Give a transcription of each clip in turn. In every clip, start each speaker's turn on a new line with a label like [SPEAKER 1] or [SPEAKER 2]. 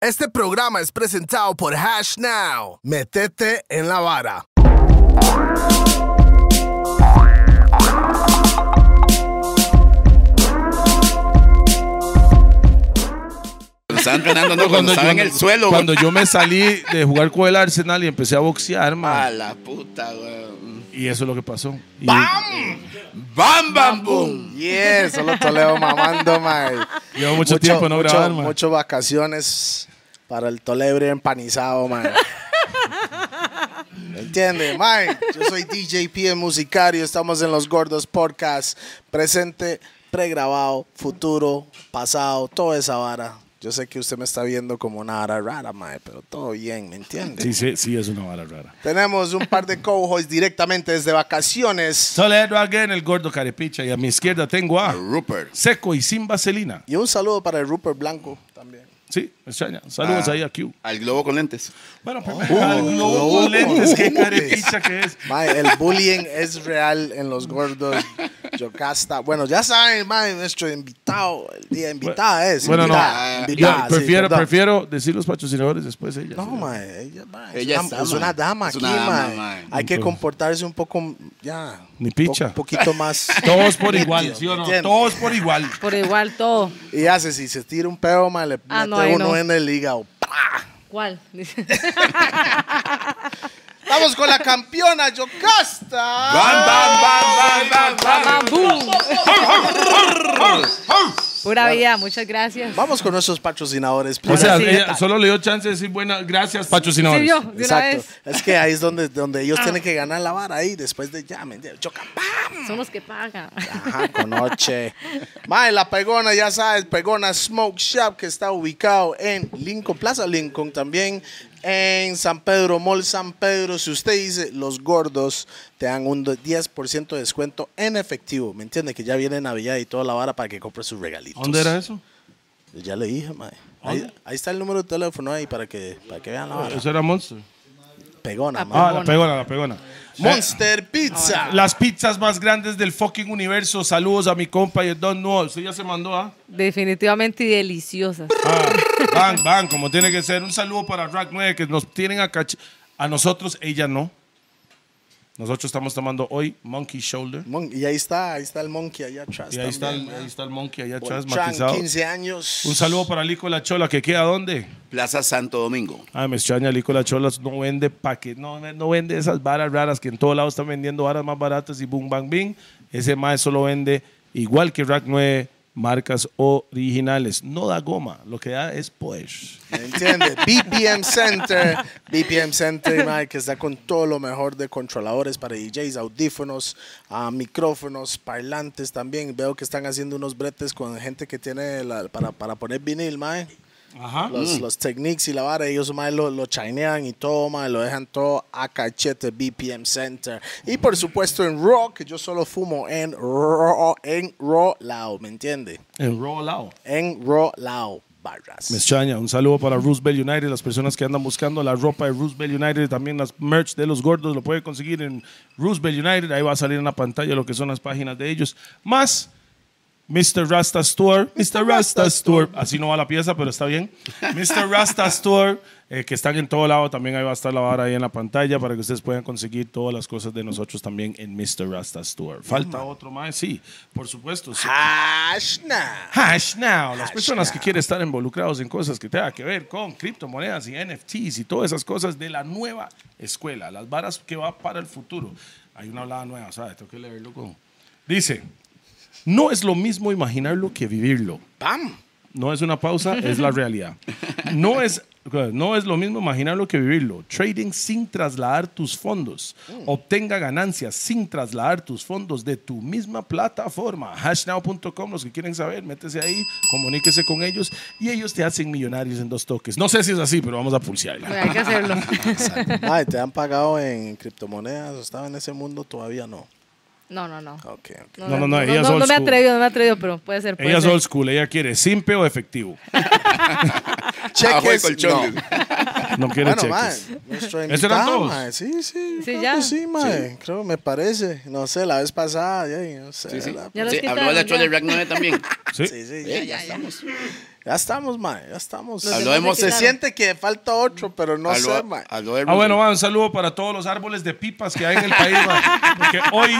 [SPEAKER 1] Este programa es presentado por Hash Now. Metete en la vara.
[SPEAKER 2] Cuando estaban entrenando, no, cuando, estaba en el suelo.
[SPEAKER 3] Cuando yo me salí de jugar con el Arsenal y empecé a boxear,
[SPEAKER 2] güey.
[SPEAKER 3] man.
[SPEAKER 2] A la puta, weón.
[SPEAKER 3] Y eso es lo que pasó. Y-
[SPEAKER 2] Bam, bam, boom.
[SPEAKER 4] Yes, solo Toledo mamando, mae.
[SPEAKER 3] Llevo mucho tiempo no grabar, mae.
[SPEAKER 4] Muchas vacaciones para el Tolebre empanizado, mae. ¿Entiende, mae? Yo soy DJ P. Musicario, estamos en Los Gordos Podcast. Presente, pregrabado, futuro, pasado, toda esa vara. Yo sé que usted me está viendo como una vara rara, mae, pero todo bien, ¿me entiende?
[SPEAKER 3] Sí, sí, sí, es una vara rara.
[SPEAKER 4] Tenemos un par de co-hosts directamente desde vacaciones.
[SPEAKER 3] Toledo again, el gordo carepicha. Y a mi izquierda tengo a
[SPEAKER 2] Rupert.
[SPEAKER 3] Seco y sin vaselina.
[SPEAKER 4] Y un saludo para el Rupert Blanco también.
[SPEAKER 3] Sí, extraña. Saludos
[SPEAKER 2] Ah.
[SPEAKER 3] ahí a Q.
[SPEAKER 2] Al globo con lentes.
[SPEAKER 3] Bueno, primero al globo
[SPEAKER 4] globo.
[SPEAKER 3] lentes, qué carepicha que es.
[SPEAKER 4] Mae, el bullying es real en los gordos. Yocasta. Bueno, ya saben, mae, nuestro invitado, el día invitada es.
[SPEAKER 3] Bueno, no.
[SPEAKER 4] invitada,
[SPEAKER 2] Ah,
[SPEAKER 3] Yo
[SPEAKER 4] invitada, sí,
[SPEAKER 3] prefiero,
[SPEAKER 4] perdón.
[SPEAKER 3] prefiero decir los patrocinadores después ella.
[SPEAKER 4] No,
[SPEAKER 3] sí.
[SPEAKER 4] mae, ella, mae,
[SPEAKER 2] Ella
[SPEAKER 4] es,
[SPEAKER 2] está,
[SPEAKER 4] una, es
[SPEAKER 2] mae.
[SPEAKER 4] una dama
[SPEAKER 2] Es
[SPEAKER 4] aquí,
[SPEAKER 2] una dama,
[SPEAKER 4] mae.
[SPEAKER 2] mae.
[SPEAKER 4] Hay que comportarse un poco, ya.
[SPEAKER 3] Ni
[SPEAKER 4] un
[SPEAKER 3] picha.
[SPEAKER 4] po- poquito más.
[SPEAKER 3] Todos por igual, ¿sí o no?
[SPEAKER 4] Entiendo.
[SPEAKER 3] Todos por igual.
[SPEAKER 5] Por igual todo.
[SPEAKER 4] y hace, si se tira un pedo, mae, le
[SPEAKER 5] Ah,
[SPEAKER 4] mete
[SPEAKER 5] no, ahí
[SPEAKER 4] uno
[SPEAKER 5] no.
[SPEAKER 4] en el hígado. ¡Pra!
[SPEAKER 5] ¿Cuál?
[SPEAKER 4] Vamos con la campeona Yocasta.
[SPEAKER 2] Bam, bam, bam, bam, bam, bam.
[SPEAKER 5] ¡Bambú! Pura vida, muchas gracias.
[SPEAKER 4] Vamos con nuestros patrocinadores.
[SPEAKER 3] O sea,
[SPEAKER 5] sí,
[SPEAKER 3] ella
[SPEAKER 5] tal.
[SPEAKER 3] solo le dio chance de decir buenas gracias, patrocinadores.
[SPEAKER 5] Sí, yo, de una
[SPEAKER 4] Exacto.
[SPEAKER 5] vez. Ah.
[SPEAKER 4] Es que ahí es donde, donde ellos tienen que ganar la vara ahí después de ya, ¿me entiendes? Chocan, ¡pam!
[SPEAKER 5] Son los que pagan.
[SPEAKER 4] Ajá, con noche. Mae, la Pegona, ya sabes, Pegona Smoke Shop, que está ubicado en Lincoln, Plaza Lincoln, también en San Pedro, Mall San Pedro. Si usted dice los gordos, te dan un 10% de descuento en efectivo, ¿me entiende? Que ya viene Navidad y toda la vara para que compre sus regalitos.
[SPEAKER 3] ¿Dónde era eso?
[SPEAKER 4] Ya le dije, mae. Ahí, ahí está el número de teléfono ahí para que, para que vean la vara.
[SPEAKER 3] Eso era Monster.
[SPEAKER 4] Pegona, mae.
[SPEAKER 3] Ah, la pegona, la pegona.
[SPEAKER 4] Monster Pizza.
[SPEAKER 3] Las pizzas más grandes del fucking universo. Saludos a mi compa y el Don Nuevo. Usted ya se mandó ¿ah? a.
[SPEAKER 5] Definitivamente y deliciosas.
[SPEAKER 3] Bang, bang, como tiene que ser. Un saludo para Rack 9 que nos tienen a cach- A nosotros, ella no. Nosotros estamos tomando hoy Monkey Shoulder.
[SPEAKER 4] Mon- y ahí está, ahí está el monkey allá atrás.
[SPEAKER 3] Y ahí está, el,
[SPEAKER 4] también,
[SPEAKER 3] ahí está el Monkey allá
[SPEAKER 4] man.
[SPEAKER 3] atrás,
[SPEAKER 4] Bonchan,
[SPEAKER 3] matizado.
[SPEAKER 4] 15 años.
[SPEAKER 3] Un saludo para Lico La Chola, que queda dónde.
[SPEAKER 2] Plaza Santo Domingo.
[SPEAKER 3] Ay, Ah, me extraña, Lico La Chola no vende paquetes, no, no vende esas varas raras que en todos lados están vendiendo varas más baratas y boom, bang, bing. Ese mae solo vende, igual que Rack 9, marcas originales. No da goma, lo que da es poder.
[SPEAKER 4] ¿Me entiendes? BPM Center. BPM Center, mae, que está con todo lo mejor de controladores para DJs, audífonos, ah, micrófonos, parlantes también. Veo que están haciendo unos bretes con gente que tiene la- para, para poner vinil, mae.
[SPEAKER 3] Ajá.
[SPEAKER 2] Mm.
[SPEAKER 4] Los, los techniques y la vara, ellos más lo, lo chainean y todo, más lo dejan todo a cachete BPM Center. Y por supuesto en Raw, que yo solo fumo en Raw, en Raw Lao, ¿me entiende?
[SPEAKER 3] En rollout.
[SPEAKER 4] En Raw Lao, barras.
[SPEAKER 3] Me extraña. Un saludo para Roosevelt United, las personas que andan buscando la ropa de Roosevelt United, también las merch de los gordos, lo puede conseguir en Roosevelt United. Ahí va a salir en la pantalla lo que son las páginas de ellos. Más Mr. Rasta Store, Mr. Rasta Store, así no va la pieza, pero está bien. Mr. Rasta Store, eh, que están en todo lado, también ahí va a estar la vara ahí en la pantalla para que ustedes puedan conseguir todas las cosas de nosotros también en Mr. Rasta Store. Falta otro más, sí, por supuesto. sí.
[SPEAKER 4] Hashna.
[SPEAKER 3] Hash Now, las personas que quieren estar involucrados en cosas que tengan que ver con criptomonedas y NFTs y todas esas cosas de la nueva escuela, las varas que va para el futuro. Hay una hablada nueva, ¿sabes? Tengo que leerlo con. Dice, no es lo mismo imaginarlo que vivirlo.
[SPEAKER 4] Bam.
[SPEAKER 3] No es una pausa, es la realidad. No es, no es lo mismo imaginarlo que vivirlo. Trading sin trasladar tus fondos. Obtenga ganancias sin trasladar tus fondos de tu misma plataforma. Hashnow.com, los que quieren saber, métese ahí, comuníquese con ellos y ellos te hacen millonarios en dos toques. No sé si es así, pero vamos a pulsearla.
[SPEAKER 5] Bueno, hay que hacerlo.
[SPEAKER 4] Ay, ¿te han pagado en criptomonedas? ¿Estaba en ese mundo? Todavía no.
[SPEAKER 5] No, no, no.
[SPEAKER 4] Ok, ok.
[SPEAKER 3] No, no, no, ella es
[SPEAKER 5] no,
[SPEAKER 3] old
[SPEAKER 5] me he
[SPEAKER 3] school.
[SPEAKER 5] atrevido, no me he atrevido, pero puede ser. puede
[SPEAKER 3] Ella es
[SPEAKER 5] ser.
[SPEAKER 3] old school, ella quiere simple o efectivo.
[SPEAKER 2] Abajo del
[SPEAKER 4] Cheques.
[SPEAKER 2] colchón.
[SPEAKER 4] no.
[SPEAKER 3] No quiere
[SPEAKER 4] Bueno,
[SPEAKER 3] cheques.
[SPEAKER 4] mae, nuestro
[SPEAKER 3] ¿Eso eran
[SPEAKER 4] invitado,
[SPEAKER 3] todos?
[SPEAKER 4] mae, Sí, sí.
[SPEAKER 5] Sí,
[SPEAKER 4] creo
[SPEAKER 5] ya.
[SPEAKER 4] que Sí, mae, Creo, me parece. No sé, la vez pasada. Ya, no sé,
[SPEAKER 2] Sí, sí.
[SPEAKER 4] la-
[SPEAKER 5] Ya los
[SPEAKER 2] Sí,
[SPEAKER 5] quitaron,
[SPEAKER 2] habló la
[SPEAKER 5] ya.
[SPEAKER 2] Chola y Rack 9 también.
[SPEAKER 3] Sí.
[SPEAKER 4] Sí, sí,
[SPEAKER 2] Eh,
[SPEAKER 4] ya,
[SPEAKER 2] ya
[SPEAKER 4] ya.
[SPEAKER 2] estamos.
[SPEAKER 4] Ya estamos, mae, ya estamos.
[SPEAKER 5] Los
[SPEAKER 2] demás Hablemos- se
[SPEAKER 4] se
[SPEAKER 5] quedaron.
[SPEAKER 4] siente que falta otro, pero no
[SPEAKER 2] Habló-
[SPEAKER 4] sé, mae.
[SPEAKER 2] habló de
[SPEAKER 3] Ah,
[SPEAKER 2] Rudy.
[SPEAKER 3] bueno, va, un saludo para todos los árboles de pipas que hay en el país, va, porque hoy,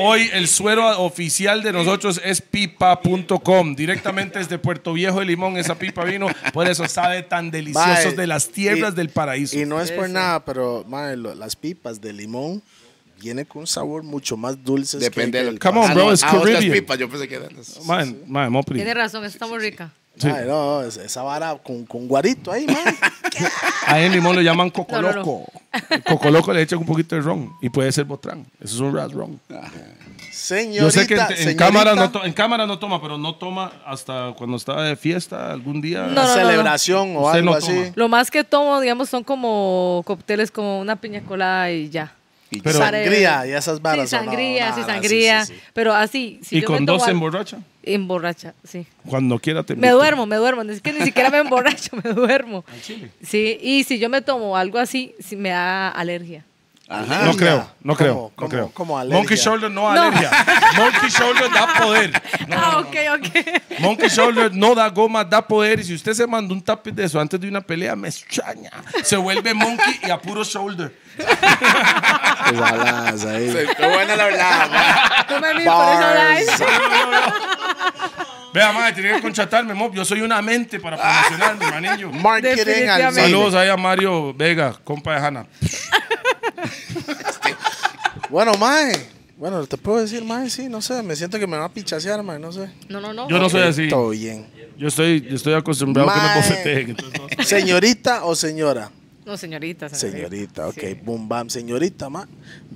[SPEAKER 3] hoy el suero oficial de nosotros es pipa.com, directamente desde Puerto Viejo de Limón, esa pipa vino, por eso sabe tan deliciosos
[SPEAKER 4] Mae,
[SPEAKER 3] de las tierras
[SPEAKER 4] y-
[SPEAKER 3] del paraíso. Eh,
[SPEAKER 4] Y no es por
[SPEAKER 5] Eso.
[SPEAKER 4] nada, pero mae, lo- las pipas de limón vienen con un sabor mucho más dulce.
[SPEAKER 2] Depende
[SPEAKER 4] que,
[SPEAKER 2] de
[SPEAKER 4] que el
[SPEAKER 3] Come on,
[SPEAKER 4] pan.
[SPEAKER 3] bro, it's
[SPEAKER 2] ah, otras
[SPEAKER 3] Caribbean.
[SPEAKER 2] pipas, yo pensé que eran las-
[SPEAKER 3] Man, man, Mopri.
[SPEAKER 5] Tiene razón, está muy rica.
[SPEAKER 3] Sí.
[SPEAKER 4] Mae, no, es- esa vara con, con guarito ahí, mae.
[SPEAKER 3] Ahí en Limón lo llaman
[SPEAKER 5] No, no, no.
[SPEAKER 3] cocoloco. El Cocoloco le echan un poquito de ron y puede ser botrán. Eso es un rat ron.
[SPEAKER 4] Señorita,
[SPEAKER 3] Yo sé que en, en
[SPEAKER 4] señorita,
[SPEAKER 3] cámara no to- en cámara no toma, pero no toma hasta cuando está de fiesta algún día.
[SPEAKER 5] No, no,
[SPEAKER 4] celebración o
[SPEAKER 3] Usted
[SPEAKER 4] algo
[SPEAKER 3] no
[SPEAKER 4] así.
[SPEAKER 3] toma.
[SPEAKER 5] Lo más que tomo, digamos, son como cócteles como una piña colada y ya.
[SPEAKER 3] Pero-
[SPEAKER 5] Para de-
[SPEAKER 4] Sangría y esas varas,
[SPEAKER 5] Sí,
[SPEAKER 4] ¿o no?
[SPEAKER 5] sangría,
[SPEAKER 4] No,
[SPEAKER 5] sí,
[SPEAKER 4] no, sí,
[SPEAKER 5] sangría.
[SPEAKER 4] sí, sí.
[SPEAKER 5] Pero así. si
[SPEAKER 3] y
[SPEAKER 5] yo
[SPEAKER 3] con
[SPEAKER 5] me tomo
[SPEAKER 3] dos se
[SPEAKER 5] algo-
[SPEAKER 3] emborracha.
[SPEAKER 5] Emborracha, sí.
[SPEAKER 3] Cuando quiera te
[SPEAKER 5] Me
[SPEAKER 3] invito.
[SPEAKER 5] duermo, me duermo. Es que ni siquiera me emborracho, me duermo. Sí, y si yo me tomo algo así, sí me da alergia.
[SPEAKER 2] Ajá.
[SPEAKER 3] No creo, no
[SPEAKER 4] ¿Cómo,
[SPEAKER 3] creo,
[SPEAKER 4] cómo,
[SPEAKER 3] no creo.
[SPEAKER 4] cómo alergia?
[SPEAKER 3] Monkey Shoulder no
[SPEAKER 5] No.
[SPEAKER 3] alergia. Monkey Shoulder da poder.
[SPEAKER 5] ah, ok, ok.
[SPEAKER 3] Monkey Shoulder no da goma, da poder. Y si usted se manda un tapiz de eso antes de una pelea, me extraña. Se vuelve monkey y a puro shoulder.
[SPEAKER 4] Esas varas ahí.
[SPEAKER 2] Se- Qué buena la verdad, ma.
[SPEAKER 5] No me mires por eso,
[SPEAKER 4] Bars.
[SPEAKER 5] live.
[SPEAKER 3] Vea, madre, tiene que contratarme, mo. Yo soy una mente para promocionarme, manillo.
[SPEAKER 4] Marketing al
[SPEAKER 5] Definitivamente.
[SPEAKER 3] Saludos ahí a Mario Vega, compa de Hanna.
[SPEAKER 4] Bueno, mae. Bueno, te puedo decir, mae, sí, no sé. Me siento que me va a pichasear, mae, no sé.
[SPEAKER 5] No, no, no.
[SPEAKER 3] Yo no soy así.
[SPEAKER 4] Todo bien.
[SPEAKER 3] Yo estoy, yo estoy acostumbrado a que me
[SPEAKER 4] Mae.
[SPEAKER 3] bofeteen. entonces no.
[SPEAKER 4] ¿Señorita o señora?
[SPEAKER 5] No, señorita.
[SPEAKER 4] Señorita, ok.
[SPEAKER 5] Sí.
[SPEAKER 4] Boom, bam. Señorita, mae.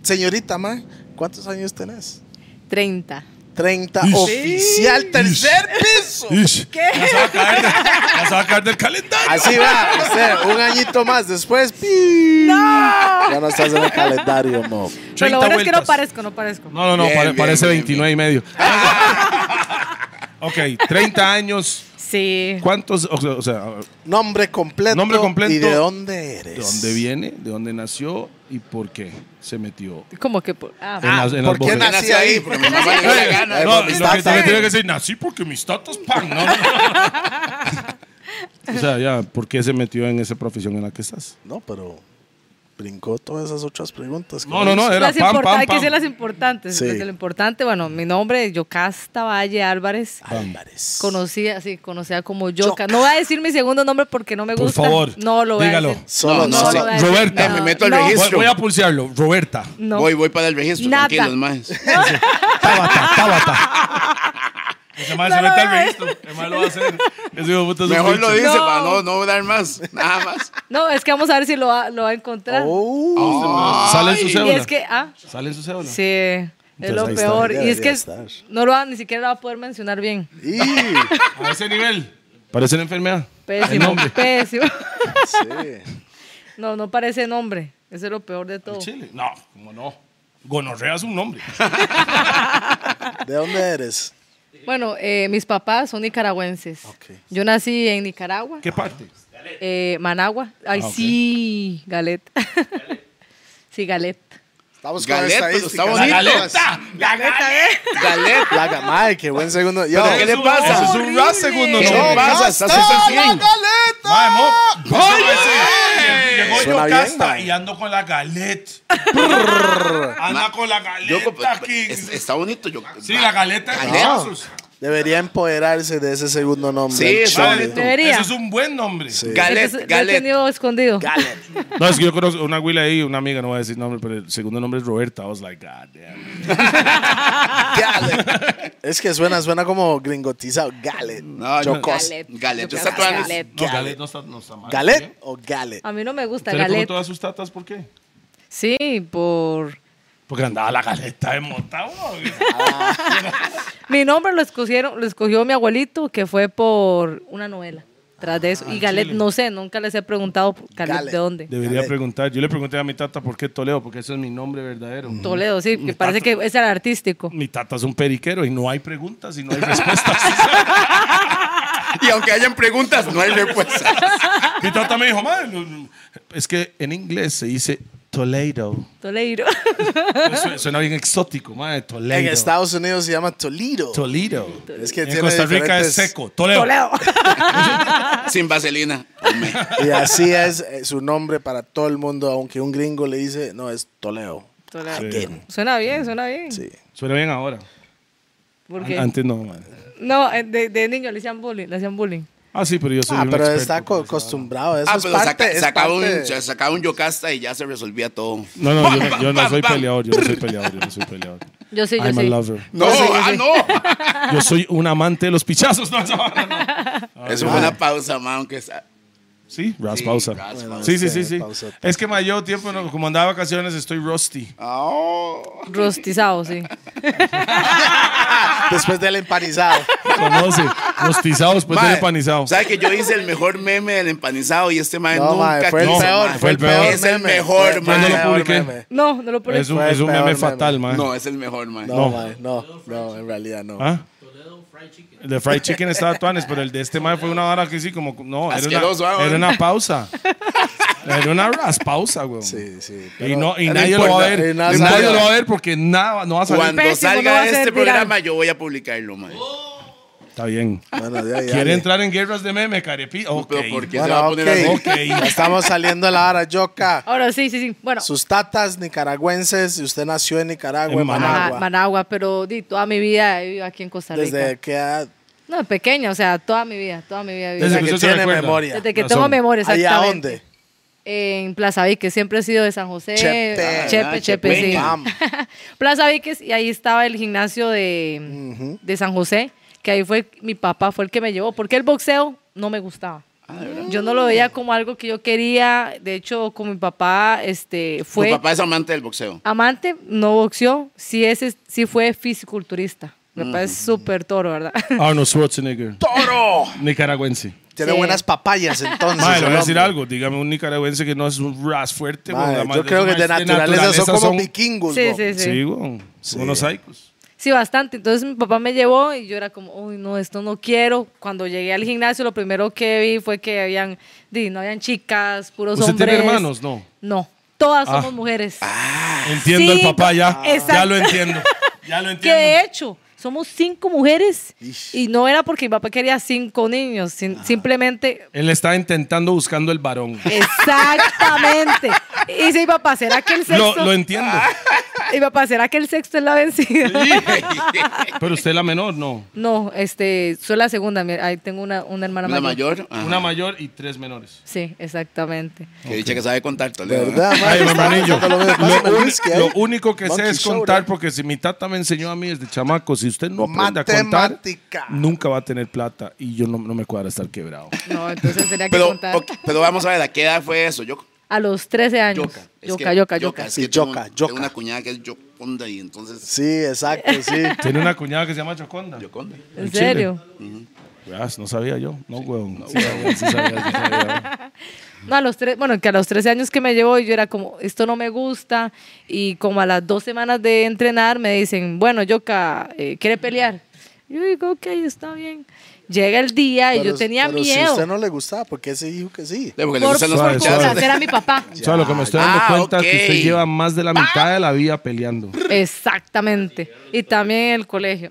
[SPEAKER 4] Señorita, mae. ¿Cuántos años tenés?
[SPEAKER 5] 30.
[SPEAKER 4] 30 oficial, tercer piso.
[SPEAKER 3] Ish, Ya se va a caer, de- ya se va a caer del calendario.
[SPEAKER 4] Así va, usted, un añito más después. ¡pi! Ya no estás en el calendario, mo.
[SPEAKER 5] Pero lo bueno es que no
[SPEAKER 3] 30 vueltas.
[SPEAKER 5] parezco, no parezco.
[SPEAKER 3] No, no, no,
[SPEAKER 2] Bien,
[SPEAKER 3] pare-
[SPEAKER 2] bien,
[SPEAKER 3] parece
[SPEAKER 2] bien,
[SPEAKER 3] 29 y medio. ok, 30 años.
[SPEAKER 5] Sí.
[SPEAKER 3] ¿Cuántos? O sea, o sea,
[SPEAKER 4] Nombre completo.
[SPEAKER 3] Nombre completo.
[SPEAKER 4] ¿Y de dónde eres?
[SPEAKER 3] ¿de dónde viene? ¿De dónde nació? ¿Y por qué se metió?
[SPEAKER 5] Como que. por- ah,
[SPEAKER 3] En las- en las
[SPEAKER 4] ¿por qué
[SPEAKER 3] bofetadas.
[SPEAKER 2] Yo nací ahí porque mi mamá le dio la gana.
[SPEAKER 4] Ay,
[SPEAKER 3] Eh, No,
[SPEAKER 4] por mis
[SPEAKER 3] lo que
[SPEAKER 4] tatas.
[SPEAKER 3] te tiene que decir, nací porque mis tatas pan, ¿no? o sea, ya, ¿por qué se metió en esa profesión en la que estás?
[SPEAKER 4] No, pero brincó todas esas otras preguntas. que
[SPEAKER 3] No, no, no,
[SPEAKER 4] hice.
[SPEAKER 3] era
[SPEAKER 5] las
[SPEAKER 3] pan,
[SPEAKER 5] importan-
[SPEAKER 3] pan,
[SPEAKER 5] Hay que
[SPEAKER 3] pan.
[SPEAKER 5] ser las importantes.
[SPEAKER 4] Sí.
[SPEAKER 5] Desde lo importante, bueno, mi nombre es Yocasta Valle Álvarez.
[SPEAKER 4] Álvarez.
[SPEAKER 5] Conocida, sí, conocida como Yoca. No voy a decir mi segundo nombre porque no me
[SPEAKER 3] Por
[SPEAKER 5] gusta.
[SPEAKER 3] favor,
[SPEAKER 5] No lo voy
[SPEAKER 3] dígalo.
[SPEAKER 5] a decir.
[SPEAKER 2] No,
[SPEAKER 4] Solo,
[SPEAKER 5] No,
[SPEAKER 4] no,
[SPEAKER 5] lo
[SPEAKER 4] sí.
[SPEAKER 5] voy a decir.
[SPEAKER 3] Roberta,
[SPEAKER 5] No,
[SPEAKER 2] me meto al
[SPEAKER 5] no,
[SPEAKER 2] registro.
[SPEAKER 3] Voy, voy a pulsearlo, Roberta.
[SPEAKER 5] No.
[SPEAKER 2] Voy, voy para el registro.
[SPEAKER 5] Nada.
[SPEAKER 2] Tranquilos, más.
[SPEAKER 3] Tábata, tábata. Ese mal se
[SPEAKER 5] No lo
[SPEAKER 3] mete al
[SPEAKER 5] voy a
[SPEAKER 3] registro. El mal lo va a hacer. Ese hijo de puta es un
[SPEAKER 2] Mejor lo
[SPEAKER 3] bicho.
[SPEAKER 2] dice
[SPEAKER 5] No.
[SPEAKER 2] para no, no dar más. Nada más.
[SPEAKER 5] No, es que vamos a ver si lo va, lo va a encontrar.
[SPEAKER 4] Oh,
[SPEAKER 3] Sale en su
[SPEAKER 5] y
[SPEAKER 3] cédula.
[SPEAKER 5] es que, ah,
[SPEAKER 3] Sale en su cédula.
[SPEAKER 5] sí, es lo
[SPEAKER 4] ahí está,
[SPEAKER 5] peor. y es
[SPEAKER 4] debería
[SPEAKER 5] que
[SPEAKER 4] estar.
[SPEAKER 5] no lo va, ni siquiera lo va a poder mencionar bien.
[SPEAKER 4] y-
[SPEAKER 3] A ese nivel. Parece una enfermedad. El
[SPEAKER 5] Pésimo,
[SPEAKER 3] nombre.
[SPEAKER 5] pésimo.
[SPEAKER 4] sí.
[SPEAKER 5] No, no parece nombre. Eso es lo peor de todo.
[SPEAKER 3] Chile. No, como no. Gonorrea es un nombre.
[SPEAKER 4] ¿De dónde eres?
[SPEAKER 5] Bueno, eh, mis papás son nicaragüenses.
[SPEAKER 4] Ok.
[SPEAKER 5] Yo nací en Nicaragua,
[SPEAKER 3] ¿Qué parte?
[SPEAKER 5] eh, Managua. Ay,
[SPEAKER 3] Ah, ok.
[SPEAKER 5] sí, Galet. sí, Galet.
[SPEAKER 4] Estamos
[SPEAKER 2] Galeta, está
[SPEAKER 4] la
[SPEAKER 2] bonito.
[SPEAKER 4] galeta.
[SPEAKER 5] ¿eh?
[SPEAKER 2] Galet.
[SPEAKER 4] La ga- Mae, qué buen segundo. Yo,
[SPEAKER 2] Pero ¿qué le pasa?
[SPEAKER 3] Eso es un ras segundo
[SPEAKER 2] no,
[SPEAKER 4] ¿Qué
[SPEAKER 3] nombre.
[SPEAKER 4] le
[SPEAKER 2] no,
[SPEAKER 4] pasa?
[SPEAKER 2] no,
[SPEAKER 4] Estás
[SPEAKER 2] no,
[SPEAKER 4] súper bien.
[SPEAKER 3] Mae, mo. Llegó
[SPEAKER 4] Suena
[SPEAKER 3] yo
[SPEAKER 4] bien,
[SPEAKER 3] casta
[SPEAKER 4] mae.
[SPEAKER 3] y ando con la galeta. Anda con la
[SPEAKER 2] Yo,
[SPEAKER 3] galeta aquí.
[SPEAKER 2] es- está bonito. Yo,
[SPEAKER 3] Sí, la galeta. de
[SPEAKER 2] Galeta.
[SPEAKER 3] cachazos.
[SPEAKER 4] Debería empoderarse de ese segundo nombre.
[SPEAKER 2] Sí,
[SPEAKER 4] el
[SPEAKER 2] está
[SPEAKER 4] chole.
[SPEAKER 3] Mae,
[SPEAKER 5] Debería.
[SPEAKER 3] Eso es un buen nombre.
[SPEAKER 2] Eh,
[SPEAKER 5] Es que
[SPEAKER 2] Galet,
[SPEAKER 5] se- lo he
[SPEAKER 2] Galet.
[SPEAKER 5] tenido escondido.
[SPEAKER 3] No, es que yo conozco una güila ahí, una amiga, no voy a decir nombre, pero el segundo nombre es Roberta. I was like, God damn.
[SPEAKER 4] Galet. Es que suena, suena como gringotizado. Galet.
[SPEAKER 2] No, yo-
[SPEAKER 4] Chocos.
[SPEAKER 5] Galet.
[SPEAKER 2] Galet. Yo
[SPEAKER 5] Yo
[SPEAKER 2] está
[SPEAKER 5] creo que
[SPEAKER 2] plan-
[SPEAKER 5] Galet.
[SPEAKER 3] No, Galet no está, no está mal. ¿eh?
[SPEAKER 4] ¿Galet o Galet?
[SPEAKER 5] A mí no me gusta
[SPEAKER 3] ¿Usted le
[SPEAKER 5] Galet.
[SPEAKER 3] preguntó a sus tatas por qué?
[SPEAKER 5] Sí, por...
[SPEAKER 3] Porque andaba la galeta de mota, güey.
[SPEAKER 4] Ah,
[SPEAKER 5] Mi nombre lo escogieron, lo escogió mi abuelito, que fue por una novela. Tras de eso.
[SPEAKER 3] Ah,
[SPEAKER 5] y Galet, no sé, nunca les he preguntado por Galet,
[SPEAKER 4] Galet.
[SPEAKER 5] de dónde.
[SPEAKER 3] Debería
[SPEAKER 4] Galet.
[SPEAKER 3] preguntar. Yo le pregunté a mi tata por qué Toledo, porque ese es mi nombre verdadero.
[SPEAKER 5] Mm. Toledo, sí, que parece que es el artístico.
[SPEAKER 3] Mi tata es un periquero y no hay preguntas y no hay respuestas.
[SPEAKER 2] Y aunque hayan preguntas, no hay respuestas.
[SPEAKER 3] mi tata me dijo, "Mae, no, no, es que en inglés se dice Toledo.
[SPEAKER 5] Toleiro.
[SPEAKER 3] Su- Suena bien exótico, madre. Toledo.
[SPEAKER 4] En Estados Unidos se llama Toledo.
[SPEAKER 3] Toledo.
[SPEAKER 4] Es que
[SPEAKER 3] En
[SPEAKER 4] tiene
[SPEAKER 3] Costa Rica es
[SPEAKER 4] diferentes-
[SPEAKER 3] seco. Toledo.
[SPEAKER 5] Toledo.
[SPEAKER 2] Sin vaselina. Hombre.
[SPEAKER 4] Y así es eh, su nombre para todo el mundo, aunque un gringo le dice, no, es Toledo.
[SPEAKER 5] Toledo.
[SPEAKER 4] Again.
[SPEAKER 5] Suena bien, suena bien.
[SPEAKER 4] Ah, Sí.
[SPEAKER 3] Suena bien ahora.
[SPEAKER 5] Porque,
[SPEAKER 3] Antes no, madre.
[SPEAKER 5] no, eh, de, de niño le hacían bullying, le hacían bullying.
[SPEAKER 3] Ah, sí, pero yo soy
[SPEAKER 4] Ah,
[SPEAKER 3] un
[SPEAKER 4] pero
[SPEAKER 3] experto
[SPEAKER 4] está
[SPEAKER 3] con
[SPEAKER 4] co-
[SPEAKER 3] esa vara.
[SPEAKER 4] acostumbrado. Eso
[SPEAKER 2] Ah,
[SPEAKER 4] es
[SPEAKER 2] pero
[SPEAKER 4] parte-
[SPEAKER 2] saca-
[SPEAKER 4] es
[SPEAKER 2] sacaba,
[SPEAKER 4] parte-
[SPEAKER 2] un, se- sacaba un yocasta y ya se resolvía todo.
[SPEAKER 3] No, no, yo, no- yo no
[SPEAKER 2] Pam,
[SPEAKER 3] soy
[SPEAKER 2] pam,
[SPEAKER 3] peleador, yo no soy peleador, yo no soy peleador.
[SPEAKER 5] Yo sí, yo
[SPEAKER 3] I'm a
[SPEAKER 5] sí.
[SPEAKER 3] lover.
[SPEAKER 2] No,
[SPEAKER 5] Yo soy- yo
[SPEAKER 2] ah,
[SPEAKER 5] soy-
[SPEAKER 2] no.
[SPEAKER 3] Yo soy un amante de los pichazos. No, esa vara no.
[SPEAKER 2] Eso fue una pausa, man. aunque sa-
[SPEAKER 3] Sí, ras
[SPEAKER 2] Sí,
[SPEAKER 3] pausa.
[SPEAKER 2] ras pausa.
[SPEAKER 3] sí, sí, sí, sí.
[SPEAKER 4] Pausota.
[SPEAKER 3] Es que ma, yo tiempo, no- como andaba de vacaciones, estoy rusty.
[SPEAKER 2] Ah, oh.
[SPEAKER 5] Rostizado, sí.
[SPEAKER 4] Después del empanizado.
[SPEAKER 3] Conoce, rostizado después
[SPEAKER 2] Mae,
[SPEAKER 3] del pues, empanizado.
[SPEAKER 2] ¿Sabe que yo hice el mejor meme del empanizado y este man
[SPEAKER 4] No,
[SPEAKER 2] nunca
[SPEAKER 4] mae, fue el
[SPEAKER 2] quiso,
[SPEAKER 4] peor,
[SPEAKER 2] mae?
[SPEAKER 3] fue el peor.
[SPEAKER 2] Es el
[SPEAKER 4] meme.
[SPEAKER 2] mejor,
[SPEAKER 4] Fue-
[SPEAKER 2] mae.
[SPEAKER 3] Yo no lo
[SPEAKER 4] Peor
[SPEAKER 3] publiqué.
[SPEAKER 4] meme.
[SPEAKER 5] No, no lo pones.
[SPEAKER 3] Es un,
[SPEAKER 4] Fue
[SPEAKER 3] es un
[SPEAKER 4] pues, peor
[SPEAKER 3] meme
[SPEAKER 4] meme.
[SPEAKER 3] fatal, man.
[SPEAKER 2] No, es el mejor, man.
[SPEAKER 4] No,
[SPEAKER 3] No.
[SPEAKER 4] mae, no, no, en realidad no.
[SPEAKER 3] ¿Ah? El de fried chicken estaba tuanes, pero el de este man fue una vara que sí, como. No, era
[SPEAKER 2] Asqueroso, ah,
[SPEAKER 3] una,
[SPEAKER 2] bueno.
[SPEAKER 3] era una pausa. Era una ras pausa, güey.
[SPEAKER 4] Sí, sí.
[SPEAKER 3] Y, no, y
[SPEAKER 2] no
[SPEAKER 3] nadie lo va a
[SPEAKER 2] importa,
[SPEAKER 3] ver.
[SPEAKER 4] y nada
[SPEAKER 3] Y nadie
[SPEAKER 4] sale.
[SPEAKER 3] lo va a ver porque nada, no va a salir.
[SPEAKER 2] Cuando
[SPEAKER 5] Pésimo, no va
[SPEAKER 2] salga
[SPEAKER 5] a
[SPEAKER 2] este
[SPEAKER 5] ser viral.
[SPEAKER 2] programa, yo voy a publicarlo, man.
[SPEAKER 3] Está bien.
[SPEAKER 4] Bueno, ya, ya,
[SPEAKER 3] ¿Quiere
[SPEAKER 4] ya.
[SPEAKER 3] entrar en guerras de meme, carepi? Ok.
[SPEAKER 2] Pero ¿por qué se
[SPEAKER 4] Bueno,
[SPEAKER 2] va a poner
[SPEAKER 4] ok.
[SPEAKER 2] así?
[SPEAKER 3] Ok.
[SPEAKER 4] Ya Estamos saliendo de la hora, Yoka.
[SPEAKER 5] Ahora sí, sí, sí. Bueno,
[SPEAKER 4] Sus tatas nicaragüenses, si usted nació en Nicaragua,
[SPEAKER 3] En
[SPEAKER 4] en
[SPEAKER 3] Managua.
[SPEAKER 5] Managua,
[SPEAKER 4] Managua.
[SPEAKER 5] Managua pero di, toda mi vida he vivido aquí en Costa Rica.
[SPEAKER 4] Desde que, ha-
[SPEAKER 5] No, pequeña, o sea, toda mi vida, toda mi vida. he vivido
[SPEAKER 3] Desde
[SPEAKER 4] desde
[SPEAKER 5] aquí.
[SPEAKER 3] que
[SPEAKER 4] que
[SPEAKER 3] usted se
[SPEAKER 4] tiene
[SPEAKER 3] recuerda.
[SPEAKER 4] memoria.
[SPEAKER 5] Desde que
[SPEAKER 3] Razón.
[SPEAKER 5] tengo memoria,
[SPEAKER 4] ¿Ahí a
[SPEAKER 5] exactamente.
[SPEAKER 4] dónde?
[SPEAKER 5] En Plaza Viques, siempre he sido de San José.
[SPEAKER 4] Chepe.
[SPEAKER 5] ah, Chepe,
[SPEAKER 2] Ah,
[SPEAKER 5] Chepe, sí.
[SPEAKER 2] Chepeña.
[SPEAKER 4] Pam.
[SPEAKER 5] Plaza Viques, y ahí estaba el gimnasio de, de San José, que ahí fue mi papá, fue el que me llevó, porque el boxeo no me gustaba. Yo no lo veía como algo que yo quería. De hecho, con mi papá, este, fue
[SPEAKER 2] Tu papá es amante del boxeo.
[SPEAKER 5] amante, no boxeó, sí, es, sí fue fisiculturista. Mi papá es súper toro, ¿verdad?
[SPEAKER 3] Arnold Schwarzenegger.
[SPEAKER 2] ¡Toro!
[SPEAKER 3] Nicaragüense.
[SPEAKER 4] Tiene
[SPEAKER 5] Sí.
[SPEAKER 4] buenas papayas entonces.
[SPEAKER 3] Madre, le voy a
[SPEAKER 4] el
[SPEAKER 3] decir
[SPEAKER 4] hombre.
[SPEAKER 3] algo. Dígame un nicaragüense que no es un ras fuerte.
[SPEAKER 4] Mae,
[SPEAKER 3] weón, además
[SPEAKER 4] yo creo que
[SPEAKER 3] esos
[SPEAKER 4] de
[SPEAKER 3] maes
[SPEAKER 4] naturaleza, son como vikingos.
[SPEAKER 5] Sí,
[SPEAKER 4] bo.
[SPEAKER 5] sí, sí.
[SPEAKER 3] Sí, weón. Son unos psicos.
[SPEAKER 5] Sí, bastante. Entonces mi papá me llevó y yo era como, uy, no, esto no quiero. Cuando llegué al gimnasio, lo primero que vi fue que habían, di, no habían chicas, puros
[SPEAKER 3] ¿Usted
[SPEAKER 5] hombres.
[SPEAKER 3] tiene hermanos? No.
[SPEAKER 5] No, todas
[SPEAKER 3] Ah.
[SPEAKER 5] somos mujeres.
[SPEAKER 3] Entiendo el
[SPEAKER 5] Sí,
[SPEAKER 3] papá ya.
[SPEAKER 5] exacto.
[SPEAKER 3] Ya lo entiendo. Ya lo
[SPEAKER 5] que de
[SPEAKER 3] entiendo.
[SPEAKER 5] hecho, somos cinco mujeres y no era porque mi papá quería cinco niños,
[SPEAKER 3] Ah.
[SPEAKER 5] sin- simplemente...
[SPEAKER 3] Él está intentando buscando el varón.
[SPEAKER 5] Exactamente. Y si mi papá, ¿será que el
[SPEAKER 3] Lo,
[SPEAKER 5] sexto?
[SPEAKER 3] lo entiendo.
[SPEAKER 5] Y mi papá, ¿será que el sexto es la vencida?
[SPEAKER 3] Pero usted es la menor, no.
[SPEAKER 5] No, este, soy la segunda. mi- Ahí tengo una, una hermana
[SPEAKER 2] ¿La
[SPEAKER 5] mayor.
[SPEAKER 2] mayor? Ajá.
[SPEAKER 3] Una mayor y tres menores.
[SPEAKER 5] Sí, exactamente.
[SPEAKER 2] Que dice que sabe contar, Toledo.
[SPEAKER 4] ¿Verdad, mae?
[SPEAKER 3] Ay, mi
[SPEAKER 4] Está
[SPEAKER 3] hermanillo.
[SPEAKER 4] pensando lo mismo. Pásame
[SPEAKER 3] Lo,
[SPEAKER 4] el
[SPEAKER 3] uni-
[SPEAKER 4] whisky ahí.
[SPEAKER 3] lo único que sé
[SPEAKER 4] Monkey
[SPEAKER 3] es
[SPEAKER 4] shoulder.
[SPEAKER 3] contar, porque si mi tata me enseñó a mí desde chamaco, si usted no aprende a contar,
[SPEAKER 4] Matemática.
[SPEAKER 3] nunca va a tener plata. Y yo no, no me cuadra estar quebrado.
[SPEAKER 5] No, entonces tenía que
[SPEAKER 2] Pero,
[SPEAKER 5] contar.
[SPEAKER 2] ok, pero vamos a ver, ¿a qué edad fue eso? Yo,
[SPEAKER 5] A los 13 años.
[SPEAKER 2] yoca. Es
[SPEAKER 5] Yoca,
[SPEAKER 2] que-
[SPEAKER 5] yoca, yoca.
[SPEAKER 2] es
[SPEAKER 4] Sí,
[SPEAKER 2] que tengo-
[SPEAKER 4] yoca,
[SPEAKER 2] tengo
[SPEAKER 4] yoca.
[SPEAKER 2] una cuñada que es yoconda y entonces...
[SPEAKER 4] Sí, exacto, sí.
[SPEAKER 3] Tiene una cuñada que se llama Choconda.
[SPEAKER 2] Yoconda.
[SPEAKER 5] ¿En
[SPEAKER 3] en Chile.
[SPEAKER 5] serio?
[SPEAKER 3] Verás, no sabía yo. No, weón. Sí sabía, sí sabía, sí sabía.
[SPEAKER 5] No, a los tres, bueno, que a los 13 años que me llevó yo era como, esto no me gusta. Y como a las dos semanas de entrenar me dicen, bueno, Yoka, eh, ¿quiere pelear? Yo digo, ok, está bien. Llega el día y
[SPEAKER 4] Pero-
[SPEAKER 5] yo tenía
[SPEAKER 4] pero Si
[SPEAKER 5] miedo.
[SPEAKER 4] usted no le gustaba, ¿por qué se dijo que sí?
[SPEAKER 2] Sí, Porque le
[SPEAKER 5] por
[SPEAKER 2] gustan los
[SPEAKER 5] por
[SPEAKER 3] suave, suave.
[SPEAKER 2] parchazos.
[SPEAKER 5] complacer a mi papá.
[SPEAKER 3] O sea, lo que me estoy dando
[SPEAKER 2] Ah,
[SPEAKER 3] cuenta es que
[SPEAKER 2] ok.
[SPEAKER 3] usted lleva más de la mitad de la vida peleando.
[SPEAKER 5] Exactamente. Y también el colegio.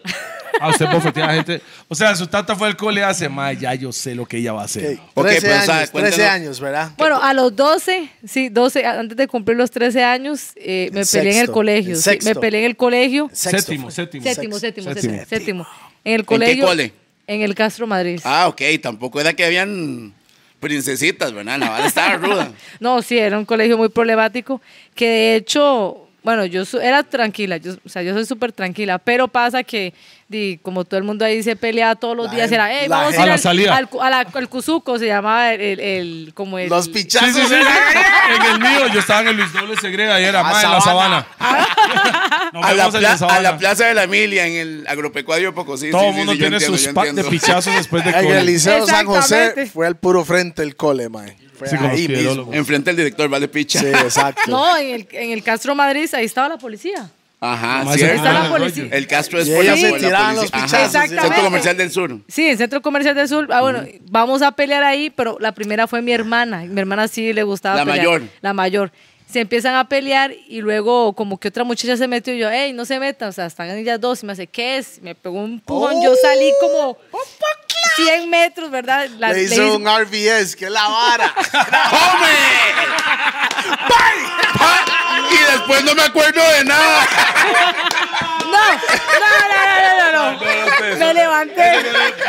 [SPEAKER 3] A Ah, usted bofetea a gente. O sea, su tata fue al cole y hace más. Ya yo sé lo que ella va a hacer.
[SPEAKER 4] Ok,
[SPEAKER 2] Ok,
[SPEAKER 4] 13
[SPEAKER 2] pero, o
[SPEAKER 4] años,
[SPEAKER 2] sea,
[SPEAKER 4] 13
[SPEAKER 2] cuéntenos.
[SPEAKER 4] años, ¿verdad?
[SPEAKER 5] Bueno, a los 12, sí, 12, a- antes de cumplir los 13 años, eh, me
[SPEAKER 4] En
[SPEAKER 5] peleé en el
[SPEAKER 4] sexto,
[SPEAKER 5] colegio.
[SPEAKER 4] en
[SPEAKER 5] sí, me
[SPEAKER 4] sexto.
[SPEAKER 5] peleé en el colegio.
[SPEAKER 4] Sexto
[SPEAKER 3] Séptimo,
[SPEAKER 4] fue.
[SPEAKER 3] séptimo.
[SPEAKER 5] Séptimo, séptimo,
[SPEAKER 3] Séptimo.
[SPEAKER 5] séptimo, séptimo. En el colegio.
[SPEAKER 2] cole?
[SPEAKER 5] En el Castro Madrid.
[SPEAKER 2] Ah, ok. Tampoco era que habían princesitas, ¿verdad? La bala estaba ruda.
[SPEAKER 5] No, sí, era un colegio muy problemático, que de hecho, bueno, yo su- era tranquila, yo, o sea, yo soy súper tranquila, pero pasa que, di, como todo el mundo ahí se pelea todos los
[SPEAKER 4] La
[SPEAKER 5] días,
[SPEAKER 4] gen-
[SPEAKER 5] era, hey,
[SPEAKER 4] la
[SPEAKER 5] vamos
[SPEAKER 4] gen-
[SPEAKER 5] a ir
[SPEAKER 3] A la
[SPEAKER 5] al-
[SPEAKER 3] salida.
[SPEAKER 5] al, cu- a la- al Cuzuco, se llamaba el, el- el- como el...
[SPEAKER 4] Pues Los pichazos.
[SPEAKER 3] En el mío, yo estaba en el Luis Doble Segreda y era
[SPEAKER 4] A
[SPEAKER 3] más en la sabana.
[SPEAKER 4] Sabana.
[SPEAKER 3] Nos
[SPEAKER 2] Ah, A la,
[SPEAKER 3] vemos en la
[SPEAKER 2] pla- a
[SPEAKER 3] sabana.
[SPEAKER 2] la Plaza de la Milia, en el agropecuario poco. Sí,
[SPEAKER 3] Todo
[SPEAKER 2] sí,
[SPEAKER 3] el
[SPEAKER 2] sí,
[SPEAKER 3] mundo
[SPEAKER 2] sí, yo
[SPEAKER 3] tiene
[SPEAKER 2] entiendo,
[SPEAKER 3] sus
[SPEAKER 2] yo
[SPEAKER 3] packs de
[SPEAKER 2] entiendo.
[SPEAKER 3] pichazos después pues, de
[SPEAKER 4] En el
[SPEAKER 3] cole.
[SPEAKER 4] Liceo San José
[SPEAKER 5] Exactamente.
[SPEAKER 4] fue al puro frente el cole, mae. Fue
[SPEAKER 3] Sí, con los
[SPEAKER 4] ahí mismo.
[SPEAKER 3] piedólogos.
[SPEAKER 2] Enfrente del director, vale picha.
[SPEAKER 4] Sí, exacto.
[SPEAKER 5] No, en el, en el Castro Madrid, ahí estaba la policía.
[SPEAKER 2] Ajá,
[SPEAKER 3] Nomás
[SPEAKER 2] cierto.
[SPEAKER 5] Está la
[SPEAKER 3] Ah,
[SPEAKER 5] policía.
[SPEAKER 2] El Castro es
[SPEAKER 4] Y
[SPEAKER 2] por la,
[SPEAKER 4] ellas se
[SPEAKER 2] por la
[SPEAKER 4] tiraban los
[SPEAKER 2] policía. Ajá.
[SPEAKER 4] pichazos,
[SPEAKER 5] Exactamente.
[SPEAKER 2] Centro Comercial del Sur.
[SPEAKER 5] Sí, en Centro Comercial del Sur. Ah, bueno, vamos a pelear ahí, pero la primera fue mi hermana. Mi hermana sí le gustaba
[SPEAKER 2] La
[SPEAKER 5] pelear.
[SPEAKER 2] mayor.
[SPEAKER 5] La mayor. se empiezan a pelear y luego como que otra muchacha se metió y yo, hey, no se metan, o sea, están ellas dos y me hace, ¿qué es? Me pegó un pujón, yo salí como 100 metros, ¿verdad? La-
[SPEAKER 4] Le
[SPEAKER 5] le
[SPEAKER 4] hizo
[SPEAKER 5] hice-
[SPEAKER 4] un RBS, que es la vara.
[SPEAKER 2] ¡Come! Y después no me acuerdo de nada.
[SPEAKER 5] No, no, no, no, no, no, me levanté.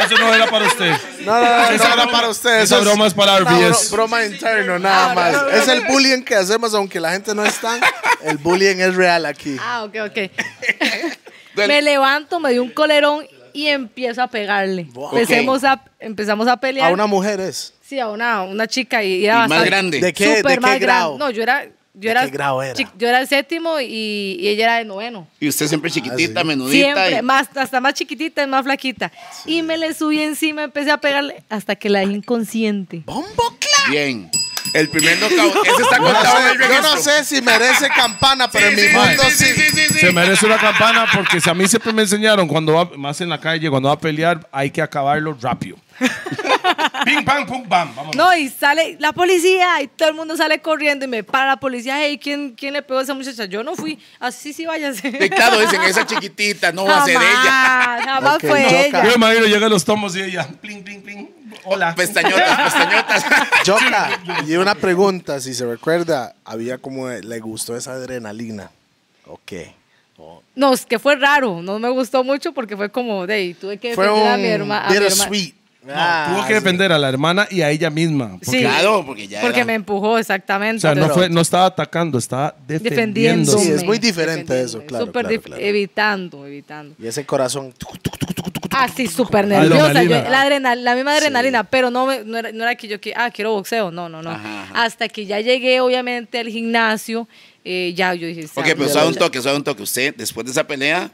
[SPEAKER 3] Eso no era para usted.
[SPEAKER 4] No, no, no, no,
[SPEAKER 3] Esa
[SPEAKER 4] no
[SPEAKER 3] broma-
[SPEAKER 4] para ustedes.
[SPEAKER 3] esa
[SPEAKER 4] eso es-
[SPEAKER 3] broma es para
[SPEAKER 4] una
[SPEAKER 3] RBS.
[SPEAKER 4] bro- broma interno, nada más. Es el bullying que hacemos, aunque la gente no está. El bullying es real aquí.
[SPEAKER 5] Ah, ok, ok. me levanto, me dio un colerón y empiezo a pegarle. Empecemos a, empezamos a pelear.
[SPEAKER 4] A una mujer es.
[SPEAKER 5] Sí, a una, una chica y
[SPEAKER 2] Y
[SPEAKER 5] era
[SPEAKER 2] más
[SPEAKER 5] bastante-
[SPEAKER 2] grande.
[SPEAKER 4] ¿De qué,
[SPEAKER 5] súper
[SPEAKER 4] de
[SPEAKER 5] más
[SPEAKER 4] qué grado?
[SPEAKER 5] grande. No, yo era, yo era,
[SPEAKER 4] qué grado era?
[SPEAKER 5] chi- yo era el séptimo y, y ella era el noveno.
[SPEAKER 2] Y usted siempre
[SPEAKER 4] Ah,
[SPEAKER 2] chiquitita, menudita.
[SPEAKER 5] Siempre,
[SPEAKER 2] y-
[SPEAKER 5] más, hasta más chiquitita y más flaquita. Y me le subí encima, empecé a pegarle hasta que la dejé inconsciente.
[SPEAKER 4] ¡Bombo claro!
[SPEAKER 2] Bien. El primer knockout. Ese está
[SPEAKER 4] Yo no,
[SPEAKER 2] contado en
[SPEAKER 4] sé,
[SPEAKER 2] el
[SPEAKER 4] yo
[SPEAKER 2] registro.
[SPEAKER 4] no sé si merece campana, pero en mi mundo sí.
[SPEAKER 3] Se merece una campana porque si a mí siempre me enseñaron cuando va, más en la calle, cuando va a pelear, hay que acabarlo rápido. Ping, pam, pum, pam. Vamos.
[SPEAKER 5] No, y sale la policía y todo el mundo sale corriendo y me para la policía. Hey, ¿quién, quién le pegó a esa muchacha? Yo no fui. Así sí, váyase.
[SPEAKER 2] Y claro, dicen, esa chiquitita no va a
[SPEAKER 5] jamás,
[SPEAKER 2] ser ella.
[SPEAKER 5] jamás
[SPEAKER 4] Ok,
[SPEAKER 5] fue
[SPEAKER 4] choca.
[SPEAKER 3] Yo
[SPEAKER 5] ella.
[SPEAKER 3] me imagino llegan los tomos y ella, pling, pling, pling. Hola.
[SPEAKER 2] Pestañotas, pestañotas.
[SPEAKER 4] Yoka, y una pregunta, si se recuerda, había como eh, le gustó esa adrenalina. Ok.
[SPEAKER 5] No, es que fue raro. No me gustó mucho porque fue como, de ahí, tuve que
[SPEAKER 4] Fue
[SPEAKER 5] defender a mi
[SPEAKER 4] un
[SPEAKER 5] herma- a mi hermana.
[SPEAKER 4] bittersweet. Ah,
[SPEAKER 3] Tuvo que defender a la hermana y a ella misma.
[SPEAKER 5] Sí.
[SPEAKER 2] Claro, porque ya
[SPEAKER 5] Porque
[SPEAKER 2] era-
[SPEAKER 5] me empujó,
[SPEAKER 3] O
[SPEAKER 5] exactamente.
[SPEAKER 3] sea, no,
[SPEAKER 5] Pero-
[SPEAKER 3] fue, no estaba atacando, estaba defendiendo.
[SPEAKER 5] defendiendo.
[SPEAKER 4] Sí, es muy diferente eso, claro,
[SPEAKER 5] Súper
[SPEAKER 4] claro,
[SPEAKER 5] dif- eh.
[SPEAKER 4] claro.
[SPEAKER 5] evitando, evitando.
[SPEAKER 4] Y ese corazón. tuc, tuc, tuc, tuc, tuc,
[SPEAKER 5] Ah, sí, súper
[SPEAKER 3] Adrenalina.
[SPEAKER 5] nerviosa. Yo- la, adrenal- la misma adrenalina, pero no, me- no, era, no era que yo que, ah, quiero boxeo. No, no, no.
[SPEAKER 2] Ajá, ajá.
[SPEAKER 5] Hasta que ya llegué, obviamente, al gimnasio, eh, ya yo dije,
[SPEAKER 2] Ok,
[SPEAKER 5] "Ah,
[SPEAKER 2] pero
[SPEAKER 5] ya
[SPEAKER 2] suave
[SPEAKER 5] lo-
[SPEAKER 2] un toque, suave un toque. Usted, después de esa pelea,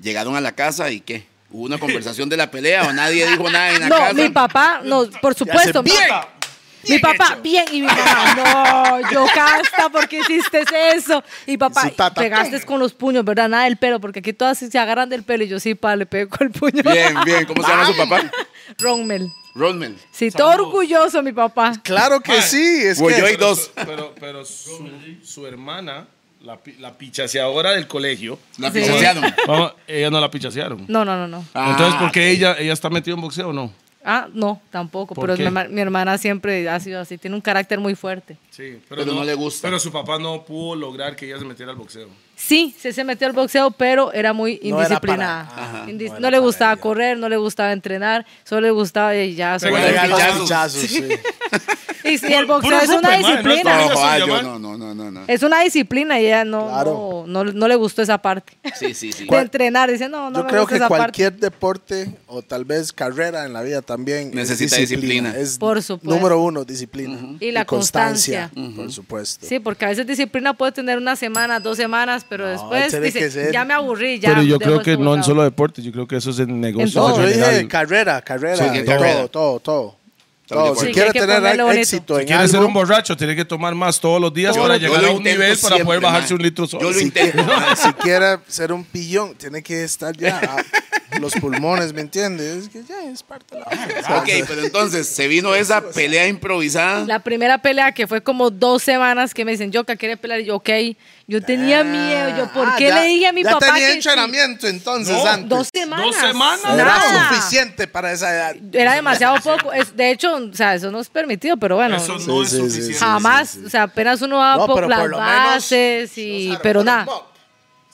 [SPEAKER 2] llegaron a la casa y ¿qué? ¿Hubo una conversación de la pelea o nadie dijo nada en la
[SPEAKER 5] No,
[SPEAKER 2] casa?
[SPEAKER 5] mi papá, no, por supuesto. Mi,
[SPEAKER 4] bien.
[SPEAKER 5] mi papá, bien, y mi mamá, no, yo casta, ¿por qué hiciste eso? Y papá,
[SPEAKER 4] Y su tata,
[SPEAKER 5] pegaste con los puños, ¿verdad? Nada del pelo, porque aquí todas se agarran del pelo y yo sí, pa, le pego con el puño.
[SPEAKER 2] Bien, bien. ¿Cómo se llama su papá?
[SPEAKER 5] Rommel.
[SPEAKER 2] Rodman.
[SPEAKER 5] Sí, todo orgulloso mi papá.
[SPEAKER 4] Claro que sí. Es
[SPEAKER 2] Voy
[SPEAKER 4] que-
[SPEAKER 2] Pues yo y dos.
[SPEAKER 3] Pero, pero su, su hermana, la, pi- la pichaseadora del colegio.
[SPEAKER 2] La
[SPEAKER 5] Sí.
[SPEAKER 2] pisotearon.
[SPEAKER 3] Vamos, ella no la pichasearon.
[SPEAKER 5] No, no, no, no.
[SPEAKER 2] Ah,
[SPEAKER 3] Entonces, ¿por qué ella, ella está metida en boxeo o no?
[SPEAKER 5] Ah, no, tampoco.
[SPEAKER 3] ¿Por
[SPEAKER 5] Pero
[SPEAKER 3] qué?
[SPEAKER 5] mi, herma- mi hermana siempre ha sido así. Tiene un carácter muy fuerte.
[SPEAKER 3] Sí,
[SPEAKER 2] Pero no le gusta.
[SPEAKER 3] Pero su papá no pudo lograr que ella se metiera al boxeo.
[SPEAKER 5] Sí, sí se metió al boxeo, pero era muy
[SPEAKER 4] No era
[SPEAKER 5] indisciplinada.
[SPEAKER 4] para- ajá,
[SPEAKER 5] Indis-
[SPEAKER 4] no
[SPEAKER 5] no,
[SPEAKER 4] era
[SPEAKER 5] le
[SPEAKER 4] para
[SPEAKER 5] gustaba
[SPEAKER 4] ella.
[SPEAKER 5] correr, no le gustaba entrenar, solo le gustaba y ya. solo-
[SPEAKER 2] Pegar.
[SPEAKER 4] Pegar los
[SPEAKER 2] Pinchazos.
[SPEAKER 4] pinchazos, sí.
[SPEAKER 5] Y sí, el
[SPEAKER 3] Puro-
[SPEAKER 5] boxeo
[SPEAKER 3] puro
[SPEAKER 5] es una
[SPEAKER 3] Rupert, madre, no es
[SPEAKER 5] disciplina.
[SPEAKER 2] No,
[SPEAKER 3] Mira,
[SPEAKER 2] joda,
[SPEAKER 3] eso
[SPEAKER 2] yo
[SPEAKER 3] llama-
[SPEAKER 2] no, no, no, no, no.
[SPEAKER 5] Es una disciplina y ella no,
[SPEAKER 4] Claro.
[SPEAKER 5] no, no- no le gustó esa parte.
[SPEAKER 2] Sí, sí, sí.
[SPEAKER 5] De entrenar, dice, no, no
[SPEAKER 4] Yo
[SPEAKER 5] me
[SPEAKER 4] creo
[SPEAKER 5] gusta
[SPEAKER 4] que
[SPEAKER 5] esa
[SPEAKER 4] cualquier deporte o tal vez carrera en la vida también es
[SPEAKER 2] Necesita disciplina.
[SPEAKER 4] Es
[SPEAKER 5] Por supuesto.
[SPEAKER 4] Número uno, disciplina.
[SPEAKER 5] Y la constancia.
[SPEAKER 4] Por supuesto.
[SPEAKER 5] parte. Sí, porque a veces disciplina puede tener una semana, dos semanas, pero después
[SPEAKER 4] tiene que
[SPEAKER 5] dice,
[SPEAKER 4] ser-
[SPEAKER 5] ya me aburrí, ya.
[SPEAKER 3] pero yo
[SPEAKER 5] dejo
[SPEAKER 3] creo que
[SPEAKER 5] esto
[SPEAKER 3] no en
[SPEAKER 5] botado".
[SPEAKER 3] solo deportes, yo creo que eso es en negocios.
[SPEAKER 5] todo.
[SPEAKER 4] No,
[SPEAKER 3] en
[SPEAKER 4] yo
[SPEAKER 3] general.
[SPEAKER 4] dije carrera, carrera.
[SPEAKER 2] Sí, que
[SPEAKER 4] todo,
[SPEAKER 2] carrera.
[SPEAKER 4] todo, todo.
[SPEAKER 2] Estamos de
[SPEAKER 4] Todo.
[SPEAKER 2] acuerdo.
[SPEAKER 4] Si
[SPEAKER 2] Sí, que
[SPEAKER 4] quiere
[SPEAKER 5] hay que
[SPEAKER 4] tener
[SPEAKER 5] ponerle bonito.
[SPEAKER 4] éxito
[SPEAKER 3] Si
[SPEAKER 4] en
[SPEAKER 3] quieres ser un
[SPEAKER 4] algo,
[SPEAKER 3] borracho, tiene que tomar más todos los días
[SPEAKER 5] Yo-
[SPEAKER 3] para
[SPEAKER 5] yo
[SPEAKER 3] llegar
[SPEAKER 2] lo
[SPEAKER 3] a un
[SPEAKER 2] intento
[SPEAKER 3] nivel para poder
[SPEAKER 2] siempre,
[SPEAKER 3] bajarse
[SPEAKER 2] man.
[SPEAKER 3] un litro solo.
[SPEAKER 2] Yo lo
[SPEAKER 3] Sí.
[SPEAKER 2] intento.
[SPEAKER 4] Ah, si quiere ser un pillón, tiene que estar ya a los pulmones, ¿me entiendes? Es que ya es parte de la
[SPEAKER 2] Ah, ok, pero entonces se vino esa pelea improvisada.
[SPEAKER 5] La primera pelea que fue como dos semanas que me dicen, Yoka, ¿quieres pelear? Y yo, ok. Yo tenía miedo. Yo, ¿por
[SPEAKER 4] Ah,
[SPEAKER 5] qué
[SPEAKER 4] ya-
[SPEAKER 5] le dije a mi
[SPEAKER 4] ya
[SPEAKER 5] papá
[SPEAKER 4] tenía
[SPEAKER 5] que sí?
[SPEAKER 4] entrenamiento entonces
[SPEAKER 3] No,
[SPEAKER 4] antes.
[SPEAKER 5] Dos semanas.
[SPEAKER 3] Dos semanas.
[SPEAKER 4] Era
[SPEAKER 5] Nada.
[SPEAKER 4] suficiente para esa edad.
[SPEAKER 5] Era demasiado poco. Es- de hecho, o sea, eso no es permitido, pero bueno.
[SPEAKER 3] Eso no es
[SPEAKER 4] sí, sí,
[SPEAKER 3] suficiente.
[SPEAKER 4] sí,
[SPEAKER 5] jamás. O sea, apenas uno va
[SPEAKER 4] No,
[SPEAKER 5] por
[SPEAKER 4] pero
[SPEAKER 5] las
[SPEAKER 4] por lo menos,
[SPEAKER 5] bases y...
[SPEAKER 4] Claro,
[SPEAKER 5] pero
[SPEAKER 4] para
[SPEAKER 5] nada.
[SPEAKER 4] un mop.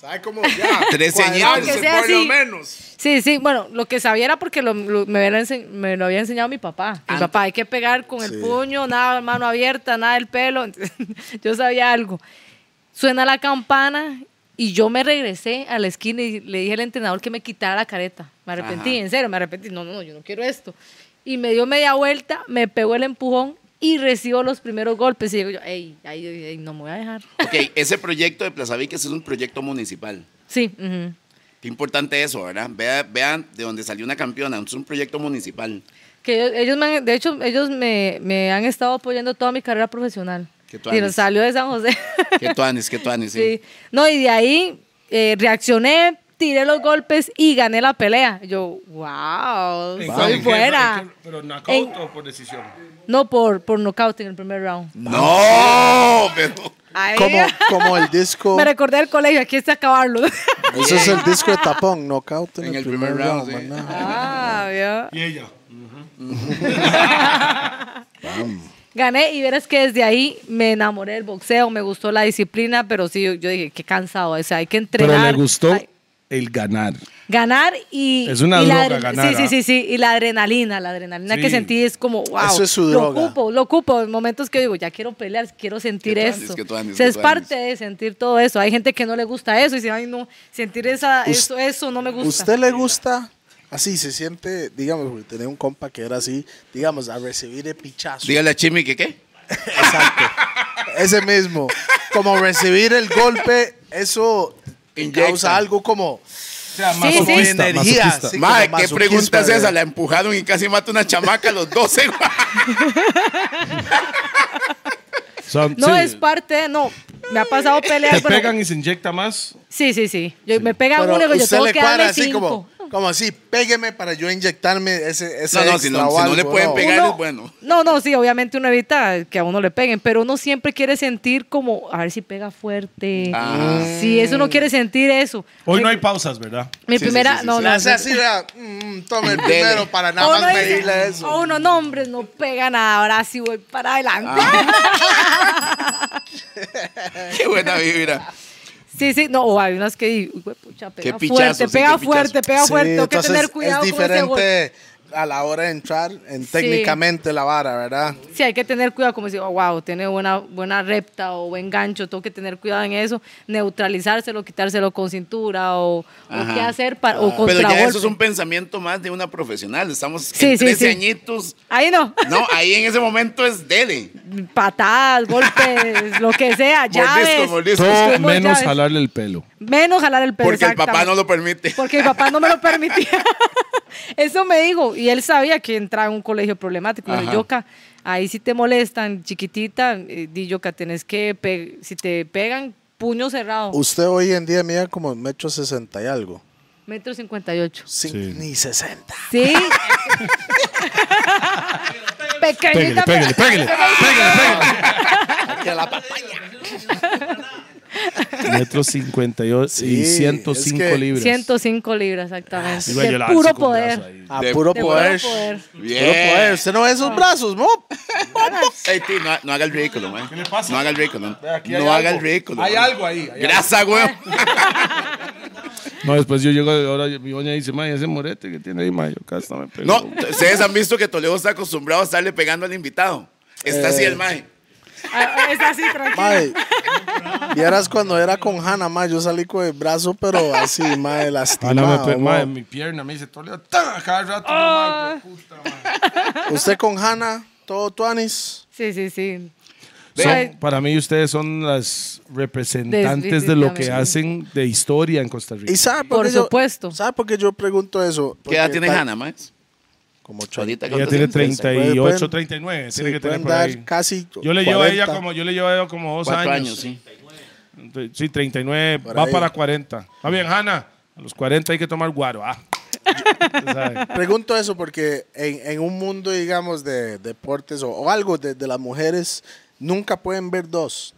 [SPEAKER 4] ¿Sabe cómo? Ya.
[SPEAKER 2] Tres
[SPEAKER 4] cuadrado,
[SPEAKER 2] señales.
[SPEAKER 5] Aunque sea
[SPEAKER 4] por lo
[SPEAKER 5] así.
[SPEAKER 4] menos.
[SPEAKER 5] Sí, sí, bueno, lo que sabía era porque lo, lo- me, había ense- me lo había enseñado mi papá. Mi
[SPEAKER 2] Ah.
[SPEAKER 5] papá, hay que pegar con el puño, nada, mano abierta, nada del pelo. Entonces, yo sabía algo. Suena la campana y yo me regresé a la esquina y le dije al entrenador que me quitara la careta. Me arrepentí,
[SPEAKER 2] Ajá.
[SPEAKER 5] en serio, me arrepentí. No, no, no, yo no quiero esto. Y me dio media vuelta, me pegó el empujón y recibo los primeros golpes. Y digo yo, ey, ay, ay, ay, no me voy a dejar.
[SPEAKER 2] Ok, ese proyecto de Plaza Viques es un proyecto municipal.
[SPEAKER 5] Sí, ujú.
[SPEAKER 2] Qué importante eso, ¿verdad? Vea- vean de donde salió una campeona. Es un proyecto municipal.
[SPEAKER 5] Que ellos, ellos me han- de hecho, ellos me, me han estado apoyando toda mi carrera profesional.
[SPEAKER 2] Qué tuanis.
[SPEAKER 5] Pero salió de San José.
[SPEAKER 2] Qué tuanis, qué tuanis. Sí.
[SPEAKER 5] Sí. No, y de ahí eh, reaccioné, tiré los golpes y gané la pelea. Yo, wow,
[SPEAKER 3] ¿En cuál?
[SPEAKER 5] soy
[SPEAKER 3] ¿En qué- en
[SPEAKER 5] buena.
[SPEAKER 3] qué- ¿Pero knockout
[SPEAKER 5] En-
[SPEAKER 3] o por decisión?
[SPEAKER 5] No, por, por knockout en el primer round.
[SPEAKER 2] No, pero.
[SPEAKER 5] Ay,
[SPEAKER 4] Como, como el disco.
[SPEAKER 5] Me recordé del colegio, aquí está acabarlo.
[SPEAKER 4] Eso es el disco de tapón, knockout en,
[SPEAKER 2] En
[SPEAKER 4] el primer, round.
[SPEAKER 2] sí.
[SPEAKER 4] maná.
[SPEAKER 5] ah, vio.
[SPEAKER 3] Y ella.
[SPEAKER 5] Gané y verás que desde ahí me enamoré del boxeo, me gustó la disciplina, pero sí, yo dije, qué cansado, o sea, hay que entrenar.
[SPEAKER 3] Pero le gustó
[SPEAKER 5] Ay,
[SPEAKER 3] el ganar.
[SPEAKER 5] ganar y...
[SPEAKER 3] Es una
[SPEAKER 5] y la
[SPEAKER 3] droga
[SPEAKER 5] adre-
[SPEAKER 3] ganar,
[SPEAKER 5] Sí, sí,
[SPEAKER 3] ¿ah?
[SPEAKER 5] sí, sí, y la adrenalina, la adrenalina
[SPEAKER 3] Sí.
[SPEAKER 5] que sentí es como, wow.
[SPEAKER 4] Eso es su
[SPEAKER 5] lo
[SPEAKER 4] droga.
[SPEAKER 5] ocupo, lo ocupo, en momentos que digo, ya quiero pelear, quiero sentir
[SPEAKER 2] Que tú andes,
[SPEAKER 5] eso.
[SPEAKER 2] que tú andes,
[SPEAKER 5] O sea,
[SPEAKER 2] que
[SPEAKER 5] es
[SPEAKER 2] tú andes.
[SPEAKER 5] parte de sentir todo eso. Hay gente que no le gusta eso y dice, ay, no, sentir esa,
[SPEAKER 4] Us-
[SPEAKER 5] eso, eso no me gusta.
[SPEAKER 4] ¿Usted le gusta? Así se siente, digamos, porque tenía un compa que era así, digamos, a recibir el pichazo.
[SPEAKER 2] Dígale a Chimi que qué.
[SPEAKER 4] Exacto. Ese mismo. Como recibir el golpe, eso
[SPEAKER 2] Inyecta.
[SPEAKER 4] causa algo como
[SPEAKER 5] Sí, sí.
[SPEAKER 4] de energía.
[SPEAKER 3] masoquista.
[SPEAKER 4] así como
[SPEAKER 2] Mae, ¿qué
[SPEAKER 4] masoquista,
[SPEAKER 2] pregunta es esa?
[SPEAKER 4] ¿verdad?
[SPEAKER 2] La empujaron y casi mata una chamaca a los 12.
[SPEAKER 3] Son-
[SPEAKER 5] No
[SPEAKER 3] sí.
[SPEAKER 5] es parte, no. Me ha pasado peleas.
[SPEAKER 3] Te
[SPEAKER 5] pero-
[SPEAKER 3] pegan y se inyecta más.
[SPEAKER 5] Sí, sí, sí. Yo, Me pegan
[SPEAKER 4] Pero
[SPEAKER 5] uno y yo
[SPEAKER 4] usted
[SPEAKER 5] tengo
[SPEAKER 4] le
[SPEAKER 5] que
[SPEAKER 4] cuadra
[SPEAKER 5] darle
[SPEAKER 4] así
[SPEAKER 5] cinco.
[SPEAKER 4] como, como así, pégueme para yo inyectarme ese, ese
[SPEAKER 2] No, no,
[SPEAKER 4] extra
[SPEAKER 2] si no-
[SPEAKER 4] o
[SPEAKER 2] si no le
[SPEAKER 4] algo,
[SPEAKER 2] pueden
[SPEAKER 4] ¿no?
[SPEAKER 2] pegar.
[SPEAKER 5] Uno-
[SPEAKER 2] es bueno.
[SPEAKER 5] No, no, sí, obviamente uno evita que a uno le peguen, pero uno siempre quiere sentir como, a ver si pega fuerte.
[SPEAKER 4] Ah.
[SPEAKER 2] Ajá.
[SPEAKER 5] Sí, eso uno quiere sentir eso.
[SPEAKER 3] Hoy
[SPEAKER 5] Mi-
[SPEAKER 3] no hay pausas, ¿verdad?
[SPEAKER 5] Mi
[SPEAKER 2] Sí,
[SPEAKER 5] primera.
[SPEAKER 2] sí, sí,
[SPEAKER 5] no,
[SPEAKER 2] sí,
[SPEAKER 5] no,
[SPEAKER 4] Le hace
[SPEAKER 5] no.
[SPEAKER 4] así, vea, mm, tome el
[SPEAKER 2] Dele.
[SPEAKER 4] primero para nada
[SPEAKER 5] O
[SPEAKER 4] más
[SPEAKER 5] uno dice,
[SPEAKER 4] pedirle eso.
[SPEAKER 5] o uno, no, hombre, no pega nada. Ahora sí voy para adelante.
[SPEAKER 4] Ah.
[SPEAKER 2] Qué buena vibra.
[SPEAKER 5] Sí, sí, no, o hay unas que di- "Uy, pucha, pega
[SPEAKER 2] pichazo,
[SPEAKER 5] fuerte,
[SPEAKER 2] sí,
[SPEAKER 5] pega
[SPEAKER 2] qué
[SPEAKER 5] fuerte,
[SPEAKER 2] pichazo".
[SPEAKER 5] pega
[SPEAKER 4] Sí,
[SPEAKER 5] fuerte. Tengo que
[SPEAKER 4] entonces
[SPEAKER 5] tener cuidado
[SPEAKER 4] es
[SPEAKER 5] con ese golpe.
[SPEAKER 4] diferente a la hora de entrar en técnicamente la vara, ¿verdad?
[SPEAKER 5] Sí, hay que tener cuidado, como decir, oh, wow, tiene buena, buena repta o buen gancho, tengo que tener cuidado en eso, neutralizárselo, quitárselo con cintura o, o
[SPEAKER 2] Ajá. Ah.
[SPEAKER 5] qué hacer para, o
[SPEAKER 2] Pero
[SPEAKER 5] contra
[SPEAKER 2] ya eso es un pensamiento más de una profesional. Estamos
[SPEAKER 5] Sí,
[SPEAKER 2] en
[SPEAKER 5] sí,
[SPEAKER 2] 13
[SPEAKER 5] sí.
[SPEAKER 2] añitos.
[SPEAKER 5] Ahí no,
[SPEAKER 2] No, ahí en ese momento es dele.
[SPEAKER 5] patadas, golpes, Pues, lo que sea,
[SPEAKER 2] Mordisco,
[SPEAKER 5] llaves.
[SPEAKER 2] mordisco.
[SPEAKER 5] Todo
[SPEAKER 3] Todo
[SPEAKER 5] Como menos
[SPEAKER 3] menos
[SPEAKER 5] llaves.
[SPEAKER 3] jalarle el pelo.
[SPEAKER 5] Menos jalar el pelo.
[SPEAKER 2] Porque el papá
[SPEAKER 5] exactamente.
[SPEAKER 2] no lo permite.
[SPEAKER 5] Porque mi papá no me lo permitía. Eso me dijo. Y él sabía que entraba en un colegio problemático. Me dijo,
[SPEAKER 2] Ajá.
[SPEAKER 5] Yoka, ahí si te molestan, chiquitita, eh, di Yoka, tenés que, pe- si te pegan, puño cerrado.
[SPEAKER 4] Usted hoy en día mide como metro sesenta y algo.
[SPEAKER 5] Metro cincuenta y ocho.
[SPEAKER 4] Sin-
[SPEAKER 3] Sí.
[SPEAKER 4] Ni sesenta.
[SPEAKER 5] Sí. Pequeñita.
[SPEAKER 3] pégale, pégale, pégale,
[SPEAKER 4] Que la papaya.
[SPEAKER 3] pégale. Metro 58
[SPEAKER 4] Sí,
[SPEAKER 3] y 105
[SPEAKER 4] es que-
[SPEAKER 3] libras.
[SPEAKER 5] 105 libras, exactamente.
[SPEAKER 3] Iba a
[SPEAKER 5] De
[SPEAKER 3] llorar,
[SPEAKER 5] puro
[SPEAKER 3] así con brazo
[SPEAKER 5] poder.
[SPEAKER 3] ahí.
[SPEAKER 4] A
[SPEAKER 2] De-
[SPEAKER 4] puro
[SPEAKER 5] De
[SPEAKER 4] poder.
[SPEAKER 5] puro poder.
[SPEAKER 4] Puro poder.
[SPEAKER 2] Bien.
[SPEAKER 4] Usted no ve esos brazos, ¿no?
[SPEAKER 2] Ey, tío, no, no haga el ridículo, man.
[SPEAKER 3] le pasa?
[SPEAKER 2] No haga el ridículo. No
[SPEAKER 3] aquí hay
[SPEAKER 2] haga el
[SPEAKER 3] algo.
[SPEAKER 2] ridículo.
[SPEAKER 3] Hay
[SPEAKER 2] man.
[SPEAKER 3] algo ahí, hay
[SPEAKER 2] Grasa, güey.
[SPEAKER 3] No, después yo llego, ahora mi doña dice, ma, ese morete que tiene ahí, ma, yo casi no me pego.
[SPEAKER 2] No, ustedes han visto que Toledo está acostumbrado a estarle pegando al invitado. Está así el maje.
[SPEAKER 5] Ah, Es así, tranquilo.
[SPEAKER 4] Mae. Vieras cuando era con Hannah, mae, yo salí con el brazo, pero así, mae,
[SPEAKER 3] Ah, no, me
[SPEAKER 4] lastimado.
[SPEAKER 3] pe- ma,
[SPEAKER 4] mae.
[SPEAKER 3] mi pierna me dice, Toledo, ta, cada rato, no,
[SPEAKER 5] Ah.
[SPEAKER 3] ma, hijo de puta, ma.
[SPEAKER 4] Usted con Hannah, todo tuanis.
[SPEAKER 5] Sí, sí, sí.
[SPEAKER 3] Son-
[SPEAKER 5] Ay.
[SPEAKER 3] para mí ustedes son las representantes de lo que
[SPEAKER 5] Definitivamente.
[SPEAKER 3] hacen de historia en Costa Rica.
[SPEAKER 4] ¿Y sabe por,
[SPEAKER 5] Por
[SPEAKER 4] qué yo-
[SPEAKER 5] supuesto.
[SPEAKER 4] ¿Sabe por qué yo pregunto eso?
[SPEAKER 2] ¿Qué
[SPEAKER 4] Porque
[SPEAKER 2] edad tiene
[SPEAKER 4] tal-
[SPEAKER 2] Hanna, más?
[SPEAKER 4] Como
[SPEAKER 2] Ahorita
[SPEAKER 4] chorita.
[SPEAKER 3] Ella
[SPEAKER 2] ¿cuántos
[SPEAKER 3] tiene
[SPEAKER 2] años?
[SPEAKER 3] 38,
[SPEAKER 4] pueden-
[SPEAKER 3] 39,
[SPEAKER 4] sí,
[SPEAKER 3] tiene que tener
[SPEAKER 4] pueden
[SPEAKER 3] por
[SPEAKER 4] dar
[SPEAKER 3] ahí.
[SPEAKER 4] casi
[SPEAKER 3] yo le llevo a ella
[SPEAKER 4] 40.
[SPEAKER 3] como yo le llevo a ella como dos
[SPEAKER 2] Cuatro
[SPEAKER 3] años.
[SPEAKER 2] años, sí.
[SPEAKER 3] Sí, 39,
[SPEAKER 4] Por
[SPEAKER 3] va
[SPEAKER 4] ahí.
[SPEAKER 3] para 40. Está bien, Hanna. A los 40 hay que tomar guaro. Ah. Usted sabe.
[SPEAKER 4] Pregunto eso porque en, en un mundo, digamos, de deportes o, o algo de, de las mujeres, nunca pueden ver dos.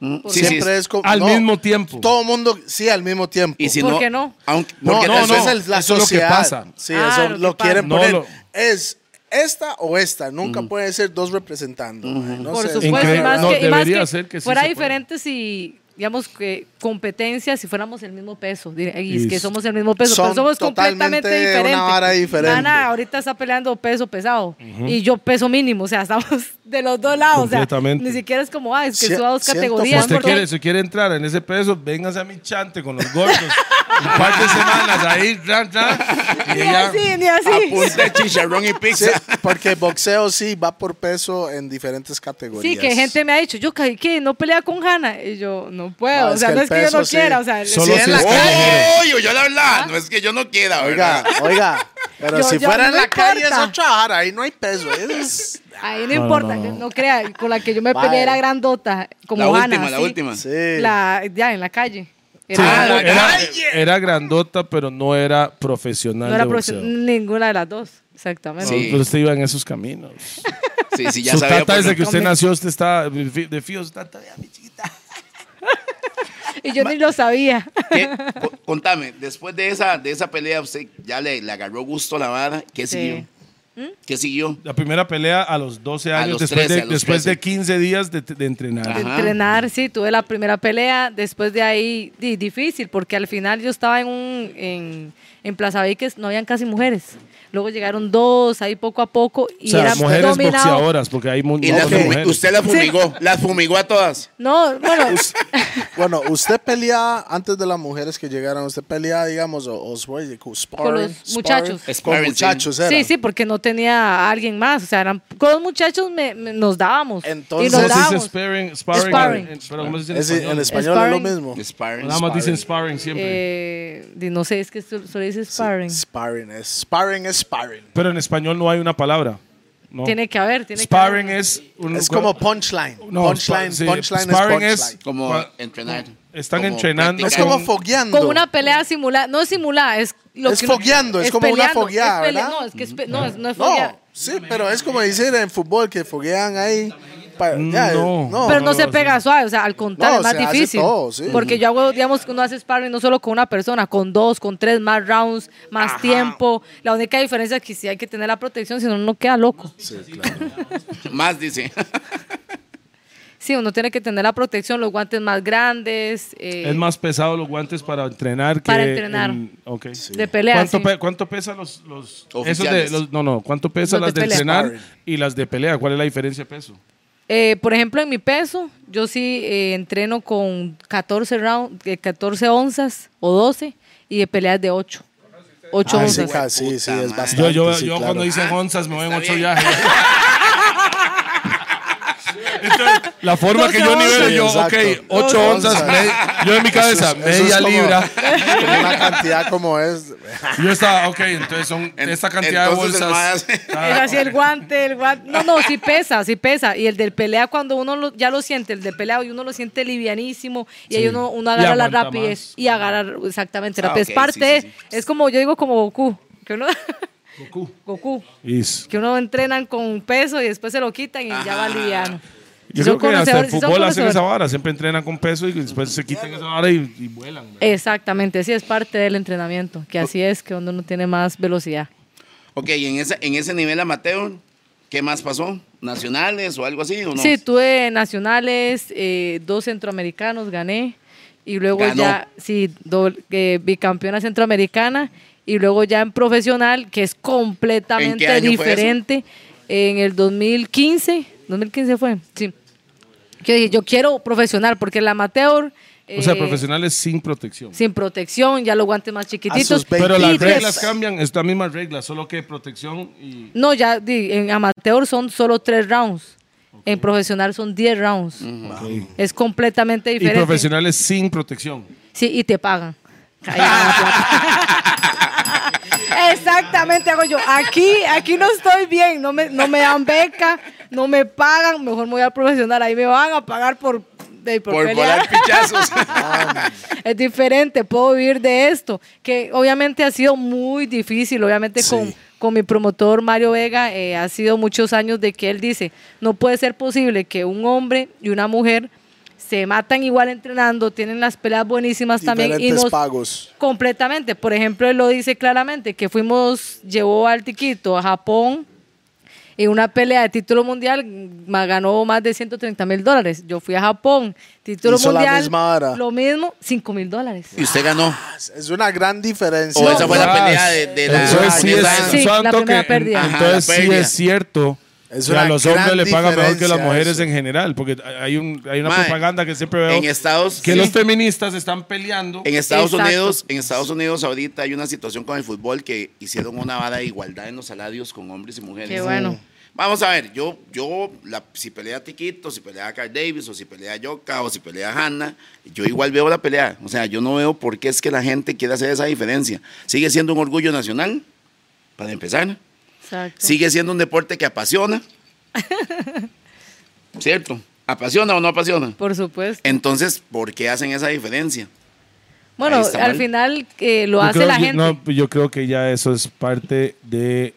[SPEAKER 2] Mm, sí, sí.
[SPEAKER 4] Siempre es como...
[SPEAKER 3] Al mismo tiempo.
[SPEAKER 4] Todo mundo, sí, al mismo tiempo.
[SPEAKER 2] Y si
[SPEAKER 5] ¿Por
[SPEAKER 2] no,
[SPEAKER 5] qué no?
[SPEAKER 2] Aunque,
[SPEAKER 4] no,
[SPEAKER 2] porque
[SPEAKER 3] no,
[SPEAKER 2] tal
[SPEAKER 3] no,
[SPEAKER 4] eso
[SPEAKER 2] vez
[SPEAKER 4] es el- la
[SPEAKER 3] eso es lo que
[SPEAKER 4] sociedad.
[SPEAKER 3] pasa.
[SPEAKER 4] Sí,
[SPEAKER 5] Ah,
[SPEAKER 4] eso
[SPEAKER 5] lo que
[SPEAKER 4] lo,
[SPEAKER 5] pasa.
[SPEAKER 4] quieren
[SPEAKER 3] No,
[SPEAKER 4] poner.
[SPEAKER 3] lo-
[SPEAKER 4] Es esta o esta. Nunca
[SPEAKER 2] Mm.
[SPEAKER 4] puede ser dos representando. mae, no
[SPEAKER 5] Por
[SPEAKER 4] sé.
[SPEAKER 5] supuesto, y
[SPEAKER 3] Increíble.
[SPEAKER 5] más,
[SPEAKER 3] No,
[SPEAKER 5] que, y más
[SPEAKER 3] debería
[SPEAKER 5] que
[SPEAKER 3] ser que sí
[SPEAKER 5] fuera
[SPEAKER 3] se pueda.
[SPEAKER 5] diferente si, digamos, que competencia, si fuéramos el mismo peso, dire- y es
[SPEAKER 3] Y
[SPEAKER 5] que
[SPEAKER 3] s-
[SPEAKER 5] somos el mismo peso, pero
[SPEAKER 4] son
[SPEAKER 5] somos completamente
[SPEAKER 4] totalmente una
[SPEAKER 5] diferentes.
[SPEAKER 4] vara diferente.
[SPEAKER 5] Ana ahorita está peleando peso pesado y yo peso mínimo, o sea, estamos de los dos lados, o sea,
[SPEAKER 3] Completamente.
[SPEAKER 5] ni siquiera es como, ah, es que
[SPEAKER 4] Cie-
[SPEAKER 5] son dos
[SPEAKER 4] ciento
[SPEAKER 3] Si
[SPEAKER 5] categorías.
[SPEAKER 3] usted
[SPEAKER 5] porque-
[SPEAKER 3] quiere, si quiere entrar en ese peso, véngase a mi chante con los gordos. Un par de semanas ahí, ran, ran, y
[SPEAKER 5] Ni
[SPEAKER 3] ella-
[SPEAKER 5] así, ni así.
[SPEAKER 2] apunta chicharrón y
[SPEAKER 4] Sí,
[SPEAKER 2] pizza.
[SPEAKER 4] porque boxeo sí va por peso en diferentes categorías.
[SPEAKER 5] Sí, que gente me ha dicho, yo caí que no pelea con Hanna. Y yo, no puedo.
[SPEAKER 4] No,
[SPEAKER 5] o
[SPEAKER 4] es
[SPEAKER 5] sea,
[SPEAKER 4] que
[SPEAKER 5] no
[SPEAKER 4] el
[SPEAKER 5] es que yo
[SPEAKER 4] peso
[SPEAKER 5] no
[SPEAKER 4] sí.
[SPEAKER 5] quiera. O sea,
[SPEAKER 4] Sí,
[SPEAKER 3] Solo
[SPEAKER 4] en
[SPEAKER 3] si
[SPEAKER 4] la
[SPEAKER 3] es
[SPEAKER 4] calle.
[SPEAKER 3] callejero.
[SPEAKER 2] Oye, yo la
[SPEAKER 5] Ah.
[SPEAKER 2] verdad, no es que yo no quiera,
[SPEAKER 4] Oiga,
[SPEAKER 2] ¿verdad?
[SPEAKER 4] oiga. Pero
[SPEAKER 5] Yo-
[SPEAKER 4] si
[SPEAKER 5] yo-
[SPEAKER 4] fuera
[SPEAKER 5] no
[SPEAKER 4] en la
[SPEAKER 5] me
[SPEAKER 4] calle es
[SPEAKER 5] importa.
[SPEAKER 4] otra vara, ahí no hay peso. es-
[SPEAKER 5] Ahí no, importa, no, crea, con la que yo me
[SPEAKER 4] Vale.
[SPEAKER 5] peleé era grandota, como
[SPEAKER 2] la
[SPEAKER 5] Hanna,
[SPEAKER 2] última, la
[SPEAKER 5] así.
[SPEAKER 2] última.
[SPEAKER 4] sí.
[SPEAKER 5] La, ya en la calle.
[SPEAKER 3] Sí,
[SPEAKER 5] Era-
[SPEAKER 2] Ah, la
[SPEAKER 3] era,
[SPEAKER 2] calle.
[SPEAKER 3] era grandota, pero no era profesional.
[SPEAKER 5] no era
[SPEAKER 3] de boxeo.
[SPEAKER 5] profesional, ninguna de las dos. Exactamente.
[SPEAKER 2] Sí.
[SPEAKER 3] Pero usted iba en esos caminos.
[SPEAKER 2] Sí, sí, ya
[SPEAKER 3] Su
[SPEAKER 2] sabía.
[SPEAKER 3] tata
[SPEAKER 2] por
[SPEAKER 3] desde que
[SPEAKER 2] dónde-
[SPEAKER 3] usted nació, usted está de fi- de fío. Su tata, "Vea, mi chiquita".
[SPEAKER 5] Y yo ni lo sabía.
[SPEAKER 2] ¿Qué? Co- Contame, después de esa, de esa pelea, usted ya le, le agarró gusto a la vara. ¿Qué
[SPEAKER 5] Sí. ¿Mm?
[SPEAKER 2] siguió? ¿Qué siguió?
[SPEAKER 3] La primera pelea a los 12
[SPEAKER 2] A
[SPEAKER 3] años,
[SPEAKER 2] los
[SPEAKER 3] después,
[SPEAKER 2] 13, a
[SPEAKER 3] de,
[SPEAKER 2] los Ah.
[SPEAKER 3] después
[SPEAKER 2] 13.
[SPEAKER 3] de 15 días de, de entrenar.
[SPEAKER 5] de
[SPEAKER 2] Ajá.
[SPEAKER 5] entrenar, sí, tuve la primera pelea, después de ahí di- difícil, porque al final yo estaba en un en, en Plaza Viques, no habían casi mujeres. Luego llegaron dos, ahí poco a poco y
[SPEAKER 3] O sea,
[SPEAKER 5] era
[SPEAKER 3] mujeres
[SPEAKER 5] dominado.
[SPEAKER 3] boxeadoras, porque hay mu-
[SPEAKER 2] Y
[SPEAKER 3] no,
[SPEAKER 2] las
[SPEAKER 3] son
[SPEAKER 2] fumi-
[SPEAKER 3] mujeres.
[SPEAKER 2] usted las fumigó, las fumigó a todas.
[SPEAKER 5] No, bueno,
[SPEAKER 4] Bueno, usted pelea antes de las mujeres que llegaron, usted pelea, digamos, o, o sparring, con
[SPEAKER 5] los
[SPEAKER 4] sparring,
[SPEAKER 5] muchachos.
[SPEAKER 4] Con
[SPEAKER 2] Sparring, sí.
[SPEAKER 4] muchachos, era.
[SPEAKER 5] sí, sí, porque no tenía a alguien más, o sea, eran con los muchachos me- me- nos dábamos
[SPEAKER 4] Entonces-
[SPEAKER 5] y nos
[SPEAKER 3] Ustedes dicen
[SPEAKER 5] dábamos.
[SPEAKER 3] sparring, sparring,
[SPEAKER 5] Sparring.
[SPEAKER 3] en- pero ¿cómo se dice en
[SPEAKER 4] Es, en
[SPEAKER 3] español?
[SPEAKER 4] español es
[SPEAKER 5] Sparring.
[SPEAKER 4] lo mismo.
[SPEAKER 2] Sparring.
[SPEAKER 3] Nada más dicen
[SPEAKER 2] sparring.
[SPEAKER 3] sparring siempre.
[SPEAKER 5] Eh, di- no sé, es que su- solo dice sparring.
[SPEAKER 4] Sparring es sparring es sparring.
[SPEAKER 3] Pero en español no hay una palabra. No.
[SPEAKER 5] Tiene que haber, tiene
[SPEAKER 3] Sparring
[SPEAKER 5] que haber.
[SPEAKER 3] es... un-
[SPEAKER 4] Es como punchline.
[SPEAKER 3] No,
[SPEAKER 4] punchline,
[SPEAKER 3] spa- sí,
[SPEAKER 4] punchline es
[SPEAKER 3] sparring es-
[SPEAKER 4] punchline.
[SPEAKER 2] Como
[SPEAKER 3] Cua-
[SPEAKER 2] entrenar.
[SPEAKER 3] Están
[SPEAKER 2] como
[SPEAKER 3] entrenando
[SPEAKER 4] Es,
[SPEAKER 2] practicar.
[SPEAKER 4] como
[SPEAKER 3] con-
[SPEAKER 4] fogueando.
[SPEAKER 5] Como una pelea simulada, no es simulada, es lo
[SPEAKER 4] Es
[SPEAKER 5] que uno-
[SPEAKER 4] fogueando, es como una
[SPEAKER 5] peleando,
[SPEAKER 4] fogueada,
[SPEAKER 5] es pele-
[SPEAKER 4] ¿verdad?
[SPEAKER 5] No, es que es pe- no, es- no es foguear.
[SPEAKER 4] No, sí, pero es como decir en fútbol que foguean ahí. pa- ya,
[SPEAKER 3] No.
[SPEAKER 4] Mm, no.
[SPEAKER 5] Pero no,
[SPEAKER 3] no,
[SPEAKER 5] se
[SPEAKER 3] sí.
[SPEAKER 5] pega suave, o sea, al
[SPEAKER 4] No,
[SPEAKER 5] contrario, es más
[SPEAKER 4] se hace
[SPEAKER 5] difícil.
[SPEAKER 4] todo, sí.
[SPEAKER 5] Porque yo hago, digamos, que uno hace sparring no solo con una persona, con dos, con tres, más rounds, más tiempo. La única diferencia es que sí hay que tener la protección, si no, uno queda loco.
[SPEAKER 2] Más dice.
[SPEAKER 5] Sí, uno tiene que tener la protección, los guantes más grandes, eh,
[SPEAKER 3] Es más pesado los guantes para entrenar que...
[SPEAKER 5] Para entrenar.
[SPEAKER 3] en- ok.
[SPEAKER 5] de pelea.
[SPEAKER 3] ¿Cuánto,
[SPEAKER 5] sí.
[SPEAKER 3] pe- cuánto pesan los, los, esos de-
[SPEAKER 2] Oficiales.
[SPEAKER 3] los- no, no, ¿cuánto pesan
[SPEAKER 5] Los
[SPEAKER 3] las
[SPEAKER 5] de
[SPEAKER 3] de,
[SPEAKER 5] pelea.
[SPEAKER 3] entrenar
[SPEAKER 4] Sparring.
[SPEAKER 3] y las de pelea? ¿Cuál es la diferencia de peso?
[SPEAKER 5] Eh, por ejemplo, en mi peso, yo sí eh, entreno con 14, round, eh, 14 onzas o 12 y de peleas de 8. 8
[SPEAKER 4] Ah, sí,
[SPEAKER 5] onzas.
[SPEAKER 4] ca- sí, sí, es
[SPEAKER 2] Puta
[SPEAKER 4] bastante.
[SPEAKER 3] Yo, yo,
[SPEAKER 4] sí,
[SPEAKER 3] yo
[SPEAKER 4] claro. Ah,
[SPEAKER 3] cuando dicen onzas me voy en
[SPEAKER 2] está
[SPEAKER 3] ocho
[SPEAKER 2] bien.
[SPEAKER 3] viajes. Entonces, la forma que yo
[SPEAKER 5] Doce
[SPEAKER 3] nivelo, yo,
[SPEAKER 4] onzas. Sí, exacto.
[SPEAKER 3] ok, ocho
[SPEAKER 4] Doce
[SPEAKER 3] onzas,
[SPEAKER 4] onzas.
[SPEAKER 3] me- yo en mi cabeza,
[SPEAKER 4] Eso es- eso
[SPEAKER 3] media
[SPEAKER 4] es como-
[SPEAKER 3] libra.
[SPEAKER 4] como Una cantidad como es.
[SPEAKER 3] Yo estaba, ok, entonces son
[SPEAKER 2] En-
[SPEAKER 3] esta cantidad de
[SPEAKER 2] entonces el
[SPEAKER 3] bolsas.
[SPEAKER 2] más-
[SPEAKER 5] Es así el guante, el guante. No, no, sí pesa, sí pesa. Y el del pelea, cuando uno lo- ya lo siente, el del pelea, y uno lo siente livianísimo y ahí uno, uno
[SPEAKER 3] Y
[SPEAKER 5] agarra la
[SPEAKER 3] aguanta
[SPEAKER 5] rapidez
[SPEAKER 3] más.
[SPEAKER 5] y agarra exactamente
[SPEAKER 2] Ah,
[SPEAKER 5] la rapidez.
[SPEAKER 2] ok,
[SPEAKER 5] parte,
[SPEAKER 2] sí, sí,
[SPEAKER 5] es como, yo digo, como Goku. Que uno,
[SPEAKER 3] Goku.
[SPEAKER 5] Goku.
[SPEAKER 3] Is.
[SPEAKER 5] Que uno entrenan con peso y después se lo quitan y ya va liviano.
[SPEAKER 3] Yo
[SPEAKER 5] Si son
[SPEAKER 3] creo que hasta el
[SPEAKER 5] conocedores- si son
[SPEAKER 3] fútbol hacen
[SPEAKER 5] conocedores-
[SPEAKER 3] esa vara, siempre entrenan con peso y después se quitan esa vara y, y vuelan. ¿verdad?
[SPEAKER 5] Exactamente, sí es parte del entrenamiento, que así es que uno no tiene más velocidad.
[SPEAKER 2] Ok, y en ese, en ese nivel amateur, ¿qué más pasó? ¿Nacionales o algo así? ¿o no?
[SPEAKER 5] Sí, tuve nacionales, eh, dos centroamericanos gané y luego
[SPEAKER 2] Ganó.
[SPEAKER 5] ya, sí, doble- eh, bicampeona centroamericana y luego ya en profesional, que es completamente
[SPEAKER 2] año fue eso?
[SPEAKER 5] diferente, en el 2015, 2015 fue, sí. Yo dije, yo quiero profesional porque el amateur...
[SPEAKER 3] O sea,
[SPEAKER 5] eh,
[SPEAKER 3] profesionales sin protección.
[SPEAKER 5] Sin protección, ya los guantes más chiquititos.
[SPEAKER 4] sus 20.
[SPEAKER 3] Pero
[SPEAKER 5] y
[SPEAKER 3] las
[SPEAKER 5] tres-
[SPEAKER 3] reglas cambian, es la misma regla, solo que protección y...
[SPEAKER 5] No, ya di, en amateur son solo tres rounds. En profesional son 10 rounds. Es completamente
[SPEAKER 3] Y
[SPEAKER 5] diferente.
[SPEAKER 3] profesionales sin protección.
[SPEAKER 5] Sí, y te pagan. Callada la plata. Exactamente, hago yo. Aquí, aquí no estoy bien, no me, no me dan beca, no me pagan, mejor me voy al profesional, ahí me van a pagar por, de- por
[SPEAKER 2] Por
[SPEAKER 5] pelear.
[SPEAKER 2] volar pichazos.
[SPEAKER 5] Es diferente, puedo vivir de esto, que obviamente ha sido muy difícil, obviamente
[SPEAKER 4] Sí.
[SPEAKER 5] con, con mi promotor Mario Vega, eh, ha sido muchos años de que él dice, no puede ser posible que un hombre y una mujer se matan igual entrenando, tienen las peleas buenísimas también y
[SPEAKER 4] Diferentes
[SPEAKER 5] nos,
[SPEAKER 4] pagos.
[SPEAKER 5] Completamente. Por ejemplo, él lo dice claramente, que fuimos, llevó al Tiquito a Japón en una pelea de título mundial, ma- ganó más de 130 mil dólares. Yo fui a Japón, título
[SPEAKER 4] Hizo la
[SPEAKER 5] mundial,
[SPEAKER 4] misma vara.
[SPEAKER 5] lo mismo, 5 mil dólares.
[SPEAKER 2] y usted ganó.
[SPEAKER 4] Es una gran diferencia.
[SPEAKER 2] O esa fue la
[SPEAKER 3] Ah,
[SPEAKER 2] pelea de, de la.
[SPEAKER 3] Entonces sí es,
[SPEAKER 2] japonesa esa.
[SPEAKER 5] Sí,
[SPEAKER 3] santo
[SPEAKER 5] la primera
[SPEAKER 3] que-
[SPEAKER 5] pérdida. Ajá,
[SPEAKER 3] Entonces
[SPEAKER 2] la
[SPEAKER 3] sí
[SPEAKER 2] pérdida.
[SPEAKER 3] es cierto.
[SPEAKER 4] Es
[SPEAKER 3] que a
[SPEAKER 4] una
[SPEAKER 3] los
[SPEAKER 4] gran
[SPEAKER 3] hombres le pagan mejor que las
[SPEAKER 4] diferencia
[SPEAKER 3] mujeres
[SPEAKER 4] eso.
[SPEAKER 3] en general, porque hay, un, hay una
[SPEAKER 2] Mae,
[SPEAKER 3] propaganda que siempre veo
[SPEAKER 2] en Estados-
[SPEAKER 3] que
[SPEAKER 2] sí.
[SPEAKER 3] los feministas están peleando.
[SPEAKER 2] En Estados
[SPEAKER 5] Exacto.
[SPEAKER 2] Unidos, en Estados Unidos ahorita hay una situación con el fútbol que hicieron una vara de igualdad en los salarios con hombres y mujeres.
[SPEAKER 5] Qué bueno.
[SPEAKER 2] Vamos a ver, yo, yo la- si pelea Tiquito, si pelea Carl Davis, o si pelea Yoka, o si pelea Hanna, yo igual veo la pelea. O sea, yo no veo por qué es que la gente quiere hacer esa diferencia. Sigue siendo un orgullo nacional, para empezar.
[SPEAKER 5] Exacto.
[SPEAKER 2] Sigue siendo un deporte que apasiona. ¿Cierto? ¿Apasiona o no apasiona?
[SPEAKER 5] Por supuesto.
[SPEAKER 2] Entonces, ¿por qué hacen esa diferencia?
[SPEAKER 5] Bueno,
[SPEAKER 2] ahí está
[SPEAKER 5] al
[SPEAKER 2] mal.
[SPEAKER 5] final eh, lo
[SPEAKER 3] Yo
[SPEAKER 5] hace
[SPEAKER 3] creo-
[SPEAKER 5] la
[SPEAKER 3] yo-
[SPEAKER 5] gente.
[SPEAKER 3] no, yo creo que ya eso es parte de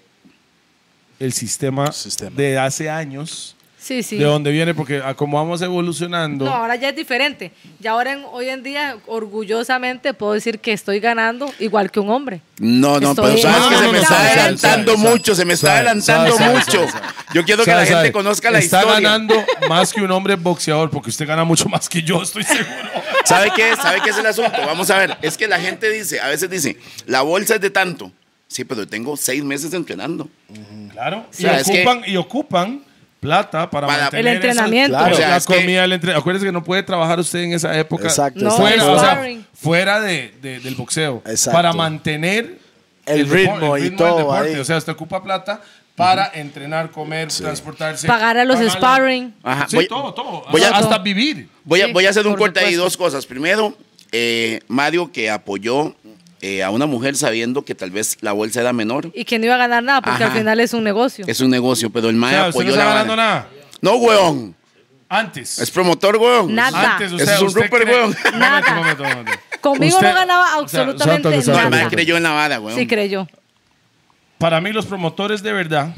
[SPEAKER 3] el sistema,
[SPEAKER 4] Sistema.
[SPEAKER 3] de hace años,
[SPEAKER 5] Sí, sí.
[SPEAKER 3] de dónde viene, porque a como vamos evolucionando,
[SPEAKER 5] No, ahora ya es diferente. Ya ahora en- hoy en día, orgullosamente, puedo decir que estoy ganando igual que un hombre.
[SPEAKER 2] No, no,
[SPEAKER 5] Estoy
[SPEAKER 2] pero sabes
[SPEAKER 3] No,
[SPEAKER 2] que
[SPEAKER 3] no,
[SPEAKER 2] se
[SPEAKER 3] no,
[SPEAKER 2] me
[SPEAKER 3] no,
[SPEAKER 2] está
[SPEAKER 3] sabe, sabe,
[SPEAKER 2] adelantando
[SPEAKER 3] sabe,
[SPEAKER 2] mucho, se me está
[SPEAKER 3] sabe,
[SPEAKER 2] adelantando
[SPEAKER 3] sabe, sabe,
[SPEAKER 2] mucho.
[SPEAKER 3] sabe, sabe.
[SPEAKER 2] Yo quiero que
[SPEAKER 3] sabe,
[SPEAKER 2] la gente
[SPEAKER 3] sabe,
[SPEAKER 2] conozca la
[SPEAKER 3] está
[SPEAKER 2] historia.
[SPEAKER 3] ganando más que un hombre boxeador, porque usted gana mucho más que yo, estoy seguro.
[SPEAKER 2] ¿Sabe qué? es? ¿Sabe qué es el asunto? Vamos a ver. Es que la gente dice, a veces dice, la bolsa es de tanto. Sí, pero tengo seis meses entrenando.
[SPEAKER 3] Claro. Y,
[SPEAKER 2] sea, es que-
[SPEAKER 3] ocupan, y ocupan plata para,
[SPEAKER 2] Para-
[SPEAKER 3] mantener
[SPEAKER 5] El
[SPEAKER 3] esa-
[SPEAKER 5] entrenamiento.
[SPEAKER 4] Claro.
[SPEAKER 2] O sea,
[SPEAKER 3] la
[SPEAKER 2] es que-
[SPEAKER 3] comida, el entrenamiento. Acuérdense que no puede trabajar usted en esa época.
[SPEAKER 4] Exacto,
[SPEAKER 5] No,
[SPEAKER 3] Fuera,
[SPEAKER 5] exacto.
[SPEAKER 3] o sea,
[SPEAKER 5] sparring.
[SPEAKER 3] fuera de, de- del boxeo.
[SPEAKER 4] Exacto.
[SPEAKER 3] Para mantener
[SPEAKER 4] El
[SPEAKER 3] depo-
[SPEAKER 4] ritmo y
[SPEAKER 3] del
[SPEAKER 4] todo
[SPEAKER 3] deporte.
[SPEAKER 4] ahí.
[SPEAKER 3] O sea, usted ocupa plata para entrenar, comer, transportarse.
[SPEAKER 5] Pagar a los
[SPEAKER 3] pagar la-
[SPEAKER 5] sparring.
[SPEAKER 2] Ajá,
[SPEAKER 3] Sí,
[SPEAKER 2] voy-
[SPEAKER 3] todo, todo.
[SPEAKER 2] voy a-
[SPEAKER 3] hasta, hasta vivir.
[SPEAKER 2] Voy a,
[SPEAKER 5] Sí,
[SPEAKER 2] voy a hacer un
[SPEAKER 5] por
[SPEAKER 2] corte ahí,
[SPEAKER 5] supuesto.
[SPEAKER 2] dos cosas. Primero, eh, Mario que apoyó eh, a una mujer sabiendo que tal vez la bolsa era menor.
[SPEAKER 5] Y que no iba a ganar nada, porque
[SPEAKER 2] Ajá.
[SPEAKER 5] al final es un negocio.
[SPEAKER 2] Es un negocio, pero el
[SPEAKER 3] O
[SPEAKER 2] Mae
[SPEAKER 3] sea, usted
[SPEAKER 2] apoyó
[SPEAKER 3] no está
[SPEAKER 2] la vara.
[SPEAKER 3] ganando nada.
[SPEAKER 2] No, weón.
[SPEAKER 3] Antes.
[SPEAKER 2] Es promotor, weón.
[SPEAKER 5] Nada.
[SPEAKER 3] Antes, o sea,
[SPEAKER 2] Es un
[SPEAKER 3] usted
[SPEAKER 2] Rupert,
[SPEAKER 3] cree-
[SPEAKER 2] weón.
[SPEAKER 5] Nada.
[SPEAKER 3] Momento, momento, momento.
[SPEAKER 5] Conmigo
[SPEAKER 3] Usted-
[SPEAKER 5] no ganaba
[SPEAKER 3] o sea,
[SPEAKER 5] absolutamente
[SPEAKER 3] santo que
[SPEAKER 2] No,
[SPEAKER 3] santo.
[SPEAKER 2] el Mae
[SPEAKER 5] nada.
[SPEAKER 2] creyó en la vara, weón.
[SPEAKER 5] Sí creyó.
[SPEAKER 3] Para mí, los promotores de verdad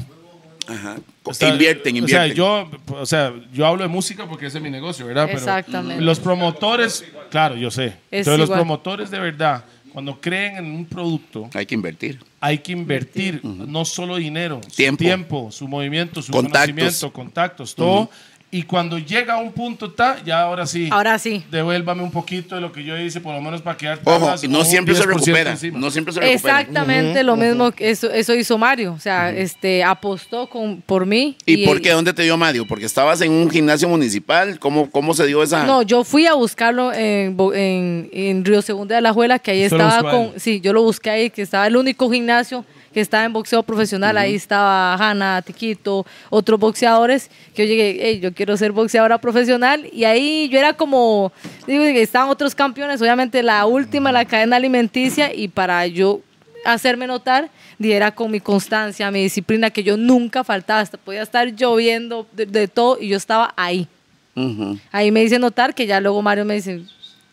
[SPEAKER 3] O sea,
[SPEAKER 2] invierten,
[SPEAKER 3] o
[SPEAKER 2] invierten.
[SPEAKER 3] sea, yo, o sea, yo hablo de música porque ese es mi negocio, ¿verdad? Pero
[SPEAKER 5] Exactamente.
[SPEAKER 3] los promotores, claro, yo sé.
[SPEAKER 5] Es
[SPEAKER 3] Pero los
[SPEAKER 5] igual.
[SPEAKER 3] promotores de verdad, cuando creen en un producto,
[SPEAKER 2] Hay que invertir.
[SPEAKER 3] hay que invertir no solo dinero, su
[SPEAKER 2] Tiempo.
[SPEAKER 3] tiempo, su movimiento, su
[SPEAKER 2] Contactos.
[SPEAKER 3] conocimiento, contactos, todo. Y cuando llega a un punto, ta, ya ahora sí.
[SPEAKER 5] Ahora sí.
[SPEAKER 3] Devuélvame un poquito de lo que yo hice, por lo menos para quedar.
[SPEAKER 2] Ojo,
[SPEAKER 3] tablas
[SPEAKER 2] y no
[SPEAKER 3] o un
[SPEAKER 2] siempre se
[SPEAKER 3] 10%
[SPEAKER 2] recupera.
[SPEAKER 3] encima.
[SPEAKER 2] No siempre se recupera.
[SPEAKER 5] Exactamente lo mismo que eso, eso hizo Mario. O sea, este apostó con, por mí.
[SPEAKER 2] ¿Y por qué? ¿Dónde te dio Mario? Porque estabas en un gimnasio municipal. ¿Cómo, cómo se dio esa?
[SPEAKER 5] No, yo fui a buscarlo en, Bo- en- en Río Segundo de la Juela, que ahí
[SPEAKER 3] Usted lo
[SPEAKER 5] estaba
[SPEAKER 3] buscó a él.
[SPEAKER 5] con. Sí, yo lo busqué ahí, que estaba el único gimnasio que estaba en boxeo profesional. Ahí estaba Hanna, Tiquito, otros boxeadores. Que yo llegué, "Ey, yo quiero ser boxeadora profesional. Y ahí yo era como. Digo, estaban otros campeones, obviamente la última, la cadena alimenticia, y para yo hacerme notar y era con mi constancia, mi disciplina, que yo nunca faltaba, hasta podía estar lloviendo de- de todo y yo estaba ahí.
[SPEAKER 2] Ujú.
[SPEAKER 5] Ahí me dice notar que ya luego Mario me dice,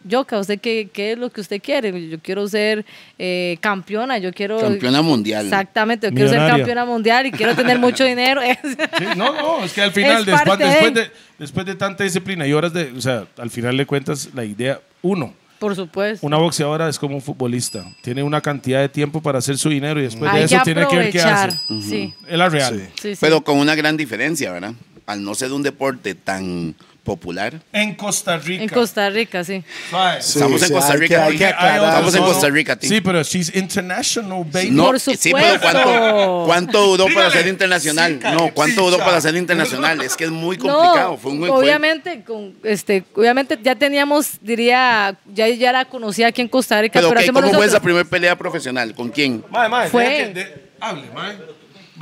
[SPEAKER 5] Yoka, ¿usted qué, qué es lo que usted quiere? Yo quiero ser eh, campeona, yo quiero...
[SPEAKER 2] Campeona mundial.
[SPEAKER 5] Exactamente, yo quiero ser
[SPEAKER 3] Millonaria.
[SPEAKER 5] campeona mundial y quiero tener mucho dinero.
[SPEAKER 3] Sí, no, no, es que al final,
[SPEAKER 5] Es
[SPEAKER 3] después,
[SPEAKER 5] parte
[SPEAKER 3] después,
[SPEAKER 5] de-
[SPEAKER 3] de, después de tanta disciplina y horas de. O sea, al final le cuentas la idea. Uno,
[SPEAKER 5] Por supuesto.
[SPEAKER 3] una boxeadora es como un futbolista. Tiene una cantidad de tiempo para hacer su dinero y después pues, de
[SPEAKER 5] Hay que
[SPEAKER 3] eso tiene que ver qué
[SPEAKER 5] aprovechar.
[SPEAKER 3] hace.
[SPEAKER 5] Sí,
[SPEAKER 3] Es la real.
[SPEAKER 5] sí, sí.
[SPEAKER 2] Pero con una gran diferencia, ¿verdad? Al no ser un deporte tan popular.
[SPEAKER 3] En Costa Rica.
[SPEAKER 5] en Costa Rica, sí.
[SPEAKER 3] Suave.
[SPEAKER 4] Sí,
[SPEAKER 2] Estamos en
[SPEAKER 4] sí,
[SPEAKER 2] Costa
[SPEAKER 4] hay que-
[SPEAKER 2] Rica.
[SPEAKER 4] hay que
[SPEAKER 2] Hay
[SPEAKER 4] aclarar.
[SPEAKER 2] otras Estamos en
[SPEAKER 3] No, no.
[SPEAKER 2] Costa Rica, tío.
[SPEAKER 3] Sí, pero she's international, baby.
[SPEAKER 2] No,
[SPEAKER 5] Por
[SPEAKER 2] sí, pero ¿cuánto,
[SPEAKER 5] supuesto.
[SPEAKER 2] cuánto duró para
[SPEAKER 3] Dígale.
[SPEAKER 2] ser internacional?
[SPEAKER 3] Sí, carepicha.
[SPEAKER 2] no, ¿cuánto duró para ser internacional? Es que es muy complicado.
[SPEAKER 5] No,
[SPEAKER 2] fue un, fue-
[SPEAKER 5] obviamente, con, este, obviamente ya teníamos, diría, ya, ya la conocía aquí en Costa Rica,
[SPEAKER 2] Pero,
[SPEAKER 5] pero,
[SPEAKER 2] ok,
[SPEAKER 5] hacemos
[SPEAKER 2] ¿cómo fue
[SPEAKER 5] nosotros.
[SPEAKER 2] esa primera pelea profesional? ¿Con quién?
[SPEAKER 3] Mae, mae,
[SPEAKER 5] Fue.
[SPEAKER 3] deja que- de- hable, mae.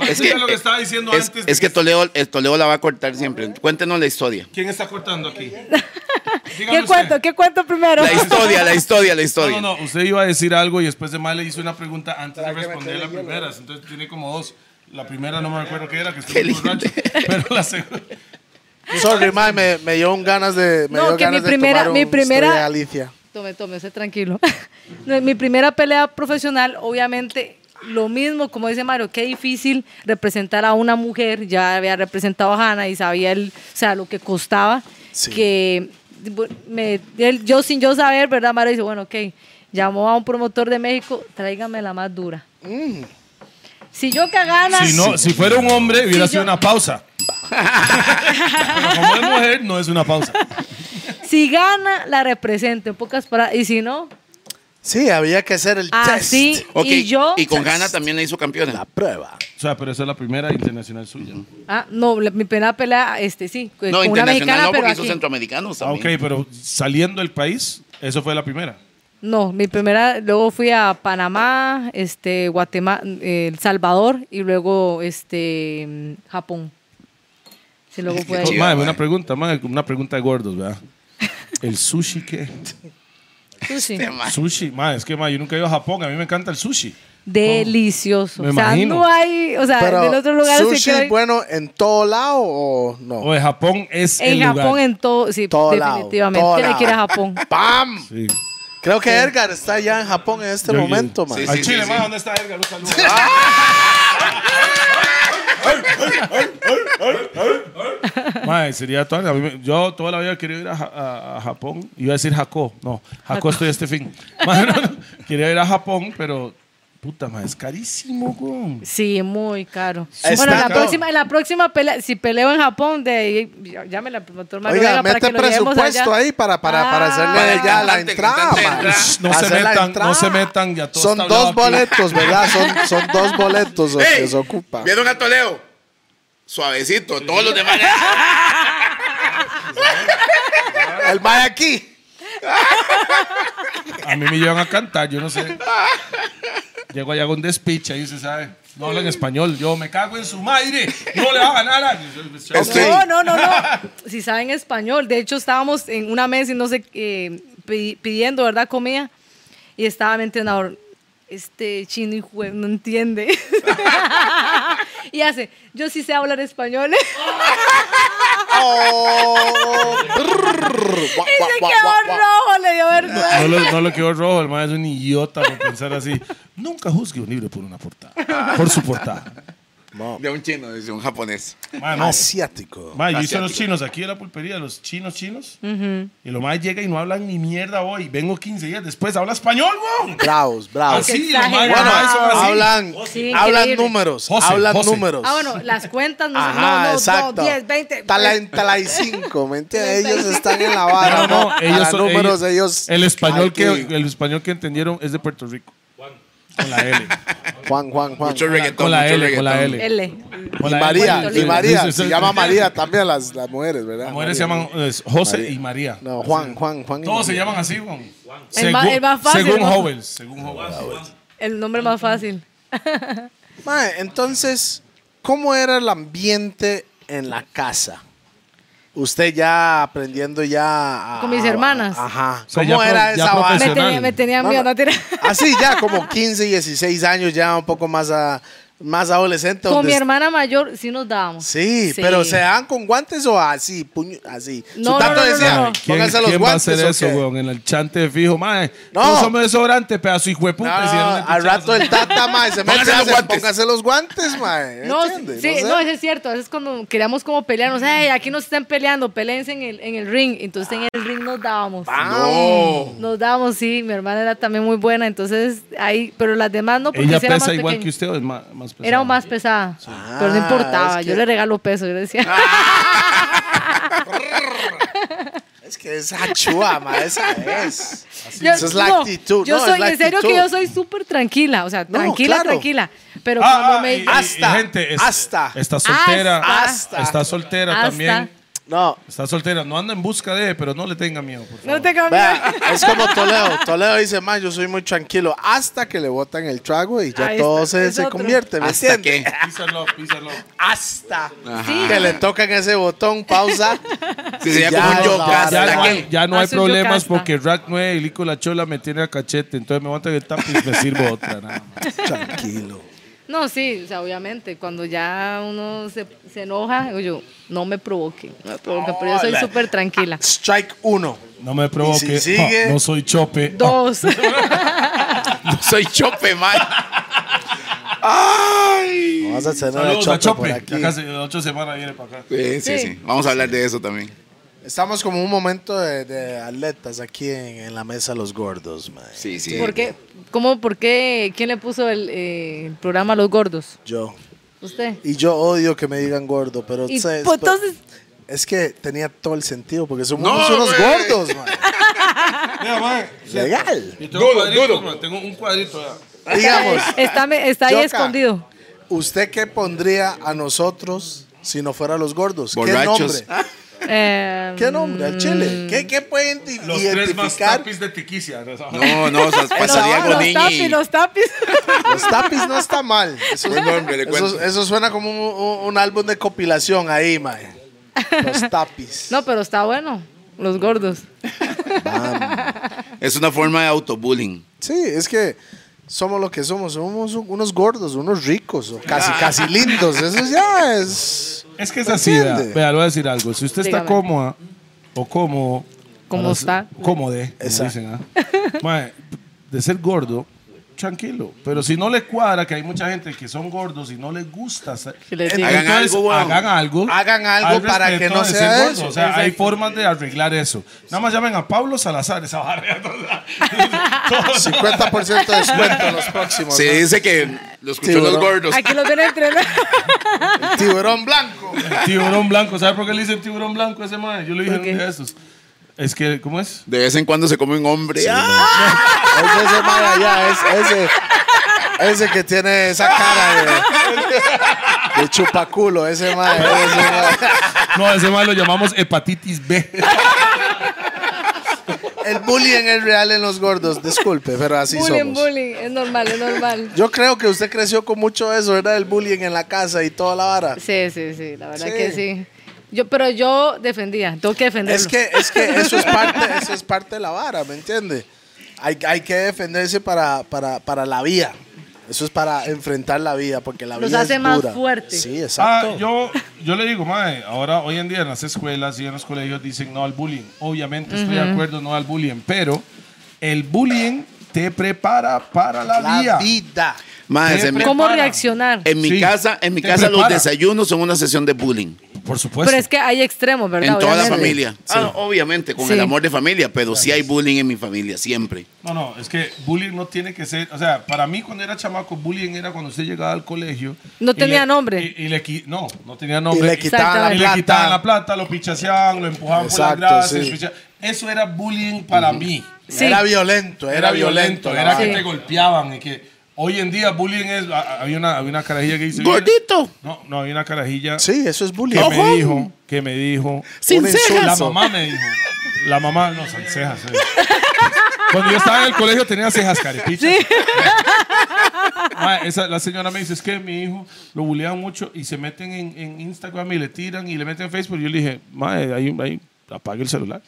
[SPEAKER 2] Es
[SPEAKER 3] Es
[SPEAKER 2] que,
[SPEAKER 3] lo que estaba diciendo
[SPEAKER 2] es,
[SPEAKER 3] antes. de
[SPEAKER 2] es que Toledo, el Toledo la va a cortar siempre. Cuéntenos la historia.
[SPEAKER 3] ¿Quién está cortando aquí? Dígame
[SPEAKER 5] ¿Qué
[SPEAKER 3] usted.
[SPEAKER 5] cuento? ¿Qué cuento primero?
[SPEAKER 2] La historia, la historia, la historia.
[SPEAKER 3] No, no, no, usted iba a decir algo y después de mal le hizo una pregunta antes de responder la primera. Entonces tiene como dos. La primera no me recuerdo qué era, que
[SPEAKER 2] Qué
[SPEAKER 3] estuvo
[SPEAKER 2] lindo.
[SPEAKER 3] borracho. Pero la segunda.
[SPEAKER 4] Sorry, mae, me, me dio un ganas de. Me
[SPEAKER 5] No,
[SPEAKER 4] dio
[SPEAKER 5] que
[SPEAKER 4] ganas
[SPEAKER 5] mi
[SPEAKER 4] de
[SPEAKER 5] primera-
[SPEAKER 4] tomar
[SPEAKER 5] mi
[SPEAKER 4] un
[SPEAKER 5] primera-
[SPEAKER 4] Estrella Alicia.
[SPEAKER 5] Tome, tome, usted tranquilo. No, Mi primera pelea profesional, obviamente, lo mismo, como dice Mario, qué difícil representar a una mujer. Ya había representado a Hannah y sabía el, o sea, lo que costaba.
[SPEAKER 4] Sí.
[SPEAKER 5] Que bu- me- él- yo sin yo saber, ¿verdad? Mario dice, bueno, ok, llamó a un promotor de México, tráigame la más dura. Si yo que gana,
[SPEAKER 3] Si, no, si fuera un hombre, hubiera
[SPEAKER 5] Sí,
[SPEAKER 3] sido
[SPEAKER 5] yo-
[SPEAKER 3] una pausa. Pero como es mujer, no es una pausa.
[SPEAKER 5] si gana, la represento en pocas palabras. Y si no,
[SPEAKER 4] Sí, había que hacer el
[SPEAKER 5] así.
[SPEAKER 4] test.
[SPEAKER 2] Ok,
[SPEAKER 5] Y yo...
[SPEAKER 2] y con Hanna también la hizo campeona.
[SPEAKER 4] La prueba.
[SPEAKER 3] O sea, pero esa es la primera internacional suya.
[SPEAKER 5] Ah, no, la- mi primera pelea, este sí, con
[SPEAKER 2] No,
[SPEAKER 5] una
[SPEAKER 2] internacional
[SPEAKER 5] mexicana,
[SPEAKER 2] no,
[SPEAKER 5] pero
[SPEAKER 2] porque hizo
[SPEAKER 5] aquí.
[SPEAKER 2] centroamericanos
[SPEAKER 3] Ah, ok,
[SPEAKER 2] también.
[SPEAKER 3] pero saliendo del país, eso fue la primera.
[SPEAKER 5] No, mi primera, luego fui a Panamá, este, Guatemala, El Salvador y luego este mm, Japón. Sí, luego fue ahí.
[SPEAKER 2] chido.
[SPEAKER 3] Madre,
[SPEAKER 2] mae.
[SPEAKER 3] una pregunta, madre, una pregunta de gordos, ¿verdad? ¿El sushi qué?
[SPEAKER 5] Sushi.
[SPEAKER 4] Este
[SPEAKER 2] Mae.
[SPEAKER 3] Sushi, madre, es que madre, yo nunca he ido a Japón, a mí me encanta el sushi.
[SPEAKER 5] Delicioso.
[SPEAKER 3] Me
[SPEAKER 5] o sea,
[SPEAKER 3] imagino.
[SPEAKER 5] no hay, o sea,
[SPEAKER 4] Pero,
[SPEAKER 5] Ah, en otro lugar
[SPEAKER 4] ¿sushi pues,
[SPEAKER 5] sí que hay-
[SPEAKER 4] bueno en todo lado o no?
[SPEAKER 3] O de Japón es
[SPEAKER 5] en
[SPEAKER 3] el
[SPEAKER 5] Japón
[SPEAKER 3] lugar.
[SPEAKER 5] en todo, sí,
[SPEAKER 4] Todo lado,
[SPEAKER 5] definitivamente.
[SPEAKER 4] todo
[SPEAKER 5] Tiene que ir a
[SPEAKER 4] lado.
[SPEAKER 5] Japón.
[SPEAKER 4] ¡Pam!
[SPEAKER 3] Sí.
[SPEAKER 4] Creo que Edgar está ya en Japón en este
[SPEAKER 3] Yo- yo-
[SPEAKER 4] momento, man.
[SPEAKER 2] Sí, Ah.
[SPEAKER 3] Al
[SPEAKER 2] sí,
[SPEAKER 3] Chile,
[SPEAKER 2] sí.
[SPEAKER 3] madre, ¿dónde está Edgar? Un saludo. Mae, sería toda, a mí me- yo toda la vida quería ir a, Ja- a- a Japón. Iba a decir Jaco. No, Jaco estoy este fin. Mae, no, no, quería ir a Japón, pero puta, mae, es carísimo, güey.
[SPEAKER 5] Sí, muy caro.
[SPEAKER 4] Está
[SPEAKER 5] bueno, en la
[SPEAKER 4] caro.
[SPEAKER 5] próxima, en la próxima pelea, si peleo en Japón, de llámela al doctor Mario
[SPEAKER 4] Oiga,
[SPEAKER 5] Vega para
[SPEAKER 4] mete
[SPEAKER 5] que lo llevemos
[SPEAKER 4] presupuesto
[SPEAKER 5] allá.
[SPEAKER 4] ahí para, para, para
[SPEAKER 5] Ah.
[SPEAKER 4] hacerle ya la
[SPEAKER 2] cantante,
[SPEAKER 4] entrada,
[SPEAKER 2] cantante,
[SPEAKER 4] man.
[SPEAKER 2] entrada.
[SPEAKER 3] No se
[SPEAKER 4] Hacer la
[SPEAKER 3] metan,
[SPEAKER 4] entrada.
[SPEAKER 3] no se metan. Ya todo
[SPEAKER 4] Son
[SPEAKER 3] está
[SPEAKER 4] dos
[SPEAKER 3] hablado aquí.
[SPEAKER 4] boletos, ¿verdad? Son, son dos boletos los
[SPEAKER 2] ¡Ey!
[SPEAKER 4] que se ocupa.
[SPEAKER 2] ¿Vieron a Toledo? Suavecito, todos los demás.
[SPEAKER 4] El mae aquí.
[SPEAKER 3] A mí me llevan a cantar, yo no sé. Llego allá con despiche, ahí se sabe. No hablan español. Yo me cago en su madre. No le va a ganar a...
[SPEAKER 4] Ok.
[SPEAKER 5] No, no, no, no. si saben español. De hecho, estábamos en una mesa y no sé, eh, pi- pidiendo, ¿verdad? Comida. Y estaba mi entrenador. Este chino y jue- no entiende. y hace, yo sí sé hablar español.
[SPEAKER 4] Ah, Oh. Brrr. Guau,
[SPEAKER 5] y
[SPEAKER 4] guau,
[SPEAKER 5] se
[SPEAKER 4] guau,
[SPEAKER 5] quedó
[SPEAKER 4] guau,
[SPEAKER 5] rojo, le dio vergüenza.
[SPEAKER 3] No lo, no lo quedó rojo, el maestro es un idiota por pensar así. Nunca juzgue un libro por una portada. Por su portada.
[SPEAKER 4] guau.
[SPEAKER 2] De un chino, dice un japonés.
[SPEAKER 3] Ma, no.
[SPEAKER 4] Asiático.
[SPEAKER 3] Ma, yo hice los chinos aquí de la pulpería, los chinos chinos. Y lo más llega y no hablan ni mierda hoy. Vengo 15 días después, habla español, weón.
[SPEAKER 4] Bravos, bravos.
[SPEAKER 3] Así,
[SPEAKER 5] exagerado.
[SPEAKER 3] ma,
[SPEAKER 4] Bueno,
[SPEAKER 3] ma, eso así.
[SPEAKER 4] hablan,
[SPEAKER 5] Sí,
[SPEAKER 4] hablan
[SPEAKER 5] increíble.
[SPEAKER 4] números.
[SPEAKER 3] José,
[SPEAKER 4] hablan
[SPEAKER 3] José.
[SPEAKER 4] números.
[SPEAKER 5] Ah, bueno, las cuentas no,
[SPEAKER 4] Ajá,
[SPEAKER 5] no, no,
[SPEAKER 4] exacto.
[SPEAKER 5] no, 10, 20.
[SPEAKER 4] Tala- tala y cinco, ¿me entiendes? Ellos
[SPEAKER 5] 35.
[SPEAKER 4] están en la vara, ¿no?
[SPEAKER 3] Ah, No, ellos
[SPEAKER 4] Para
[SPEAKER 3] son-
[SPEAKER 4] números,
[SPEAKER 3] ellos-
[SPEAKER 4] ellos.
[SPEAKER 3] El español, que,
[SPEAKER 4] aquí.
[SPEAKER 3] el español que entendieron es de Puerto Rico. Con la L.
[SPEAKER 4] Juan, Juan, Juan.
[SPEAKER 2] Mucho reggaetón.
[SPEAKER 3] con la
[SPEAKER 2] mucho
[SPEAKER 3] L, con la
[SPEAKER 2] reggaetón.
[SPEAKER 3] L.
[SPEAKER 5] L.
[SPEAKER 3] Con
[SPEAKER 4] Y
[SPEAKER 3] la L.
[SPEAKER 4] María,
[SPEAKER 5] María,
[SPEAKER 4] y María,
[SPEAKER 3] Sí, sí,
[SPEAKER 4] se
[SPEAKER 3] sí.
[SPEAKER 4] llama María también las, las mujeres, ¿verdad?
[SPEAKER 3] Las mujeres se llaman eh, José y María.
[SPEAKER 4] No, Juan, Juan, Juan. y
[SPEAKER 3] Todos se
[SPEAKER 4] María.
[SPEAKER 3] llaman así, weón.
[SPEAKER 5] El más- el más fácil,
[SPEAKER 3] según
[SPEAKER 5] ¿no?
[SPEAKER 3] Howell. Según Howell.
[SPEAKER 5] El nombre más fácil.
[SPEAKER 4] Mae, entonces, ¿cómo era el ambiente en la casa? Usted ya aprendiendo ya a-
[SPEAKER 5] Con mis hermanas.
[SPEAKER 4] Ajá.
[SPEAKER 3] O sea,
[SPEAKER 4] ¿Cómo
[SPEAKER 3] ya
[SPEAKER 4] era
[SPEAKER 3] pro- ya
[SPEAKER 4] esa vara?
[SPEAKER 5] Me
[SPEAKER 3] profesional.
[SPEAKER 5] tenía, me tenía miedo, no tenía-
[SPEAKER 4] Así ya, como 15, 16 años, ya un poco más, a- más adolescente.
[SPEAKER 5] Con
[SPEAKER 4] donde
[SPEAKER 5] mi
[SPEAKER 4] es-
[SPEAKER 5] hermana mayor sí nos dábamos.
[SPEAKER 4] Sí, pero ¿se dan con guantes o así? Puño, así.
[SPEAKER 5] No,
[SPEAKER 4] Su
[SPEAKER 5] no,
[SPEAKER 4] tato
[SPEAKER 5] no, no,
[SPEAKER 4] decía,
[SPEAKER 5] no.
[SPEAKER 3] ¿Quién,
[SPEAKER 4] pónganse los
[SPEAKER 3] quién va a
[SPEAKER 4] guantes.
[SPEAKER 3] hacer
[SPEAKER 4] ¿o
[SPEAKER 3] eso,
[SPEAKER 4] qué?
[SPEAKER 3] weón? En el chante fijo, mae.
[SPEAKER 4] No.
[SPEAKER 3] No somos desodorante, pedazo hijo de
[SPEAKER 4] No,
[SPEAKER 3] puta.
[SPEAKER 4] al rato el tata, mae, se mete
[SPEAKER 2] Pónganse
[SPEAKER 4] y
[SPEAKER 2] los
[SPEAKER 4] hace,
[SPEAKER 2] guantes.
[SPEAKER 4] pónganse los guantes, mae.
[SPEAKER 5] No,
[SPEAKER 4] ¿entiende?
[SPEAKER 5] sí,
[SPEAKER 4] sé.
[SPEAKER 5] no, eso es cierto. A veces cuando queríamos como pelearnos, "Ey, aquí nos están peleando, peleense en el, en el ring. Entonces en el ring nos dábamos.
[SPEAKER 4] Ah.
[SPEAKER 5] Nos dábamos, sí. Mi hermana era también muy buena, entonces ahí, pero las demás no, porque
[SPEAKER 3] Ella
[SPEAKER 5] sí era más
[SPEAKER 3] pesa igual
[SPEAKER 5] pequeña.
[SPEAKER 3] que usted o es ma- más, pesada.
[SPEAKER 5] Era más pesada, pero no
[SPEAKER 4] Ah,
[SPEAKER 5] importaba.
[SPEAKER 4] es
[SPEAKER 5] Yo
[SPEAKER 4] que- Ah.
[SPEAKER 5] le regalo peso, yo le decía.
[SPEAKER 4] Es que es achúa, mae, esa es.
[SPEAKER 5] Yo-
[SPEAKER 4] esa es la
[SPEAKER 5] no,
[SPEAKER 4] actitud.
[SPEAKER 5] Yo
[SPEAKER 4] no, es
[SPEAKER 5] soy,
[SPEAKER 4] la
[SPEAKER 5] en serio que
[SPEAKER 4] actitud.
[SPEAKER 5] yo soy súper tranquila, o sea,
[SPEAKER 4] No,
[SPEAKER 5] tranquila,
[SPEAKER 4] claro.
[SPEAKER 5] tranquila. Pero
[SPEAKER 3] Ah,
[SPEAKER 5] cuando
[SPEAKER 3] ah,
[SPEAKER 5] me...
[SPEAKER 3] y- y-
[SPEAKER 4] Hasta,
[SPEAKER 3] y gente, es-
[SPEAKER 4] hasta,
[SPEAKER 3] está soltera.
[SPEAKER 4] hasta,
[SPEAKER 3] Está soltera
[SPEAKER 5] hasta.
[SPEAKER 3] también.
[SPEAKER 4] No,
[SPEAKER 3] Está soltera. No anda en busca de, pero no le tenga miedo, por favor.
[SPEAKER 5] No te cambies.
[SPEAKER 4] vea, es como Toledo. Toledo dice, mae, yo soy muy tranquilo. Hasta que le botan el trago y ya
[SPEAKER 5] Ahí
[SPEAKER 4] todo
[SPEAKER 5] está,
[SPEAKER 4] se,
[SPEAKER 5] es
[SPEAKER 4] se
[SPEAKER 5] otro.
[SPEAKER 4] convierte, ¿me
[SPEAKER 2] ¿Hasta
[SPEAKER 4] entiende?
[SPEAKER 2] qué?
[SPEAKER 3] Písalo, písalo.
[SPEAKER 4] Hasta
[SPEAKER 5] Sí.
[SPEAKER 4] que le tocan ese botón, pausa.
[SPEAKER 2] Sí, sería
[SPEAKER 4] Ya,
[SPEAKER 2] como un yo,
[SPEAKER 4] la
[SPEAKER 2] ¿hasta
[SPEAKER 3] Ya no,
[SPEAKER 2] qué?
[SPEAKER 3] hay, ya no hay
[SPEAKER 5] Hace un
[SPEAKER 3] problemas
[SPEAKER 5] yocasta.
[SPEAKER 3] porque Rack 9 y Lico La Chola me tiene a cachete. Entonces me monta el tapiz me sirvo otra. Nada más.
[SPEAKER 4] Tranquilo.
[SPEAKER 5] No, sí, o sea, obviamente, cuando ya uno se, se enoja, digo yo, no me provoque, no me provoque, pero yo soy
[SPEAKER 4] Hola.
[SPEAKER 5] súper
[SPEAKER 2] Ah,
[SPEAKER 5] tranquila.
[SPEAKER 4] Strike uno.
[SPEAKER 3] No me provoque.
[SPEAKER 4] Y si sigue-
[SPEAKER 3] Ah, no soy chope.
[SPEAKER 5] Dos.
[SPEAKER 2] Soy chope, man. Ay.
[SPEAKER 4] Vamos a tener a
[SPEAKER 3] Saludos a
[SPEAKER 4] Chope,
[SPEAKER 3] Chope.
[SPEAKER 4] por
[SPEAKER 3] que
[SPEAKER 4] aquí.
[SPEAKER 3] acá se- ocho semanas viene para acá.
[SPEAKER 2] Sí, sí,
[SPEAKER 5] Sí.
[SPEAKER 2] sí. Vamos a hablar de eso también.
[SPEAKER 4] Estamos como en un momento de, de atletas aquí en, en la mesa Los Gordos, man.
[SPEAKER 2] Sí, sí.
[SPEAKER 5] ¿Por qué? ¿Cómo, por qué? ¿Quién le puso el, eh, el programa a los gordos?
[SPEAKER 4] Yo.
[SPEAKER 5] ¿Usted?
[SPEAKER 4] Y yo odio que me digan gordo, pero...
[SPEAKER 5] Y,
[SPEAKER 4] ¿sabes?
[SPEAKER 5] pues, entonces-
[SPEAKER 4] Es que tenía todo el sentido, porque somos
[SPEAKER 2] No,
[SPEAKER 4] unos
[SPEAKER 2] güey.
[SPEAKER 4] gordos, man.
[SPEAKER 3] Mira, mae.
[SPEAKER 4] Legal.
[SPEAKER 3] Yo tengo un cuadrito, mae, Tengo un cuadrito. ya.
[SPEAKER 4] Digamos,
[SPEAKER 5] Está, me- está ahí
[SPEAKER 4] Yoka,
[SPEAKER 5] escondido.
[SPEAKER 4] ¿usted qué pondría a nosotros si no fuera Los Gordos?
[SPEAKER 2] Borrachos.
[SPEAKER 4] ¿Qué nombre?
[SPEAKER 5] Eh,
[SPEAKER 4] ¿Qué nombre? ¿Al
[SPEAKER 5] Mm.
[SPEAKER 4] chile? ¿Qué, qué pueden i-
[SPEAKER 3] Los tres más
[SPEAKER 4] identificar?
[SPEAKER 3] tapis de tiquicia. ¿no?
[SPEAKER 2] No, no, o sea, pasaría
[SPEAKER 5] ah, los,
[SPEAKER 2] Pues con
[SPEAKER 5] los tapis,
[SPEAKER 2] niño.
[SPEAKER 5] los tapis.
[SPEAKER 4] Los tapis no está mal. Eso,
[SPEAKER 2] Buen nombre, le
[SPEAKER 4] eso,
[SPEAKER 2] cuento.
[SPEAKER 4] eso suena como un, un- un álbum de compilación ahí, mae. Los tapis.
[SPEAKER 5] No, pero está bueno, los gordos.
[SPEAKER 2] Es una forma de autobullying.
[SPEAKER 4] Sí, es que somos lo que somos. Somos un- unos gordos, unos ricos, o casi, casi lindos. Eso ya es.
[SPEAKER 3] Es que es así, vea,
[SPEAKER 4] ¿Entiende?
[SPEAKER 3] vea, le voy a decir algo. Si usted está
[SPEAKER 5] Dígame.
[SPEAKER 3] cómoda o cómodo,
[SPEAKER 5] ¿Cómo
[SPEAKER 3] para-
[SPEAKER 5] está?
[SPEAKER 3] Cómode, como
[SPEAKER 4] Exacto.
[SPEAKER 3] dicen, ¿ah? Mae, de ser gordo, tranquilo. Pero si no le cuadra, que hay mucha gente que son gordos y no les gusta. sa-
[SPEAKER 5] Que les
[SPEAKER 3] Entonces,
[SPEAKER 5] diga.
[SPEAKER 2] Hagan algo, weón.
[SPEAKER 3] hagan algo.
[SPEAKER 4] Hagan algo
[SPEAKER 3] al
[SPEAKER 4] para
[SPEAKER 3] respecto
[SPEAKER 4] que no
[SPEAKER 3] de
[SPEAKER 4] sea
[SPEAKER 3] ser gordo.
[SPEAKER 4] eso.
[SPEAKER 3] O sea, hay
[SPEAKER 5] Exacto.
[SPEAKER 3] formas de arreglar eso. Nada más llamen a Pablo Salazar esa barra.
[SPEAKER 4] 50% de descuento en los próximos.
[SPEAKER 2] Se dice que lo escuchó los
[SPEAKER 4] bro.
[SPEAKER 2] gordos.
[SPEAKER 5] Aquí los viene entrenando.
[SPEAKER 4] ¿no? Tiburón blanco.
[SPEAKER 3] tiburón blanco. ¿Sabes por qué le dicen tiburón blanco a ese man? Yo le dije
[SPEAKER 5] ¿Por
[SPEAKER 3] en un
[SPEAKER 5] qué?
[SPEAKER 3] día de esos. Es que, ¿cómo es?
[SPEAKER 2] De vez en cuando se come un hombre. Ah,
[SPEAKER 4] Ese, ese man allá, ese, ese, ese que tiene esa cara de, de chupaculo, ese man. ese man.
[SPEAKER 3] No, ese man lo llamamos hepatitis B.
[SPEAKER 4] El bullying es real en los gordos, disculpe, pero así
[SPEAKER 5] bullying,
[SPEAKER 4] somos.
[SPEAKER 5] bullying. Es normal, es normal.
[SPEAKER 4] Yo creo que usted creció con mucho eso, ¿verdad? El bullying en la casa y toda la vara.
[SPEAKER 5] Sí, sí, sí. La verdad
[SPEAKER 4] Sí.
[SPEAKER 5] que sí. Yo, pero yo defendía. Tengo que defenderlo.
[SPEAKER 4] Es que, es que eso, es parte, eso es parte de la vara, ¿me entiende? Hay, hay que defenderse para, para, para la vida. Eso es para enfrentar la vida, porque la
[SPEAKER 5] Los
[SPEAKER 4] vida
[SPEAKER 5] hace
[SPEAKER 4] es
[SPEAKER 5] más
[SPEAKER 4] dura.
[SPEAKER 5] fuerte.
[SPEAKER 4] Sí, exacto.
[SPEAKER 3] Ah, yo, yo le digo, mae, ahora hoy en día en las escuelas y en los colegios dicen no al bullying. Obviamente estoy de acuerdo, no al bullying, pero el bullying te prepara para la,
[SPEAKER 4] la
[SPEAKER 3] vida.
[SPEAKER 4] vida.
[SPEAKER 2] mae, se me-
[SPEAKER 3] Siempre-
[SPEAKER 5] ¿Cómo
[SPEAKER 3] prepara.
[SPEAKER 5] reaccionar?
[SPEAKER 2] en mi
[SPEAKER 3] Sí.
[SPEAKER 2] casa, en mi
[SPEAKER 3] Te
[SPEAKER 2] casa los
[SPEAKER 3] prepara.
[SPEAKER 2] desayunos son una sesión de bullying.
[SPEAKER 3] Por supuesto.
[SPEAKER 5] Pero es que hay extremos, ¿verdad?
[SPEAKER 2] en toda la
[SPEAKER 5] Obviamente.
[SPEAKER 2] familia. Ah, obviamente, con
[SPEAKER 5] Sí.
[SPEAKER 2] el amor de familia, pero sí hay bullying en mi familia, siempre.
[SPEAKER 3] No, no, es que bullying no tiene que ser. O sea, para mí cuando era chamaco, bullying era cuando usted llegaba al colegio.
[SPEAKER 5] No
[SPEAKER 3] y
[SPEAKER 5] tenía
[SPEAKER 3] le-
[SPEAKER 5] nombre.
[SPEAKER 3] Y, y le, qui- no, no tenía
[SPEAKER 4] Y
[SPEAKER 3] nombre.
[SPEAKER 4] le quitaban la
[SPEAKER 5] Exactamente.
[SPEAKER 3] Y le
[SPEAKER 4] plata.
[SPEAKER 3] quitaban la plata, lo pichaseaban, lo empujaban por
[SPEAKER 4] Exacto,
[SPEAKER 3] las gradas.
[SPEAKER 4] sí.
[SPEAKER 3] pichase- Eso era bullying para mí.
[SPEAKER 5] Sí.
[SPEAKER 4] Era violento, era,
[SPEAKER 3] era violento,
[SPEAKER 4] la
[SPEAKER 3] era
[SPEAKER 4] vara.
[SPEAKER 3] que te golpeaban y que hoy en día bullying es a- a- había una había una carajilla que dice
[SPEAKER 2] Gordito,
[SPEAKER 3] No, no, había una carajilla
[SPEAKER 4] Sí, eso es
[SPEAKER 3] que
[SPEAKER 4] bullying.
[SPEAKER 3] me dijo, que me dijo,
[SPEAKER 2] sin
[SPEAKER 4] Un insulto.
[SPEAKER 2] cejas.
[SPEAKER 3] la mamá me dijo, la mamá no son cejas. eh. Cuando yo estaba en el colegio tenía cejas carepichas. Ma, esa- la señora me dice, es que mi hijo lo bulean mucho y se meten en, en Instagram y le tiran y le meten en Facebook. Yo le dije, madre, ahí, ahí, apague el celular.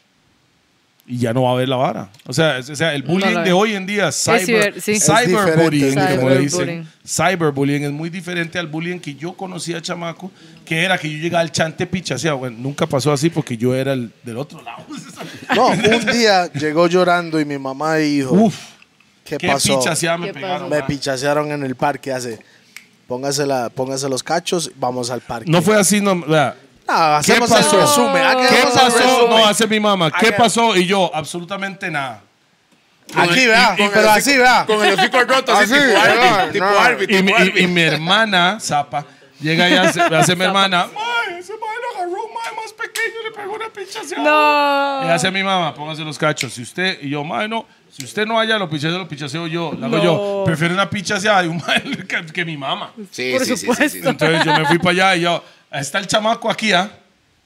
[SPEAKER 3] Y ya no va a ver la vara. O sea, es- o sea el bullying
[SPEAKER 5] la ve.
[SPEAKER 3] de hoy en día, cyber,
[SPEAKER 5] ciber- sí. Es
[SPEAKER 3] cyberbullying,
[SPEAKER 4] diferente,
[SPEAKER 3] como le
[SPEAKER 5] diferente.
[SPEAKER 3] dicen. Cyberbullying es muy diferente al bullying que yo conocía, chamaco, que era que yo llegaba al chante pichaseado. Bueno, nunca pasó así porque yo era el del otro lado.
[SPEAKER 4] No, un día llegó llorando y mi mamá dijo,
[SPEAKER 3] Uf,
[SPEAKER 4] ¿qué,
[SPEAKER 3] qué
[SPEAKER 4] pasó?
[SPEAKER 3] pichaseada me
[SPEAKER 5] ¿Qué
[SPEAKER 3] pegaron.
[SPEAKER 5] pasó?
[SPEAKER 4] Me
[SPEAKER 3] ma.
[SPEAKER 4] pichasearon en el parque hace. Póngase, la, póngase los cachos, vamos al parque.
[SPEAKER 3] No fue así, no. vea.
[SPEAKER 4] No, hacemos el
[SPEAKER 3] pasó?
[SPEAKER 4] resumen.
[SPEAKER 3] ¿Qué
[SPEAKER 4] hagamos el
[SPEAKER 3] pasó?
[SPEAKER 4] resumen.
[SPEAKER 3] No, hace mi mamá. ¿Qué
[SPEAKER 4] Haga-
[SPEAKER 3] pasó? Y yo, absolutamente nada.
[SPEAKER 4] Aquí, vea,
[SPEAKER 2] Y- y-
[SPEAKER 4] pero así, vea.
[SPEAKER 2] Con el hocico roto,
[SPEAKER 5] Ah,
[SPEAKER 2] así,
[SPEAKER 4] Así,
[SPEAKER 2] tipo
[SPEAKER 4] no,
[SPEAKER 2] árbitro, tipo
[SPEAKER 4] no.
[SPEAKER 2] árbitro,
[SPEAKER 3] Y mi,
[SPEAKER 2] tipo
[SPEAKER 3] y- y
[SPEAKER 2] árbitro.
[SPEAKER 3] mi hermana, Zapa, llega y hace, hace mi hermana. "Mae, ese mae lo agarró un mae más pequeño y le pegó una pichaseada.
[SPEAKER 5] No.
[SPEAKER 3] Y hace mi mamá, póngase los cachos. Si usted, y yo, mae, no. Si usted no haya lo pichaseo, lo pichaseo yo. La hago
[SPEAKER 5] No.
[SPEAKER 3] yo. Prefiero una pichaseada de un mae que, que mi mamá.
[SPEAKER 2] Sí, sí, sí,
[SPEAKER 5] Por
[SPEAKER 2] sí, sí.
[SPEAKER 5] supuesto.
[SPEAKER 3] Entonces yo me fui para allá y yo, "Ahí está el chamaco aquí, ¿ah?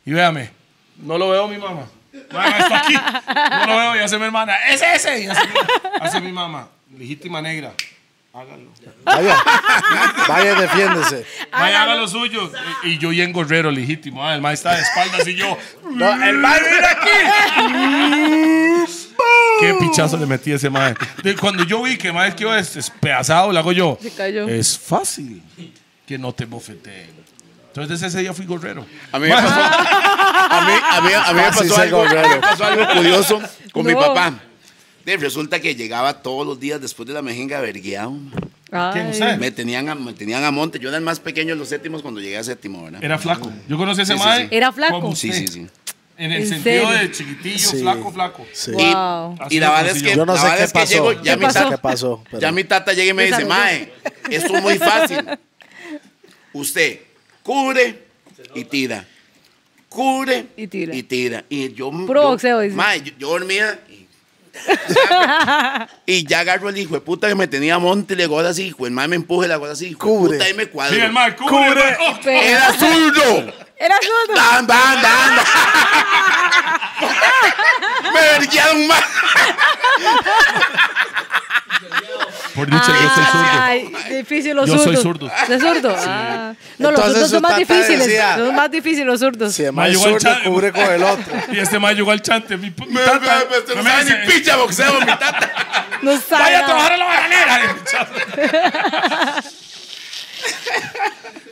[SPEAKER 3] Y véame, no lo veo mi mamá. Mamá, está aquí. No lo veo y hace mi hermana, es ese. Y hace, mi- hace mi mamá, legítima negra. Hágalo.
[SPEAKER 4] Vaya, vaya, defiéndese.
[SPEAKER 5] Ah,
[SPEAKER 3] Vaya, haga lo suyo. Y, y yo y engorrero legítimo. Ah, el maestro está de espaldas y yo.
[SPEAKER 4] No, el man mira aquí.
[SPEAKER 3] Qué pichazo le metí a ese maestro. Cuando yo vi que el maestro quedó des- despedazado, le hago yo.
[SPEAKER 5] Se cayó.
[SPEAKER 3] Es fácil que no te bofeteen. Entonces ese día fui gorrero.
[SPEAKER 2] A mí me pasó, a mí, a mí- a mí me
[SPEAKER 4] Así
[SPEAKER 2] pasó
[SPEAKER 4] se
[SPEAKER 2] algo,
[SPEAKER 4] gobierna.
[SPEAKER 2] me pasó algo curioso con mi
[SPEAKER 5] No.
[SPEAKER 2] papá. De- Resulta que llegaba todos los días después de la mejenga vergueado.
[SPEAKER 3] ¿Quién
[SPEAKER 5] Ay.
[SPEAKER 3] usted?
[SPEAKER 2] Me tenían, a, me tenían a monte. Yo era el más pequeño de los séptimos cuando llegué a séptimo, ¿verdad?
[SPEAKER 3] Era flaco. Yo conocí a ese
[SPEAKER 2] Sí, sí,
[SPEAKER 3] mae
[SPEAKER 2] sí.
[SPEAKER 5] Era flaco.
[SPEAKER 3] como
[SPEAKER 2] Sí, sí,
[SPEAKER 3] usted.
[SPEAKER 2] sí.
[SPEAKER 3] En el
[SPEAKER 5] ¿En
[SPEAKER 3] sentido
[SPEAKER 5] serio?
[SPEAKER 3] de chiquitillo,
[SPEAKER 4] Sí.
[SPEAKER 3] flaco, flaco.
[SPEAKER 4] Sí.
[SPEAKER 2] Y,
[SPEAKER 5] Wow.
[SPEAKER 2] y la verdad
[SPEAKER 3] Así
[SPEAKER 2] es
[SPEAKER 3] lo
[SPEAKER 2] que,
[SPEAKER 4] Yo no
[SPEAKER 2] la
[SPEAKER 4] sé
[SPEAKER 2] verdad
[SPEAKER 4] qué
[SPEAKER 2] es que
[SPEAKER 4] pasó.
[SPEAKER 2] llego,
[SPEAKER 4] yo
[SPEAKER 2] ya,
[SPEAKER 5] ¿Qué
[SPEAKER 2] mi
[SPEAKER 4] no sé
[SPEAKER 5] pasó?
[SPEAKER 4] qué
[SPEAKER 2] tata,
[SPEAKER 4] pasó. pero-
[SPEAKER 2] ya mi tata llega y me dice,
[SPEAKER 5] Desarrolló.
[SPEAKER 2] mae, esto es muy fácil. Usted cubre y tira. Cubre
[SPEAKER 5] Y tira.
[SPEAKER 2] Y tira. Y yo...
[SPEAKER 5] Puro
[SPEAKER 2] yo-
[SPEAKER 5] boxeo, dice.
[SPEAKER 2] Mae, yo, yo dormía... y- Y ya agarro el hijo de puta que me tenía a monte y le digo ahora sí, hijo. El mae me empuje, le hago así, hijo. de
[SPEAKER 4] Cubre.
[SPEAKER 2] Puta, y me cuadro.
[SPEAKER 3] Sí, el mae, cubre.
[SPEAKER 4] Cubre.
[SPEAKER 3] Oh,
[SPEAKER 5] Pero-
[SPEAKER 2] ¡Era zurdo!
[SPEAKER 5] Era zurdo.
[SPEAKER 2] ¡Dan, dan, dan! ¡Me verguearon más!
[SPEAKER 3] Por dicho, yo
[SPEAKER 5] Ah,
[SPEAKER 3] soy zurdo.
[SPEAKER 5] Ay, difícil los
[SPEAKER 3] Yo
[SPEAKER 5] zurdos.
[SPEAKER 3] soy zurdo.
[SPEAKER 5] ¿De zurdo? Ah. No,
[SPEAKER 4] Entonces,
[SPEAKER 5] los zurdos
[SPEAKER 4] su
[SPEAKER 5] son más
[SPEAKER 4] tata
[SPEAKER 5] difíciles.
[SPEAKER 4] decía-
[SPEAKER 5] son más difíciles los zurdos.
[SPEAKER 4] Si el
[SPEAKER 3] Ma,
[SPEAKER 4] man
[SPEAKER 3] llegó al
[SPEAKER 4] zurdo
[SPEAKER 3] chat-
[SPEAKER 4] cubre con el otro.
[SPEAKER 3] Y este mae llegó al chante. Mi, mi pues,
[SPEAKER 2] Me-
[SPEAKER 3] tata-
[SPEAKER 2] me- me-
[SPEAKER 3] me
[SPEAKER 2] no sabe
[SPEAKER 3] dice,
[SPEAKER 2] ni picha boxeo, mi tata.
[SPEAKER 5] No sabe
[SPEAKER 3] Vaya a
[SPEAKER 5] nada.
[SPEAKER 3] trabajar a la bananera.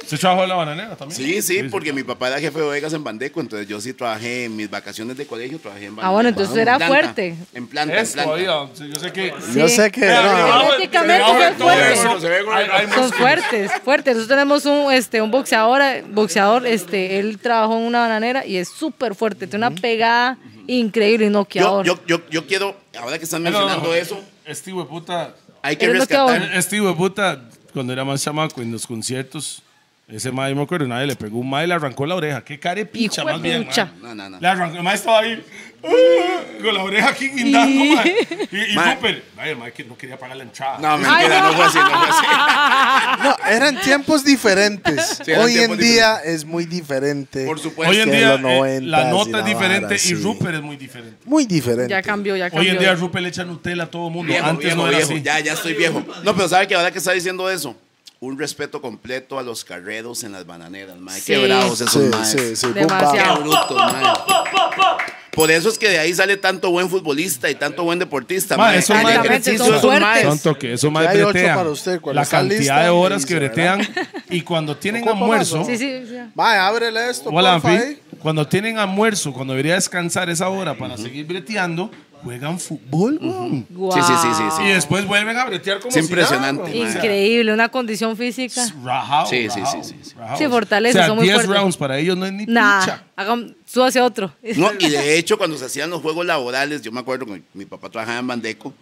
[SPEAKER 3] ¿Se trabajó en la bananera también?
[SPEAKER 2] Sí, sí, porque mi papá era jefe de bodegas en Bandeco, entonces yo sí trabajé en mis vacaciones de colegio, trabajé en Bandeco.
[SPEAKER 5] Ah, bueno, entonces era
[SPEAKER 2] En planta,
[SPEAKER 5] fuerte.
[SPEAKER 2] En planta, en
[SPEAKER 3] Es
[SPEAKER 2] planta.
[SPEAKER 3] todavía, sí, yo sé que...
[SPEAKER 4] Yo sé que.
[SPEAKER 3] Vea,
[SPEAKER 4] no,
[SPEAKER 3] vea,
[SPEAKER 5] Prácticamente
[SPEAKER 3] vea, vea,
[SPEAKER 5] fue fuerte.
[SPEAKER 3] todo eso.
[SPEAKER 2] Se ve con
[SPEAKER 3] Hay-
[SPEAKER 2] el-
[SPEAKER 3] hay
[SPEAKER 5] Son fuertes, fuertes. Nosotros tenemos un, este, un boxeador, eh, boxeador, este, él trabajó en una bananera y es súper fuerte, tiene una pegada increíble y
[SPEAKER 2] Yo,
[SPEAKER 5] noqueador.
[SPEAKER 2] yo, yo, yo quiero, ahora que están
[SPEAKER 3] No, no, no.
[SPEAKER 2] mencionando eso,
[SPEAKER 3] Este hijo de puta,
[SPEAKER 2] hay que
[SPEAKER 5] Eres
[SPEAKER 2] rescatar.
[SPEAKER 5] noqueador.
[SPEAKER 3] este hijo de puta, cuando era más chamaco en los conciertos, ese madre, me acuerdo, nadie le pegó un madre y le arrancó la oreja. Qué carepicha,
[SPEAKER 5] Hijo de
[SPEAKER 3] más bien,
[SPEAKER 5] pucha.
[SPEAKER 3] mae.
[SPEAKER 2] No, no, no.
[SPEAKER 3] Le arrancó, el maestro estaba ahí, ¡ah! con la oreja aquí guindando,
[SPEAKER 5] Y-
[SPEAKER 3] mae. Y, y
[SPEAKER 2] Mae.
[SPEAKER 3] Rupert, mae, el mae que no quería pagar la entrada.
[SPEAKER 2] No, mentira, no fue así, no fue así.
[SPEAKER 4] no, eran tiempos diferentes.
[SPEAKER 2] Sí, eran
[SPEAKER 4] Hoy en
[SPEAKER 2] tiempos
[SPEAKER 4] día es muy diferente.
[SPEAKER 2] Por supuesto.
[SPEAKER 3] Hoy en
[SPEAKER 4] pues que
[SPEAKER 3] día
[SPEAKER 4] los
[SPEAKER 3] eh,
[SPEAKER 4] 90s
[SPEAKER 3] la
[SPEAKER 4] y
[SPEAKER 3] nota
[SPEAKER 4] la
[SPEAKER 3] es diferente
[SPEAKER 4] vara, sí.
[SPEAKER 3] y Rupert es muy diferente.
[SPEAKER 4] Muy diferente.
[SPEAKER 5] ya cambió, ya
[SPEAKER 3] Hoy
[SPEAKER 5] cambió.
[SPEAKER 3] en día Rupert le echa Nutella a todo el mundo.
[SPEAKER 2] Viejo,
[SPEAKER 3] Antes
[SPEAKER 2] viejo,
[SPEAKER 3] no era
[SPEAKER 2] viejo.
[SPEAKER 3] así.
[SPEAKER 2] Ya, ya estoy viejo. No, pero ¿sabe que ahora que está diciendo eso? Un respeto completo a los carreros en las bananeras, mae. Qué
[SPEAKER 5] Sí.
[SPEAKER 2] bravos esos
[SPEAKER 4] Sí,
[SPEAKER 2] maes.
[SPEAKER 4] sí, sí.
[SPEAKER 2] Qué
[SPEAKER 5] Demasiado.
[SPEAKER 2] brutos, mae. Por eso es que de ahí sale tanto buen futbolista y tanto buen deportista.
[SPEAKER 3] Mae,
[SPEAKER 2] mae.
[SPEAKER 3] esos
[SPEAKER 2] El
[SPEAKER 3] maes-
[SPEAKER 2] ejercicio
[SPEAKER 5] son
[SPEAKER 2] de esos
[SPEAKER 5] fuertes.
[SPEAKER 2] maes.
[SPEAKER 5] Son
[SPEAKER 3] Tanto que eso
[SPEAKER 4] Porque
[SPEAKER 3] más
[SPEAKER 4] hay ocho
[SPEAKER 3] bretean.
[SPEAKER 4] para usted, cuando
[SPEAKER 3] la
[SPEAKER 4] está
[SPEAKER 3] cantidad
[SPEAKER 4] lista,
[SPEAKER 3] de horas
[SPEAKER 4] dice,
[SPEAKER 3] que bretean. Y cuando tienen
[SPEAKER 4] Ocupa
[SPEAKER 3] almuerzo,
[SPEAKER 4] más,
[SPEAKER 5] Sí, sí, sí.
[SPEAKER 4] Mae, ábrele esto,
[SPEAKER 3] hola,
[SPEAKER 4] porfa, ¿eh?
[SPEAKER 3] Anfi,
[SPEAKER 4] ahí.
[SPEAKER 3] cuando tienen almuerzo, cuando debería descansar esa hora para seguir breteando, juegan fútbol. weón.
[SPEAKER 2] Sí, sí, sí, sí,
[SPEAKER 5] Guau.
[SPEAKER 2] sí.
[SPEAKER 3] Y después vuelven a bretear como
[SPEAKER 2] Es
[SPEAKER 3] si
[SPEAKER 2] impresionante,
[SPEAKER 3] nada, weón.
[SPEAKER 2] mae.
[SPEAKER 5] Increíble, una condición física.
[SPEAKER 3] Rajao,
[SPEAKER 2] Sí, sí,
[SPEAKER 3] rajao,
[SPEAKER 2] sí, sí, sí.
[SPEAKER 3] rajao.
[SPEAKER 5] Sí, fortaleza,
[SPEAKER 3] O sea,
[SPEAKER 5] son muy
[SPEAKER 3] 10
[SPEAKER 5] fuertes.
[SPEAKER 3] rounds para ellos no es ni
[SPEAKER 5] Nah,
[SPEAKER 3] picha.
[SPEAKER 5] hagan, súbase otro.
[SPEAKER 2] No, y de hecho, cuando se hacían los juegos laborales, yo me acuerdo que mi, mi papá trabajaba en Bandeco,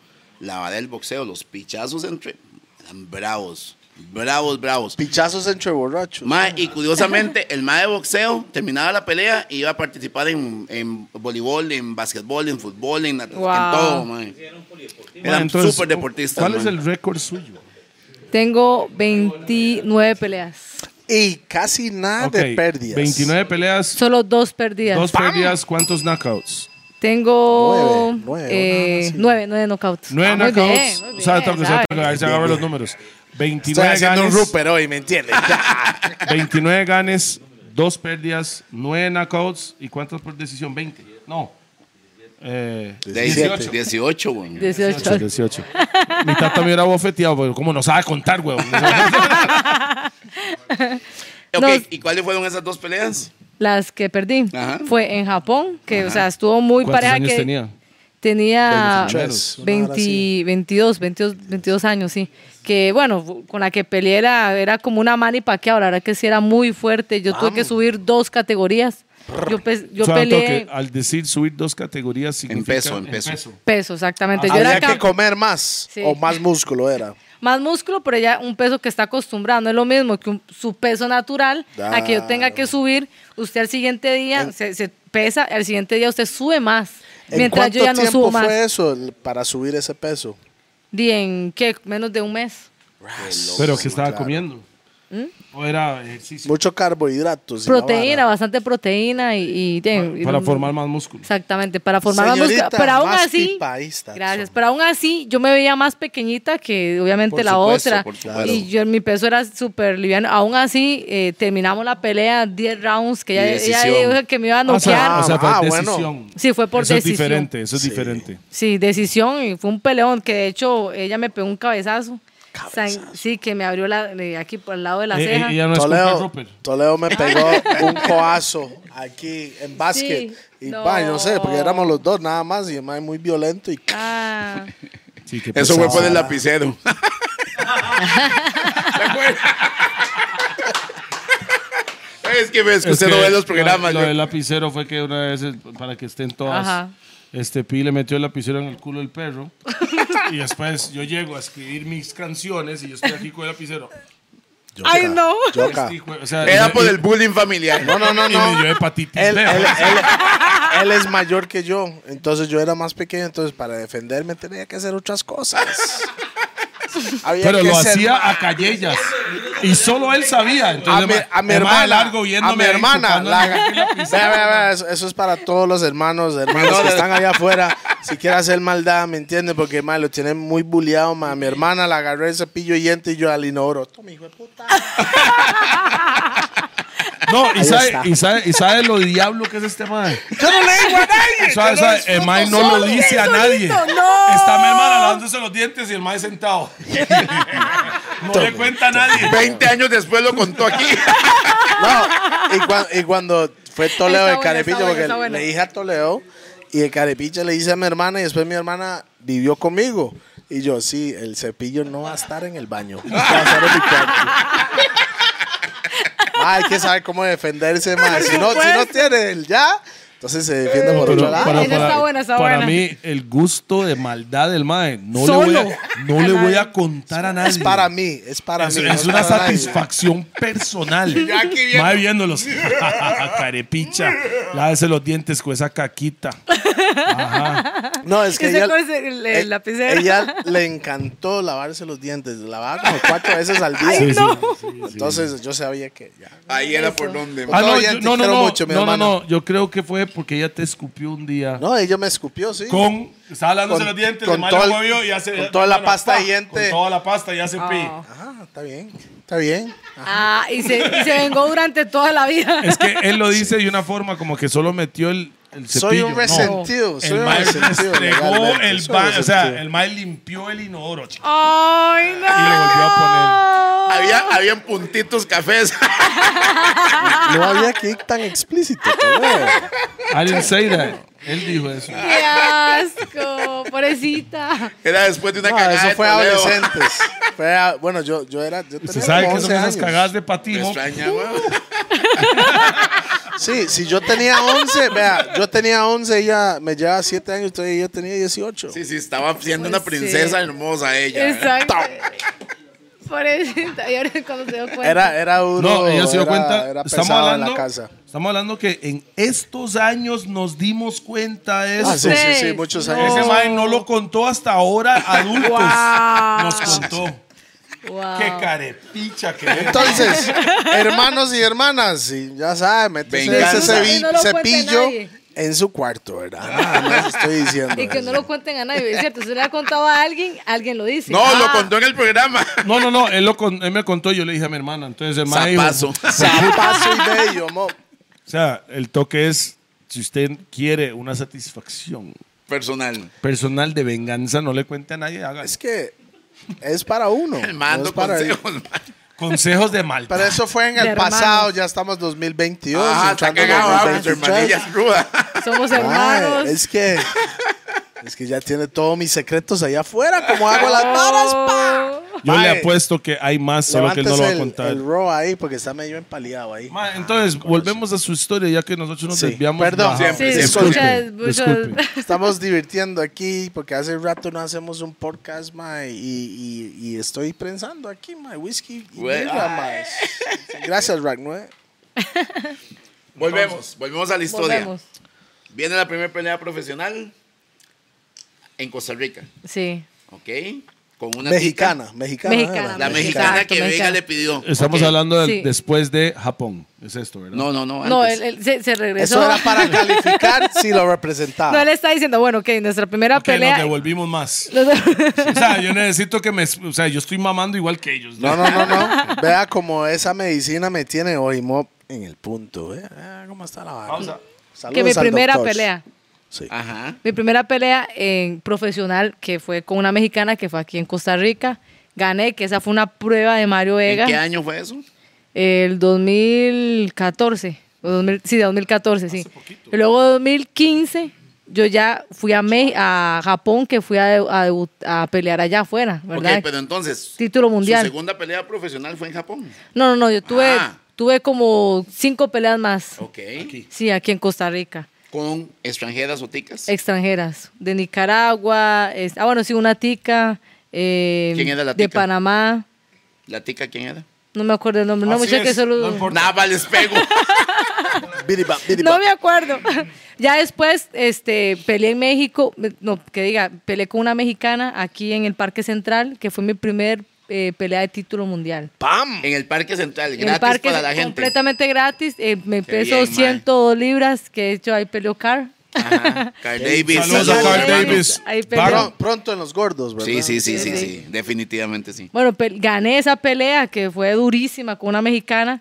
[SPEAKER 2] la vara del boxeo, los pichazos entre. Eran bravos, bravos, bravos.
[SPEAKER 4] Pichazos entre borrachos.
[SPEAKER 2] Mae, y curiosamente, el mae de boxeo terminaba la pelea y iba a participar en, en voleibol, en basquetbol, en fútbol, en, natación,
[SPEAKER 5] Wow.
[SPEAKER 2] en todo, mae.
[SPEAKER 3] Bueno,
[SPEAKER 2] Eran
[SPEAKER 3] entonces,
[SPEAKER 2] súper deportistas.
[SPEAKER 3] ¿Cuál es el récord suyo?
[SPEAKER 5] Tengo 29 peleas.
[SPEAKER 4] Y casi nada Ah, de
[SPEAKER 3] Ok,
[SPEAKER 4] pérdidas.
[SPEAKER 3] 29 peleas,
[SPEAKER 5] Solo dos perdidas.
[SPEAKER 3] Dos perdidas, ¿cuántos knockouts?
[SPEAKER 5] Tengo
[SPEAKER 4] Nueve, nueve, nada
[SPEAKER 5] eh,
[SPEAKER 4] así.
[SPEAKER 5] nueve, nueve knockouts.
[SPEAKER 3] Nueve
[SPEAKER 5] Ah, muy bien,
[SPEAKER 3] knockouts.
[SPEAKER 5] muy
[SPEAKER 3] o sea,
[SPEAKER 5] bien,
[SPEAKER 3] tengo que
[SPEAKER 5] ¿sabe?
[SPEAKER 3] tengo que- a ver si agarro los números.
[SPEAKER 4] Estoy
[SPEAKER 3] 29
[SPEAKER 4] haciendo un
[SPEAKER 3] ganes,
[SPEAKER 4] Rupert hoy, ¿me entiendes?
[SPEAKER 3] 29 ganes, dos pérdidas, nueve knockouts. ¿Y cuántos por decisión? 20. No. Eh,
[SPEAKER 2] De ahí, 18.
[SPEAKER 4] 18.
[SPEAKER 2] 18, güey.
[SPEAKER 5] 18.
[SPEAKER 3] 18. Mi tata me hubiera bofeteado, pero ¿cómo no sabe contar, weón?
[SPEAKER 2] Ok,
[SPEAKER 5] Nos-
[SPEAKER 2] ¿y cuáles fueron esas dos peleas?
[SPEAKER 5] Las que perdí
[SPEAKER 2] Ajá.
[SPEAKER 5] fue en Japón, que o sea, estuvo muy
[SPEAKER 3] ¿Cuántos
[SPEAKER 5] pareja
[SPEAKER 3] años
[SPEAKER 5] que
[SPEAKER 3] tenía?
[SPEAKER 5] tenía
[SPEAKER 4] 23,
[SPEAKER 5] 20
[SPEAKER 4] una hora así.
[SPEAKER 5] 22, 22, 22 años, sí. Que bueno, fu- con la que peleé era, era como una mani paqueada, la verdad que sí era muy fuerte. Yo tuve que subir dos categorías. Yo, pe- yo
[SPEAKER 3] O sea, tengo
[SPEAKER 5] peleé
[SPEAKER 3] que, al decir subir dos categorías significa...
[SPEAKER 2] peso, en peso.
[SPEAKER 5] peso, exactamente. yo era
[SPEAKER 4] Había que
[SPEAKER 5] cam-
[SPEAKER 4] comer más
[SPEAKER 5] Sí.
[SPEAKER 4] o más músculo era.
[SPEAKER 5] más músculo, pero ya un peso que está acostumbrado. No es lo mismo que un- su peso natural a que yo tenga que subir. Usted al siguiente día se, se pesa, al siguiente día usted sube más.
[SPEAKER 4] ¿En
[SPEAKER 5] mientras
[SPEAKER 4] cuánto
[SPEAKER 5] yo ya no
[SPEAKER 4] tiempo
[SPEAKER 5] subo
[SPEAKER 4] fue
[SPEAKER 5] más.
[SPEAKER 4] eso el- para subir ese peso?
[SPEAKER 5] Di en qué, menos de un mes.
[SPEAKER 3] Pero que estaba comiendo.
[SPEAKER 5] ¿Mm?
[SPEAKER 3] O era ejercicio.
[SPEAKER 4] Mucho carbohidratos. y la
[SPEAKER 5] proteína,
[SPEAKER 4] vara.
[SPEAKER 5] bastante proteína y, y de-
[SPEAKER 3] Para
[SPEAKER 5] y-
[SPEAKER 3] formar más músculo.
[SPEAKER 5] Exactamente, para formar más
[SPEAKER 4] Señorita,
[SPEAKER 5] músculo. Pero aún
[SPEAKER 4] más
[SPEAKER 5] así,
[SPEAKER 4] pipa, ahí está.
[SPEAKER 5] gracias. Pero aún así, yo me veía más pequeñita que obviamente
[SPEAKER 2] Por
[SPEAKER 5] la
[SPEAKER 2] supuesto,
[SPEAKER 5] otra.
[SPEAKER 2] por supuesto.
[SPEAKER 5] Y yo, mi peso era súper liviano. Aún así, eh, terminamos la pelea 10 rounds, que ella,
[SPEAKER 2] Y
[SPEAKER 5] ella
[SPEAKER 2] decisión.
[SPEAKER 5] dijo que me iba a
[SPEAKER 3] O
[SPEAKER 5] noquear.
[SPEAKER 3] sea, o sea, por
[SPEAKER 4] Ah, bueno.
[SPEAKER 3] decisión.
[SPEAKER 5] Sí, fue por
[SPEAKER 3] eso
[SPEAKER 5] decisión.
[SPEAKER 3] es diferente, eso es diferente.
[SPEAKER 5] Sí, decisión y fue un peleón que de hecho ella me pegó un cabezazo.
[SPEAKER 4] Cabezazo.
[SPEAKER 5] San- Sí, que me abrió la, eh, aquí por el lado de la
[SPEAKER 3] Eh,
[SPEAKER 5] ceja.
[SPEAKER 3] eh, ya no es culpa de
[SPEAKER 4] Toledo,
[SPEAKER 3] Rupert.
[SPEAKER 4] Toledo me pegó un coazo aquí en básquet. y
[SPEAKER 5] no.
[SPEAKER 4] pa, yo no sé, porque éramos los dos nada más y el mae muy violento y
[SPEAKER 5] Ah,
[SPEAKER 3] Sí, qué
[SPEAKER 2] Eso
[SPEAKER 3] pesado.
[SPEAKER 2] fue por el lapicero. es que ves que usted no ve los programas.
[SPEAKER 3] Lo,
[SPEAKER 2] yo-
[SPEAKER 3] del lapicero fue que una vez, el- para que estén todas,
[SPEAKER 5] Ajá.
[SPEAKER 3] este Pi le metió el lapicero en el culo del perro. y después yo llego a escribir mis canciones y yo estoy aquí con el lapicero.
[SPEAKER 5] Ay, no.
[SPEAKER 4] yoca.
[SPEAKER 3] Este hijo de- o sea,
[SPEAKER 2] Era
[SPEAKER 3] y-
[SPEAKER 2] por
[SPEAKER 3] y-
[SPEAKER 2] el bullying familiar.
[SPEAKER 4] No, pues, no, no,
[SPEAKER 3] y me
[SPEAKER 4] no.
[SPEAKER 3] dio hepatitis
[SPEAKER 4] Él,
[SPEAKER 3] B,
[SPEAKER 4] él-
[SPEAKER 3] ¿verdad?
[SPEAKER 4] él- él es mayor que yo, entonces yo era más pequeño, entonces para defenderme tenía que hacer otras cosas. Había
[SPEAKER 3] Pero
[SPEAKER 4] que
[SPEAKER 3] lo
[SPEAKER 4] ser más-
[SPEAKER 3] hacía a callellas. Y solo él sabía. Entonces,
[SPEAKER 4] a mi, a mi
[SPEAKER 3] el mae
[SPEAKER 4] hermana.
[SPEAKER 3] largo
[SPEAKER 4] a mi
[SPEAKER 3] viéndome ahí
[SPEAKER 4] hermana.
[SPEAKER 3] chupándome
[SPEAKER 4] la-
[SPEAKER 3] el lapicero.
[SPEAKER 4] Vea, vea, vea, eso, eso es para todos los hermanos, hermanos que están allá afuera. Si quiere hacer maldad, ¿me entiendes? Porque mae, lo tienen muy bulleado. mae. A mi hermana la agarré el cepillo y diente y yo al inodoro. Toma, hijo de puta.
[SPEAKER 3] No, y
[SPEAKER 4] Ahí
[SPEAKER 3] sabe,
[SPEAKER 4] está.
[SPEAKER 3] y, sabe, y sabe lo diablo que es este mae.
[SPEAKER 4] Yo no le digo a
[SPEAKER 3] Sabe,
[SPEAKER 4] nadie. yo no
[SPEAKER 3] sabe,
[SPEAKER 4] les-
[SPEAKER 3] el mae no lo dice a nadie.
[SPEAKER 5] solito, no.
[SPEAKER 3] Está mi hermana lavándose los dientes y el mae sentado. No le cuenta a nadie.
[SPEAKER 2] 20 años después lo contó aquí.
[SPEAKER 4] No, y, cuan- y cuando fue Toledo
[SPEAKER 5] Está
[SPEAKER 4] de
[SPEAKER 5] bueno,
[SPEAKER 4] Carepicha,
[SPEAKER 5] está bueno,
[SPEAKER 4] porque
[SPEAKER 5] está bueno.
[SPEAKER 4] le dije a Toledo, y de Carepicha le hice a mi hermana, y después mi hermana vivió conmigo. Y yo, sí, el cepillo no va a estar en el baño. Va a estar en mi cuarto". Ma, hay que saber cómo defenderse, más. Si no, si no
[SPEAKER 5] supuesto.
[SPEAKER 4] tiene el ya, entonces se defiende por
[SPEAKER 3] Eh, Pero
[SPEAKER 4] otro
[SPEAKER 5] para-
[SPEAKER 4] lado.
[SPEAKER 5] Esa está buena, está
[SPEAKER 3] para
[SPEAKER 5] buena.
[SPEAKER 3] mí, el gusto de maldad del mae, no, le
[SPEAKER 5] Solo.
[SPEAKER 3] voy, a, no le voy a contar a nadie.
[SPEAKER 4] Es para mí, es para
[SPEAKER 3] Es,
[SPEAKER 4] mí.
[SPEAKER 3] es
[SPEAKER 4] no
[SPEAKER 3] una
[SPEAKER 4] para nadie.
[SPEAKER 3] satisfacción personal.
[SPEAKER 2] Ya aquí viendo.
[SPEAKER 3] Mae viéndolos. Carepicha. Lávese los dientes con esa caquita.
[SPEAKER 4] No, es que
[SPEAKER 5] Ese
[SPEAKER 4] ella,
[SPEAKER 5] con el- el
[SPEAKER 4] eh,
[SPEAKER 5] lapicero.
[SPEAKER 4] ella le encantó lavarse los dientes. Lavaba como cuatro veces al día.
[SPEAKER 3] Sí, sí,
[SPEAKER 5] no.
[SPEAKER 4] Entonces yo sabía que ya.
[SPEAKER 2] Ahí era por donde.
[SPEAKER 4] Ah,
[SPEAKER 3] Ah, no,
[SPEAKER 4] Todavía
[SPEAKER 3] yo-
[SPEAKER 4] te
[SPEAKER 3] no, no,
[SPEAKER 4] quiero
[SPEAKER 3] no,
[SPEAKER 4] mucho, mi
[SPEAKER 3] no, no,
[SPEAKER 4] hermana.
[SPEAKER 3] no, Yo creo que fue porque ella te escupió un día.
[SPEAKER 4] No, ella me escupió, sí.
[SPEAKER 3] Con. Estaba lavándose
[SPEAKER 4] Con-
[SPEAKER 3] los dientes,
[SPEAKER 4] con
[SPEAKER 3] le manda
[SPEAKER 4] todo el-
[SPEAKER 3] el huevo y hace.
[SPEAKER 4] con toda la pasta
[SPEAKER 3] pa,
[SPEAKER 4] de diente.
[SPEAKER 3] Con toda la pasta y hace
[SPEAKER 5] Ah.
[SPEAKER 3] pi.
[SPEAKER 4] Ajá, está bien, está bien.
[SPEAKER 5] Ah, y se, y se vengó durante toda la vida.
[SPEAKER 3] Es que él lo dice de una forma como que solo metió el. el cepillo.
[SPEAKER 4] Soy un
[SPEAKER 3] No.
[SPEAKER 4] resentido, soy
[SPEAKER 3] el
[SPEAKER 4] un
[SPEAKER 3] mae
[SPEAKER 4] resentido.
[SPEAKER 3] restregó
[SPEAKER 4] legalmente,
[SPEAKER 3] el
[SPEAKER 4] soy un
[SPEAKER 3] baño, o sea,
[SPEAKER 4] resentido.
[SPEAKER 3] el mae limpió el inodoro. chico.
[SPEAKER 5] Ay,
[SPEAKER 3] Y
[SPEAKER 5] no.
[SPEAKER 3] le volvió a
[SPEAKER 2] Había, habían puntitos cafés.
[SPEAKER 3] ah.
[SPEAKER 4] No había que ir tan explícito. pero, eh,
[SPEAKER 3] I didn't say that. Él dijo eso.
[SPEAKER 5] Qué asco, pobrecita.
[SPEAKER 2] Era después de una
[SPEAKER 4] no,
[SPEAKER 2] cagada
[SPEAKER 4] eso
[SPEAKER 2] de
[SPEAKER 4] fue
[SPEAKER 2] Toledo.
[SPEAKER 4] adolescentes. Fue a- bueno, yo, yo era. Yo
[SPEAKER 3] Usted
[SPEAKER 4] tenía
[SPEAKER 3] sabe
[SPEAKER 4] como
[SPEAKER 3] que
[SPEAKER 4] 11
[SPEAKER 3] son esas
[SPEAKER 4] años.
[SPEAKER 3] cagadas de
[SPEAKER 2] Me
[SPEAKER 3] patimo.
[SPEAKER 2] extraña, weón.
[SPEAKER 4] Sí, si yo tenía 11, vea, yo tenía 11, ella me llevaba 7 años, entonces ella tenía 18.
[SPEAKER 2] Sí, sí, estaba siendo una
[SPEAKER 5] Pues sí.
[SPEAKER 2] princesa hermosa ella. ¿eh?
[SPEAKER 5] Exacto. Pobrecita. Y ahora cuando se dio cuenta.
[SPEAKER 4] Era, era duro.
[SPEAKER 3] No, ella se dio
[SPEAKER 4] era-
[SPEAKER 3] cuenta.
[SPEAKER 4] era
[SPEAKER 3] estamos
[SPEAKER 4] pesado en
[SPEAKER 3] hablando.
[SPEAKER 4] la casa.
[SPEAKER 3] Estamos hablando que en estos años nos dimos cuenta de eso.
[SPEAKER 4] Ah, sí, Oh. sí, sí,
[SPEAKER 5] Ustedes,
[SPEAKER 4] muchos
[SPEAKER 5] no.
[SPEAKER 4] años.
[SPEAKER 3] Ese mae no lo contó hasta ahora, adultos.
[SPEAKER 5] Wow.
[SPEAKER 3] Nos contó.
[SPEAKER 5] Wow.
[SPEAKER 4] Ah.
[SPEAKER 3] Qué carepicha que es.
[SPEAKER 4] Entonces, hermanos y hermanas, sí, ya saben, métese
[SPEAKER 2] Venganza.
[SPEAKER 4] ese cebi-
[SPEAKER 5] Y no lo cuente
[SPEAKER 4] cepillo
[SPEAKER 5] nadie.
[SPEAKER 4] en su cuarto, ¿verdad?
[SPEAKER 3] Ah,
[SPEAKER 4] Nada más estoy diciendo.
[SPEAKER 5] Y que no lo cuenten a nadie. Es cierto, si le ha contado a alguien, alguien lo dice.
[SPEAKER 2] No, lo
[SPEAKER 5] Ah,
[SPEAKER 2] contó en el programa.
[SPEAKER 3] No, no, no. Él, lo con- él me contó y yo le dije a mi hermana. Entonces el mae dijo,
[SPEAKER 2] Zapazo.
[SPEAKER 4] Zapazo y medio, mo.
[SPEAKER 3] O sea, el toque es. Si usted quiere una satisfacción
[SPEAKER 2] Personal.
[SPEAKER 3] personal de venganza, no le cuente a nadie. Haga
[SPEAKER 4] Es que es para uno. no
[SPEAKER 2] Mando
[SPEAKER 4] es para él.
[SPEAKER 2] consejos. man.
[SPEAKER 3] consejos de mal.
[SPEAKER 4] Pero eso fue en
[SPEAKER 5] De
[SPEAKER 4] el
[SPEAKER 5] hermanos.
[SPEAKER 4] pasado, ya estamos 2022.
[SPEAKER 2] Ah, está
[SPEAKER 4] entrando en
[SPEAKER 2] cagado. ah, pues,
[SPEAKER 4] 2023.
[SPEAKER 2] hermanilla es ruda.
[SPEAKER 5] Somos
[SPEAKER 4] Ay,
[SPEAKER 5] hermanos.
[SPEAKER 4] Ah, es que es que ya tiene todos mis secretos allá afuera, como hago las varas, pa.
[SPEAKER 3] Yo
[SPEAKER 4] Mae,
[SPEAKER 3] le apuesto que hay más, solo que él no lo va a
[SPEAKER 4] levántese el-
[SPEAKER 3] contar.
[SPEAKER 4] El row ahí porque está medio empaleado ahí.
[SPEAKER 3] Ma, entonces, volvemos a su historia, ya que nosotros nos
[SPEAKER 4] Sí,
[SPEAKER 3] desviamos.
[SPEAKER 4] perdón.
[SPEAKER 3] Ajá.
[SPEAKER 2] Siempre,
[SPEAKER 5] Sí,
[SPEAKER 2] siempre.
[SPEAKER 5] muchas, muchas.
[SPEAKER 3] disculpe.
[SPEAKER 4] Estamos divirtiendo aquí porque hace rato no hacemos un podcast, mae, y, y, y estoy pensando aquí, mae, whisky y
[SPEAKER 2] Güey,
[SPEAKER 4] birra,
[SPEAKER 2] ay.
[SPEAKER 4] mae. Gracias, eh. Ragnue.
[SPEAKER 2] Volvemos, volvemos a la historia.
[SPEAKER 5] Volvemos.
[SPEAKER 2] Viene la primera pelea profesional en Costa Rica,
[SPEAKER 5] Sí.
[SPEAKER 2] ¿ok? Con una
[SPEAKER 4] Mexicana, mexicana.
[SPEAKER 5] Mexicana,
[SPEAKER 2] tica, la mexicana
[SPEAKER 5] mexicana.
[SPEAKER 2] que
[SPEAKER 5] Exacto,
[SPEAKER 2] Vega
[SPEAKER 5] mexicana.
[SPEAKER 2] le pidió.
[SPEAKER 3] Estamos
[SPEAKER 2] ¿ok?
[SPEAKER 3] hablando del
[SPEAKER 5] Sí.
[SPEAKER 3] después de Japón. Es esto, ¿verdad?
[SPEAKER 2] No, no, no.
[SPEAKER 5] No,
[SPEAKER 2] antes.
[SPEAKER 5] él, él se, se regresó.
[SPEAKER 4] Eso era para calificar si lo representaba.
[SPEAKER 5] No, él está diciendo, bueno, que nuestra primera
[SPEAKER 3] Ok, nos
[SPEAKER 5] pelea.
[SPEAKER 3] devolvimos más. o sea, yo necesito que me. O sea, yo estoy mamando igual que ellos.
[SPEAKER 4] No, no, no, no. Vea como esa medicina me tiene hoy, mo, en el punto. Vea, vea cómo está la barra.
[SPEAKER 3] Pausa.
[SPEAKER 4] Saludos
[SPEAKER 5] que mi
[SPEAKER 4] al
[SPEAKER 5] primera
[SPEAKER 4] doctor.
[SPEAKER 5] pelea.
[SPEAKER 4] Sí.
[SPEAKER 2] Ajá.
[SPEAKER 5] Mi primera pelea en profesional que fue con una mexicana que fue aquí en Costa Rica. Gané, que esa fue una prueba de Mario Vega.
[SPEAKER 2] ¿En qué año fue eso?
[SPEAKER 5] El 2014. o 2000 sí, de 2014, sí. Y luego 2015, yo ya fui a, Me- a Japón, que fui a, de- a debu- a pelear allá afuera, ¿verdad?
[SPEAKER 2] Ok, pero entonces.
[SPEAKER 5] Título mundial.
[SPEAKER 2] Su segunda pelea profesional fue en Japón.
[SPEAKER 5] No, no, no, yo tuve,
[SPEAKER 2] Ah.
[SPEAKER 5] tuve como cinco peleas más.
[SPEAKER 2] Ok.
[SPEAKER 5] Sí, aquí en Costa Rica.
[SPEAKER 2] Con extranjeras o ticas.
[SPEAKER 5] Extranjeras. De Nicaragua. es- ah, bueno, sí, una tica. eh,
[SPEAKER 2] ¿Quién era la
[SPEAKER 5] De
[SPEAKER 2] tica?
[SPEAKER 5] Panamá.
[SPEAKER 2] ¿La tica quién era?
[SPEAKER 5] No me acuerdo el nombre. No,
[SPEAKER 3] Así
[SPEAKER 5] mucha que
[SPEAKER 3] es, no
[SPEAKER 5] solo.
[SPEAKER 3] importa.
[SPEAKER 2] Nada, les pego.
[SPEAKER 4] Biriba, biriba.
[SPEAKER 5] No me acuerdo. Ya después este, peleé en México, no, que diga, peleé con una mexicana aquí en el Parque Central, que fue mi primer eh, pelea de título mundial.
[SPEAKER 4] ¡Pam!
[SPEAKER 2] en el Parque Central,
[SPEAKER 5] en
[SPEAKER 2] gratis
[SPEAKER 5] el parque
[SPEAKER 2] para la gente.
[SPEAKER 5] completamente gratis, eh, me
[SPEAKER 2] Qué
[SPEAKER 5] peso
[SPEAKER 2] bien, mae.
[SPEAKER 5] 102 libras, que de hecho ahí peleó Car.
[SPEAKER 2] Ajá. Carl Davis.
[SPEAKER 3] Saludos a Carl Davis.
[SPEAKER 5] Ahí peleó.
[SPEAKER 3] Barro.
[SPEAKER 4] Pronto, pronto en los gordos, ¿verdad?
[SPEAKER 2] Sí, sí, sí, sí,
[SPEAKER 5] Sí, sí.
[SPEAKER 2] sí. Definitivamente sí.
[SPEAKER 5] Bueno, pe- gané esa pelea que fue durísima con una mexicana,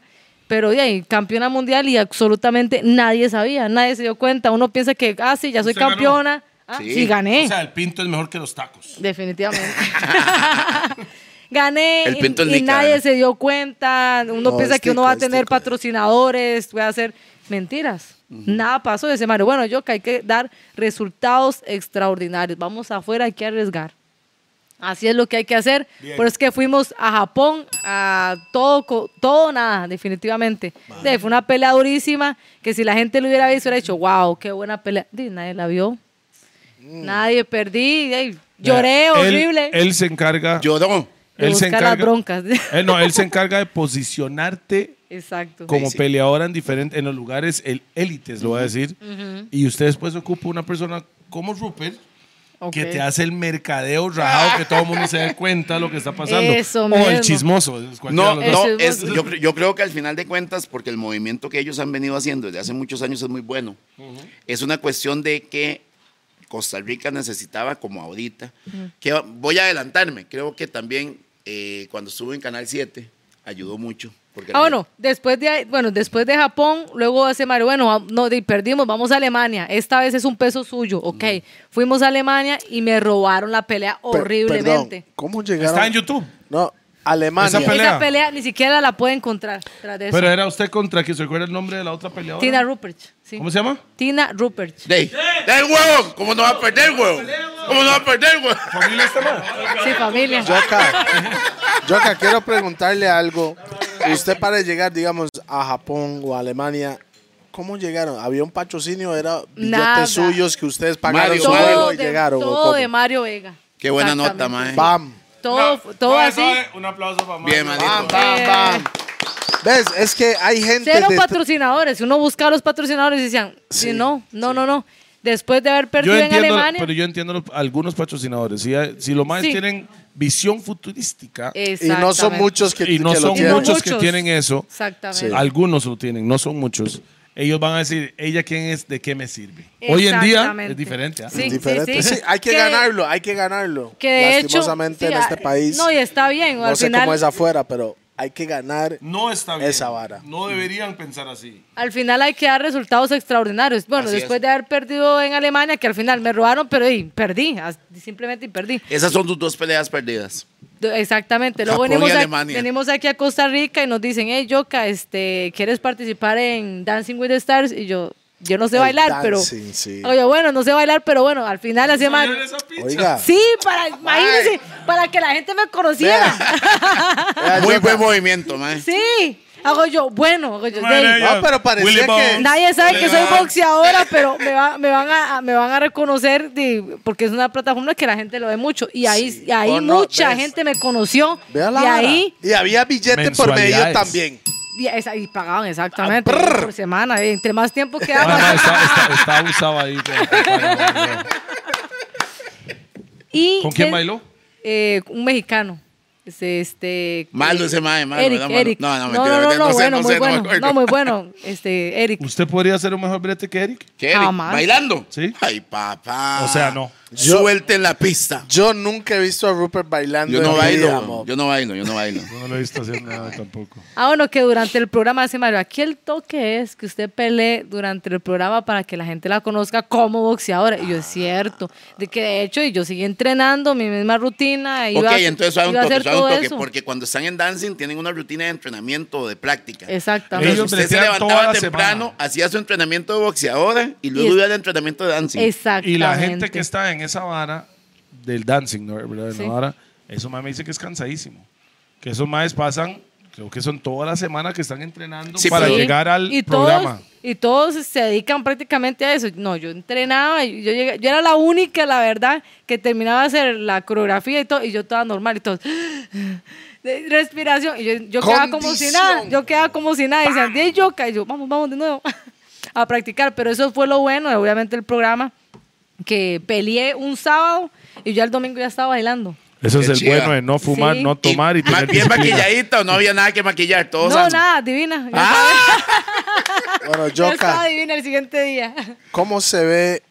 [SPEAKER 5] pero de ahí, campeona mundial y absolutamente nadie sabía, nadie se dio cuenta. Uno piensa que, ah, sí, ya soy
[SPEAKER 3] ¿Usted ganó?
[SPEAKER 5] campeona. Ah,
[SPEAKER 2] Sí.
[SPEAKER 5] sí. gané.
[SPEAKER 3] O sea, el pinto es mejor que los tacos.
[SPEAKER 5] Definitivamente. gané
[SPEAKER 2] El
[SPEAKER 5] y-
[SPEAKER 2] pinto es
[SPEAKER 5] y,
[SPEAKER 2] nica,
[SPEAKER 5] nadie
[SPEAKER 2] ¿verdad?
[SPEAKER 5] se dio cuenta. Uno
[SPEAKER 4] No,
[SPEAKER 5] piensa
[SPEAKER 4] es
[SPEAKER 5] que uno
[SPEAKER 4] tica,
[SPEAKER 5] va a
[SPEAKER 4] es
[SPEAKER 5] tener
[SPEAKER 4] tica.
[SPEAKER 5] patrocinadores, voy a hacer mentiras. Nada pasó de ese Mario. Bueno, yo que hay que dar resultados extraordinarios. Vamos afuera, hay que arriesgar. Así es lo que hay que hacer. Por es que fuimos a Japón, a todo, co- todo nada, definitivamente. Sí, fue una pelea durísima, que si la gente lo hubiera visto, hubiera dicho, wow, qué buena pelea. Di, nadie la vio. Nadie perdí. ey, lloré
[SPEAKER 3] Mm. Él-
[SPEAKER 5] horrible.
[SPEAKER 3] Él se encarga.
[SPEAKER 2] Lloró.
[SPEAKER 5] De
[SPEAKER 3] él se
[SPEAKER 5] buscar las
[SPEAKER 3] encarga-
[SPEAKER 5] broncas.
[SPEAKER 3] Eh, no, él se encarga de posicionarte
[SPEAKER 5] Exacto.
[SPEAKER 3] como
[SPEAKER 2] Sí, sí.
[SPEAKER 3] peleadora en diferentes en los lugares el élites lo voy a decir y usted después ocupa una persona como Rupert
[SPEAKER 5] Ok.
[SPEAKER 3] que te hace el mercadeo rajado que todo el mundo se dé cuenta de lo que está pasando
[SPEAKER 5] Eso
[SPEAKER 3] o el
[SPEAKER 5] mismo.
[SPEAKER 3] chismoso es cualquiera
[SPEAKER 2] No,
[SPEAKER 3] de los
[SPEAKER 2] no,
[SPEAKER 5] Eso es
[SPEAKER 2] es-
[SPEAKER 5] bueno.
[SPEAKER 2] yo, cre- yo creo que al final de cuentas, porque el movimiento que ellos han venido haciendo desde hace muchos años es muy bueno, es una cuestión de que Costa Rica necesitaba, como ahorita, que va- voy a adelantarme, creo que también eh, cuando estuve en Canal 7 ayudó mucho. Porque
[SPEAKER 5] Ah,
[SPEAKER 2] la
[SPEAKER 5] bueno, después de, ahí- bueno, después de Japón, luego hace Mario, bueno, ah, no, de- perdimos, vamos a Alemania. Esta vez es un peso suyo, ok.
[SPEAKER 3] Mm.
[SPEAKER 5] Fuimos a Alemania y me robaron la pelea
[SPEAKER 4] Per-
[SPEAKER 5] horriblemente.
[SPEAKER 4] perdón, ¿Cómo llegaron?
[SPEAKER 3] está en YouTube
[SPEAKER 4] No, Alemania.
[SPEAKER 3] Esa pelea-
[SPEAKER 5] Esa pelea ni siquiera la puede encontrar tras de eso.
[SPEAKER 3] pero era usted contra que se recuerda el nombre de la otra peleadora
[SPEAKER 5] Tina Rupert. sí.
[SPEAKER 3] ¿cómo se llama?
[SPEAKER 5] Tina Rupert.
[SPEAKER 2] gente- ¡Dey! ¡Dey, huevón! ¿Cómo no va a perder, huevón? ¿Cómo no va a perder, huevón?
[SPEAKER 3] Familia este esta madre.
[SPEAKER 5] Sí, familia.
[SPEAKER 4] Yo acá, yo acá quiero preguntarle algo. Usted para llegar, digamos, a Japón o a Alemania, ¿cómo llegaron? ¿Había un patrocinio? ¿Era billetes
[SPEAKER 5] Nada.
[SPEAKER 4] suyos que ustedes pagaron
[SPEAKER 2] Mario,
[SPEAKER 4] su
[SPEAKER 5] todo
[SPEAKER 2] Mario.
[SPEAKER 4] vuelo y
[SPEAKER 5] de,
[SPEAKER 4] llegaron? o
[SPEAKER 5] todo
[SPEAKER 4] cómo?
[SPEAKER 5] de Mario Vega.
[SPEAKER 2] Qué buena
[SPEAKER 5] Exactamente.
[SPEAKER 2] nota, mae.
[SPEAKER 4] Bam,
[SPEAKER 5] Todo, todo
[SPEAKER 3] No,
[SPEAKER 5] así.
[SPEAKER 3] sabe, un aplauso para Mario.
[SPEAKER 2] Bien,
[SPEAKER 4] bam,
[SPEAKER 2] manito.
[SPEAKER 4] bam,
[SPEAKER 5] Eh.
[SPEAKER 4] bam. ¿Ves? Es que hay gente
[SPEAKER 5] Cero
[SPEAKER 4] de-
[SPEAKER 5] patrocinadores. Uno buscaba a los patrocinadores y decían, sí, no, no, no, no. Después de haber perdido
[SPEAKER 3] yo
[SPEAKER 5] en
[SPEAKER 3] entiendo
[SPEAKER 5] Alemania.
[SPEAKER 3] pero yo entiendo los- algunos patrocinadores si, hay- si los más
[SPEAKER 5] Sí.
[SPEAKER 3] tienen visión futurística
[SPEAKER 4] y no son
[SPEAKER 5] Exactamente.
[SPEAKER 4] muchos que,
[SPEAKER 3] y no
[SPEAKER 4] que lo
[SPEAKER 3] son
[SPEAKER 5] tienen.
[SPEAKER 4] tienen.
[SPEAKER 3] muchos que
[SPEAKER 5] Muchos.
[SPEAKER 3] tienen eso
[SPEAKER 5] Exactamente.
[SPEAKER 4] Sí.
[SPEAKER 3] Algunos lo tienen, no son muchos. Ellos van a decir, ¿ella quién es? ¿De qué me sirve? Hoy en día
[SPEAKER 5] Exactamente.
[SPEAKER 3] es diferente. ¿ah?
[SPEAKER 5] Sí.
[SPEAKER 4] Diferente. Sí, hay que,
[SPEAKER 5] Que-
[SPEAKER 4] ganarlo, hay que ganarlo.
[SPEAKER 5] Que de hecho.
[SPEAKER 4] Lastimosamente
[SPEAKER 5] sí,
[SPEAKER 4] en este
[SPEAKER 5] ah,
[SPEAKER 4] país.
[SPEAKER 5] No, y está bien.
[SPEAKER 4] no
[SPEAKER 5] al,
[SPEAKER 4] sé
[SPEAKER 5] final,
[SPEAKER 4] cómo es afuera, pero hay que ganar.
[SPEAKER 3] No está bien.
[SPEAKER 4] Esa vara.
[SPEAKER 3] No deberían pensar así.
[SPEAKER 5] al final hay que dar resultados extraordinarios. Bueno,
[SPEAKER 2] Así
[SPEAKER 5] después
[SPEAKER 2] es.
[SPEAKER 5] de haber perdido en Alemania, que al final me robaron, pero ey, perdí. as- Simplemente perdí.
[SPEAKER 2] Esas son tus dos peleas perdidas.
[SPEAKER 5] Do- Exactamente. Luego
[SPEAKER 2] Japón y
[SPEAKER 5] venimos, a-
[SPEAKER 2] Alemania.
[SPEAKER 5] venimos aquí a Costa Rica y nos dicen, hey, Yoka, este, ¿quieres participar en Dancing with the Stars? Y yo, yo no sé
[SPEAKER 4] El
[SPEAKER 5] bailar,
[SPEAKER 4] dancing,
[SPEAKER 5] pero.
[SPEAKER 4] sí.
[SPEAKER 5] Oye, bueno, no sé bailar, pero bueno, al final hace mal.
[SPEAKER 4] Oiga.
[SPEAKER 5] Sí, para, imagínense, para que la gente me conociera. Eh,
[SPEAKER 4] Vea,
[SPEAKER 2] Muy
[SPEAKER 4] yo-
[SPEAKER 2] buen movimiento, mae.
[SPEAKER 5] sí. Hago yo, bueno, hago yo,
[SPEAKER 3] Madre,
[SPEAKER 5] "Dey,
[SPEAKER 3] ya.
[SPEAKER 4] No, pero parecía
[SPEAKER 3] Willy
[SPEAKER 4] que-
[SPEAKER 3] Bones.
[SPEAKER 5] Nadie sabe que soy
[SPEAKER 3] Willy Bones.
[SPEAKER 5] boxeadora, pero me, va- me van a, a- me van a reconocer de- porque es una plataforma que la gente lo ve mucho. Y ahí, y ahí
[SPEAKER 4] Oh, no,
[SPEAKER 5] mucha
[SPEAKER 4] ves.
[SPEAKER 5] gente me conoció.
[SPEAKER 4] Vea la
[SPEAKER 5] y
[SPEAKER 4] vara.
[SPEAKER 5] ahí
[SPEAKER 4] Y había billete por medio
[SPEAKER 3] Mensualidades.
[SPEAKER 4] también.
[SPEAKER 5] y, esa- y pagaban
[SPEAKER 2] Ah,
[SPEAKER 5] exactamente por semana. y entre más tiempo
[SPEAKER 3] Ah,
[SPEAKER 5] quedaba.
[SPEAKER 3] no,
[SPEAKER 5] más-
[SPEAKER 3] está, está- está abusado ahí.
[SPEAKER 5] y
[SPEAKER 3] ¿Con quién
[SPEAKER 5] que-
[SPEAKER 3] bailó?
[SPEAKER 5] eh, un mexicano. Este, este,
[SPEAKER 2] Malo
[SPEAKER 5] eh,
[SPEAKER 2] ese mae, malo,
[SPEAKER 5] Eric,
[SPEAKER 2] ¿verdad, mano?
[SPEAKER 5] Eric.
[SPEAKER 2] No, no,
[SPEAKER 5] no,
[SPEAKER 2] mentira,
[SPEAKER 5] no, no,
[SPEAKER 2] no
[SPEAKER 5] no,
[SPEAKER 2] sé,
[SPEAKER 5] bueno,
[SPEAKER 2] no
[SPEAKER 5] muy
[SPEAKER 2] sé, no me
[SPEAKER 5] bueno.
[SPEAKER 2] acuerdo.
[SPEAKER 5] No, muy bueno. Este, Eric.
[SPEAKER 3] ¿Usted podría ser un mejor brete que Eric?
[SPEAKER 2] ¿Qué, Eric?
[SPEAKER 5] Jamás.
[SPEAKER 2] ¿Bailando?
[SPEAKER 3] Sí.
[SPEAKER 2] Ay, papá.
[SPEAKER 3] O sea, no.
[SPEAKER 4] Yo-
[SPEAKER 2] Suelten la pista.
[SPEAKER 4] Yo nunca he visto a Rupert bailando.
[SPEAKER 2] Yo
[SPEAKER 4] en
[SPEAKER 2] no
[SPEAKER 4] mi vida,
[SPEAKER 2] bailo.
[SPEAKER 4] amor.
[SPEAKER 2] Yo no bailo, yo no bailo.
[SPEAKER 3] Yo no lo he visto hacer nada tampoco.
[SPEAKER 5] Ah, bueno, que durante el programa hace Mario. Aquí el toque es que usted pelee durante el programa para que la gente la conozca como boxeadora. Y yo, es cierto. De que de hecho, y yo seguí entrenando mi misma rutina. Iba
[SPEAKER 2] ok,
[SPEAKER 5] a-
[SPEAKER 2] entonces suave
[SPEAKER 5] iba a
[SPEAKER 2] un toque,
[SPEAKER 5] hacer
[SPEAKER 2] suave
[SPEAKER 5] todo
[SPEAKER 2] un toque.
[SPEAKER 5] eso.
[SPEAKER 2] Porque cuando están en dancing tienen una rutina de entrenamiento, de práctica.
[SPEAKER 5] Exactamente.
[SPEAKER 2] Entonces
[SPEAKER 3] Ellos
[SPEAKER 2] usted se
[SPEAKER 3] bretean toda
[SPEAKER 2] levantaba
[SPEAKER 3] la
[SPEAKER 2] temprano,
[SPEAKER 3] semana.
[SPEAKER 2] hacía su entrenamiento de boxeadora y
[SPEAKER 5] Y
[SPEAKER 2] luego
[SPEAKER 5] es-
[SPEAKER 2] iba al entrenamiento de dancing.
[SPEAKER 5] Exactamente.
[SPEAKER 3] Y la gente que está en esa vara del dancing, ¿no? ¿verdad?
[SPEAKER 5] Sí.
[SPEAKER 3] En la vara, eso más me dice que es cansadísimo. Que esos maes pasan, creo que son toda la semana que están entrenando
[SPEAKER 2] Sí,
[SPEAKER 3] para
[SPEAKER 2] pero-
[SPEAKER 3] llegar al
[SPEAKER 5] y todos-
[SPEAKER 3] programa.
[SPEAKER 5] y todos se dedican prácticamente a eso. No, yo entrenaba, y yo, llegué- yo era la única, la verdad, que terminaba de hacer la coreografía y todo, y yo toda normal y todo. de Respiración, y yo, yo quedaba como si nada,
[SPEAKER 4] Condición.
[SPEAKER 5] yo quedaba como si nada, y decían, "Di, yo ca-". y yo, vamos, vamos de nuevo a practicar, pero eso fue lo bueno, obviamente, el programa, que peleé un sábado y ya el domingo ya estaba bailando.
[SPEAKER 3] Eso es
[SPEAKER 2] Qué
[SPEAKER 3] el
[SPEAKER 2] chiva.
[SPEAKER 3] bueno de no fumar,
[SPEAKER 5] Sí.
[SPEAKER 3] no tomar y,
[SPEAKER 2] más
[SPEAKER 3] tener
[SPEAKER 2] bien
[SPEAKER 3] disciplina.
[SPEAKER 2] maquilladita o no había nada que maquillar. Todos
[SPEAKER 5] no,
[SPEAKER 2] sanos.
[SPEAKER 5] nada, divina. Yo
[SPEAKER 4] Bueno,
[SPEAKER 5] estaba- yo estaba
[SPEAKER 4] Yoka,
[SPEAKER 5] divina el siguiente día.
[SPEAKER 4] ¿cómo se ve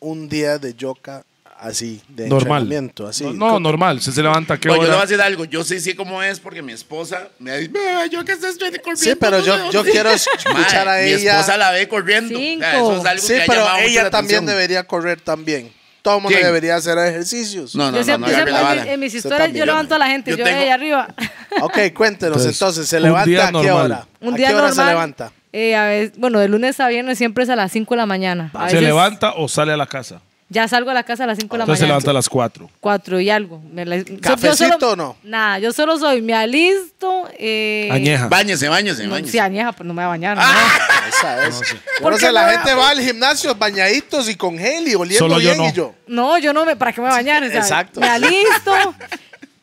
[SPEAKER 4] un día de Yoka así, de
[SPEAKER 3] Normal.
[SPEAKER 4] entrenamiento? Así?
[SPEAKER 3] No, no, normal. Usted se levanta, ¿qué
[SPEAKER 2] Bueno, yo le
[SPEAKER 3] hora?
[SPEAKER 2] voy a decir algo. Yo sí sé cómo es porque mi esposa me dice, "Beba, yo que estás corriendo.
[SPEAKER 4] Sí, pero yo, yo quiero escuchar a
[SPEAKER 2] Mi
[SPEAKER 4] ella.
[SPEAKER 2] esposa la ve corriendo. O sea,
[SPEAKER 5] Cinco.
[SPEAKER 2] eso es algo
[SPEAKER 4] Sí,
[SPEAKER 2] que ha
[SPEAKER 4] pero
[SPEAKER 2] llamado mucho
[SPEAKER 4] ella
[SPEAKER 2] la
[SPEAKER 4] también
[SPEAKER 2] atención.
[SPEAKER 4] debería correr también. Todo el mundo
[SPEAKER 2] ¿Quién?
[SPEAKER 4] debería hacer ejercicios.
[SPEAKER 2] No,
[SPEAKER 5] yo
[SPEAKER 2] no, no, no
[SPEAKER 5] siempre,
[SPEAKER 2] agarre
[SPEAKER 5] yo
[SPEAKER 2] la
[SPEAKER 5] siempre
[SPEAKER 2] vara.
[SPEAKER 5] en mis
[SPEAKER 4] Usted
[SPEAKER 5] historias
[SPEAKER 4] también.
[SPEAKER 5] yo levanto a la gente,
[SPEAKER 2] Yo
[SPEAKER 5] yo,
[SPEAKER 2] tengo-
[SPEAKER 5] ahí arriba.
[SPEAKER 4] Ok, cuéntenos entonces.
[SPEAKER 3] Entonces,
[SPEAKER 4] ¿Se
[SPEAKER 3] un
[SPEAKER 4] levanta
[SPEAKER 3] día
[SPEAKER 4] a qué
[SPEAKER 3] normal.
[SPEAKER 4] hora?
[SPEAKER 5] Un
[SPEAKER 4] ¿A
[SPEAKER 5] día
[SPEAKER 4] qué hora
[SPEAKER 5] normal.
[SPEAKER 4] se levanta?
[SPEAKER 5] eh, a veces- bueno, de lunes a viernes siempre es a las 5 de la mañana. A
[SPEAKER 3] ¿Se
[SPEAKER 5] veces
[SPEAKER 3] levanta o sale a la casa?
[SPEAKER 5] Ya salgo a la casa a las 5 de la
[SPEAKER 3] Entonces se
[SPEAKER 5] mañana.
[SPEAKER 3] levanta a las 4.
[SPEAKER 5] Cuatro y algo. Me la- so- yo
[SPEAKER 4] ¿Cafecito
[SPEAKER 5] solo-
[SPEAKER 4] o no?
[SPEAKER 5] Nada, yo solo soy, me alisto. Eh,
[SPEAKER 3] Añeja.
[SPEAKER 2] Báñese, báñese,
[SPEAKER 5] No,
[SPEAKER 2] báñese.
[SPEAKER 5] si añeja, pues no me voy a bañar. ¿no?
[SPEAKER 4] Ah. Esa es. Por
[SPEAKER 5] ¿Por
[SPEAKER 4] eso
[SPEAKER 5] qué
[SPEAKER 4] la
[SPEAKER 5] no?
[SPEAKER 4] gente va al gimnasio bañaditos y con gel y oliendo
[SPEAKER 3] Solo yo
[SPEAKER 4] bien y
[SPEAKER 3] no.
[SPEAKER 4] yo.
[SPEAKER 5] No, yo no me, ¿para qué me bañar? ¿sabes?
[SPEAKER 4] Exacto.
[SPEAKER 5] Me alisto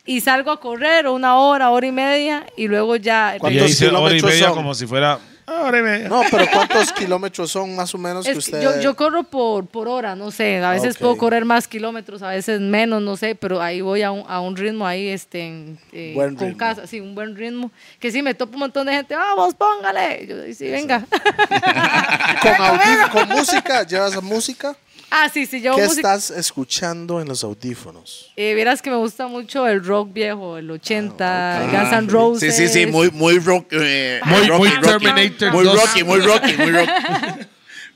[SPEAKER 5] y salgo a correr una hora, hora y media y luego ya.
[SPEAKER 3] Y
[SPEAKER 4] ¿Cuántos
[SPEAKER 3] ahí dice hora y
[SPEAKER 4] kilómetros
[SPEAKER 3] media
[SPEAKER 4] son?
[SPEAKER 3] como si fuera "Ah, hora y media.
[SPEAKER 4] No, pero ¿cuántos kilómetros son más o menos
[SPEAKER 5] Es
[SPEAKER 4] pues, que
[SPEAKER 5] que
[SPEAKER 4] usted?
[SPEAKER 5] yo, yo corro por, por hora, no sé, a veces
[SPEAKER 4] Ok.
[SPEAKER 5] puedo correr más kilómetros, a veces menos, no sé, pero ahí voy a un, a un ritmo ahí, este, en- eh,
[SPEAKER 4] Buen
[SPEAKER 5] con
[SPEAKER 4] ritmo.
[SPEAKER 5] casa, sí, un buen ritmo, que sí, me topo un montón de gente, vamos, póngale, yo, sí, venga.
[SPEAKER 4] con, audí- con música, ¿llevas música?
[SPEAKER 5] ah, sí, sí, yo
[SPEAKER 4] ¿Qué
[SPEAKER 5] música,
[SPEAKER 4] estás escuchando en los audífonos?
[SPEAKER 5] eh, vieras que me gusta mucho el rock viejo, el
[SPEAKER 4] Ah,
[SPEAKER 5] 80, Guns N' Roses.
[SPEAKER 2] Sí, sí, sí, muy, muy rock. eh,
[SPEAKER 3] Muy-
[SPEAKER 2] rocky,
[SPEAKER 3] muy
[SPEAKER 2] rocky.
[SPEAKER 3] Terminator
[SPEAKER 2] Muy
[SPEAKER 3] 2.
[SPEAKER 2] rocky, muy rocky, muy rocky.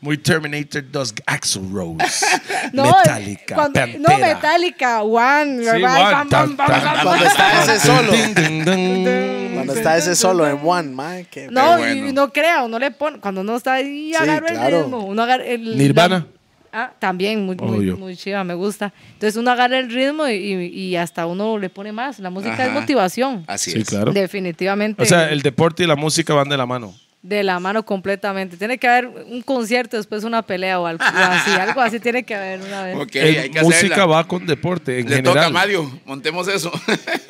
[SPEAKER 3] Muy Terminator 2, Axel Rose.
[SPEAKER 5] No,
[SPEAKER 3] Metallica.
[SPEAKER 5] cuando-
[SPEAKER 3] Pantera.
[SPEAKER 5] no, Metallica, One,
[SPEAKER 3] Sí,
[SPEAKER 5] bam,
[SPEAKER 3] One,
[SPEAKER 5] bam,
[SPEAKER 3] tan,
[SPEAKER 5] bam, bam,
[SPEAKER 3] tan.
[SPEAKER 5] bam.
[SPEAKER 4] Cuando está ese solo.
[SPEAKER 3] Ding, ding, ding.
[SPEAKER 4] Cuando está ese solo en One, man. qué-
[SPEAKER 5] Mm. No,
[SPEAKER 2] Qué
[SPEAKER 5] y-
[SPEAKER 2] bueno.
[SPEAKER 5] y no crea, uno le pone, cuando uno está ahí, agarra
[SPEAKER 4] claro.
[SPEAKER 5] el ritmo. Uno agarra el,
[SPEAKER 3] Nirvana.
[SPEAKER 5] la- ah, también, muy, muy,
[SPEAKER 3] Obvio.
[SPEAKER 5] muy chiva, me gusta. Entonces uno agarra el ritmo y, y- y hasta uno le pone más. La música es
[SPEAKER 2] Ajá. Ah,
[SPEAKER 5] motivación.
[SPEAKER 2] Así
[SPEAKER 3] Sí,
[SPEAKER 2] es.
[SPEAKER 3] claro.
[SPEAKER 5] Definitivamente.
[SPEAKER 3] O sea, el deporte y la música van de la mano.
[SPEAKER 5] de la mano completamente. Tiene que haber un concierto, después una pelea o algo así. algo así tiene que haber una vez.
[SPEAKER 2] Ok,
[SPEAKER 3] El
[SPEAKER 2] hay que
[SPEAKER 3] música
[SPEAKER 2] hacerla.
[SPEAKER 3] va con deporte en
[SPEAKER 2] Le
[SPEAKER 3] general.
[SPEAKER 2] toca a Mario, montemos eso.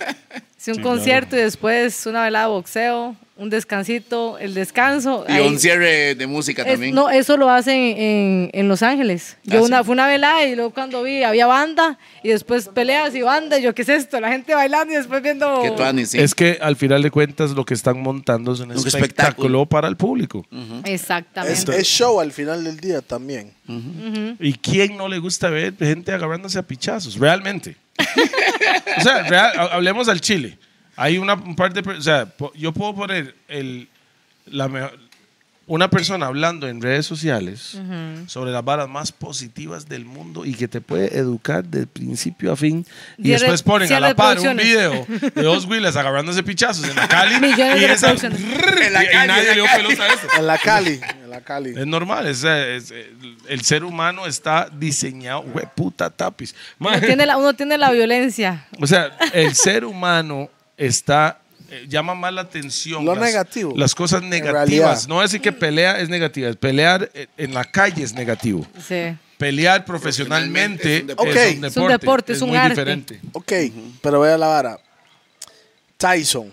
[SPEAKER 5] Sí, un concierto y después una velada de boxeo, un descansito, el descanso.
[SPEAKER 2] y
[SPEAKER 5] ahí-
[SPEAKER 2] un cierre de música
[SPEAKER 5] Es-
[SPEAKER 2] también.
[SPEAKER 5] no, eso lo hacen en, en Los Ángeles. Yo
[SPEAKER 2] Ah,
[SPEAKER 5] una,
[SPEAKER 2] sí.
[SPEAKER 5] fue una velada y luego cuando vi había banda y después peleas y banda. Y yo, ¿qué es esto? La gente bailando y después viendo.
[SPEAKER 2] Que tú, Ani, sí.
[SPEAKER 3] Es que al final de cuentas lo que están montando es un,
[SPEAKER 2] Un
[SPEAKER 3] espectáculo,
[SPEAKER 2] espectáculo.
[SPEAKER 3] para el público.
[SPEAKER 4] Es,
[SPEAKER 5] Exactamente.
[SPEAKER 4] es show al final del día también.
[SPEAKER 3] ¿Y quién no le gusta ver gente agarrándose a pichazos? Realmente. o sea, real- ha- hablemos al Chile. Hay una parte, o sea, po- yo puedo poner el, la mejor- una persona hablando en redes sociales sobre las varas más positivas del mundo y que te puede educar de principio a fin. Y
[SPEAKER 5] Diez
[SPEAKER 3] después
[SPEAKER 5] re-
[SPEAKER 3] ponen a
[SPEAKER 5] cien
[SPEAKER 3] la par un
[SPEAKER 5] reproducciones.
[SPEAKER 3] video de dos Willas agarrándose pichazos en la Cali.
[SPEAKER 5] Millones
[SPEAKER 3] y
[SPEAKER 5] de
[SPEAKER 3] esa-
[SPEAKER 5] reproducciones.
[SPEAKER 3] y-
[SPEAKER 2] En la
[SPEAKER 3] y
[SPEAKER 2] calle, en la
[SPEAKER 3] nadie le dio
[SPEAKER 2] calle.
[SPEAKER 3] pelota a eso.
[SPEAKER 4] En la Cali. En la Cali.
[SPEAKER 3] Es normal, es, eh, es, eh, el ser humano está diseñado, güey, puta tapiz. Ma-
[SPEAKER 5] Uno tiene, la, uno tiene la violencia.
[SPEAKER 3] o sea, el ser humano está eh, llama más la atención.
[SPEAKER 4] Lo
[SPEAKER 3] las,
[SPEAKER 4] negativo.
[SPEAKER 3] Las cosas
[SPEAKER 4] realidad.
[SPEAKER 3] negativas. No decir que pelea es negativa, pelear eh, en la calle es negativo.
[SPEAKER 5] Sí.
[SPEAKER 3] Pelear profesionalmente es un
[SPEAKER 4] Ok.
[SPEAKER 3] deporte.
[SPEAKER 4] Es
[SPEAKER 5] un deporte, es un
[SPEAKER 3] muy
[SPEAKER 5] arte.
[SPEAKER 3] diferente.
[SPEAKER 4] Ok, pero voy a la vara. Tyson,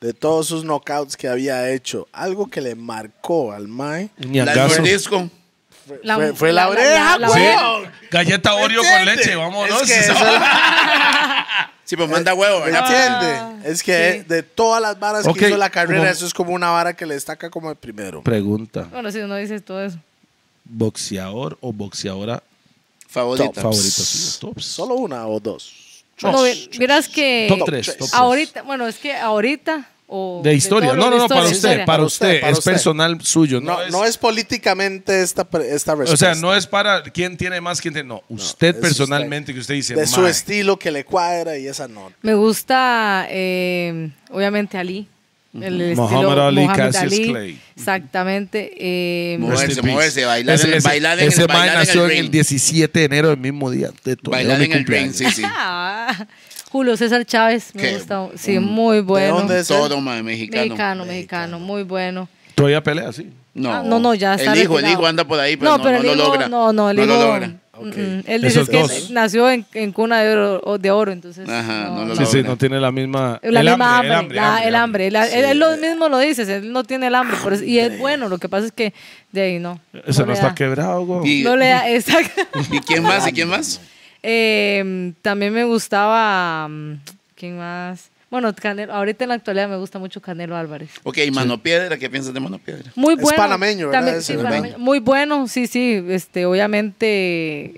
[SPEAKER 4] de todos sus knockouts que había hecho, algo que le marcó al Mae
[SPEAKER 2] La mordisco.
[SPEAKER 4] fue, fue la oreja,
[SPEAKER 5] la- la-
[SPEAKER 4] güey.
[SPEAKER 5] la-
[SPEAKER 3] Galleta Oreo con
[SPEAKER 4] ¿Entiende?
[SPEAKER 3] leche, vámonos.
[SPEAKER 4] Es que eso es
[SPEAKER 2] Sí, pues manda huevo,
[SPEAKER 4] ¿Me
[SPEAKER 2] ¿verdad?
[SPEAKER 4] entiende? Es que de todas las varas
[SPEAKER 3] Ok,
[SPEAKER 4] que hizo la carrera,
[SPEAKER 3] como-
[SPEAKER 4] eso es como una vara que le destaca como el primero.
[SPEAKER 3] Pregunta,
[SPEAKER 5] Bueno, si uno dice todo eso.
[SPEAKER 3] ¿boxeador o boxeadora
[SPEAKER 2] Favorita.
[SPEAKER 3] favorito suyo? Tops.
[SPEAKER 4] Solo una o dos.
[SPEAKER 5] Bueno, vi- vieras que.
[SPEAKER 3] Top Eh, tres, top tres.
[SPEAKER 5] Ahorita, bueno, es que ahorita. O
[SPEAKER 3] De historia.
[SPEAKER 5] todo lo-
[SPEAKER 3] no,
[SPEAKER 5] de
[SPEAKER 3] no, no, para usted,
[SPEAKER 5] historia, historia.
[SPEAKER 3] para
[SPEAKER 4] Para
[SPEAKER 3] usted.
[SPEAKER 4] usted, para
[SPEAKER 3] es
[SPEAKER 4] usted.
[SPEAKER 3] personal suyo. No,
[SPEAKER 4] No,
[SPEAKER 3] es,
[SPEAKER 4] no es políticamente esta, pre- esta
[SPEAKER 3] O
[SPEAKER 4] respuesta.
[SPEAKER 3] sea, no es para quién tiene más, quién tiene. No, usted
[SPEAKER 4] es
[SPEAKER 3] personalmente
[SPEAKER 4] usted.
[SPEAKER 3] que usted dice.
[SPEAKER 4] De su
[SPEAKER 3] "Mae".
[SPEAKER 4] estilo que le cuadra y esa no.
[SPEAKER 5] Me gusta, eh, obviamente, Ali. El estilo
[SPEAKER 3] Muhammad Ali,
[SPEAKER 5] Muhammad
[SPEAKER 3] Cassius
[SPEAKER 5] Ali.
[SPEAKER 3] Clay.
[SPEAKER 5] Exactamente. eh,
[SPEAKER 2] Mo- Moverse,
[SPEAKER 3] Rest in peace.
[SPEAKER 2] moverse, bailar en- bailar en
[SPEAKER 3] ese
[SPEAKER 2] el-
[SPEAKER 3] mae
[SPEAKER 2] bailar en el
[SPEAKER 3] nació en
[SPEAKER 2] ring.
[SPEAKER 3] el 17 de enero del mismo día. De Toledo,
[SPEAKER 2] Bailar
[SPEAKER 3] mi
[SPEAKER 2] en el ring,
[SPEAKER 3] cumpleaños.
[SPEAKER 2] sí, sí.
[SPEAKER 5] ah, Julio César Chávez, me
[SPEAKER 2] Qué
[SPEAKER 5] gusta. Sí, muy bueno.
[SPEAKER 4] dónde es?
[SPEAKER 2] Todo, madre, mexicano.
[SPEAKER 5] Mexicano, mexicano, muy bueno.
[SPEAKER 3] Todavía pelea, sí.
[SPEAKER 2] No,
[SPEAKER 5] Ah, no, no, ya está.
[SPEAKER 2] El hijo, el
[SPEAKER 5] retirado.
[SPEAKER 2] hijo anda por ahí, pero no, no, lo
[SPEAKER 5] el hijo-
[SPEAKER 2] logra.
[SPEAKER 5] No, no, el
[SPEAKER 2] lo
[SPEAKER 5] hijo-
[SPEAKER 2] logra.
[SPEAKER 5] mm,
[SPEAKER 4] Ok.
[SPEAKER 5] mm, Él dice
[SPEAKER 3] Esos
[SPEAKER 5] que
[SPEAKER 3] dos.
[SPEAKER 5] nació en, en cuna de oro, o de oro entonces.
[SPEAKER 2] Ajá, no lo
[SPEAKER 3] Sí,
[SPEAKER 2] logra.
[SPEAKER 3] sí, no tiene la misma.
[SPEAKER 5] La
[SPEAKER 3] el
[SPEAKER 5] misma
[SPEAKER 3] hambre, el
[SPEAKER 5] hambre,
[SPEAKER 3] hambre,
[SPEAKER 5] la-
[SPEAKER 3] hambre,
[SPEAKER 5] el hambre.
[SPEAKER 3] hambre.
[SPEAKER 5] la- él, él lo mismo lo dice, él no tiene el hambre, pero es- y es bueno, lo que pasa es que de ahí no.
[SPEAKER 3] Eso no,
[SPEAKER 5] le
[SPEAKER 3] está
[SPEAKER 5] da.
[SPEAKER 3] quebrado, güey.
[SPEAKER 2] Y-
[SPEAKER 5] No le da, exacto.
[SPEAKER 2] ¿Y quién más? ¿Y quién más?
[SPEAKER 5] Eh, también me gustaba. mm, ¿Quién más? Bueno, Canelo, ahorita en la actualidad me gusta mucho Canelo Álvarez.
[SPEAKER 2] Ok, y Mano Piedra, ¿qué piensas de Mano Piedra?
[SPEAKER 5] Muy
[SPEAKER 4] Es
[SPEAKER 5] bueno.
[SPEAKER 4] panameño, ¿verdad?
[SPEAKER 5] También,
[SPEAKER 4] Ese,
[SPEAKER 5] sí,
[SPEAKER 4] ¿verdad?
[SPEAKER 5] panameño. Muy bueno, sí, sí. Este, obviamente,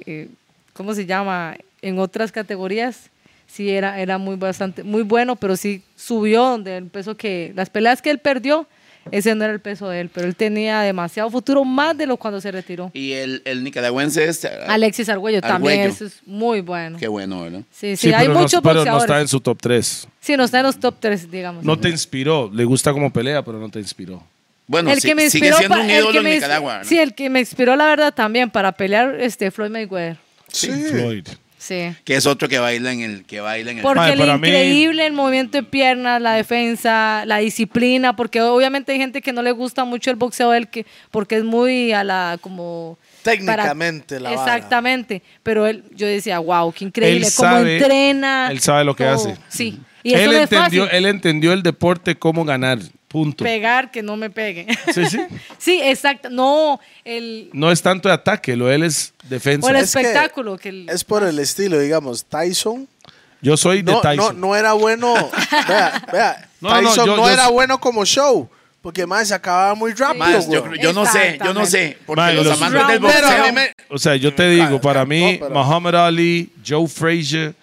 [SPEAKER 5] eh, ¿cómo se llama? En otras categorías, sí era, era muy bastante, muy bueno, pero sí subió donde empezó que las peleas que él perdió, Ese no era el peso de él, pero él tenía demasiado futuro, más de lo cuando se retiró.
[SPEAKER 2] Y el, el nicaragüense este.
[SPEAKER 5] Alexis Argüello también,
[SPEAKER 2] Argüello.
[SPEAKER 5] ese es muy bueno.
[SPEAKER 2] Qué bueno, ¿verdad?
[SPEAKER 5] Sí, sí, hay
[SPEAKER 3] pero no-
[SPEAKER 5] muchos
[SPEAKER 3] pero no
[SPEAKER 5] boxeadores.
[SPEAKER 3] está en su top 3.
[SPEAKER 5] Sí, no está en los top 3, digamos.
[SPEAKER 3] No te inspiró. Le gusta cómo pelea, pero no te inspiró.
[SPEAKER 2] Bueno,
[SPEAKER 5] el
[SPEAKER 2] sí-
[SPEAKER 5] que me
[SPEAKER 2] sigue
[SPEAKER 5] inspiró
[SPEAKER 2] siendo
[SPEAKER 5] pa-
[SPEAKER 2] un
[SPEAKER 5] el que
[SPEAKER 2] ídolo en
[SPEAKER 5] me ins-
[SPEAKER 2] Nicaragua. ¿no?
[SPEAKER 5] Sí, el que me inspiró la verdad también para pelear este Floyd Mayweather.
[SPEAKER 4] Sí.
[SPEAKER 3] Pink Floyd.
[SPEAKER 5] Sí.
[SPEAKER 2] Que es otro que baila en el. Que baila en el
[SPEAKER 5] Porque
[SPEAKER 3] Mae,
[SPEAKER 5] el
[SPEAKER 3] para mí-
[SPEAKER 5] increíble, el movimiento de piernas, la defensa, la disciplina, porque obviamente hay gente que no le gusta mucho el boxeo del que, porque es muy a la como
[SPEAKER 4] Técnicamente la vara.
[SPEAKER 5] Exactamente. Pero él, yo decía, wow, qué increíble,
[SPEAKER 3] Él
[SPEAKER 5] cómo
[SPEAKER 3] sabe-
[SPEAKER 5] entrena.
[SPEAKER 3] él sabe lo que
[SPEAKER 5] todo".
[SPEAKER 3] hace.
[SPEAKER 5] Sí. Y eso
[SPEAKER 3] Él
[SPEAKER 5] no es
[SPEAKER 3] entendió,
[SPEAKER 5] fácil.
[SPEAKER 3] él entendió el deporte, cómo ganar. Punto.
[SPEAKER 5] Pegar que no me peguen.
[SPEAKER 3] Sí, sí.
[SPEAKER 5] sí, exacto. No, el
[SPEAKER 3] No es tanto de ataque, lo de él es defensa.
[SPEAKER 5] Bueno,
[SPEAKER 4] Es que
[SPEAKER 5] espectáculo que el-
[SPEAKER 4] Es por el estilo, digamos. Tyson.
[SPEAKER 3] Yo soy de
[SPEAKER 4] No, no,
[SPEAKER 3] Tyson.
[SPEAKER 4] no era bueno. Vea, vea.
[SPEAKER 3] No, no,
[SPEAKER 4] Tyson
[SPEAKER 3] yo-
[SPEAKER 4] no,
[SPEAKER 3] yo-
[SPEAKER 4] era bueno como show. Porque más se acababa muy rápido.
[SPEAKER 2] Más, yo,
[SPEAKER 4] güey.
[SPEAKER 2] yo no sé, yo no sé. Porque
[SPEAKER 3] Mae,
[SPEAKER 2] los
[SPEAKER 3] los
[SPEAKER 2] amantes del
[SPEAKER 5] rounders,
[SPEAKER 2] boxeo.
[SPEAKER 4] a mí me-
[SPEAKER 3] O sea, yo te digo, para mí,
[SPEAKER 4] no, pero-
[SPEAKER 3] Muhammad Ali, Joe Frazier,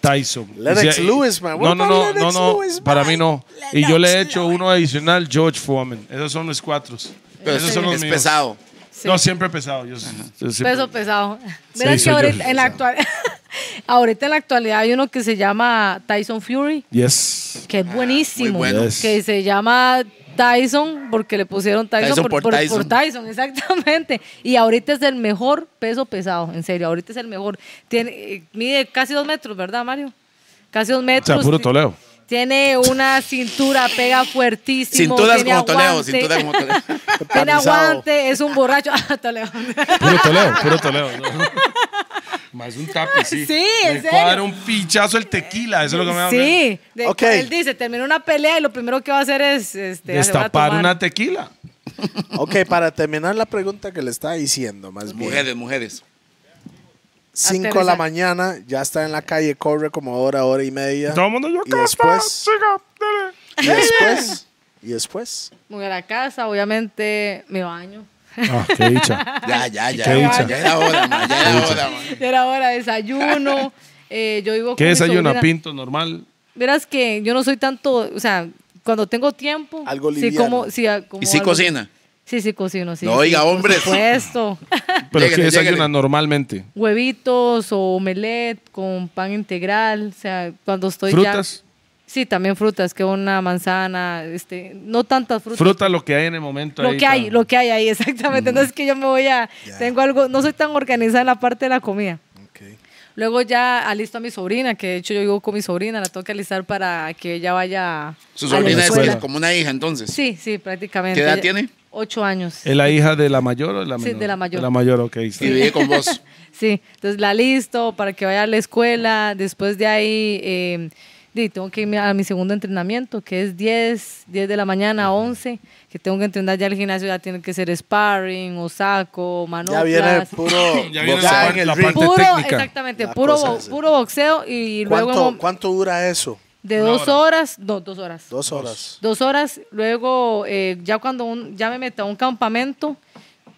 [SPEAKER 3] Tyson.
[SPEAKER 4] Lennox
[SPEAKER 3] O sea,
[SPEAKER 4] Lewis, man.
[SPEAKER 3] No,
[SPEAKER 4] What
[SPEAKER 3] no,
[SPEAKER 4] about
[SPEAKER 3] no, no,
[SPEAKER 4] Lennox
[SPEAKER 3] no,
[SPEAKER 4] Lewis,
[SPEAKER 3] para
[SPEAKER 4] man?
[SPEAKER 3] mí no. Y yo le he hecho uno adicional, George Foreman. Esos son los cuatro.
[SPEAKER 2] Pero
[SPEAKER 3] Esos
[SPEAKER 2] es,
[SPEAKER 3] son los
[SPEAKER 2] es
[SPEAKER 3] míos.
[SPEAKER 2] pesado.
[SPEAKER 5] Sí.
[SPEAKER 3] No, siempre pesado. Yo, yo siempre-
[SPEAKER 5] Peso pesado. Verás que
[SPEAKER 3] soy yo.
[SPEAKER 5] ahorita en, la actual, ahorita en la actualidad hay uno que se llama Tyson Fury,
[SPEAKER 3] Yes.
[SPEAKER 5] que es buenísimo.
[SPEAKER 2] Ah, muy bueno.
[SPEAKER 3] Yes.
[SPEAKER 5] Que se llama Tyson porque le pusieron Tyson,
[SPEAKER 2] Tyson
[SPEAKER 5] por,
[SPEAKER 2] por
[SPEAKER 5] por- por
[SPEAKER 2] Tyson.
[SPEAKER 5] Tyson, exactamente. Y ahorita es el mejor peso pesado, en serio, ahorita es el mejor. Tiene, eh, mide casi dos metros, ¿verdad, Mario? Casi dos metros.
[SPEAKER 3] puro
[SPEAKER 5] Ti-
[SPEAKER 3] toleo.
[SPEAKER 5] Tiene una cintura, pega fuertísimo.
[SPEAKER 2] Cinturas
[SPEAKER 5] tiene
[SPEAKER 2] como Toleo,
[SPEAKER 5] aguante.
[SPEAKER 2] cinturas como Toleo.
[SPEAKER 5] Tiene
[SPEAKER 4] Empanizado.
[SPEAKER 5] aguante, es un borracho. Ah, Toledo.
[SPEAKER 3] Puro toleo, puro toleo. Más un tape, sí.
[SPEAKER 5] Sí, en
[SPEAKER 3] Le
[SPEAKER 5] serio.
[SPEAKER 3] cuadra un pinchazo el tequila. Eso es lo que me va
[SPEAKER 5] Sí, de-
[SPEAKER 4] Ok.
[SPEAKER 5] él dice, termina una pelea y lo primero que va a hacer es este,
[SPEAKER 3] Destapar
[SPEAKER 5] hacer- va a
[SPEAKER 3] una
[SPEAKER 5] tomar.
[SPEAKER 3] tequila.
[SPEAKER 4] Ok, para terminar la pregunta que le estaba diciendo, más bien.
[SPEAKER 2] Mujeres, mujeres.
[SPEAKER 4] 5 de la
[SPEAKER 5] Aterrizar.
[SPEAKER 4] mañana, ya está en la calle, corre como hora, hora y media.
[SPEAKER 3] Todo el mundo, yo,
[SPEAKER 4] Y
[SPEAKER 3] "Capa,
[SPEAKER 4] después,
[SPEAKER 3] siga, dele".
[SPEAKER 4] y después, y después.
[SPEAKER 5] Me voy a la casa, obviamente me baño.
[SPEAKER 3] Ah, qué dicha.
[SPEAKER 2] Ya, ya, ya.
[SPEAKER 3] Qué
[SPEAKER 2] Ya
[SPEAKER 3] dicha.
[SPEAKER 2] ya era hora, ma, ya era hora, ma.
[SPEAKER 5] Ya Era hora de desayuno. eh, yo vivo
[SPEAKER 3] ¿Qué
[SPEAKER 5] con mi
[SPEAKER 3] desayuna?
[SPEAKER 5] sobrina.
[SPEAKER 3] Pinto normal.
[SPEAKER 5] Verás que yo no soy tanto, o sea, cuando tengo tiempo.
[SPEAKER 4] Algo
[SPEAKER 5] sí
[SPEAKER 4] liviano.
[SPEAKER 5] como, sí, ah, como
[SPEAKER 2] ¿Y si
[SPEAKER 5] algo-
[SPEAKER 2] cocina?
[SPEAKER 5] Sí, sí cocino, sí.
[SPEAKER 2] No, oiga,
[SPEAKER 5] sí,
[SPEAKER 2] hombres.
[SPEAKER 5] Por supuesto.
[SPEAKER 3] Pero
[SPEAKER 2] Lléguele,
[SPEAKER 3] ¿qué desayuna
[SPEAKER 2] lléguele.
[SPEAKER 3] normalmente?
[SPEAKER 5] Huevitos o omelette con pan integral, o sea, cuando estoy ya-
[SPEAKER 3] ¿Frutas?
[SPEAKER 5] Sí, también frutas, que una manzana, este, no tantas frutas.
[SPEAKER 3] Fruta lo que hay en el momento.
[SPEAKER 5] lo
[SPEAKER 3] ahí,
[SPEAKER 5] que hay,
[SPEAKER 3] claro.
[SPEAKER 5] lo que hay ahí, exactamente. No es que yo me voy a, tengo algo, no soy tan organizada en la parte de la comida. Luego ya alisto a mi sobrina, que de hecho yo vivo con mi sobrina, la tengo que alistar para que ella vaya
[SPEAKER 2] Su
[SPEAKER 5] a la
[SPEAKER 2] sobrina es
[SPEAKER 5] escuela.
[SPEAKER 2] como una hija, entonces.
[SPEAKER 5] Sí, sí, prácticamente.
[SPEAKER 2] ¿Qué edad
[SPEAKER 5] Ella-
[SPEAKER 2] tiene?
[SPEAKER 5] Ocho años.
[SPEAKER 3] ¿Es la hija de la mayor o de la
[SPEAKER 5] Sí,
[SPEAKER 3] menor?
[SPEAKER 5] de la mayor.
[SPEAKER 3] De la mayor, ok. está
[SPEAKER 2] Y
[SPEAKER 3] bien.
[SPEAKER 2] vive con vos.
[SPEAKER 5] Sí, entonces la listo para que vaya a la escuela. Después de ahí, eh, di, tengo que irme a mi segundo entrenamiento, que es 10, 10 de la mañana a 11, que tengo que entrenar ya el gimnasio, ya tiene que ser sparring o saco, manoplas.
[SPEAKER 4] Ya viene el puro.
[SPEAKER 3] Ya
[SPEAKER 4] ya
[SPEAKER 3] viene
[SPEAKER 2] la
[SPEAKER 4] en el
[SPEAKER 3] parte- la
[SPEAKER 4] ring.
[SPEAKER 3] parte-
[SPEAKER 5] Puro,
[SPEAKER 3] técnica.
[SPEAKER 5] exactamente,
[SPEAKER 4] La
[SPEAKER 5] puro,
[SPEAKER 4] cosa
[SPEAKER 5] bo-
[SPEAKER 4] esa.
[SPEAKER 5] puro boxeo y luego en
[SPEAKER 4] ¿Cuánto,
[SPEAKER 5] un-
[SPEAKER 4] ¿Cuánto dura eso?
[SPEAKER 5] de dos horas, no, dos horas.
[SPEAKER 4] Dos horas.
[SPEAKER 5] Dos horas, luego eh, ya cuando un- ya me meto a un campamento,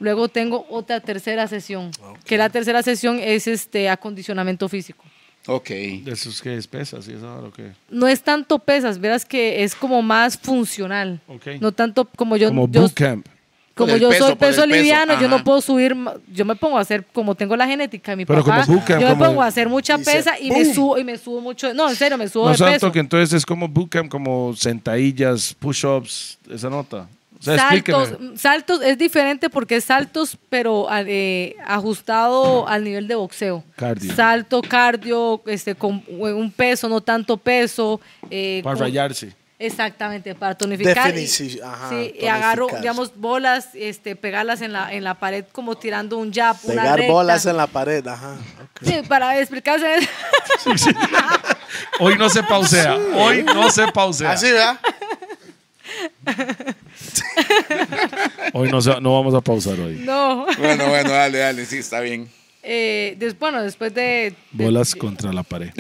[SPEAKER 5] luego tengo otra tercera sesión,
[SPEAKER 2] Ah,
[SPEAKER 5] que la tercera sesión es este acondicionamiento físico.
[SPEAKER 2] Ok.
[SPEAKER 3] ¿De esos que es pesas y eso o qué?
[SPEAKER 5] No es tanto pesas, verás que es como más funcional.
[SPEAKER 3] Ok.
[SPEAKER 5] No tanto como yo
[SPEAKER 3] Como
[SPEAKER 5] yo,
[SPEAKER 3] bootcamp.
[SPEAKER 5] como
[SPEAKER 2] Por el
[SPEAKER 5] yo
[SPEAKER 2] peso,
[SPEAKER 5] soy
[SPEAKER 2] por el
[SPEAKER 5] peso
[SPEAKER 2] peso,
[SPEAKER 5] liviano, yo
[SPEAKER 2] ajá.
[SPEAKER 5] no puedo subir, ma- yo me pongo a hacer como tengo la genética de mi
[SPEAKER 3] Pero
[SPEAKER 5] papá,
[SPEAKER 3] como bootcamp,
[SPEAKER 5] yo me
[SPEAKER 3] como-
[SPEAKER 5] pongo a hacer mucha
[SPEAKER 4] Dice,
[SPEAKER 5] pesa y me
[SPEAKER 4] ¡pum!
[SPEAKER 5] subo y me subo mucho, no, en serio, me subo
[SPEAKER 3] No
[SPEAKER 5] de peso.
[SPEAKER 3] tanto que entonces es como bootcamp, como sentadillas, push-ups, esa nota. O sea,
[SPEAKER 5] saltos,
[SPEAKER 3] explíqueme.
[SPEAKER 5] mm, saltos es diferente porque es saltos, pero a- eh, ajustado al nivel de boxeo.
[SPEAKER 3] Cardio.
[SPEAKER 5] Salto, cardio, este, con un peso, no tanto peso. eh,
[SPEAKER 3] Para
[SPEAKER 5] con-
[SPEAKER 3] rayarse.
[SPEAKER 5] Exactamente, para tonificar.
[SPEAKER 4] Definici-
[SPEAKER 5] y,
[SPEAKER 4] ajá,
[SPEAKER 5] sí, y
[SPEAKER 4] tonificar.
[SPEAKER 5] agarro, digamos, bolas, este, pegarlas en la, en la pared como tirando un jab, una
[SPEAKER 4] Pegar
[SPEAKER 5] recta.
[SPEAKER 4] bolas en la pared, ajá. ok.
[SPEAKER 5] Sí, para explicarse.
[SPEAKER 3] Hoy no se pausea. Hoy no se pausea.
[SPEAKER 4] Así, ¿verdad?
[SPEAKER 3] Hoy no, se- no vamos a pausar hoy.
[SPEAKER 5] no.
[SPEAKER 2] Bueno, bueno, dale, dale, sí, está bien.
[SPEAKER 5] Eh, des- bueno, después de, de-
[SPEAKER 3] Bolas contra la pared.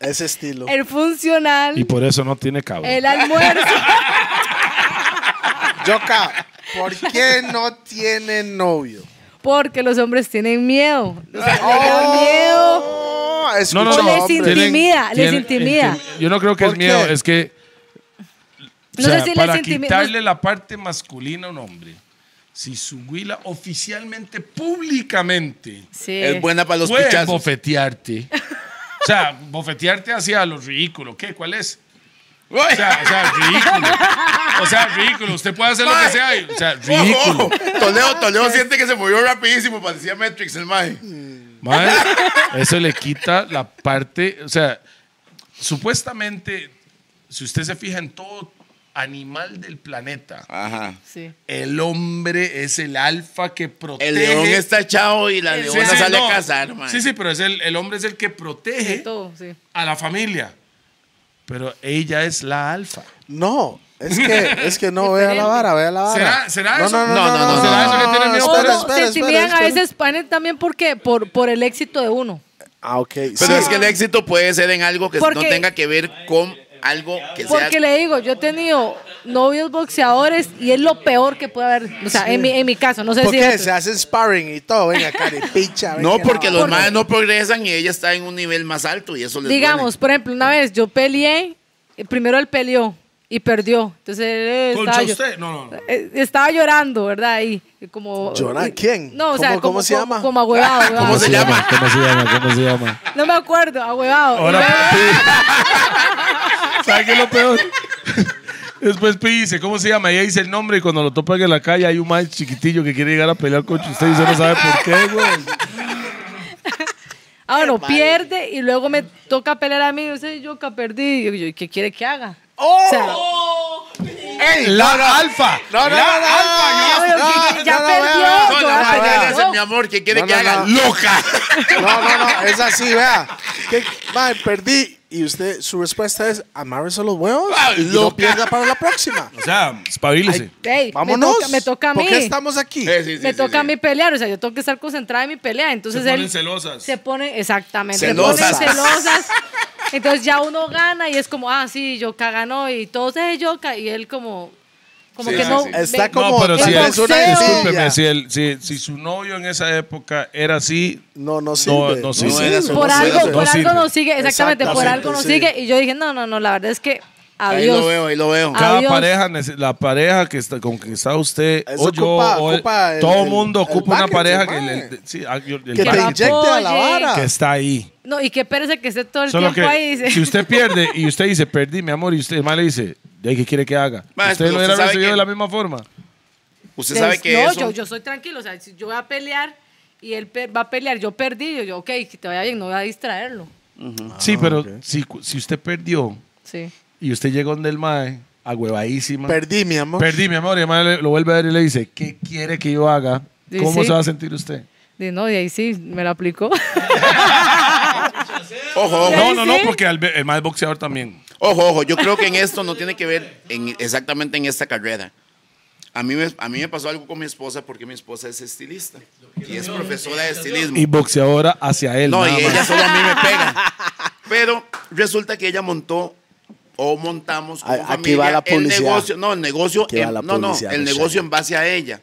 [SPEAKER 4] Ese estilo.
[SPEAKER 5] el funcional,
[SPEAKER 3] Y por eso no tiene cabo.
[SPEAKER 5] el almuerzo.
[SPEAKER 4] Yoka, ¿por qué no tiene novio?
[SPEAKER 5] Porque los hombres tienen miedo. Los hombres
[SPEAKER 4] Oh,
[SPEAKER 5] tienen miedo.
[SPEAKER 4] escucha,
[SPEAKER 5] no, no.
[SPEAKER 4] hombre.
[SPEAKER 5] Les intimida, les intimida.
[SPEAKER 3] yo no creo que
[SPEAKER 4] ¿Por
[SPEAKER 3] es miedo,
[SPEAKER 4] qué?
[SPEAKER 3] es que
[SPEAKER 5] No
[SPEAKER 3] o sea,
[SPEAKER 5] sé si
[SPEAKER 3] para
[SPEAKER 5] les intimi- no-
[SPEAKER 3] quitarle la parte masculina a un hombre. Si su huila oficialmente, públicamente,
[SPEAKER 5] Sí.
[SPEAKER 2] Es buena para los
[SPEAKER 3] puede
[SPEAKER 2] pichazos.
[SPEAKER 3] bofetearte. O sea, bofetearte hacia lo ridículo. ¿Qué? ¿Cuál es? O sea, o sea, ridículo. O sea, ridículo. Usted puede hacer lo que sea. y- O sea, ridículo.
[SPEAKER 2] Ojo, Toledo, Toledo siente que se movió rapidísimo, parecía Matrix el mae.
[SPEAKER 3] Mae, eso le quita la parte, o sea, supuestamente, si usted se fija en todo animal del planeta,
[SPEAKER 2] Ajá.
[SPEAKER 5] Sí.
[SPEAKER 3] el hombre es el alfa que protege.
[SPEAKER 2] El león está echado y la
[SPEAKER 5] Sí,
[SPEAKER 2] leona
[SPEAKER 5] sí,
[SPEAKER 2] sale
[SPEAKER 3] no.
[SPEAKER 2] a cazar, mae.
[SPEAKER 3] Sí, sí, pero es el, el hombre es el que protege
[SPEAKER 5] Sí, todo, sí.
[SPEAKER 3] a la familia. Pero ella es la alfa.
[SPEAKER 4] No, es que, es que no, vea la vara, vea la vara.
[SPEAKER 3] ¿Será- será
[SPEAKER 4] no,
[SPEAKER 3] eso?
[SPEAKER 4] No, no,
[SPEAKER 2] No,
[SPEAKER 4] no,
[SPEAKER 2] no, no, ¿será eso que
[SPEAKER 3] tiene miedo?
[SPEAKER 5] Uno
[SPEAKER 4] Espera,
[SPEAKER 5] se
[SPEAKER 4] espera,
[SPEAKER 5] intimidan
[SPEAKER 4] espera,
[SPEAKER 5] a
[SPEAKER 4] espera.
[SPEAKER 5] veces panen también porque por, por el éxito de uno.
[SPEAKER 4] Ah, ok.
[SPEAKER 2] Pero es que el éxito puede ser en algo que no
[SPEAKER 5] Porque-
[SPEAKER 2] tenga que ver con algo que sea.
[SPEAKER 5] Porque le digo, yo he tenido novios boxeadores y es lo peor que puede haber. O sea, en, mi, en mi caso, no sé
[SPEAKER 4] ¿Por
[SPEAKER 5] si.
[SPEAKER 4] qué?
[SPEAKER 5] otro.
[SPEAKER 4] Se hacen sparring y todo, venga, carepicha. venga,
[SPEAKER 2] No,
[SPEAKER 4] la
[SPEAKER 2] porque
[SPEAKER 4] vara.
[SPEAKER 2] los madres no progresan y ella está en un nivel más alto y eso les
[SPEAKER 5] Digamos, por ejemplo, una vez yo peleé, eh, primero él peleó y perdió. Entonces eh, estaba,
[SPEAKER 3] ¿Contra
[SPEAKER 5] yo-
[SPEAKER 3] usted? No, no, no.
[SPEAKER 5] eh, estaba llorando, ¿verdad? Ahí, y como.
[SPEAKER 4] ¿Llorar?
[SPEAKER 5] y-
[SPEAKER 4] ¿Quién?
[SPEAKER 5] No, o sea,
[SPEAKER 4] ¿Cómo-
[SPEAKER 5] como,
[SPEAKER 4] cómo se
[SPEAKER 5] como-
[SPEAKER 4] llama?
[SPEAKER 5] Como ahuevado, ahuevado.
[SPEAKER 2] ¿Cómo se llama?
[SPEAKER 6] ¿Cómo se llama? ¿Cómo se llama?
[SPEAKER 5] No me acuerdo, ahuevado. Y luego-
[SPEAKER 3] Ahora, ¿sabes qué es lo peor? Después Pi dice, ¿cómo se llama? Ella dice el nombre y cuando lo topan en la calle hay un mal chiquitillo que quiere llegar a pelear contra usted y usted no sabe por qué, güey.
[SPEAKER 5] Ah, bueno, pierde y luego me toca pelear a mí. Yo sé, yo que perdí. Yo, yo, ¿Qué quiere que haga? O sea,
[SPEAKER 3] La alfa.
[SPEAKER 4] No, no, no, no,
[SPEAKER 5] ya,
[SPEAKER 4] no, no,
[SPEAKER 5] ya- ya
[SPEAKER 4] no, no,
[SPEAKER 5] perdió.
[SPEAKER 4] vea.
[SPEAKER 2] duele.
[SPEAKER 5] yo
[SPEAKER 2] No,
[SPEAKER 5] voy
[SPEAKER 2] la
[SPEAKER 5] a
[SPEAKER 2] madre
[SPEAKER 5] pelear.
[SPEAKER 2] le hace, mi amor, ¿qué quiere
[SPEAKER 4] No,
[SPEAKER 2] que
[SPEAKER 4] no,
[SPEAKER 2] haga?
[SPEAKER 4] no.
[SPEAKER 2] ¡Loca!
[SPEAKER 4] No, no, no, es así, vea. Que, mae, perdí. Y usted, su respuesta es amárrese los huevos
[SPEAKER 2] Ah,
[SPEAKER 4] y no
[SPEAKER 2] loca.
[SPEAKER 4] pierda para la próxima.
[SPEAKER 3] O sea, espabilese.
[SPEAKER 5] Ey,
[SPEAKER 4] Vámonos.
[SPEAKER 5] Me toca, me toca a mí.
[SPEAKER 4] ¿Por qué estamos aquí?
[SPEAKER 2] Sí, sí, sí,
[SPEAKER 5] me
[SPEAKER 2] sí,
[SPEAKER 5] toca
[SPEAKER 2] sí.
[SPEAKER 5] a mí pelear. O sea, yo tengo que estar concentrada en mi pelea. Entonces
[SPEAKER 3] Se ponen
[SPEAKER 5] él
[SPEAKER 3] celosas.
[SPEAKER 5] Se pone, exactamente.
[SPEAKER 2] Celosas.
[SPEAKER 5] Se ponen celosas. Entonces ya uno gana y es como, ah, sí, Yoka ganó y todos, eh, Yoka. Y él como, como
[SPEAKER 2] Sí,
[SPEAKER 5] que
[SPEAKER 2] sí,
[SPEAKER 5] no.
[SPEAKER 2] sí.
[SPEAKER 4] Está
[SPEAKER 5] me-
[SPEAKER 4] como-
[SPEAKER 3] no, pero
[SPEAKER 5] el
[SPEAKER 3] si,
[SPEAKER 5] boxeo-
[SPEAKER 3] él-
[SPEAKER 4] es una
[SPEAKER 3] discúlpeme,
[SPEAKER 4] silla.
[SPEAKER 3] si, él- si, si su novio en esa época era así,
[SPEAKER 4] No, no
[SPEAKER 3] no,
[SPEAKER 4] sirve.
[SPEAKER 3] no sirve.
[SPEAKER 2] No era su-
[SPEAKER 5] por
[SPEAKER 2] no
[SPEAKER 5] algo,
[SPEAKER 2] sirve.
[SPEAKER 5] por
[SPEAKER 3] No
[SPEAKER 5] algo
[SPEAKER 3] sirve.
[SPEAKER 5] nos sigue, exactamente, por
[SPEAKER 4] Exactamente,
[SPEAKER 5] algo nos
[SPEAKER 4] sí.
[SPEAKER 5] sigue. Y yo dije, no, no, no, la verdad es que adiós.
[SPEAKER 2] Ahí lo veo, ahí lo veo.
[SPEAKER 5] Ah,
[SPEAKER 3] Cada
[SPEAKER 5] Adiós.
[SPEAKER 3] pareja, nece- la pareja que está, con que está usted,
[SPEAKER 4] Eso
[SPEAKER 3] o yo,
[SPEAKER 4] ocupa-
[SPEAKER 3] o él,
[SPEAKER 4] ocupa el-
[SPEAKER 3] todo
[SPEAKER 4] el-
[SPEAKER 3] mundo
[SPEAKER 4] el
[SPEAKER 3] ocupa una
[SPEAKER 4] marketing,
[SPEAKER 3] pareja que,
[SPEAKER 4] mae.
[SPEAKER 3] le- le- sí, ah, yo- el
[SPEAKER 4] Que te
[SPEAKER 5] lo
[SPEAKER 3] marketing,
[SPEAKER 4] inyecte a la
[SPEAKER 5] apoye.
[SPEAKER 4] vara.
[SPEAKER 3] que está ahí.
[SPEAKER 5] No, y qué pereza que esté todo el
[SPEAKER 3] Solo
[SPEAKER 5] tiempo
[SPEAKER 3] que
[SPEAKER 5] ahí. dice.
[SPEAKER 3] si usted pierde y usted dice, perdí, mi amor, y usted mal le dice, ¿de qué quiere que haga?
[SPEAKER 2] Ma, pero
[SPEAKER 3] ¿Usted lo
[SPEAKER 2] usted
[SPEAKER 3] hubiera
[SPEAKER 2] sabe
[SPEAKER 3] recibido
[SPEAKER 2] que-
[SPEAKER 3] de la misma forma?
[SPEAKER 2] Usted sabe que
[SPEAKER 5] No,
[SPEAKER 2] eso.
[SPEAKER 5] yo, yo soy tranquilo. O sea, si yo voy a pelear y él pe- va a pelear, yo perdí. Yo, yo, ok, que te vaya bien, no voy a distraerlo.
[SPEAKER 4] Ah,
[SPEAKER 3] sí, pero si, cu- si usted perdió
[SPEAKER 5] Sí.
[SPEAKER 3] y usted llegó donde el mae, agüevadísima,
[SPEAKER 4] Perdí, mi amor.
[SPEAKER 3] perdí, mi amor, y el mae le- lo vuelve a ver y le dice, ¿qué quiere que yo haga?
[SPEAKER 5] Sí,
[SPEAKER 3] ¿Cómo
[SPEAKER 5] sí.
[SPEAKER 3] se va a sentir usted?
[SPEAKER 5] De, no, de ahí sí, me la aplicó.
[SPEAKER 2] Ojo, ojo,
[SPEAKER 5] Sí.
[SPEAKER 3] No, no, no, porque el, el mae es boxeador también.
[SPEAKER 2] ojo, ojo. Yo creo que en esto no tiene que ver en- exactamente en esta carrera. A mí, me, a mí me pasó algo con mi esposa porque mi esposa es estilista y es profesora de estilismo.
[SPEAKER 3] Y boxeadora hacia él.
[SPEAKER 2] No, y
[SPEAKER 3] nada más.
[SPEAKER 2] ella solo a mí me pega. Pero resulta que ella montó o montamos como
[SPEAKER 4] A- aquí
[SPEAKER 2] familia
[SPEAKER 4] va la
[SPEAKER 2] el
[SPEAKER 4] publicidad.
[SPEAKER 2] negocio, no, el negocio,
[SPEAKER 4] Aquí va
[SPEAKER 2] en-
[SPEAKER 4] la
[SPEAKER 2] no, no,
[SPEAKER 4] publicidad,
[SPEAKER 2] el
[SPEAKER 4] Michelle.
[SPEAKER 2] negocio en base a ella.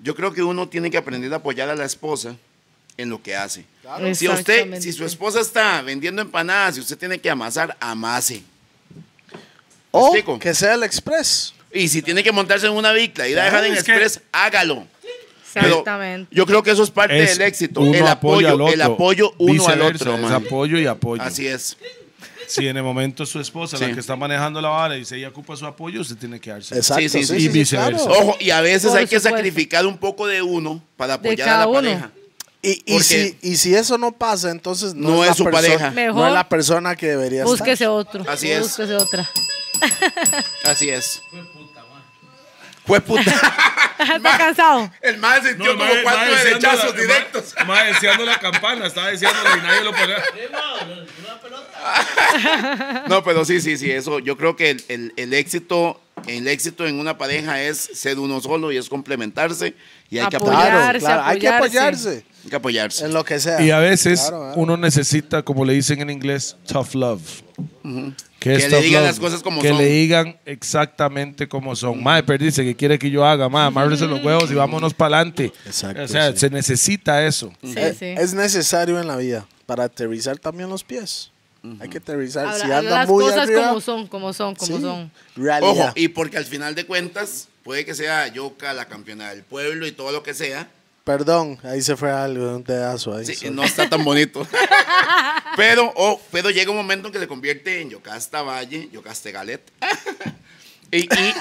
[SPEAKER 2] Yo creo que uno tiene que aprender a apoyar a la esposa en lo que hace. Si a usted,
[SPEAKER 5] Exactamente.
[SPEAKER 2] si su esposa está vendiendo empanadas y usted tiene que amasar, amase.
[SPEAKER 4] O
[SPEAKER 2] Chico.
[SPEAKER 4] que sea el express.
[SPEAKER 2] Y si tiene que montarse en una bicla y la dejar en
[SPEAKER 3] es que-
[SPEAKER 2] express, hágalo. Pero
[SPEAKER 5] Exactamente.
[SPEAKER 2] yo creo que eso es parte
[SPEAKER 3] Es
[SPEAKER 2] del éxito,
[SPEAKER 3] uno
[SPEAKER 2] el
[SPEAKER 3] apoya
[SPEAKER 2] apoyo,
[SPEAKER 3] al
[SPEAKER 2] el
[SPEAKER 3] otro,
[SPEAKER 2] apoyo uno al
[SPEAKER 3] viceversa,
[SPEAKER 2] otro,
[SPEAKER 3] es
[SPEAKER 2] man.
[SPEAKER 3] apoyo y apoyo.
[SPEAKER 2] Así es.
[SPEAKER 3] Si en el momento su esposa, la
[SPEAKER 2] Sí.
[SPEAKER 3] que está manejando la vara, y si ella ocupa su apoyo, usted tiene que darse.
[SPEAKER 4] Exacto.
[SPEAKER 2] sí, sí,
[SPEAKER 3] y viceversa.
[SPEAKER 4] claro.
[SPEAKER 2] Ojo, y a veces
[SPEAKER 5] Por
[SPEAKER 2] hay que
[SPEAKER 5] supuesto.
[SPEAKER 2] sacrificar un poco de uno para
[SPEAKER 5] De
[SPEAKER 2] apoyar a
[SPEAKER 5] cada
[SPEAKER 2] la
[SPEAKER 5] uno.
[SPEAKER 2] pareja.
[SPEAKER 4] Y, y
[SPEAKER 2] Porque-
[SPEAKER 4] si, y si eso no pasa, entonces no,
[SPEAKER 2] No
[SPEAKER 4] es, la
[SPEAKER 2] es su
[SPEAKER 4] persona-
[SPEAKER 2] pareja.
[SPEAKER 5] Mejor
[SPEAKER 4] No es la persona que debería
[SPEAKER 5] Búsquese
[SPEAKER 4] estar.
[SPEAKER 5] otro.
[SPEAKER 2] Así es.
[SPEAKER 5] Búsquese otra.
[SPEAKER 2] Así es. Fue puta.
[SPEAKER 5] Ah, ¿Está cansado?
[SPEAKER 2] El mal sintió como cuatro derechazos directos.
[SPEAKER 3] Más deseando la campana, estaba deseándola y nadie lo ponía.
[SPEAKER 2] No, pero sí, sí, sí, eso. Yo creo que el, el- el éxito, el éxito en una pareja es ser uno solo y es complementarse y hay que
[SPEAKER 5] Apoyar.
[SPEAKER 2] apoyarse.
[SPEAKER 4] Claro, claro. Hay que
[SPEAKER 5] apoyarse.
[SPEAKER 4] apoyarse
[SPEAKER 2] Hay que apoyarse.
[SPEAKER 4] en lo que sea.
[SPEAKER 3] Y a veces
[SPEAKER 4] Claro, claro.
[SPEAKER 3] uno necesita, como le dicen en inglés, tough love. ¿Qué
[SPEAKER 2] Que
[SPEAKER 3] es
[SPEAKER 2] le
[SPEAKER 3] tough
[SPEAKER 2] digan las cosas como
[SPEAKER 3] que
[SPEAKER 2] son.
[SPEAKER 3] le digan exactamente como son. Madre, perdice, ¿qué quiere que yo haga? Madre, amárrese los huevos y vámonos para adelante.
[SPEAKER 4] Exacto,
[SPEAKER 3] O sea,
[SPEAKER 4] sí.
[SPEAKER 3] se necesita eso.
[SPEAKER 5] Sí,
[SPEAKER 4] Eh,
[SPEAKER 5] sí.
[SPEAKER 4] Es necesario en la vida para aterrizar también los pies. Hay que aterrizar.
[SPEAKER 5] Habla-
[SPEAKER 4] si
[SPEAKER 5] habla
[SPEAKER 4] anda
[SPEAKER 5] las
[SPEAKER 4] muy
[SPEAKER 5] cosas
[SPEAKER 4] arriba,
[SPEAKER 5] como son, como son, como
[SPEAKER 4] sí,
[SPEAKER 5] son.
[SPEAKER 4] Realidad.
[SPEAKER 2] Ojo, y porque al final de cuentas, puede que sea Yoca, la campeona del pueblo y todo lo que sea,
[SPEAKER 4] Perdón, ahí se fue algo, un pedazo ahí.
[SPEAKER 2] sí,
[SPEAKER 4] sorry.
[SPEAKER 2] no está tan bonito. pero, oh, pero llega un momento en que se convierte en Yocasta Valle, Yocaste Galet. y, y-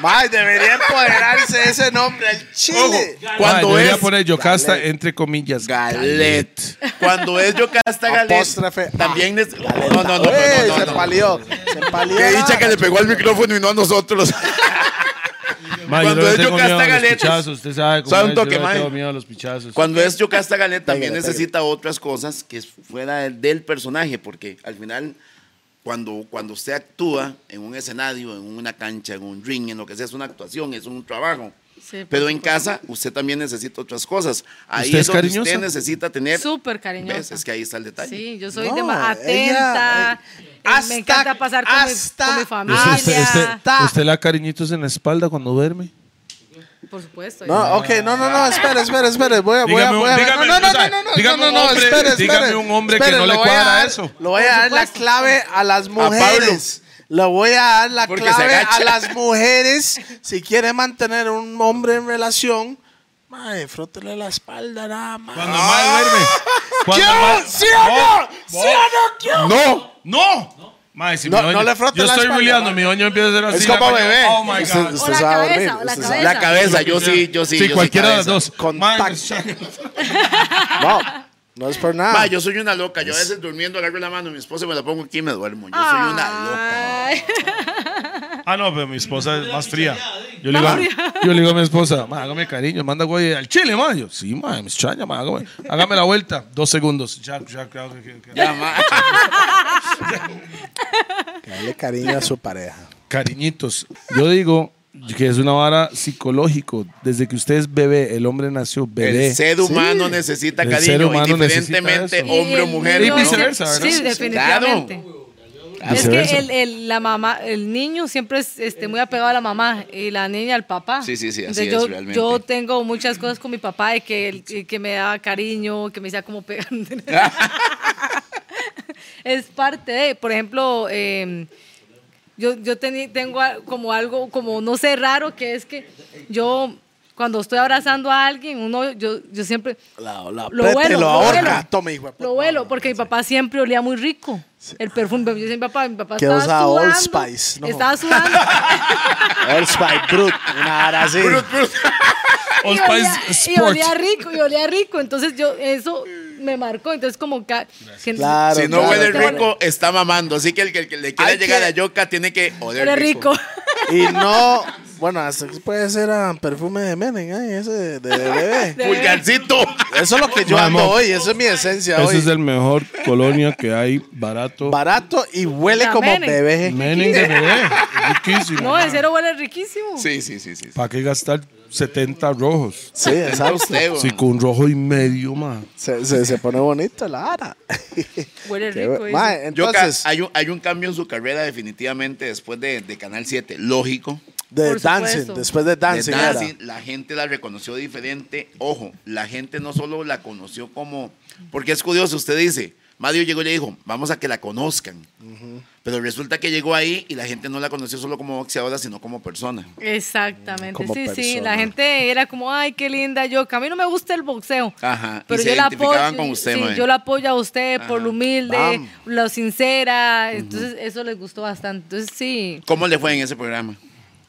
[SPEAKER 4] Mae, debería empoderarse ese nombre al chile.
[SPEAKER 2] ojo, cuando
[SPEAKER 3] Voy
[SPEAKER 2] es
[SPEAKER 3] a poner Yocasta
[SPEAKER 4] Galet.
[SPEAKER 3] entre comillas.
[SPEAKER 2] Galet. Cuando es Yocasta
[SPEAKER 4] Apóstrofe.
[SPEAKER 2] Galet, también es... No, no, no, no,
[SPEAKER 4] Ey,
[SPEAKER 2] no, no,
[SPEAKER 4] se
[SPEAKER 2] no.
[SPEAKER 4] palió. Se palió.
[SPEAKER 2] Qué dicha que le pegó al micrófono y no a nosotros.
[SPEAKER 3] Ma,
[SPEAKER 2] Cuando
[SPEAKER 3] yo no le
[SPEAKER 2] es
[SPEAKER 3] tengo
[SPEAKER 2] Yocasta
[SPEAKER 3] miedo a los
[SPEAKER 4] este
[SPEAKER 2] Galetas.
[SPEAKER 3] pichazos. Usted sabe cómo
[SPEAKER 2] Sabe un
[SPEAKER 3] es, yo
[SPEAKER 2] toque,
[SPEAKER 3] no le
[SPEAKER 2] mae.
[SPEAKER 3] tengo miedo a los pichazos.
[SPEAKER 2] Cuando es Yocasta Galet también
[SPEAKER 4] Pégale,
[SPEAKER 2] necesita otras cosas que fuera del personaje, porque al final, cuando, cuando usted actúa en un escenario, en una cancha, en un ring, en lo que sea, es una actuación, es un trabajo.
[SPEAKER 5] Sí, por
[SPEAKER 2] Pero en
[SPEAKER 5] supuesto.
[SPEAKER 2] casa, usted también necesita otras cosas. Ahí
[SPEAKER 3] ¿Usted
[SPEAKER 2] es
[SPEAKER 3] es
[SPEAKER 2] donde
[SPEAKER 3] cariñosa?
[SPEAKER 2] usted necesita tener.
[SPEAKER 5] Súper cariñosa.
[SPEAKER 2] ¿Ves? Es que ahí está el detalle.
[SPEAKER 5] Sí, yo soy
[SPEAKER 4] No,
[SPEAKER 5] de más
[SPEAKER 4] ella-
[SPEAKER 5] atenta. eh,
[SPEAKER 4] hasta-
[SPEAKER 5] me encanta pasar con, mi-
[SPEAKER 4] hasta-
[SPEAKER 5] con mi,
[SPEAKER 3] Usted-
[SPEAKER 5] familia.
[SPEAKER 3] usted, usted- usted le da cariñitos en la espalda cuando duerme.
[SPEAKER 5] Por supuesto.
[SPEAKER 4] No, ok, no, no, no, espere, espere, espere. Voy a, voy a,
[SPEAKER 3] Dígame un-
[SPEAKER 4] voy a.
[SPEAKER 3] dígame,
[SPEAKER 4] no, no,
[SPEAKER 3] o sea,
[SPEAKER 4] no, no, no,
[SPEAKER 3] dígame
[SPEAKER 4] no,
[SPEAKER 3] un
[SPEAKER 4] no,
[SPEAKER 3] hombre-
[SPEAKER 4] espere, espere.
[SPEAKER 3] dígame un hombre que
[SPEAKER 4] Espere,
[SPEAKER 3] no le
[SPEAKER 4] voy a
[SPEAKER 3] cuadra
[SPEAKER 4] dar-
[SPEAKER 3] eso.
[SPEAKER 4] Le voy a dar la
[SPEAKER 5] supuesto.
[SPEAKER 4] clave a las mujeres. Le voy a dar la
[SPEAKER 2] Porque se
[SPEAKER 4] clave
[SPEAKER 2] agacha.
[SPEAKER 4] a las mujeres. Si quiere mantener un hombre en relación, mae, frótele la espalda nada más.
[SPEAKER 3] Cuando más duerme. Cuando
[SPEAKER 4] ¿Qué?
[SPEAKER 3] más-
[SPEAKER 4] Ah. ¿Sí o no? ¿Sí o no? ¿Qué?
[SPEAKER 2] ¡No!
[SPEAKER 3] ¡No! Mae, si mi
[SPEAKER 4] No, no
[SPEAKER 3] doña-
[SPEAKER 4] le frote
[SPEAKER 3] Yo
[SPEAKER 4] la
[SPEAKER 3] estoy
[SPEAKER 4] espalda,
[SPEAKER 3] bulleando,
[SPEAKER 4] mae.
[SPEAKER 3] mi doña empieza a hacer así.
[SPEAKER 4] Ah, Es
[SPEAKER 3] la
[SPEAKER 4] como
[SPEAKER 3] caña-
[SPEAKER 4] bebé.
[SPEAKER 3] Oh my
[SPEAKER 4] Usted-
[SPEAKER 3] God.
[SPEAKER 4] usted
[SPEAKER 5] O la
[SPEAKER 4] sabe
[SPEAKER 5] cabeza,
[SPEAKER 4] dormir,
[SPEAKER 5] o la
[SPEAKER 4] usted sabe-
[SPEAKER 5] cabeza.
[SPEAKER 2] La cabeza, yo sí, yo sí.
[SPEAKER 3] Sí,
[SPEAKER 2] yo soy
[SPEAKER 3] cualquiera de las
[SPEAKER 2] cabeza.
[SPEAKER 3] dos.
[SPEAKER 4] Contacto.
[SPEAKER 3] Mae,
[SPEAKER 4] No, no es por nada.
[SPEAKER 3] Ah.
[SPEAKER 2] Ma, Ah, yo soy una loca. Yo a veces durmiendo agarro la mano, mi esposa me la pongo aquí y me duermo. Yo soy una loca.
[SPEAKER 5] Ay.
[SPEAKER 3] Ah, no, pero mi esposa es más fría. Yo le digo, a- yo le digo a mi esposa, "Ma, hágame cariño, manda güey al chile, ma. Yo, sí, ma, me extraña, ma, hágame, hágame la vuelta. Dos segundos. Ya, ya, ya, ya, ya.
[SPEAKER 2] Ya, ma.
[SPEAKER 4] Dale cariño a su pareja.
[SPEAKER 3] Cariñitos. Yo digo que es una vara psicológico. Desde que usted es bebé, el hombre nació bebé.
[SPEAKER 2] El ser humano necesita
[SPEAKER 3] El
[SPEAKER 2] cariño,
[SPEAKER 3] ser humano necesita
[SPEAKER 2] indiferentemente
[SPEAKER 3] eso.
[SPEAKER 2] hombre o mujer.
[SPEAKER 3] Y
[SPEAKER 2] ¿no?
[SPEAKER 3] viceversa, ¿verdad?
[SPEAKER 5] Sí, definitivamente. Es que
[SPEAKER 3] Viceversa.
[SPEAKER 5] el, el- la mamá, el niño siempre es este, muy apegado a la mamá y la niña al papá.
[SPEAKER 2] Sí, sí, sí, así
[SPEAKER 5] Entonces,
[SPEAKER 2] es
[SPEAKER 5] yo,
[SPEAKER 2] realmente.
[SPEAKER 5] Yo tengo muchas cosas con mi papá de que, él- que- que me daba cariño, que me decía como pegar. es parte de, por ejemplo, eh, yo, yo teni- tengo a- como algo, como no sé, raro, que es que yo cuando estoy abrazando a alguien, uno, yo, yo siempre...
[SPEAKER 4] La, la
[SPEAKER 5] Lo
[SPEAKER 4] aprieta y
[SPEAKER 5] vuelo,
[SPEAKER 4] lo
[SPEAKER 5] lo
[SPEAKER 4] ahorca.
[SPEAKER 5] vuelo.
[SPEAKER 4] Tome, hijo de puta.
[SPEAKER 5] Lo vuelo, porque mi papá siempre olía muy rico. El perfume, yo decía, papá, mi papá
[SPEAKER 4] Que
[SPEAKER 5] estaba
[SPEAKER 4] usaba
[SPEAKER 5] sudando.
[SPEAKER 4] Old Spice, ¿no?
[SPEAKER 5] Estaba sudando.
[SPEAKER 4] Old Spice, Brut. Una hora así.
[SPEAKER 5] y,
[SPEAKER 3] Old
[SPEAKER 5] olía,
[SPEAKER 3] Spice
[SPEAKER 5] y
[SPEAKER 3] Sport.
[SPEAKER 5] olía rico, y olía rico. Entonces yo, eso me marcó. Entonces como... ca- que-
[SPEAKER 4] Claro,
[SPEAKER 2] Si no
[SPEAKER 4] claro,
[SPEAKER 2] huele
[SPEAKER 4] claro.
[SPEAKER 2] rico, está mamando. Así que el que, el que le quiera
[SPEAKER 4] Hay que-
[SPEAKER 2] llegar a Yoka tiene que oler
[SPEAKER 5] Olía
[SPEAKER 2] rico.
[SPEAKER 5] rico.
[SPEAKER 4] Y no. Bueno, hasta que puede ser a perfume de Menem, ¿eh? ese de, de bebé.
[SPEAKER 2] Pulgarcito.
[SPEAKER 4] Eso es lo que yo
[SPEAKER 3] Mi
[SPEAKER 4] ando
[SPEAKER 3] amor.
[SPEAKER 4] hoy, eso es mi esencia
[SPEAKER 3] Ese
[SPEAKER 4] hoy.
[SPEAKER 3] es el mejor colonia que hay, barato.
[SPEAKER 4] Barato y huele
[SPEAKER 5] La
[SPEAKER 4] como
[SPEAKER 5] Menem.
[SPEAKER 4] bebé.
[SPEAKER 3] Menem de bebé. Riquísimo.
[SPEAKER 5] No, de cero huele riquísimo.
[SPEAKER 2] Sí, sí, sí, sí.
[SPEAKER 3] ¿Para qué gastar 70 rojos?
[SPEAKER 4] Sí, exacto.
[SPEAKER 2] Usted,
[SPEAKER 3] Si con un rojo y medio, ma.
[SPEAKER 4] Se, se, se pone bonito la ara.
[SPEAKER 5] Huele
[SPEAKER 4] Qué
[SPEAKER 5] rico.
[SPEAKER 4] bu-
[SPEAKER 5] dice.
[SPEAKER 4] Mae,
[SPEAKER 2] Yoka,
[SPEAKER 4] entonces,
[SPEAKER 2] hay un, hay un cambio en su carrera definitivamente después de, de Canal 7. Lógico.
[SPEAKER 4] de
[SPEAKER 5] Por supuesto.
[SPEAKER 4] dancing, después de
[SPEAKER 2] De
[SPEAKER 4] dancing, era.
[SPEAKER 2] Nancy, la gente la reconoció diferente. Ojo, la gente no solo la conoció como... Porque es curioso, usted dice, Mario llegó y le dijo, vamos a que la conozcan. Pero resulta que llegó ahí y la gente no la conoció solo como boxeadora, sino como persona.
[SPEAKER 5] Exactamente,
[SPEAKER 4] Como
[SPEAKER 5] sí, sí,
[SPEAKER 4] persona.
[SPEAKER 5] la gente era como, ay, qué linda yo, a mí no me gusta el boxeo,
[SPEAKER 2] Ajá, y
[SPEAKER 5] pero
[SPEAKER 2] se
[SPEAKER 5] yo la
[SPEAKER 2] identificaban
[SPEAKER 5] apoyo,
[SPEAKER 2] con usted,
[SPEAKER 5] sí,
[SPEAKER 2] mae.
[SPEAKER 5] yo la apoyo a usted por
[SPEAKER 2] Ajá.
[SPEAKER 5] lo humilde,
[SPEAKER 4] Bam.
[SPEAKER 5] lo sincera, entonces eso les gustó bastante, entonces sí,
[SPEAKER 2] ¿Cómo le fue en ese programa?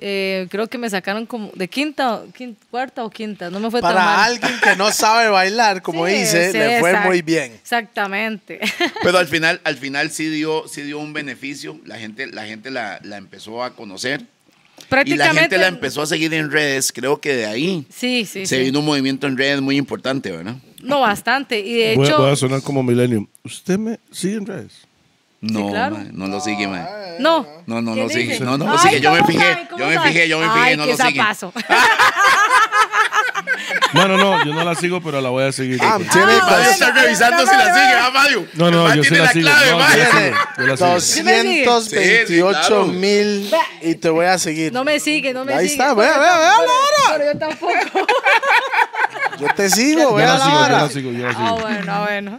[SPEAKER 5] eh, creo que me sacaron como de quinta, o quin- cuarta o quinta, no me fue tan
[SPEAKER 4] Para
[SPEAKER 5] mal.
[SPEAKER 4] alguien que no sabe bailar, como
[SPEAKER 5] Sí,
[SPEAKER 4] dice,
[SPEAKER 5] sí,
[SPEAKER 4] le fue
[SPEAKER 5] exact-
[SPEAKER 4] muy bien.
[SPEAKER 5] Exactamente.
[SPEAKER 2] Pero al final, al final sí dio, sí dio un beneficio. La gente, la gente la, la empezó a conocer. Y la gente la empezó a seguir en redes. Creo que de ahí
[SPEAKER 5] Sí, sí,
[SPEAKER 2] se
[SPEAKER 5] sí.
[SPEAKER 2] vino un movimiento en redes muy importante, ¿verdad?
[SPEAKER 5] No, bastante. Y de
[SPEAKER 3] Voy, a-
[SPEAKER 5] hecho,
[SPEAKER 3] voy a sonar como Millennium. ¿Usted me sigue en redes?
[SPEAKER 2] No,
[SPEAKER 5] claro.
[SPEAKER 2] ma, no lo sigue, ma.
[SPEAKER 5] no.
[SPEAKER 2] No, no lo
[SPEAKER 5] ¿Qué
[SPEAKER 2] sigue.
[SPEAKER 5] dice?
[SPEAKER 2] No, no lo
[SPEAKER 5] Ay,
[SPEAKER 2] sigue. Yo me
[SPEAKER 5] ¿cómo
[SPEAKER 2] fijé.
[SPEAKER 5] sabe? ¿Cómo
[SPEAKER 2] Yo me
[SPEAKER 5] sabe?
[SPEAKER 2] fijé, yo me
[SPEAKER 5] Ay,
[SPEAKER 2] fijé, no
[SPEAKER 5] qué
[SPEAKER 2] lo sigue.
[SPEAKER 5] zapazo.
[SPEAKER 3] Bueno, no, yo no la sigo, pero la voy a seguir.
[SPEAKER 4] Ah, tiene
[SPEAKER 5] Ah,
[SPEAKER 2] Mario
[SPEAKER 5] bueno,
[SPEAKER 2] está
[SPEAKER 5] bueno,
[SPEAKER 2] revisando
[SPEAKER 5] no,
[SPEAKER 2] si
[SPEAKER 5] no,
[SPEAKER 2] la
[SPEAKER 5] no,
[SPEAKER 2] sigue,
[SPEAKER 5] no.
[SPEAKER 2] ¿ah, Mario?
[SPEAKER 3] No, no,
[SPEAKER 2] El man
[SPEAKER 3] yo sí
[SPEAKER 2] tiene
[SPEAKER 3] la
[SPEAKER 2] la
[SPEAKER 3] sigo,
[SPEAKER 2] clave,
[SPEAKER 3] no,
[SPEAKER 2] Mario.
[SPEAKER 3] yo
[SPEAKER 4] Tiene
[SPEAKER 3] Yo la sigo.
[SPEAKER 4] 228 mil y te voy a seguir.
[SPEAKER 5] No me sigue, no me
[SPEAKER 4] Ahí
[SPEAKER 5] sigue.
[SPEAKER 4] está, vea,
[SPEAKER 5] Pero
[SPEAKER 4] vea, vea la
[SPEAKER 5] Pero yo tampoco.
[SPEAKER 4] Yo te sigo, vea
[SPEAKER 3] la
[SPEAKER 4] la
[SPEAKER 3] sigo, yo
[SPEAKER 4] vara.
[SPEAKER 3] la sigo, yo la
[SPEAKER 5] Ah,
[SPEAKER 3] sigo.
[SPEAKER 5] bueno, ah, bueno.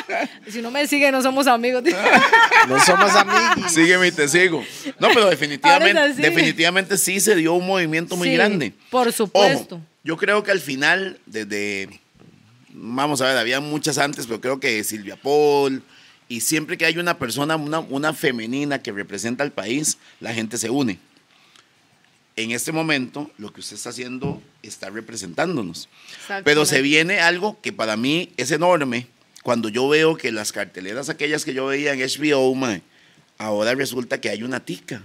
[SPEAKER 5] si no me sigue, no somos amigos.
[SPEAKER 2] Ah,
[SPEAKER 4] No somos amigos.
[SPEAKER 2] Sígueme y te sigo. No, pero
[SPEAKER 5] Ahora es
[SPEAKER 2] definitivamente,
[SPEAKER 5] así.
[SPEAKER 2] definitivamente sí se dio un movimiento muy
[SPEAKER 5] Sí,
[SPEAKER 2] grande.
[SPEAKER 5] por supuesto.
[SPEAKER 2] Ojo, yo creo que al final, desde, vamos a ver, había muchas antes, pero creo que Silvia Paul, y siempre que hay una persona, una, una femenina que representa al país, la gente se une. En este momento, lo que usted está haciendo está representándonos.
[SPEAKER 5] Exacto.
[SPEAKER 2] Pero se viene algo que para mí es enorme. Cuando yo veo que las carteleras aquellas que yo veía en HBO, mae, ahora resulta que hay una tica.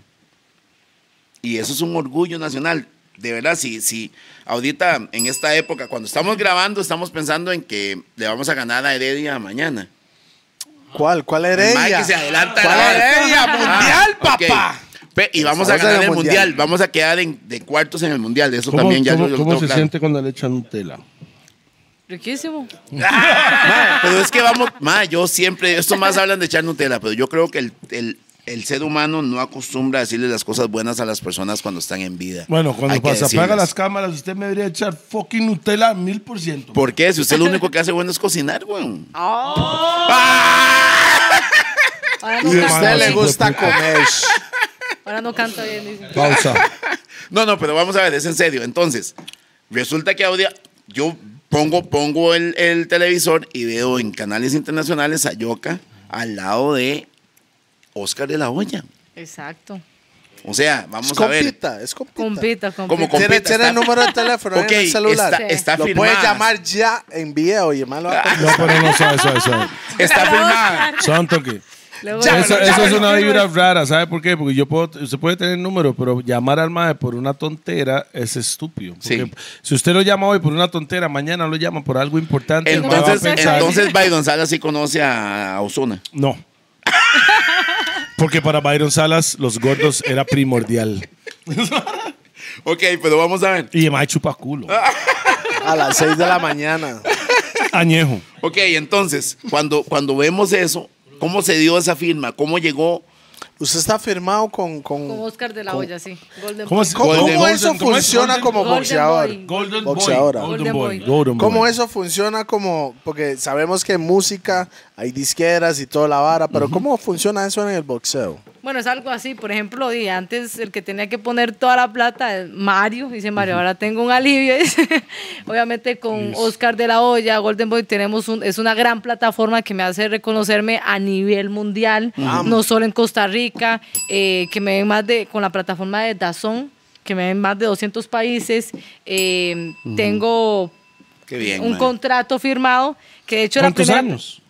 [SPEAKER 2] Y eso es un orgullo nacional. De verdad, si, si ahorita en esta época, cuando estamos grabando, estamos pensando en que le vamos a ganar a Heredia mañana.
[SPEAKER 4] ¿Cuál? ¿Cuál
[SPEAKER 2] El mae
[SPEAKER 4] heredia?
[SPEAKER 2] que se adelanta
[SPEAKER 4] ¿Cuál
[SPEAKER 2] la hora.
[SPEAKER 4] heredia? Mundial,
[SPEAKER 2] Ah, ok.
[SPEAKER 4] papá.
[SPEAKER 2] Pe- Y vamos a
[SPEAKER 4] Vamos a
[SPEAKER 2] ganar
[SPEAKER 4] la
[SPEAKER 2] el mundial.
[SPEAKER 4] mundial.
[SPEAKER 2] Vamos a quedar en- de cuartos en el mundial. Eso
[SPEAKER 3] ¿Cómo,
[SPEAKER 2] también ya
[SPEAKER 3] cómo-
[SPEAKER 2] yo- yo lo
[SPEAKER 3] cómo
[SPEAKER 2] tengo
[SPEAKER 3] se
[SPEAKER 2] claro.
[SPEAKER 3] siente cuando le echan Nutella?
[SPEAKER 5] Riquísimo.
[SPEAKER 2] Mae, pero es que vamos, mae, yo siempre, estos más hablan de echar Nutella, pero yo creo que el, el- el ser humano no acostumbra a decirle las cosas buenas a las personas cuando están en vida.
[SPEAKER 3] Bueno,
[SPEAKER 2] Hay
[SPEAKER 3] cuando
[SPEAKER 2] que
[SPEAKER 3] pasa, apaga
[SPEAKER 2] decirles.
[SPEAKER 3] las cámaras, usted me debería echar fucking Nutella mil por ciento.
[SPEAKER 2] ¿Por qué? Si usted lo único que hace bueno es cocinar, weón.
[SPEAKER 5] Ahora
[SPEAKER 4] Y a
[SPEAKER 5] no
[SPEAKER 4] usted
[SPEAKER 5] canto,
[SPEAKER 4] le
[SPEAKER 5] sí.
[SPEAKER 4] gusta comer.
[SPEAKER 5] Ahora no canto bien. dice.
[SPEAKER 3] Pausa.
[SPEAKER 2] No, no, pero vamos a ver, es en serio. Entonces, resulta que ahora yo pongo, pongo el, el televisor y veo en canales internacionales a Yoka al lado de Oscar de la Hoya.
[SPEAKER 5] Exacto.
[SPEAKER 2] O sea,
[SPEAKER 4] Es
[SPEAKER 2] vamos a ver.
[SPEAKER 4] compita, es compita.
[SPEAKER 5] Compita, compita.
[SPEAKER 2] Como compita,
[SPEAKER 4] Tiene, tiene
[SPEAKER 2] está-
[SPEAKER 4] el número de teléfono
[SPEAKER 2] Ok,
[SPEAKER 4] en el celular.
[SPEAKER 2] está- está
[SPEAKER 4] Lo puede
[SPEAKER 2] firmada.
[SPEAKER 4] llamar ya en video y llamarlo a
[SPEAKER 3] No, pero no, suave, suave, suave.
[SPEAKER 2] Está firmada.
[SPEAKER 3] Santo que.
[SPEAKER 5] Luego-
[SPEAKER 3] Eso, eso es una vibra rara, ¿sabe por qué? Porque yo puedo, usted puede tener el número, pero llamar al MAE por una tontera es estúpido. Porque
[SPEAKER 2] Sí.
[SPEAKER 3] Si usted lo llama hoy por una tontera, mañana lo llama por algo importante. el mae va a
[SPEAKER 2] Entonces,
[SPEAKER 3] pensar-
[SPEAKER 2] entonces Biden Salas sí conoce a Osuna.
[SPEAKER 3] No. Porque para Byron Salas, los gordos era primordial.
[SPEAKER 2] Ok, pero vamos a ver.
[SPEAKER 3] Y el mae chupa culo.
[SPEAKER 4] a las 6 de la mañana.
[SPEAKER 3] Añejo.
[SPEAKER 2] Ok, entonces, cuando, cuando vemos eso, ¿cómo se dio esa firma? ¿Cómo llegó?
[SPEAKER 4] Usted está firmado con. con-
[SPEAKER 5] Como Oscar de la Hoya, sí. Golden
[SPEAKER 3] ¿Cómo,
[SPEAKER 5] Boy.
[SPEAKER 3] es-
[SPEAKER 4] ¿Cómo,
[SPEAKER 2] Golden-
[SPEAKER 4] cómo eso
[SPEAKER 3] Golden- ¿cómo es
[SPEAKER 4] funciona
[SPEAKER 3] Golden-
[SPEAKER 4] como
[SPEAKER 5] Golden
[SPEAKER 4] boxeador?
[SPEAKER 5] Boy.
[SPEAKER 3] Golden Boy.
[SPEAKER 4] Boxeadora.
[SPEAKER 3] Golden Boy.
[SPEAKER 5] Golden
[SPEAKER 3] Golden Boy.
[SPEAKER 4] ¿Cómo eso funciona como.? Porque sabemos que en música hay disqueras y toda la vara, pero ¿cómo funciona eso en el boxeo?
[SPEAKER 5] Bueno, es algo así. Por ejemplo, y antes el que tenía que poner toda la plata, es Mario, dice Mario, ahora tengo un alivio. dice. Obviamente con Oscar de la Hoya, Golden Boy, tenemos un, es una gran plataforma que me hace reconocerme a nivel mundial, no solo en Costa Rica, eh, que me ven más de, con la plataforma de Dazón, que me ven más de 200 países. Eh, Tengo
[SPEAKER 2] Qué bien.
[SPEAKER 5] un
[SPEAKER 2] man.
[SPEAKER 5] contrato firmado, que de hecho la
[SPEAKER 3] ¿Cuántos
[SPEAKER 5] primera...
[SPEAKER 3] años?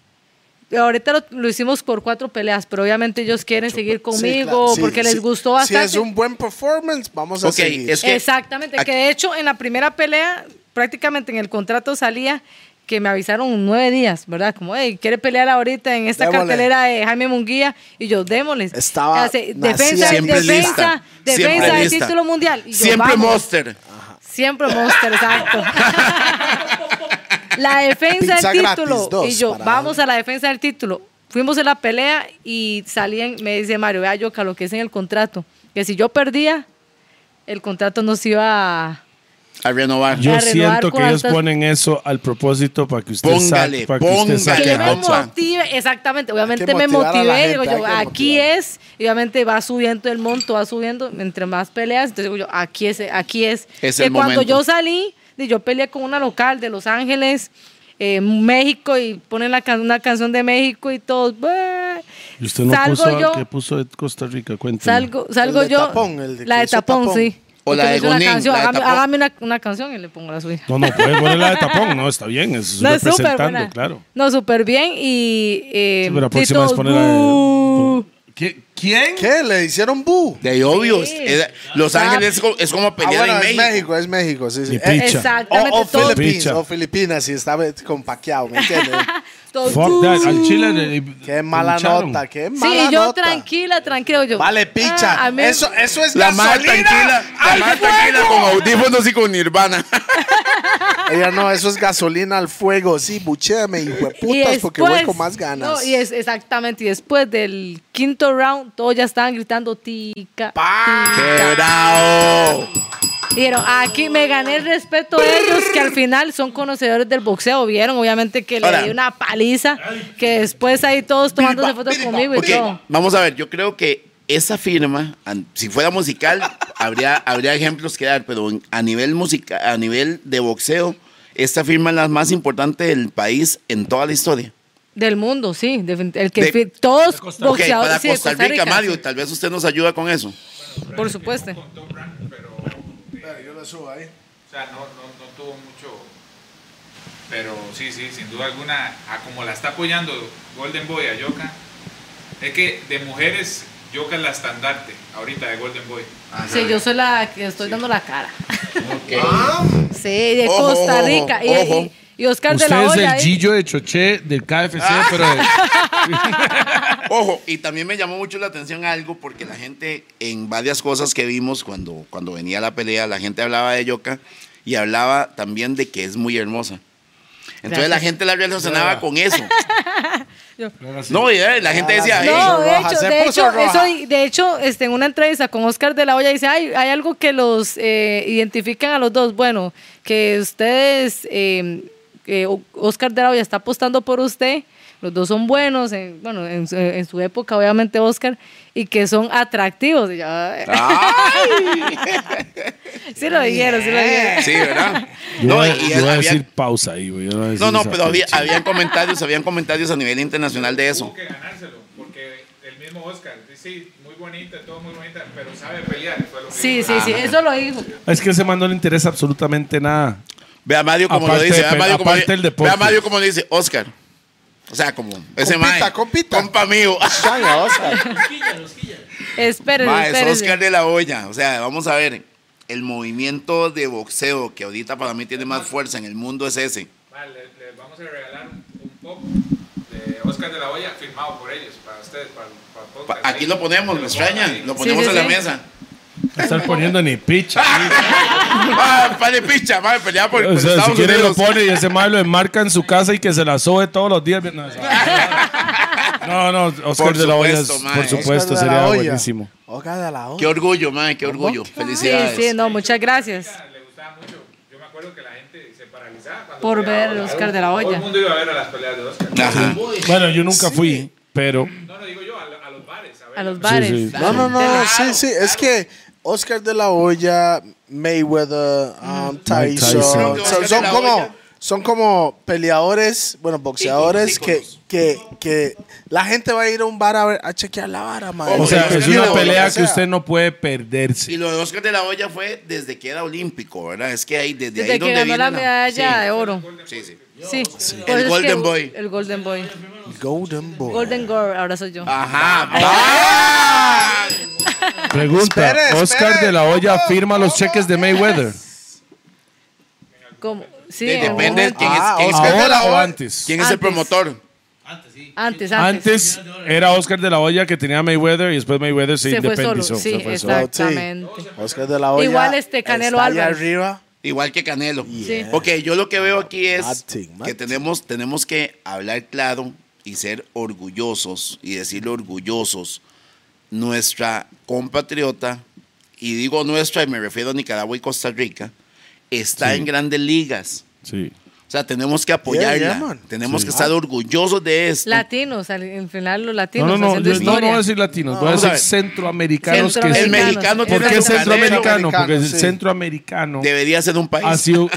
[SPEAKER 5] Ahorita lo, lo hicimos por cuatro peleas, pero obviamente ellos quieren seguir conmigo
[SPEAKER 4] Sí, claro. Sí,
[SPEAKER 5] porque
[SPEAKER 4] sí.
[SPEAKER 5] les gustó bastante.
[SPEAKER 4] Si es un buen performance, vamos a
[SPEAKER 2] Ok,
[SPEAKER 4] seguir.
[SPEAKER 2] es- que-
[SPEAKER 5] Exactamente,
[SPEAKER 2] aquí-
[SPEAKER 5] que de hecho en la primera pelea, prácticamente en el contrato salía que me avisaron nueve días, ¿verdad? Como, hey, quiere pelear ahorita en esta
[SPEAKER 4] Démosle.
[SPEAKER 5] cartelera de Jaime Munguía y yo, démosles.
[SPEAKER 4] Estaba
[SPEAKER 5] Hace,
[SPEAKER 4] naciendo.
[SPEAKER 5] defensa,
[SPEAKER 2] Siempre
[SPEAKER 5] defensa,
[SPEAKER 2] lista.
[SPEAKER 5] defensa
[SPEAKER 2] Siempre
[SPEAKER 5] del
[SPEAKER 2] lista.
[SPEAKER 5] título mundial. Y yo,
[SPEAKER 2] Siempre
[SPEAKER 5] "Vamos".
[SPEAKER 2] Monster.
[SPEAKER 5] Siempre Monster, exacto. la defensa
[SPEAKER 4] Pizza
[SPEAKER 5] del
[SPEAKER 4] gratis,
[SPEAKER 5] título.
[SPEAKER 4] dos
[SPEAKER 5] y yo,
[SPEAKER 4] para
[SPEAKER 5] vamos a la defensa del título. Fuimos a la pelea y salían, me dice Mario, vea yo lo que es en el contrato. Que si yo perdía, el contrato nos iba a...
[SPEAKER 2] A renovar.
[SPEAKER 3] Yo
[SPEAKER 5] a renovar
[SPEAKER 3] siento que ellos
[SPEAKER 5] cuántas-
[SPEAKER 3] ponen eso al propósito para que usted
[SPEAKER 2] Póngale,
[SPEAKER 3] saque. Para que usted
[SPEAKER 2] póngale.
[SPEAKER 5] Que
[SPEAKER 3] saque
[SPEAKER 5] yo me
[SPEAKER 2] Ajá.
[SPEAKER 5] motive, exactamente, obviamente me
[SPEAKER 4] motivar a la
[SPEAKER 5] motivé,
[SPEAKER 4] gente,
[SPEAKER 5] digo
[SPEAKER 4] hay
[SPEAKER 5] yo,
[SPEAKER 4] que
[SPEAKER 5] aquí
[SPEAKER 4] motivar.
[SPEAKER 5] es, y obviamente va subiendo el monto, va subiendo, entre más peleas, entonces digo yo, aquí es, aquí es.
[SPEAKER 2] Es
[SPEAKER 5] que
[SPEAKER 2] el
[SPEAKER 5] cuando
[SPEAKER 2] momento.
[SPEAKER 5] yo salí, di, yo peleé con una local de Los Ángeles, eh, México, y ponen la can- una canción de México y todo, bah.
[SPEAKER 3] Y usted no
[SPEAKER 5] salgo
[SPEAKER 3] puso
[SPEAKER 5] yo,
[SPEAKER 3] que puso de Costa Rica, cuénteme.
[SPEAKER 5] salgo, salgo
[SPEAKER 4] El de
[SPEAKER 5] yo,
[SPEAKER 4] Tapón, el de
[SPEAKER 5] la
[SPEAKER 4] que
[SPEAKER 5] de
[SPEAKER 4] hizo
[SPEAKER 5] tapón,
[SPEAKER 4] Tapón.
[SPEAKER 5] sí.
[SPEAKER 2] O la
[SPEAKER 5] Porque
[SPEAKER 2] de
[SPEAKER 5] hizo una
[SPEAKER 2] Gonín,
[SPEAKER 5] canción,
[SPEAKER 2] la de
[SPEAKER 5] hágame,
[SPEAKER 2] Tapón.
[SPEAKER 5] hágame una, una canción y le pongo la suya.
[SPEAKER 3] No, pues, no, puede poner la de tapón. No, está bien, es
[SPEAKER 5] No, súper
[SPEAKER 3] representando,
[SPEAKER 5] buena.
[SPEAKER 3] claro.
[SPEAKER 5] No, súper bien. Y. Eh,
[SPEAKER 3] Sí, pero la
[SPEAKER 5] sí,
[SPEAKER 3] próxima
[SPEAKER 5] todos,
[SPEAKER 3] es poner la de-
[SPEAKER 5] "Bú".
[SPEAKER 3] ¿Qui- ¿Quién?
[SPEAKER 4] ¿Qué? ¿Le hicieron bu?
[SPEAKER 2] De obvio.
[SPEAKER 5] Sí.
[SPEAKER 2] es- es- Los Ángeles es co- es como
[SPEAKER 4] Ah,
[SPEAKER 2] pelear
[SPEAKER 4] bueno,
[SPEAKER 2] en
[SPEAKER 4] es
[SPEAKER 2] México.
[SPEAKER 4] México, es México, sí, sí.
[SPEAKER 3] Ni
[SPEAKER 4] Eh,
[SPEAKER 3] picha.
[SPEAKER 5] Exactamente.
[SPEAKER 4] o, o
[SPEAKER 5] todos,
[SPEAKER 4] Filipinas,
[SPEAKER 3] Picha.
[SPEAKER 4] o Filipinas, si está con Pacquiao, ¿me entiendes?
[SPEAKER 5] todos,
[SPEAKER 3] Fuck
[SPEAKER 5] "Bú".
[SPEAKER 3] that. Al chile. le-
[SPEAKER 4] qué mala
[SPEAKER 3] lucharon.
[SPEAKER 4] nota, qué
[SPEAKER 5] Sí,
[SPEAKER 4] mala
[SPEAKER 5] y yo
[SPEAKER 4] nota.
[SPEAKER 5] tranquila, tranquila. Yo,
[SPEAKER 4] Vale, picha.
[SPEAKER 5] ah, a mí-
[SPEAKER 4] eso, eso es
[SPEAKER 2] La más
[SPEAKER 4] gasolina.
[SPEAKER 2] tranquila. La
[SPEAKER 4] al
[SPEAKER 2] más
[SPEAKER 4] fuego.
[SPEAKER 2] tranquila con audífonos y con Nirvana.
[SPEAKER 4] Ella no, eso es gasolina al fuego. Sí, buchéame, hijo de
[SPEAKER 5] y
[SPEAKER 4] putas, porque voy
[SPEAKER 5] después-
[SPEAKER 4] con más ganas.
[SPEAKER 5] No, y es exactamente. Y después del quinto round, todos ya estaban gritando tica.
[SPEAKER 2] ¡Qué bravo!
[SPEAKER 5] Dijeron, aquí me gané el respeto de ellos, que al final son conocedores del boxeo. Vieron, obviamente, que
[SPEAKER 2] Ahora.
[SPEAKER 5] le di una paliza, que después ahí todos tomándose fotos conmigo y
[SPEAKER 2] Ok,
[SPEAKER 5] todo.
[SPEAKER 2] vamos a ver, yo creo que esa firma, an- si fuera musical, habría, habría ejemplos que dar, pero en- a nivel musica, a nivel de boxeo, esta firma es la más importante del país en toda la historia.
[SPEAKER 5] Del mundo, sí. definit- el que
[SPEAKER 2] De-
[SPEAKER 5] fi- todos
[SPEAKER 2] Ok,
[SPEAKER 5] boxeadores
[SPEAKER 2] para
[SPEAKER 5] sí, de
[SPEAKER 2] Costa Rica, Mario, tal vez usted nos ayuda con eso.
[SPEAKER 5] Por supuesto.
[SPEAKER 4] Yo lo subo ahí.
[SPEAKER 6] O sea, no, no, no tuvo mucho. Pero sí, sí, sin duda alguna, a como la está apoyando Golden Boy a Yoka, es que de mujeres, Yoka es la estandarte ahorita de Golden Boy.
[SPEAKER 5] Sí, yo soy la que estoy dando la cara. Sí, de
[SPEAKER 2] Ojo,
[SPEAKER 5] Costa
[SPEAKER 2] ojo,
[SPEAKER 5] Rica. Y,
[SPEAKER 2] ojo.
[SPEAKER 5] y- y Oscar de
[SPEAKER 7] Usted
[SPEAKER 5] la
[SPEAKER 7] es
[SPEAKER 5] Hoya. eh,
[SPEAKER 7] el
[SPEAKER 5] ahí.
[SPEAKER 7] Gillo de Choché del KFC, pero de-
[SPEAKER 2] Ojo, y también me llamó mucho la atención algo porque la gente en varias cosas que vimos cuando, cuando venía la pelea, la gente hablaba de Yoka y hablaba también de que es muy hermosa. Entonces la
[SPEAKER 5] Gracias.
[SPEAKER 2] gente la relacionaba con eso.
[SPEAKER 5] Yo-
[SPEAKER 2] No, y, eh, la gente decía, "Ey,
[SPEAKER 5] No, de
[SPEAKER 4] roja,
[SPEAKER 5] hecho,
[SPEAKER 4] se
[SPEAKER 5] de
[SPEAKER 4] puso
[SPEAKER 5] hecho,
[SPEAKER 4] roja.
[SPEAKER 5] eso y- de hecho, este, en una entrevista con Oscar de la Hoya dice, "Ay, hay algo que los eh, identifican a los dos. Bueno, que ustedes, eh, que O- Oscar de la Hoya está apostando por usted, los dos son buenos, en- bueno, en, su- en su época obviamente Oscar, y que son atractivos. Y yo, sí lo dijeron, sí lo dijeron.
[SPEAKER 2] Sí, ¿verdad?
[SPEAKER 3] Yo
[SPEAKER 2] No,
[SPEAKER 3] voy,
[SPEAKER 2] y
[SPEAKER 3] yo voy a
[SPEAKER 2] había-
[SPEAKER 3] decir pausa ahí, güey. yo voy a decir
[SPEAKER 2] no, no,
[SPEAKER 3] esa
[SPEAKER 2] pero había,
[SPEAKER 3] fecha.
[SPEAKER 2] habían comentarios, habían comentarios a nivel internacional de eso.
[SPEAKER 6] Tuvo que ganárselo, porque el mismo Oscar, dice, sí, muy bonita, todo muy bonita, pero sabe pelear. Fue lo que
[SPEAKER 5] Sí,
[SPEAKER 6] dijo.
[SPEAKER 5] sí, sí, eso lo dijo.
[SPEAKER 3] Es que ese man no le interesa absolutamente nada.
[SPEAKER 2] Ve a Mario como
[SPEAKER 3] Aparte
[SPEAKER 2] lo dice,
[SPEAKER 3] de
[SPEAKER 2] ve a
[SPEAKER 3] pe-
[SPEAKER 2] Mario como,
[SPEAKER 3] aparte
[SPEAKER 2] le-
[SPEAKER 3] del deporte.
[SPEAKER 2] ve a Mario como le dice, Oscar. O sea, como ese
[SPEAKER 4] Compita,
[SPEAKER 2] mae,
[SPEAKER 4] compita.
[SPEAKER 2] Compa mío.
[SPEAKER 4] Changa, Oscar.
[SPEAKER 5] Esperen,
[SPEAKER 2] Mae, es
[SPEAKER 5] esperen.
[SPEAKER 2] Oscar de la olla. O sea, vamos a ver. El movimiento de boxeo que ahorita para mí tiene más fuerza en el mundo es ese.
[SPEAKER 6] Vale, les, les vamos a regalar un, un pop de Oscar de la Hoya firmado por ellos, para ustedes, para, para el
[SPEAKER 2] Pa-
[SPEAKER 6] podcast.
[SPEAKER 2] Aquí
[SPEAKER 6] Ahí.
[SPEAKER 2] lo ponemos, me
[SPEAKER 6] pongo ahí.
[SPEAKER 2] extrañan. Lo ponemos
[SPEAKER 5] sí,
[SPEAKER 2] en la
[SPEAKER 5] sí.
[SPEAKER 2] mesa.
[SPEAKER 3] No estar poniendo ni picha.
[SPEAKER 2] ah, padre picha, madre, pelea por, por
[SPEAKER 3] O sea, si
[SPEAKER 2] Estados
[SPEAKER 3] quiere lo
[SPEAKER 2] Unidos.
[SPEAKER 3] pone y ese mal lo enmarca en su casa y que se la sobe todos los días. No, esa- No, no, Oscar
[SPEAKER 2] Por
[SPEAKER 3] de la Hoya, es-
[SPEAKER 2] supuesto, mae.
[SPEAKER 3] por supuesto,
[SPEAKER 4] Oscar de la
[SPEAKER 3] sería
[SPEAKER 4] Hoya.
[SPEAKER 3] buenísimo.
[SPEAKER 4] Oscar de la Hoya.
[SPEAKER 2] Qué orgullo, madre, qué orgullo.
[SPEAKER 5] Sí,
[SPEAKER 2] Felicidades.
[SPEAKER 5] sí, no, muchas gracias.
[SPEAKER 6] Le gustaba mucho. Yo me acuerdo que la gente se paralizaba cuando
[SPEAKER 5] Por
[SPEAKER 6] peleaba
[SPEAKER 5] ver a Oscar de la
[SPEAKER 6] Todo
[SPEAKER 5] Hoya.
[SPEAKER 6] el mundo iba a ver a las peleas de Oscar.
[SPEAKER 2] Ajá.
[SPEAKER 3] Bueno, yo nunca fui, pero
[SPEAKER 6] No, no digo yo, a, lo- a los bares. A, ver,
[SPEAKER 5] A los
[SPEAKER 3] sí,
[SPEAKER 5] bares.
[SPEAKER 3] sí.
[SPEAKER 4] No, no, no,
[SPEAKER 5] Claro,
[SPEAKER 4] sí, sí, es que Oscar de la Hoya, Mayweather, um, Tyson,
[SPEAKER 3] Tyson.
[SPEAKER 4] son- son,
[SPEAKER 2] Oscar de la
[SPEAKER 4] como,
[SPEAKER 2] Hoya.
[SPEAKER 4] son como peleadores, bueno, boxeadores que,
[SPEAKER 2] Íconos.
[SPEAKER 4] que, que la gente va a ir a un bar a, ver- a chequear la vara, man.
[SPEAKER 3] o sea,
[SPEAKER 2] Oye,
[SPEAKER 3] es
[SPEAKER 2] yo
[SPEAKER 3] una
[SPEAKER 2] creo-
[SPEAKER 3] pelea
[SPEAKER 4] O sea,
[SPEAKER 3] que usted no puede
[SPEAKER 2] Y
[SPEAKER 3] perderse.
[SPEAKER 2] lo de Oscar de la Hoya fue desde que era olímpico, ¿verdad? Es que ahí, desde, ahí
[SPEAKER 5] Desde que
[SPEAKER 2] donde
[SPEAKER 5] ganó
[SPEAKER 2] viene
[SPEAKER 5] la medalla de
[SPEAKER 2] Sí,
[SPEAKER 5] oro.
[SPEAKER 2] Sí, sí.
[SPEAKER 5] Sí. Por
[SPEAKER 2] El
[SPEAKER 5] eso es
[SPEAKER 2] Golden
[SPEAKER 5] que-
[SPEAKER 2] Boy.
[SPEAKER 5] El Golden Boy.
[SPEAKER 4] Golden Boy.
[SPEAKER 5] Golden Girl, ahora soy yo.
[SPEAKER 2] Ajá. Ah, va.
[SPEAKER 3] Pregunta,
[SPEAKER 4] Espere, espere.
[SPEAKER 3] Oscar de la Hoya firma los cheques de Mayweather.
[SPEAKER 5] Como- Sí,
[SPEAKER 2] De-
[SPEAKER 5] en algún
[SPEAKER 2] depende
[SPEAKER 5] momento.
[SPEAKER 2] quién es,
[SPEAKER 4] Ah,
[SPEAKER 2] quién es-
[SPEAKER 4] Oscar de la
[SPEAKER 3] ¿Ahora o
[SPEAKER 4] Hoya.
[SPEAKER 3] antes?
[SPEAKER 2] quién es el
[SPEAKER 5] Antes.
[SPEAKER 2] promotor.
[SPEAKER 5] Antes, antes.
[SPEAKER 3] Antes era Oscar de la Hoya que tenía Mayweather y después Mayweather se,
[SPEAKER 5] Se fue solo.
[SPEAKER 3] independizó.
[SPEAKER 5] Sí,
[SPEAKER 3] se fue solo.
[SPEAKER 5] exactamente.
[SPEAKER 4] Oscar de la Hoya.
[SPEAKER 5] Igual este Canelo
[SPEAKER 4] está allá
[SPEAKER 5] Álvarez.
[SPEAKER 4] arriba.
[SPEAKER 2] Igual que Canelo.
[SPEAKER 5] Yeah.
[SPEAKER 2] Ok, yo lo que veo aquí es
[SPEAKER 4] Mad thing, mad
[SPEAKER 2] que tenemos, tenemos que hablar claro y ser orgullosos y decirle orgullosos. Nuestra compatriota, y digo nuestra y me refiero a Nicaragua y Costa Rica, está en grandes ligas.
[SPEAKER 3] Sí.
[SPEAKER 2] O sea, tenemos que
[SPEAKER 4] Yeah,
[SPEAKER 2] apoyarla.
[SPEAKER 4] yeah, man.
[SPEAKER 2] tenemos que estar orgullosos de esto.
[SPEAKER 5] Latinos, al, al final los latinos
[SPEAKER 3] no, no, no,
[SPEAKER 5] haciendo
[SPEAKER 3] yo- no, no
[SPEAKER 5] historia.
[SPEAKER 3] voy a decir latinos, voy a
[SPEAKER 2] Vamos a
[SPEAKER 3] decir
[SPEAKER 2] ver.
[SPEAKER 3] centroamericanos. que
[SPEAKER 2] el
[SPEAKER 5] Centroamericanos.
[SPEAKER 3] sí.
[SPEAKER 2] mexicano
[SPEAKER 3] ¿Por
[SPEAKER 2] tiene
[SPEAKER 3] qué
[SPEAKER 2] su
[SPEAKER 3] centroamericano?
[SPEAKER 4] Centroamericano,
[SPEAKER 3] Porque el
[SPEAKER 4] sí.
[SPEAKER 3] centroamericano,
[SPEAKER 2] Debería ser un país.
[SPEAKER 3] sido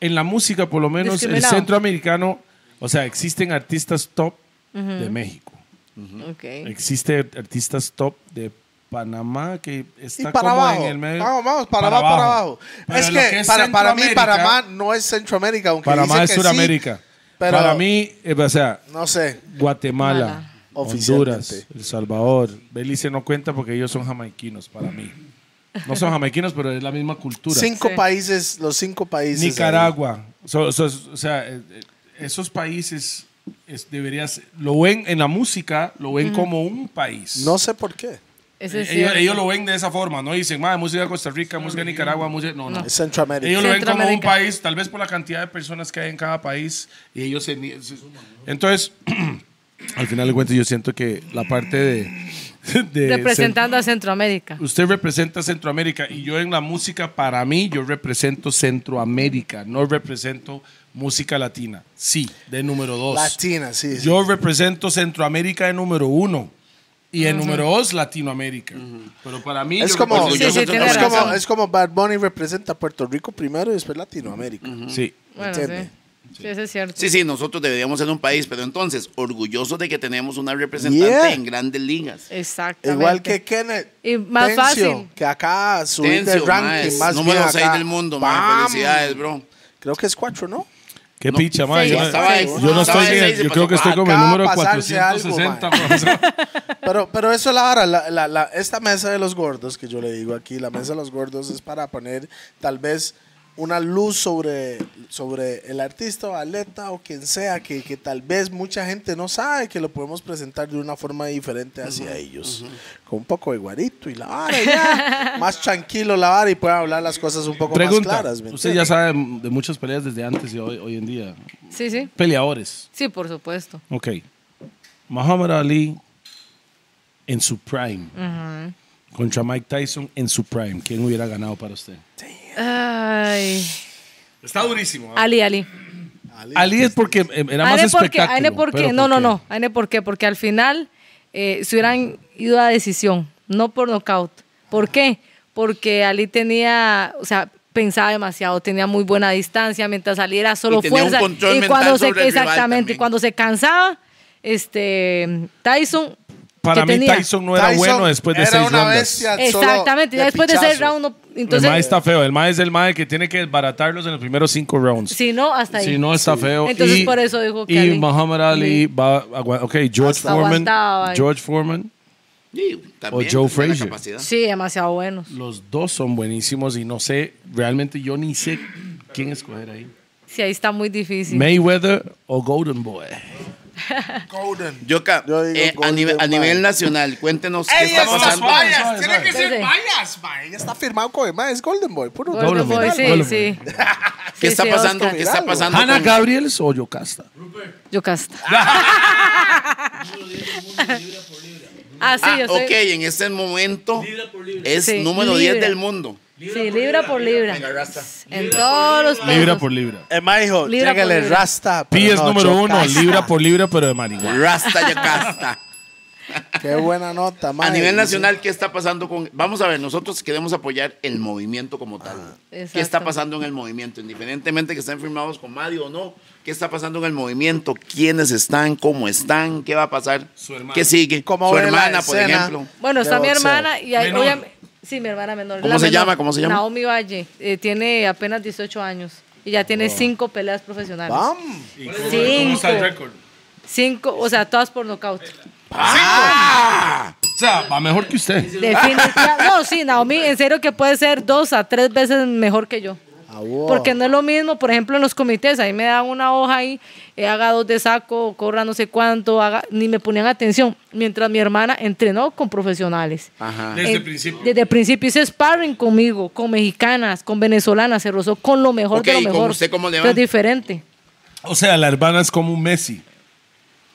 [SPEAKER 3] en la música por lo menos, el
[SPEAKER 5] Discriminado.
[SPEAKER 3] centroamericano, o sea, existen artistas top de México. Eh,
[SPEAKER 5] Ok.
[SPEAKER 3] Existe artistas top de Panamá que está
[SPEAKER 4] y para
[SPEAKER 3] como
[SPEAKER 4] abajo.
[SPEAKER 3] en el medio.
[SPEAKER 4] Vamos, vamos, para, abajo, para abajo.
[SPEAKER 3] Pero
[SPEAKER 4] es
[SPEAKER 3] lo
[SPEAKER 4] que, para, para mí,
[SPEAKER 3] Centroamérica,
[SPEAKER 4] Panamá no es Centroamérica, aunque
[SPEAKER 3] Panamá
[SPEAKER 4] dicen
[SPEAKER 3] es
[SPEAKER 4] que sí,
[SPEAKER 3] Sudamérica.
[SPEAKER 4] pero-
[SPEAKER 3] para mí, eh, o sea,
[SPEAKER 4] no sé.
[SPEAKER 3] Guatemala,
[SPEAKER 4] Oficialmente.
[SPEAKER 3] Honduras, El Salvador. Belice no cuenta porque ellos son jamaiquinos para mí. No son jamaiquinos, pero es la misma cultura.
[SPEAKER 4] Cinco
[SPEAKER 5] Sí.
[SPEAKER 4] países, los cinco países. ahí.
[SPEAKER 3] Nicaragua. So- so- o sea, eh, eh, esos países es- deberías lo ven en la música, lo ven como un país.
[SPEAKER 4] No sé por qué.
[SPEAKER 5] Ese
[SPEAKER 3] Eh,
[SPEAKER 5] sí.
[SPEAKER 3] ellos, ellos lo ven de esa forma, no dicen, "Ma, música de Costa Rica, música de Nicaragua, música... No, no.
[SPEAKER 4] Es Centroamérica.
[SPEAKER 3] Ellos lo ven como un
[SPEAKER 5] Centroamérica.
[SPEAKER 3] país, tal vez por la cantidad de personas que hay en cada país, y ellos se... ni- se- Entonces, al final de cuentas, yo siento que la parte de... de
[SPEAKER 5] Representando a Centroamérica.
[SPEAKER 3] Usted representa Centroamérica y yo en la música, para mí, yo represento Centroamérica, no represento música latina. Sí, de número dos.
[SPEAKER 4] Latina, sí. sí.
[SPEAKER 3] Yo represento Centroamérica de número uno y en número dos Latinoamérica. Pero para mí
[SPEAKER 4] es
[SPEAKER 3] yo
[SPEAKER 4] como,
[SPEAKER 3] represento-
[SPEAKER 5] Sí,
[SPEAKER 4] es
[SPEAKER 5] sí, tiene
[SPEAKER 4] como-
[SPEAKER 5] razón.
[SPEAKER 4] es como Bad Bunny representa Puerto Rico primero y después Latinoamérica.
[SPEAKER 3] Sí.
[SPEAKER 5] Bueno,
[SPEAKER 4] Entiende.
[SPEAKER 5] sí. Sí, eso es cierto.
[SPEAKER 2] Sí, sí, nosotros deberíamos ser un país, pero entonces, orgullosos de que tenemos una representante
[SPEAKER 4] Yeah.
[SPEAKER 2] en grandes ligas.
[SPEAKER 5] Exactamente.
[SPEAKER 4] Igual que Kenneth.
[SPEAKER 5] Y más fácil.
[SPEAKER 4] Que acá subir
[SPEAKER 2] Tencio,
[SPEAKER 4] del ranking
[SPEAKER 2] mae,
[SPEAKER 4] más
[SPEAKER 2] número
[SPEAKER 4] bien
[SPEAKER 2] 6
[SPEAKER 4] acá.
[SPEAKER 2] del mundo, mae,
[SPEAKER 4] ¡Pam!
[SPEAKER 2] Felicidades, bro.
[SPEAKER 4] Creo que es cuatro, ¿no?
[SPEAKER 3] Qué
[SPEAKER 2] No.
[SPEAKER 3] picha, madre.
[SPEAKER 5] Sí,
[SPEAKER 3] yo, no-
[SPEAKER 5] estaba ahí,
[SPEAKER 3] yo no
[SPEAKER 2] estaba
[SPEAKER 3] estoy
[SPEAKER 2] ahí,
[SPEAKER 3] bien.
[SPEAKER 2] ahí se
[SPEAKER 3] Yo
[SPEAKER 2] pasó
[SPEAKER 3] creo que estoy
[SPEAKER 4] para
[SPEAKER 3] como el
[SPEAKER 4] acá,
[SPEAKER 3] número
[SPEAKER 4] pasarse algo,
[SPEAKER 3] 460. mae.
[SPEAKER 4] Pero, pero eso es la vara. La, la- la- esta mesa de los gordos, que yo le digo aquí, la mesa de los gordos es para poner tal vez una luz sobre, sobre el artista o atleta o quien sea, que, que tal vez mucha gente no sabe que lo podemos presentar de una forma diferente hacia ellos. Con un poco de guarito y la vara, ya. más tranquilo la vara y puedan hablar las cosas un poco más
[SPEAKER 3] Pregunta.
[SPEAKER 4] claras. ¿me
[SPEAKER 3] Usted ya
[SPEAKER 4] entiende?
[SPEAKER 3] sabe de muchas peleas desde antes y hoy, hoy en día.
[SPEAKER 5] Sí, sí.
[SPEAKER 3] Peleadores.
[SPEAKER 5] Sí, por supuesto.
[SPEAKER 3] Ok. Muhammad Ali en su prime. Contra Mike Tyson en su prime. ¿Quién hubiera ganado para usted?
[SPEAKER 5] Ay.
[SPEAKER 3] Está durísimo.
[SPEAKER 5] Ah.
[SPEAKER 3] ¿eh?
[SPEAKER 5] Ali, Ali. Ah,
[SPEAKER 3] Ali es porque
[SPEAKER 7] em,
[SPEAKER 3] eh, era más
[SPEAKER 5] Aine porque,
[SPEAKER 3] espectáculo.
[SPEAKER 5] Aine porque,
[SPEAKER 3] pero
[SPEAKER 5] no,
[SPEAKER 3] ¿por
[SPEAKER 5] no,
[SPEAKER 3] qué?
[SPEAKER 5] no, Ah, Aine porque, porque al final eh, se hubieran ido a decisión, no por nocaut. ¿Por qué? Porque Ali tenía, o sea, pensaba demasiado, tenía muy buena distancia, mientras Ali era solo
[SPEAKER 2] Y tenía un
[SPEAKER 5] fuerza.
[SPEAKER 2] control mental
[SPEAKER 5] cuando se,
[SPEAKER 2] sobre el rival
[SPEAKER 5] exactamente, y
[SPEAKER 2] también.
[SPEAKER 5] cuando se cansaba, este Tyson
[SPEAKER 3] Para
[SPEAKER 5] ¿qué
[SPEAKER 3] mí
[SPEAKER 5] tenía?
[SPEAKER 3] Tyson no era
[SPEAKER 4] Tyson
[SPEAKER 3] bueno después de
[SPEAKER 4] era
[SPEAKER 3] seis
[SPEAKER 4] una
[SPEAKER 3] rondas.
[SPEAKER 4] bestia solo
[SPEAKER 5] Exactamente, ya después de ser
[SPEAKER 4] pichazo.
[SPEAKER 5] round, no- entonces
[SPEAKER 3] el mae está feo. El mae es el mae que tiene que desbaratarlos en los primeros cinco rounds.
[SPEAKER 5] si no hasta ahí.
[SPEAKER 7] Si no está feo.
[SPEAKER 5] Entonces,
[SPEAKER 7] y,
[SPEAKER 5] por eso dijo que
[SPEAKER 7] Y
[SPEAKER 5] Ali.
[SPEAKER 7] Muhammad Ali va a agua- Ok, George
[SPEAKER 5] Hasta
[SPEAKER 7] Foreman.
[SPEAKER 5] aguantaba, eh.
[SPEAKER 7] George Foreman.
[SPEAKER 2] Sí, también,
[SPEAKER 7] Joe
[SPEAKER 2] tiene la
[SPEAKER 7] Frazier.
[SPEAKER 2] capacidad.
[SPEAKER 5] Sí, demasiado buenos.
[SPEAKER 7] Los dos son buenísimos y no sé, realmente yo ni sé quién escoger ahí.
[SPEAKER 5] Sí, ahí está muy difícil.
[SPEAKER 7] Mayweather o Golden Boy.
[SPEAKER 4] Golden.
[SPEAKER 2] Yoka,
[SPEAKER 4] Yo digo
[SPEAKER 2] eh, a,
[SPEAKER 4] Golden
[SPEAKER 2] nive- a
[SPEAKER 4] Boy.
[SPEAKER 2] nivel nacional, cuéntenos qué
[SPEAKER 4] ¡Ey,
[SPEAKER 2] está
[SPEAKER 4] estas
[SPEAKER 2] pasando.
[SPEAKER 4] vallas! ¡Tiene que
[SPEAKER 5] Sí,
[SPEAKER 4] ser
[SPEAKER 5] sí.
[SPEAKER 4] vallas, mae! Ya está firmado con el mae, es Golden Boy. Puro
[SPEAKER 5] Golden
[SPEAKER 7] Golden
[SPEAKER 5] Boy,
[SPEAKER 7] Boy,
[SPEAKER 5] sí,
[SPEAKER 7] Golden
[SPEAKER 5] sí.
[SPEAKER 2] ¿Qué está pasando? ¿Qué
[SPEAKER 5] Yo
[SPEAKER 2] está
[SPEAKER 4] Hidalgo.
[SPEAKER 2] pasando?
[SPEAKER 7] Hannah
[SPEAKER 2] con-
[SPEAKER 7] Gabriels o Yocasta.
[SPEAKER 5] Yocasta. ah, sí,
[SPEAKER 2] Ah,
[SPEAKER 5] yo soy.
[SPEAKER 2] ok, en este momento es
[SPEAKER 5] Sí,
[SPEAKER 2] número
[SPEAKER 5] libra.
[SPEAKER 2] 10 del mundo.
[SPEAKER 5] sí, libra por libra. En todos los pesos.
[SPEAKER 7] Libra por libra.
[SPEAKER 4] El mae dijo,
[SPEAKER 5] Libra por
[SPEAKER 4] llégale
[SPEAKER 5] libra.
[SPEAKER 4] rasta. pero
[SPEAKER 7] Pi es
[SPEAKER 4] no,
[SPEAKER 7] número
[SPEAKER 4] yo
[SPEAKER 7] uno,
[SPEAKER 4] casta.
[SPEAKER 7] libra por libra, pero de marihuana.
[SPEAKER 2] Rasta Yacasta.
[SPEAKER 4] Qué buena nota, mae.
[SPEAKER 2] A nivel nacional, ¿qué está pasando con.? Vamos a ver, nosotros queremos apoyar el movimiento como tal. ¿Qué está
[SPEAKER 5] Exacto.
[SPEAKER 2] pasando en el movimiento? Independientemente que estén firmados con Mario o no, ¿qué está pasando en el movimiento? ¿Quiénes están? ¿Cómo están? ¿Qué va a pasar? ¿Qué sigue?
[SPEAKER 4] ¿Cómo
[SPEAKER 2] Su
[SPEAKER 4] ve la
[SPEAKER 2] hermana, por
[SPEAKER 4] escena?
[SPEAKER 2] ejemplo.
[SPEAKER 5] Bueno,
[SPEAKER 4] De
[SPEAKER 5] está mi
[SPEAKER 4] boxeo.
[SPEAKER 5] hermana y hay,
[SPEAKER 7] Menor.
[SPEAKER 5] obviam- sí, mi hermana menor.
[SPEAKER 2] ¿Cómo
[SPEAKER 5] la
[SPEAKER 2] se
[SPEAKER 5] menor,
[SPEAKER 2] llama? ¿Cómo se llama?
[SPEAKER 5] Naomi Valle. Eh, tiene apenas 18 años y ya
[SPEAKER 2] Oh.
[SPEAKER 5] tiene cinco peleas profesionales.
[SPEAKER 4] Bam.
[SPEAKER 5] Cinco. Cinco, o sea, todas por nocaut.
[SPEAKER 2] Ah,
[SPEAKER 7] O sea, va mejor que usted.
[SPEAKER 5] Definitiva- No, sí, Naomi, en serio que puede ser dos a tres veces mejor que yo.
[SPEAKER 4] Ah, wow.
[SPEAKER 5] Porque no es lo mismo, por ejemplo, en los comités, ahí me dan una hoja ahí, eh, haga dos de saco, corra no sé cuánto, haga, ni me ponían atención, mientras mi hermana entrenó con profesionales.
[SPEAKER 2] Ajá.
[SPEAKER 3] Desde
[SPEAKER 5] En-
[SPEAKER 3] el principio.
[SPEAKER 5] Desde el principio hice sparring conmigo, con mexicanas, con venezolanas, se rozó con lo mejor
[SPEAKER 2] Ok,
[SPEAKER 5] de
[SPEAKER 2] ¿y
[SPEAKER 5] lo
[SPEAKER 2] con
[SPEAKER 5] mejor.
[SPEAKER 2] usted cómo le va?
[SPEAKER 5] Entonces, diferente.
[SPEAKER 3] O sea, la hermana es como un Messi.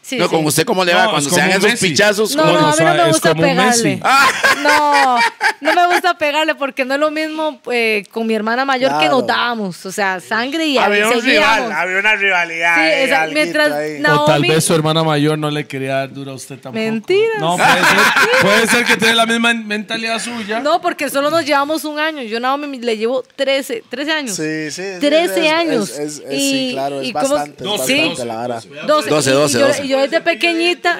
[SPEAKER 5] Sí,
[SPEAKER 2] no,
[SPEAKER 5] sí.
[SPEAKER 2] con usted, ¿cómo le va?
[SPEAKER 3] No,
[SPEAKER 2] Cuando
[SPEAKER 3] es
[SPEAKER 2] se
[SPEAKER 3] como
[SPEAKER 2] hagan esos
[SPEAKER 3] Messi.
[SPEAKER 2] pichazos.
[SPEAKER 5] No,
[SPEAKER 2] ¿cómo
[SPEAKER 5] no,
[SPEAKER 2] le va?
[SPEAKER 5] a mí no
[SPEAKER 3] o sea,
[SPEAKER 5] me
[SPEAKER 3] es
[SPEAKER 5] gusta
[SPEAKER 3] como un
[SPEAKER 5] pegarle.
[SPEAKER 3] Messi.
[SPEAKER 4] Ah.
[SPEAKER 5] No, no me gusta pegarle porque no es lo mismo eh, con mi hermana mayor que
[SPEAKER 4] Claro.
[SPEAKER 5] nos dábamos. O sea, sangre y
[SPEAKER 4] Había un rival,
[SPEAKER 5] seguíamos.
[SPEAKER 4] había una rivalidad.
[SPEAKER 5] Sí,
[SPEAKER 4] eh,
[SPEAKER 5] esa-
[SPEAKER 4] alguito
[SPEAKER 5] mientras
[SPEAKER 4] ahí.
[SPEAKER 5] na-
[SPEAKER 7] O tal
[SPEAKER 5] Naomi.
[SPEAKER 7] vez su hermana mayor no le quería dar duro a usted tampoco.
[SPEAKER 5] Mentiras.
[SPEAKER 7] No, puede ser, puede ser que tenga la misma mentalidad suya.
[SPEAKER 5] No, porque solo nos llevamos un año. Yo a Naomi le llevo 13, 13 años.
[SPEAKER 4] Sí, sí, sí.
[SPEAKER 5] 13
[SPEAKER 4] es-
[SPEAKER 5] años.
[SPEAKER 4] es- es- es-
[SPEAKER 5] y,
[SPEAKER 4] sí, claro, es
[SPEAKER 5] y cómo-
[SPEAKER 4] bastante, es
[SPEAKER 5] sí,
[SPEAKER 4] bastante la vara.
[SPEAKER 5] 12,
[SPEAKER 2] 12,
[SPEAKER 5] y- y
[SPEAKER 2] 12,
[SPEAKER 5] yo,
[SPEAKER 2] 12.
[SPEAKER 5] y yo desde pequeñita,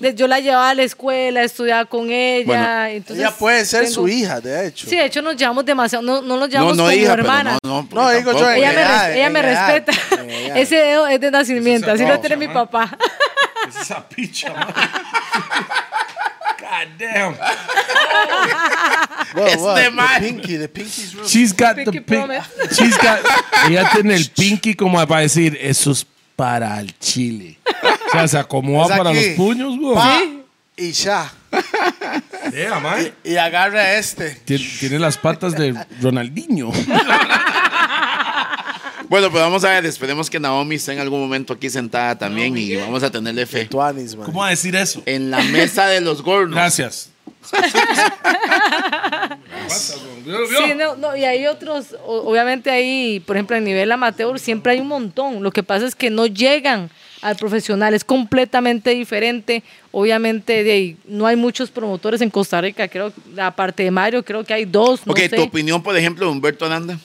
[SPEAKER 5] de- yo la llevaba a la escuela, estudiaba con ella.
[SPEAKER 2] Bueno,
[SPEAKER 5] entonces
[SPEAKER 4] Ella puede ser
[SPEAKER 5] tengo-
[SPEAKER 4] su hija, de hecho.
[SPEAKER 5] Sí, de hecho nos llevamos demasiado, no, no nos
[SPEAKER 2] No,
[SPEAKER 5] llevamos
[SPEAKER 2] no,
[SPEAKER 5] como
[SPEAKER 2] hija, pero
[SPEAKER 5] hermanas.
[SPEAKER 2] no, no. porque
[SPEAKER 4] No, digo yo,
[SPEAKER 2] tampoco, ¿eh?
[SPEAKER 5] Ella me,
[SPEAKER 4] Edad,
[SPEAKER 5] res- ella me
[SPEAKER 4] edad,
[SPEAKER 5] respeta.
[SPEAKER 4] edad.
[SPEAKER 5] Ese dedo es de nacimiento, así lo tiene mi papá.
[SPEAKER 3] Es esa picha, man. God damn.
[SPEAKER 4] Wow, wow,
[SPEAKER 2] Este
[SPEAKER 4] the
[SPEAKER 2] man.
[SPEAKER 4] Pinky, the Pinky's real.
[SPEAKER 7] She's got the
[SPEAKER 5] Pinky
[SPEAKER 7] pin-
[SPEAKER 5] promise.
[SPEAKER 7] She's got. Ella tiene el pinky como para decir, eso es para el chile. O sea, se
[SPEAKER 4] Es
[SPEAKER 7] acomoda para
[SPEAKER 4] aquí.
[SPEAKER 7] los puños, güey.
[SPEAKER 4] Pa, Y ya.
[SPEAKER 3] Damn, man.
[SPEAKER 4] Y agarra a este.
[SPEAKER 7] Tien- Tiene, las patas de Ronaldinho.
[SPEAKER 2] Bueno, pues vamos a ver, esperemos que Naomi esté en algún momento aquí sentada también y vamos a tenerle fe.
[SPEAKER 4] Tuanis, man.
[SPEAKER 7] ¿Cómo va a decir eso?
[SPEAKER 2] En la mesa de los gordos.
[SPEAKER 3] Gracias.
[SPEAKER 5] Sí, no, no, y hay otros, o- obviamente ahí, por ejemplo, a nivel amateur siempre hay un montón. Lo que pasa es que no llegan al profesional, es completamente diferente. Obviamente de ahí, no hay muchos promotores en Costa Rica, creo, aparte de Mario, creo que hay dos. No,
[SPEAKER 2] ok,
[SPEAKER 5] sé.
[SPEAKER 2] tu opinión, por ejemplo, de Humberto Aranda.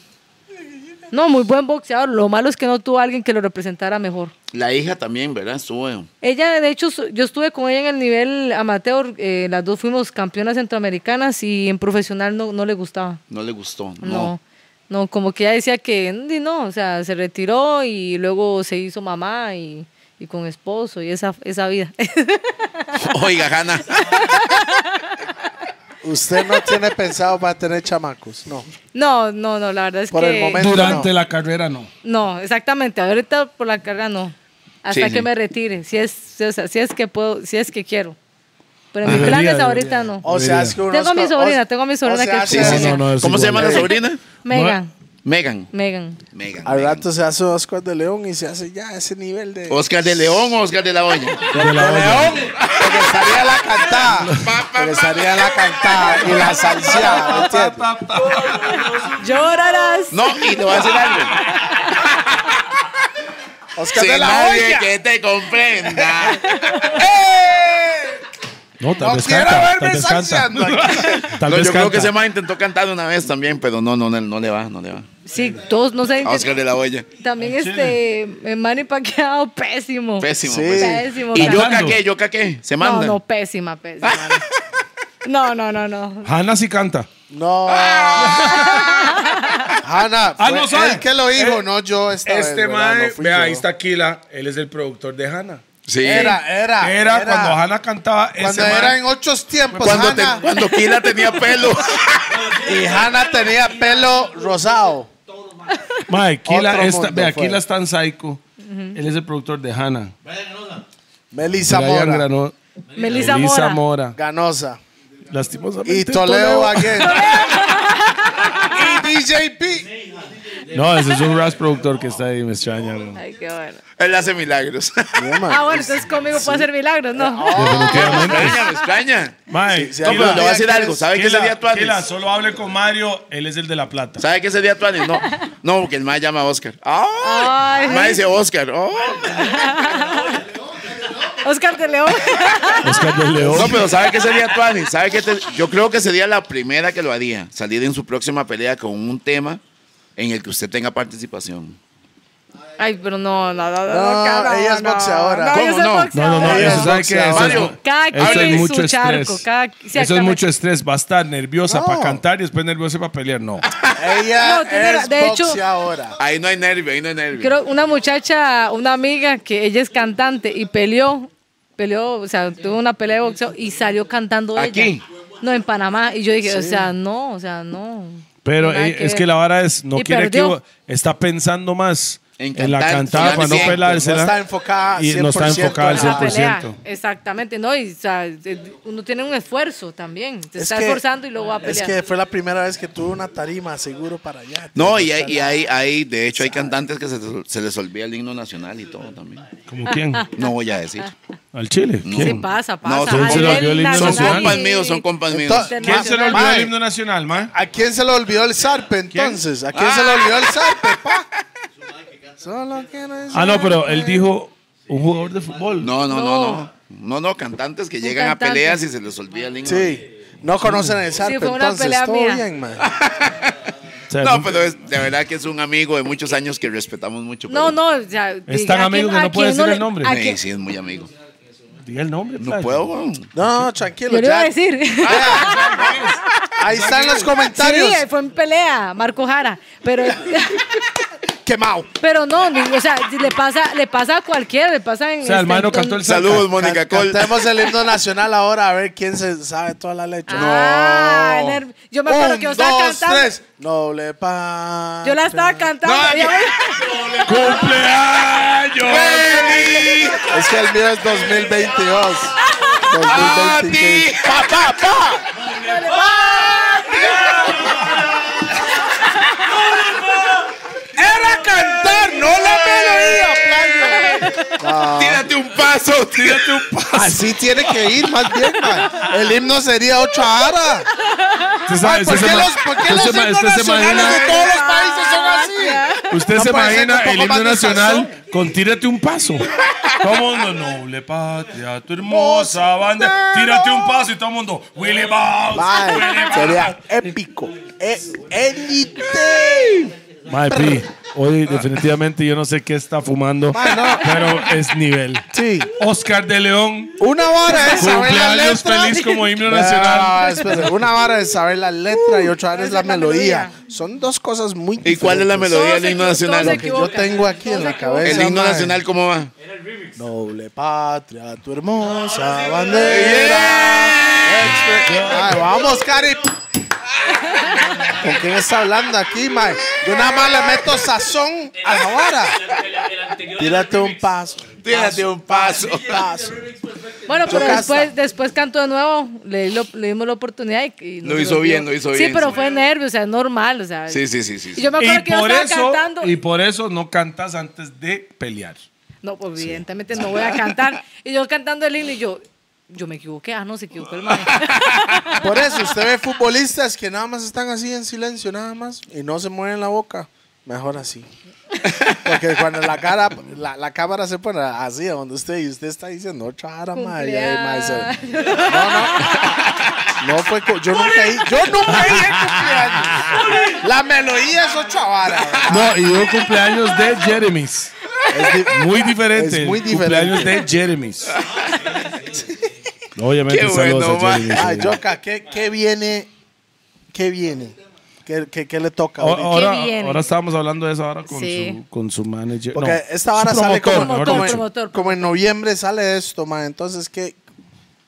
[SPEAKER 5] no muy buen boxeador. Lo malo es que no tuvo alguien que lo representara mejor.
[SPEAKER 2] La hija también, ¿verdad? Estuvo.
[SPEAKER 5] Ella, de hecho, su- yo estuve con ella en el nivel amateur, eh, las dos fuimos campeonas centroamericanas y en profesional no, no le gustaba.
[SPEAKER 2] No le gustó. No.
[SPEAKER 5] No, no, como que ella decía que "Di no, o sea, se retiró y luego se hizo mamá y, y con esposo y esa, esa vida.
[SPEAKER 2] Oiga, Hanna.
[SPEAKER 4] Usted no tiene pensado para tener chamacos, no.
[SPEAKER 5] no, no, no, la verdad es
[SPEAKER 4] Por
[SPEAKER 5] que...
[SPEAKER 4] el momento.
[SPEAKER 7] Durante
[SPEAKER 4] no.
[SPEAKER 7] la carrera no.
[SPEAKER 5] No, exactamente, ahorita por la carga no, hasta
[SPEAKER 2] Sí,
[SPEAKER 5] que
[SPEAKER 2] sí.
[SPEAKER 5] me retire, si es, si es, si es que puedo, si es que quiero. Pero mis
[SPEAKER 7] Debería,
[SPEAKER 5] planes
[SPEAKER 7] debería.
[SPEAKER 5] ahorita no.
[SPEAKER 4] O sea, es que uno
[SPEAKER 5] Tengo a mi
[SPEAKER 4] es co-
[SPEAKER 5] sobrina,
[SPEAKER 4] o-
[SPEAKER 5] tengo a mi sobrina
[SPEAKER 4] o sea,
[SPEAKER 5] que-
[SPEAKER 4] se
[SPEAKER 5] Sí, sí,
[SPEAKER 4] hace-
[SPEAKER 5] no,
[SPEAKER 7] no, es
[SPEAKER 2] ¿Cómo se llama la
[SPEAKER 7] igual.
[SPEAKER 2] sobrina?
[SPEAKER 5] Megan,
[SPEAKER 2] Megan.
[SPEAKER 5] Megan.
[SPEAKER 2] Megan.
[SPEAKER 4] Al
[SPEAKER 2] Megan.
[SPEAKER 4] rato se hace Oscar de León y se hace ya ese nivel de.
[SPEAKER 2] Oscar de León o Oscar de la Hoya.
[SPEAKER 7] De la olla.
[SPEAKER 4] Porque estaría la cantada. Porque estaría la cantada y la salseada, ¿me entiendes?
[SPEAKER 5] Llorarás.
[SPEAKER 2] No, y te voy a decir algo.
[SPEAKER 4] Oscar
[SPEAKER 2] Sin
[SPEAKER 4] de la
[SPEAKER 2] nadie
[SPEAKER 4] olla.
[SPEAKER 2] que te comprenda. ¡Eh!
[SPEAKER 7] No, tal
[SPEAKER 4] No
[SPEAKER 7] vez
[SPEAKER 4] quiero
[SPEAKER 7] canta. Tal
[SPEAKER 4] verme
[SPEAKER 7] vez canta.
[SPEAKER 4] salseando
[SPEAKER 7] Tal
[SPEAKER 2] No,
[SPEAKER 7] vez
[SPEAKER 2] yo creo que
[SPEAKER 7] canta.
[SPEAKER 2] ese man intentó cantar una vez también, pero no, no, no, no le va, no le va.
[SPEAKER 5] Sí, todos no sé.
[SPEAKER 2] A Oscar de la Hoya.
[SPEAKER 5] También este eh, Manny Pacquiao pésimo.
[SPEAKER 2] Pésimo,
[SPEAKER 4] Sí.
[SPEAKER 2] pésimo.
[SPEAKER 5] Pésimo.
[SPEAKER 2] ¿Y yo
[SPEAKER 5] cantante.
[SPEAKER 7] Cantando.
[SPEAKER 2] caqué? ¿Yo caqué? ¿Se
[SPEAKER 5] No,
[SPEAKER 2] manda?
[SPEAKER 5] no, pésima, pésima. no, no, no, no.
[SPEAKER 7] Hannah sí canta.
[SPEAKER 4] No. Hanna,
[SPEAKER 3] Ah,
[SPEAKER 4] fue
[SPEAKER 3] no, sabe.
[SPEAKER 4] él que lo dijo,
[SPEAKER 3] Eh,
[SPEAKER 4] no yo esta vez,
[SPEAKER 3] Este
[SPEAKER 4] ¿verdad?
[SPEAKER 3] mae,
[SPEAKER 4] No fui
[SPEAKER 3] vea,
[SPEAKER 4] yo.
[SPEAKER 3] ahí está Aquila, él es el productor de Hannah.
[SPEAKER 2] Sí.
[SPEAKER 4] Era, era.
[SPEAKER 3] Era, cuando Hannah cantaba ese
[SPEAKER 4] Cuando
[SPEAKER 3] mae-
[SPEAKER 4] era en otros tiempos,
[SPEAKER 2] Cuando, te-
[SPEAKER 4] Hanna.
[SPEAKER 2] cuando Kila tenía pelo.
[SPEAKER 4] Y Hanna tenía pelo rosado.
[SPEAKER 7] Mae, Kila
[SPEAKER 4] Otro
[SPEAKER 7] está,
[SPEAKER 4] mundo
[SPEAKER 7] vea,
[SPEAKER 4] fue.
[SPEAKER 7] Kila está en Psycho. Él es el productor de Hannah.
[SPEAKER 4] Melissa
[SPEAKER 7] Brian
[SPEAKER 4] Mora.
[SPEAKER 7] Grano.
[SPEAKER 5] Melissa
[SPEAKER 7] Elisa
[SPEAKER 5] Mora.
[SPEAKER 7] Mora.
[SPEAKER 4] Ganosa.
[SPEAKER 7] Lastimosamente.
[SPEAKER 4] Y Toledo Baguette. y DJP.
[SPEAKER 7] No, ese es un Ras productor que está ahí, me extraña. bro.
[SPEAKER 5] Ay, qué bueno.
[SPEAKER 2] Él hace milagros.
[SPEAKER 5] Ah, bueno, entonces conmigo puedo hacer milagros, ¿no?
[SPEAKER 2] me
[SPEAKER 7] Definitivamente.
[SPEAKER 2] extraña, me extraña.
[SPEAKER 3] Mae,
[SPEAKER 4] Sí, sí,
[SPEAKER 2] No,
[SPEAKER 4] Kila,
[SPEAKER 2] pero le voy a decir
[SPEAKER 4] Kila,
[SPEAKER 2] algo. ¿Sabe qué
[SPEAKER 3] Kila,
[SPEAKER 2] sería tu ánimo?
[SPEAKER 3] Kila, solo hable con Mario, él es el de La Plata.
[SPEAKER 2] ¿Sabe qué sería tu ánimo? No, no, porque el mae llama a Oscar. ¡Ah!
[SPEAKER 5] Ay,
[SPEAKER 2] El mae dice Oscar. ¡Oh!
[SPEAKER 5] Oscar de León.
[SPEAKER 7] Oscar de León.
[SPEAKER 2] No, pero ¿sabe qué sería Tuani? ¿Sabe qué te- Yo creo que sería la primera que lo haría, salir en su próxima pelea con un tema en el que usted tenga participación.
[SPEAKER 5] Ay, pero no, no, no, no.
[SPEAKER 4] No,
[SPEAKER 5] cara,
[SPEAKER 4] ella es boxeadora.
[SPEAKER 5] No,
[SPEAKER 2] ¿Cómo
[SPEAKER 5] ella es
[SPEAKER 2] no?
[SPEAKER 5] boxeadora.
[SPEAKER 7] No, no, no,
[SPEAKER 4] Ella
[SPEAKER 7] eso
[SPEAKER 4] es
[SPEAKER 7] sabe que eso
[SPEAKER 2] boxeadora.
[SPEAKER 7] es,
[SPEAKER 5] Cada
[SPEAKER 7] eso es
[SPEAKER 5] quien su
[SPEAKER 7] mucho
[SPEAKER 5] charco,
[SPEAKER 7] estrés.
[SPEAKER 5] cada- sí,
[SPEAKER 7] eso es
[SPEAKER 5] exactamente.
[SPEAKER 7] mucho estrés, va a estar nerviosa
[SPEAKER 4] No.
[SPEAKER 7] para cantar y después nerviosa para pelear, no.
[SPEAKER 4] Ella
[SPEAKER 5] No, tiene-
[SPEAKER 4] es
[SPEAKER 5] de hecho-
[SPEAKER 4] boxeadora.
[SPEAKER 2] Ahí no hay nervio, ahí no hay nervio.
[SPEAKER 5] Creo una muchacha, una amiga que ella es cantante y peleó, peleó, o sea, tuvo una pelea de boxeo y salió cantando
[SPEAKER 2] ¿Aquí?
[SPEAKER 5] ella. No, en Panamá. Y yo dije, o sea, no, o sea, no.
[SPEAKER 7] Pero
[SPEAKER 5] Nada
[SPEAKER 7] eh, es que la vara es, no
[SPEAKER 5] Y
[SPEAKER 7] quiere
[SPEAKER 5] perdió.
[SPEAKER 7] equivo- está pensando más
[SPEAKER 2] En
[SPEAKER 7] en, la
[SPEAKER 2] cantar,
[SPEAKER 7] cantada para no
[SPEAKER 2] sí,
[SPEAKER 7] pelársela.
[SPEAKER 4] no está enfocada
[SPEAKER 7] Y no está
[SPEAKER 4] 100%
[SPEAKER 7] enfocada al
[SPEAKER 4] en la
[SPEAKER 5] La pelea,
[SPEAKER 7] 100%.
[SPEAKER 5] Exactamente, no, y o sea, eh, uno tiene un esfuerzo también. Te
[SPEAKER 4] Es
[SPEAKER 5] está
[SPEAKER 4] que-
[SPEAKER 5] esforzando y luego va a pelear.
[SPEAKER 4] Es que fue la primera vez que tuve una tarima seguro para allá.
[SPEAKER 2] No, y hay, y hay, hay- de hecho, hay cantantes que se, se les olvida el himno nacional y todo también.
[SPEAKER 7] ¿Como quién?
[SPEAKER 2] No voy a decir.
[SPEAKER 7] ¿Al Chile? ¿Quién?
[SPEAKER 5] Sí, pasa, pasa.
[SPEAKER 2] No, son-
[SPEAKER 5] A
[SPEAKER 7] se lo
[SPEAKER 5] nivel
[SPEAKER 7] dio el himno
[SPEAKER 2] Son
[SPEAKER 5] nacional
[SPEAKER 2] compas
[SPEAKER 5] y-
[SPEAKER 2] míos, son compas míos.
[SPEAKER 4] Entonces-
[SPEAKER 3] ¿Quién se le olvidó
[SPEAKER 4] Mae.
[SPEAKER 3] el himno nacional, mae?
[SPEAKER 4] ¿A quién se le olvidó el zarpe entonces? ¿A quién se le olvidó el zarpe, pa? Solo que no es-
[SPEAKER 7] Ah, no, pero él dijo un jugador de fútbol.
[SPEAKER 2] No, no, no, no. No, no, cantantes que llegan a
[SPEAKER 5] cantante.
[SPEAKER 2] peleas y se les olvida el himno.
[SPEAKER 4] Sí, no conocen el zarpe,
[SPEAKER 5] fue una
[SPEAKER 4] entonces
[SPEAKER 5] pelea
[SPEAKER 4] todo
[SPEAKER 5] mía.
[SPEAKER 4] bien, man.
[SPEAKER 7] O sea,
[SPEAKER 2] No,
[SPEAKER 7] nunca-
[SPEAKER 2] pero es- de verdad que es un amigo de muchos años que respetamos mucho.
[SPEAKER 5] No,
[SPEAKER 2] pero-
[SPEAKER 5] no, o sea, diga,
[SPEAKER 7] tan
[SPEAKER 5] ¿a
[SPEAKER 7] amigo
[SPEAKER 5] quién-
[SPEAKER 7] que no puede
[SPEAKER 5] a quién
[SPEAKER 7] decir el
[SPEAKER 5] le-
[SPEAKER 7] nombre?
[SPEAKER 5] a
[SPEAKER 2] Sí,
[SPEAKER 5] quién-
[SPEAKER 2] sí, es muy amigo.
[SPEAKER 7] Diga el nombre.
[SPEAKER 2] No
[SPEAKER 7] Flash.
[SPEAKER 2] puedo, weón.
[SPEAKER 4] No, tranquilo,
[SPEAKER 5] Yo le iba
[SPEAKER 4] ya.
[SPEAKER 5] a decir.
[SPEAKER 4] Ahí están los comentarios.
[SPEAKER 5] Sí, fue en pelea, Marco Jara. Pero,
[SPEAKER 4] Quemado.
[SPEAKER 5] pero no, ni- o sea, si le pasa, le pasa a cualquiera, le pasa en.
[SPEAKER 7] O sea, el
[SPEAKER 5] este,
[SPEAKER 7] mano cantó
[SPEAKER 5] don-
[SPEAKER 7] el
[SPEAKER 2] Saludos,
[SPEAKER 7] Salud.
[SPEAKER 2] Mónica Col.
[SPEAKER 4] Cantemos el himno nacional ahora a ver quién se sabe toda la leche.
[SPEAKER 5] Ah, nerv- yo me acuerdo
[SPEAKER 4] Un,
[SPEAKER 5] que yo estaba
[SPEAKER 4] dos,
[SPEAKER 5] cantando.
[SPEAKER 4] tres. Noble pa.
[SPEAKER 5] Yo la estaba cantando. y yo-
[SPEAKER 7] ¡Cumpleaños!
[SPEAKER 4] Es que el mío es 2022.
[SPEAKER 3] Ah,
[SPEAKER 4] 2026.
[SPEAKER 2] ¡Pa, pa, pa! ¡Era Tírate un paso, tírate un paso.
[SPEAKER 4] Así tiene que ir, más bien, ma. El himno sería otra ara.
[SPEAKER 3] Usted se-
[SPEAKER 4] Ay, ¿Por
[SPEAKER 3] usted
[SPEAKER 4] qué
[SPEAKER 3] se
[SPEAKER 4] los,
[SPEAKER 3] ma-
[SPEAKER 4] por qué
[SPEAKER 3] usted
[SPEAKER 4] los
[SPEAKER 3] se ma-
[SPEAKER 4] himnos
[SPEAKER 3] usted se
[SPEAKER 4] nacionales de
[SPEAKER 3] imagina-
[SPEAKER 4] todos los países son así?
[SPEAKER 3] Usted
[SPEAKER 4] No
[SPEAKER 3] se
[SPEAKER 4] puede ser
[SPEAKER 3] imagina
[SPEAKER 4] tampoco
[SPEAKER 3] el himno
[SPEAKER 4] más
[SPEAKER 3] nacional con tírate un paso. Todo mundo, noble patria, tu hermosa banda. Tírate un paso y todo el mundo, Willy Bounce,
[SPEAKER 4] Mae,
[SPEAKER 3] Willy Bounce.
[SPEAKER 4] sería épico. E- ¡Élite!
[SPEAKER 3] Mae, Pi, hoy definitivamente yo no sé qué está fumando,
[SPEAKER 4] Mae, no.
[SPEAKER 3] pero es nivel.
[SPEAKER 4] Sí.
[SPEAKER 3] Oscar de León,
[SPEAKER 4] Una vara es saber la
[SPEAKER 3] cumpleaños
[SPEAKER 4] letra.
[SPEAKER 3] feliz como himno
[SPEAKER 4] Ah,
[SPEAKER 3] nacional.
[SPEAKER 4] espera, una vara es saber la letra y otra vara es la melodía. Son dos cosas muy
[SPEAKER 2] ¿Y cuál es la
[SPEAKER 4] diferentes.
[SPEAKER 2] melodía
[SPEAKER 5] Todos
[SPEAKER 2] del himno
[SPEAKER 5] se equi-
[SPEAKER 2] nacional?
[SPEAKER 5] todos
[SPEAKER 4] Lo que yo tengo aquí en la cabeza.
[SPEAKER 2] El himno
[SPEAKER 4] mae.
[SPEAKER 2] nacional, ¿cómo va?
[SPEAKER 4] Noble patria, tu hermosa bandera. Expe- Ay, vamos, Cari. ¿Con quién está hablando aquí, mae? Yo nada más le meto sazón a la vara. Tírate un paso.
[SPEAKER 2] Tírate un paso.
[SPEAKER 4] Paso.
[SPEAKER 5] Bueno, pero
[SPEAKER 4] Chocasta.
[SPEAKER 5] después, después canto de nuevo, le, lo- le dimos la oportunidad y, y no
[SPEAKER 2] Lo
[SPEAKER 5] se
[SPEAKER 2] hizo
[SPEAKER 5] olvidó.
[SPEAKER 2] bien, lo hizo
[SPEAKER 5] sí,
[SPEAKER 2] bien,
[SPEAKER 5] Sí, pero
[SPEAKER 2] sí.
[SPEAKER 5] fue nervio, o sea, normal, o sea.
[SPEAKER 2] Sí, sí, sí, sí.
[SPEAKER 5] Y
[SPEAKER 2] sí.
[SPEAKER 5] yo me acuerdo
[SPEAKER 3] Y
[SPEAKER 5] que yo
[SPEAKER 3] por,
[SPEAKER 5] estaba
[SPEAKER 3] eso,
[SPEAKER 5] cantando.
[SPEAKER 3] y por eso no cantas antes de pelear.
[SPEAKER 5] No, pues evidentemente no voy a cantar. Y yo cantando el himno y yo, yo me equivoqué. Ah, no, se equivocó el maestro.
[SPEAKER 4] Por eso usted ve futbolistas que nada más están así en silencio, nada más, y no se mueven la boca. Mejor así. Porque cuando la cara, la, la cámara se pone así a donde usted y usted está diciendo otra cara, madre. y ahí, mae, se- No, no. No fue. cu- Yo nunca di- Yo nunca dije cumpleaños. La melodía es otra vara. ¿verdad?
[SPEAKER 3] No, y un cumpleaños de Jeremy's.
[SPEAKER 4] Es di-
[SPEAKER 3] Muy diferente.
[SPEAKER 4] Es muy
[SPEAKER 3] el Cumpleaños
[SPEAKER 4] diferente.
[SPEAKER 3] de Jeremy's. Obviamente,
[SPEAKER 2] Qué
[SPEAKER 3] saludos
[SPEAKER 2] bueno,
[SPEAKER 3] a
[SPEAKER 2] man.
[SPEAKER 3] Jeremy's.
[SPEAKER 4] Ay, Yoka, ¿qué, qué viene? ¿Qué viene? ¿Qué, qué, qué le toca?
[SPEAKER 3] O-
[SPEAKER 4] ahorita?
[SPEAKER 3] Ahora,
[SPEAKER 5] ¿Qué viene?
[SPEAKER 3] ahora estábamos hablando de eso ahora con,
[SPEAKER 5] Sí.
[SPEAKER 3] su, con su manager.
[SPEAKER 4] Porque
[SPEAKER 3] No,
[SPEAKER 4] esta vara
[SPEAKER 3] su
[SPEAKER 4] sale
[SPEAKER 3] promotor,
[SPEAKER 4] como,
[SPEAKER 3] mejor
[SPEAKER 4] como,
[SPEAKER 5] dicho.
[SPEAKER 4] en, como en noviembre sale esto, ma. Entonces, ¿qué?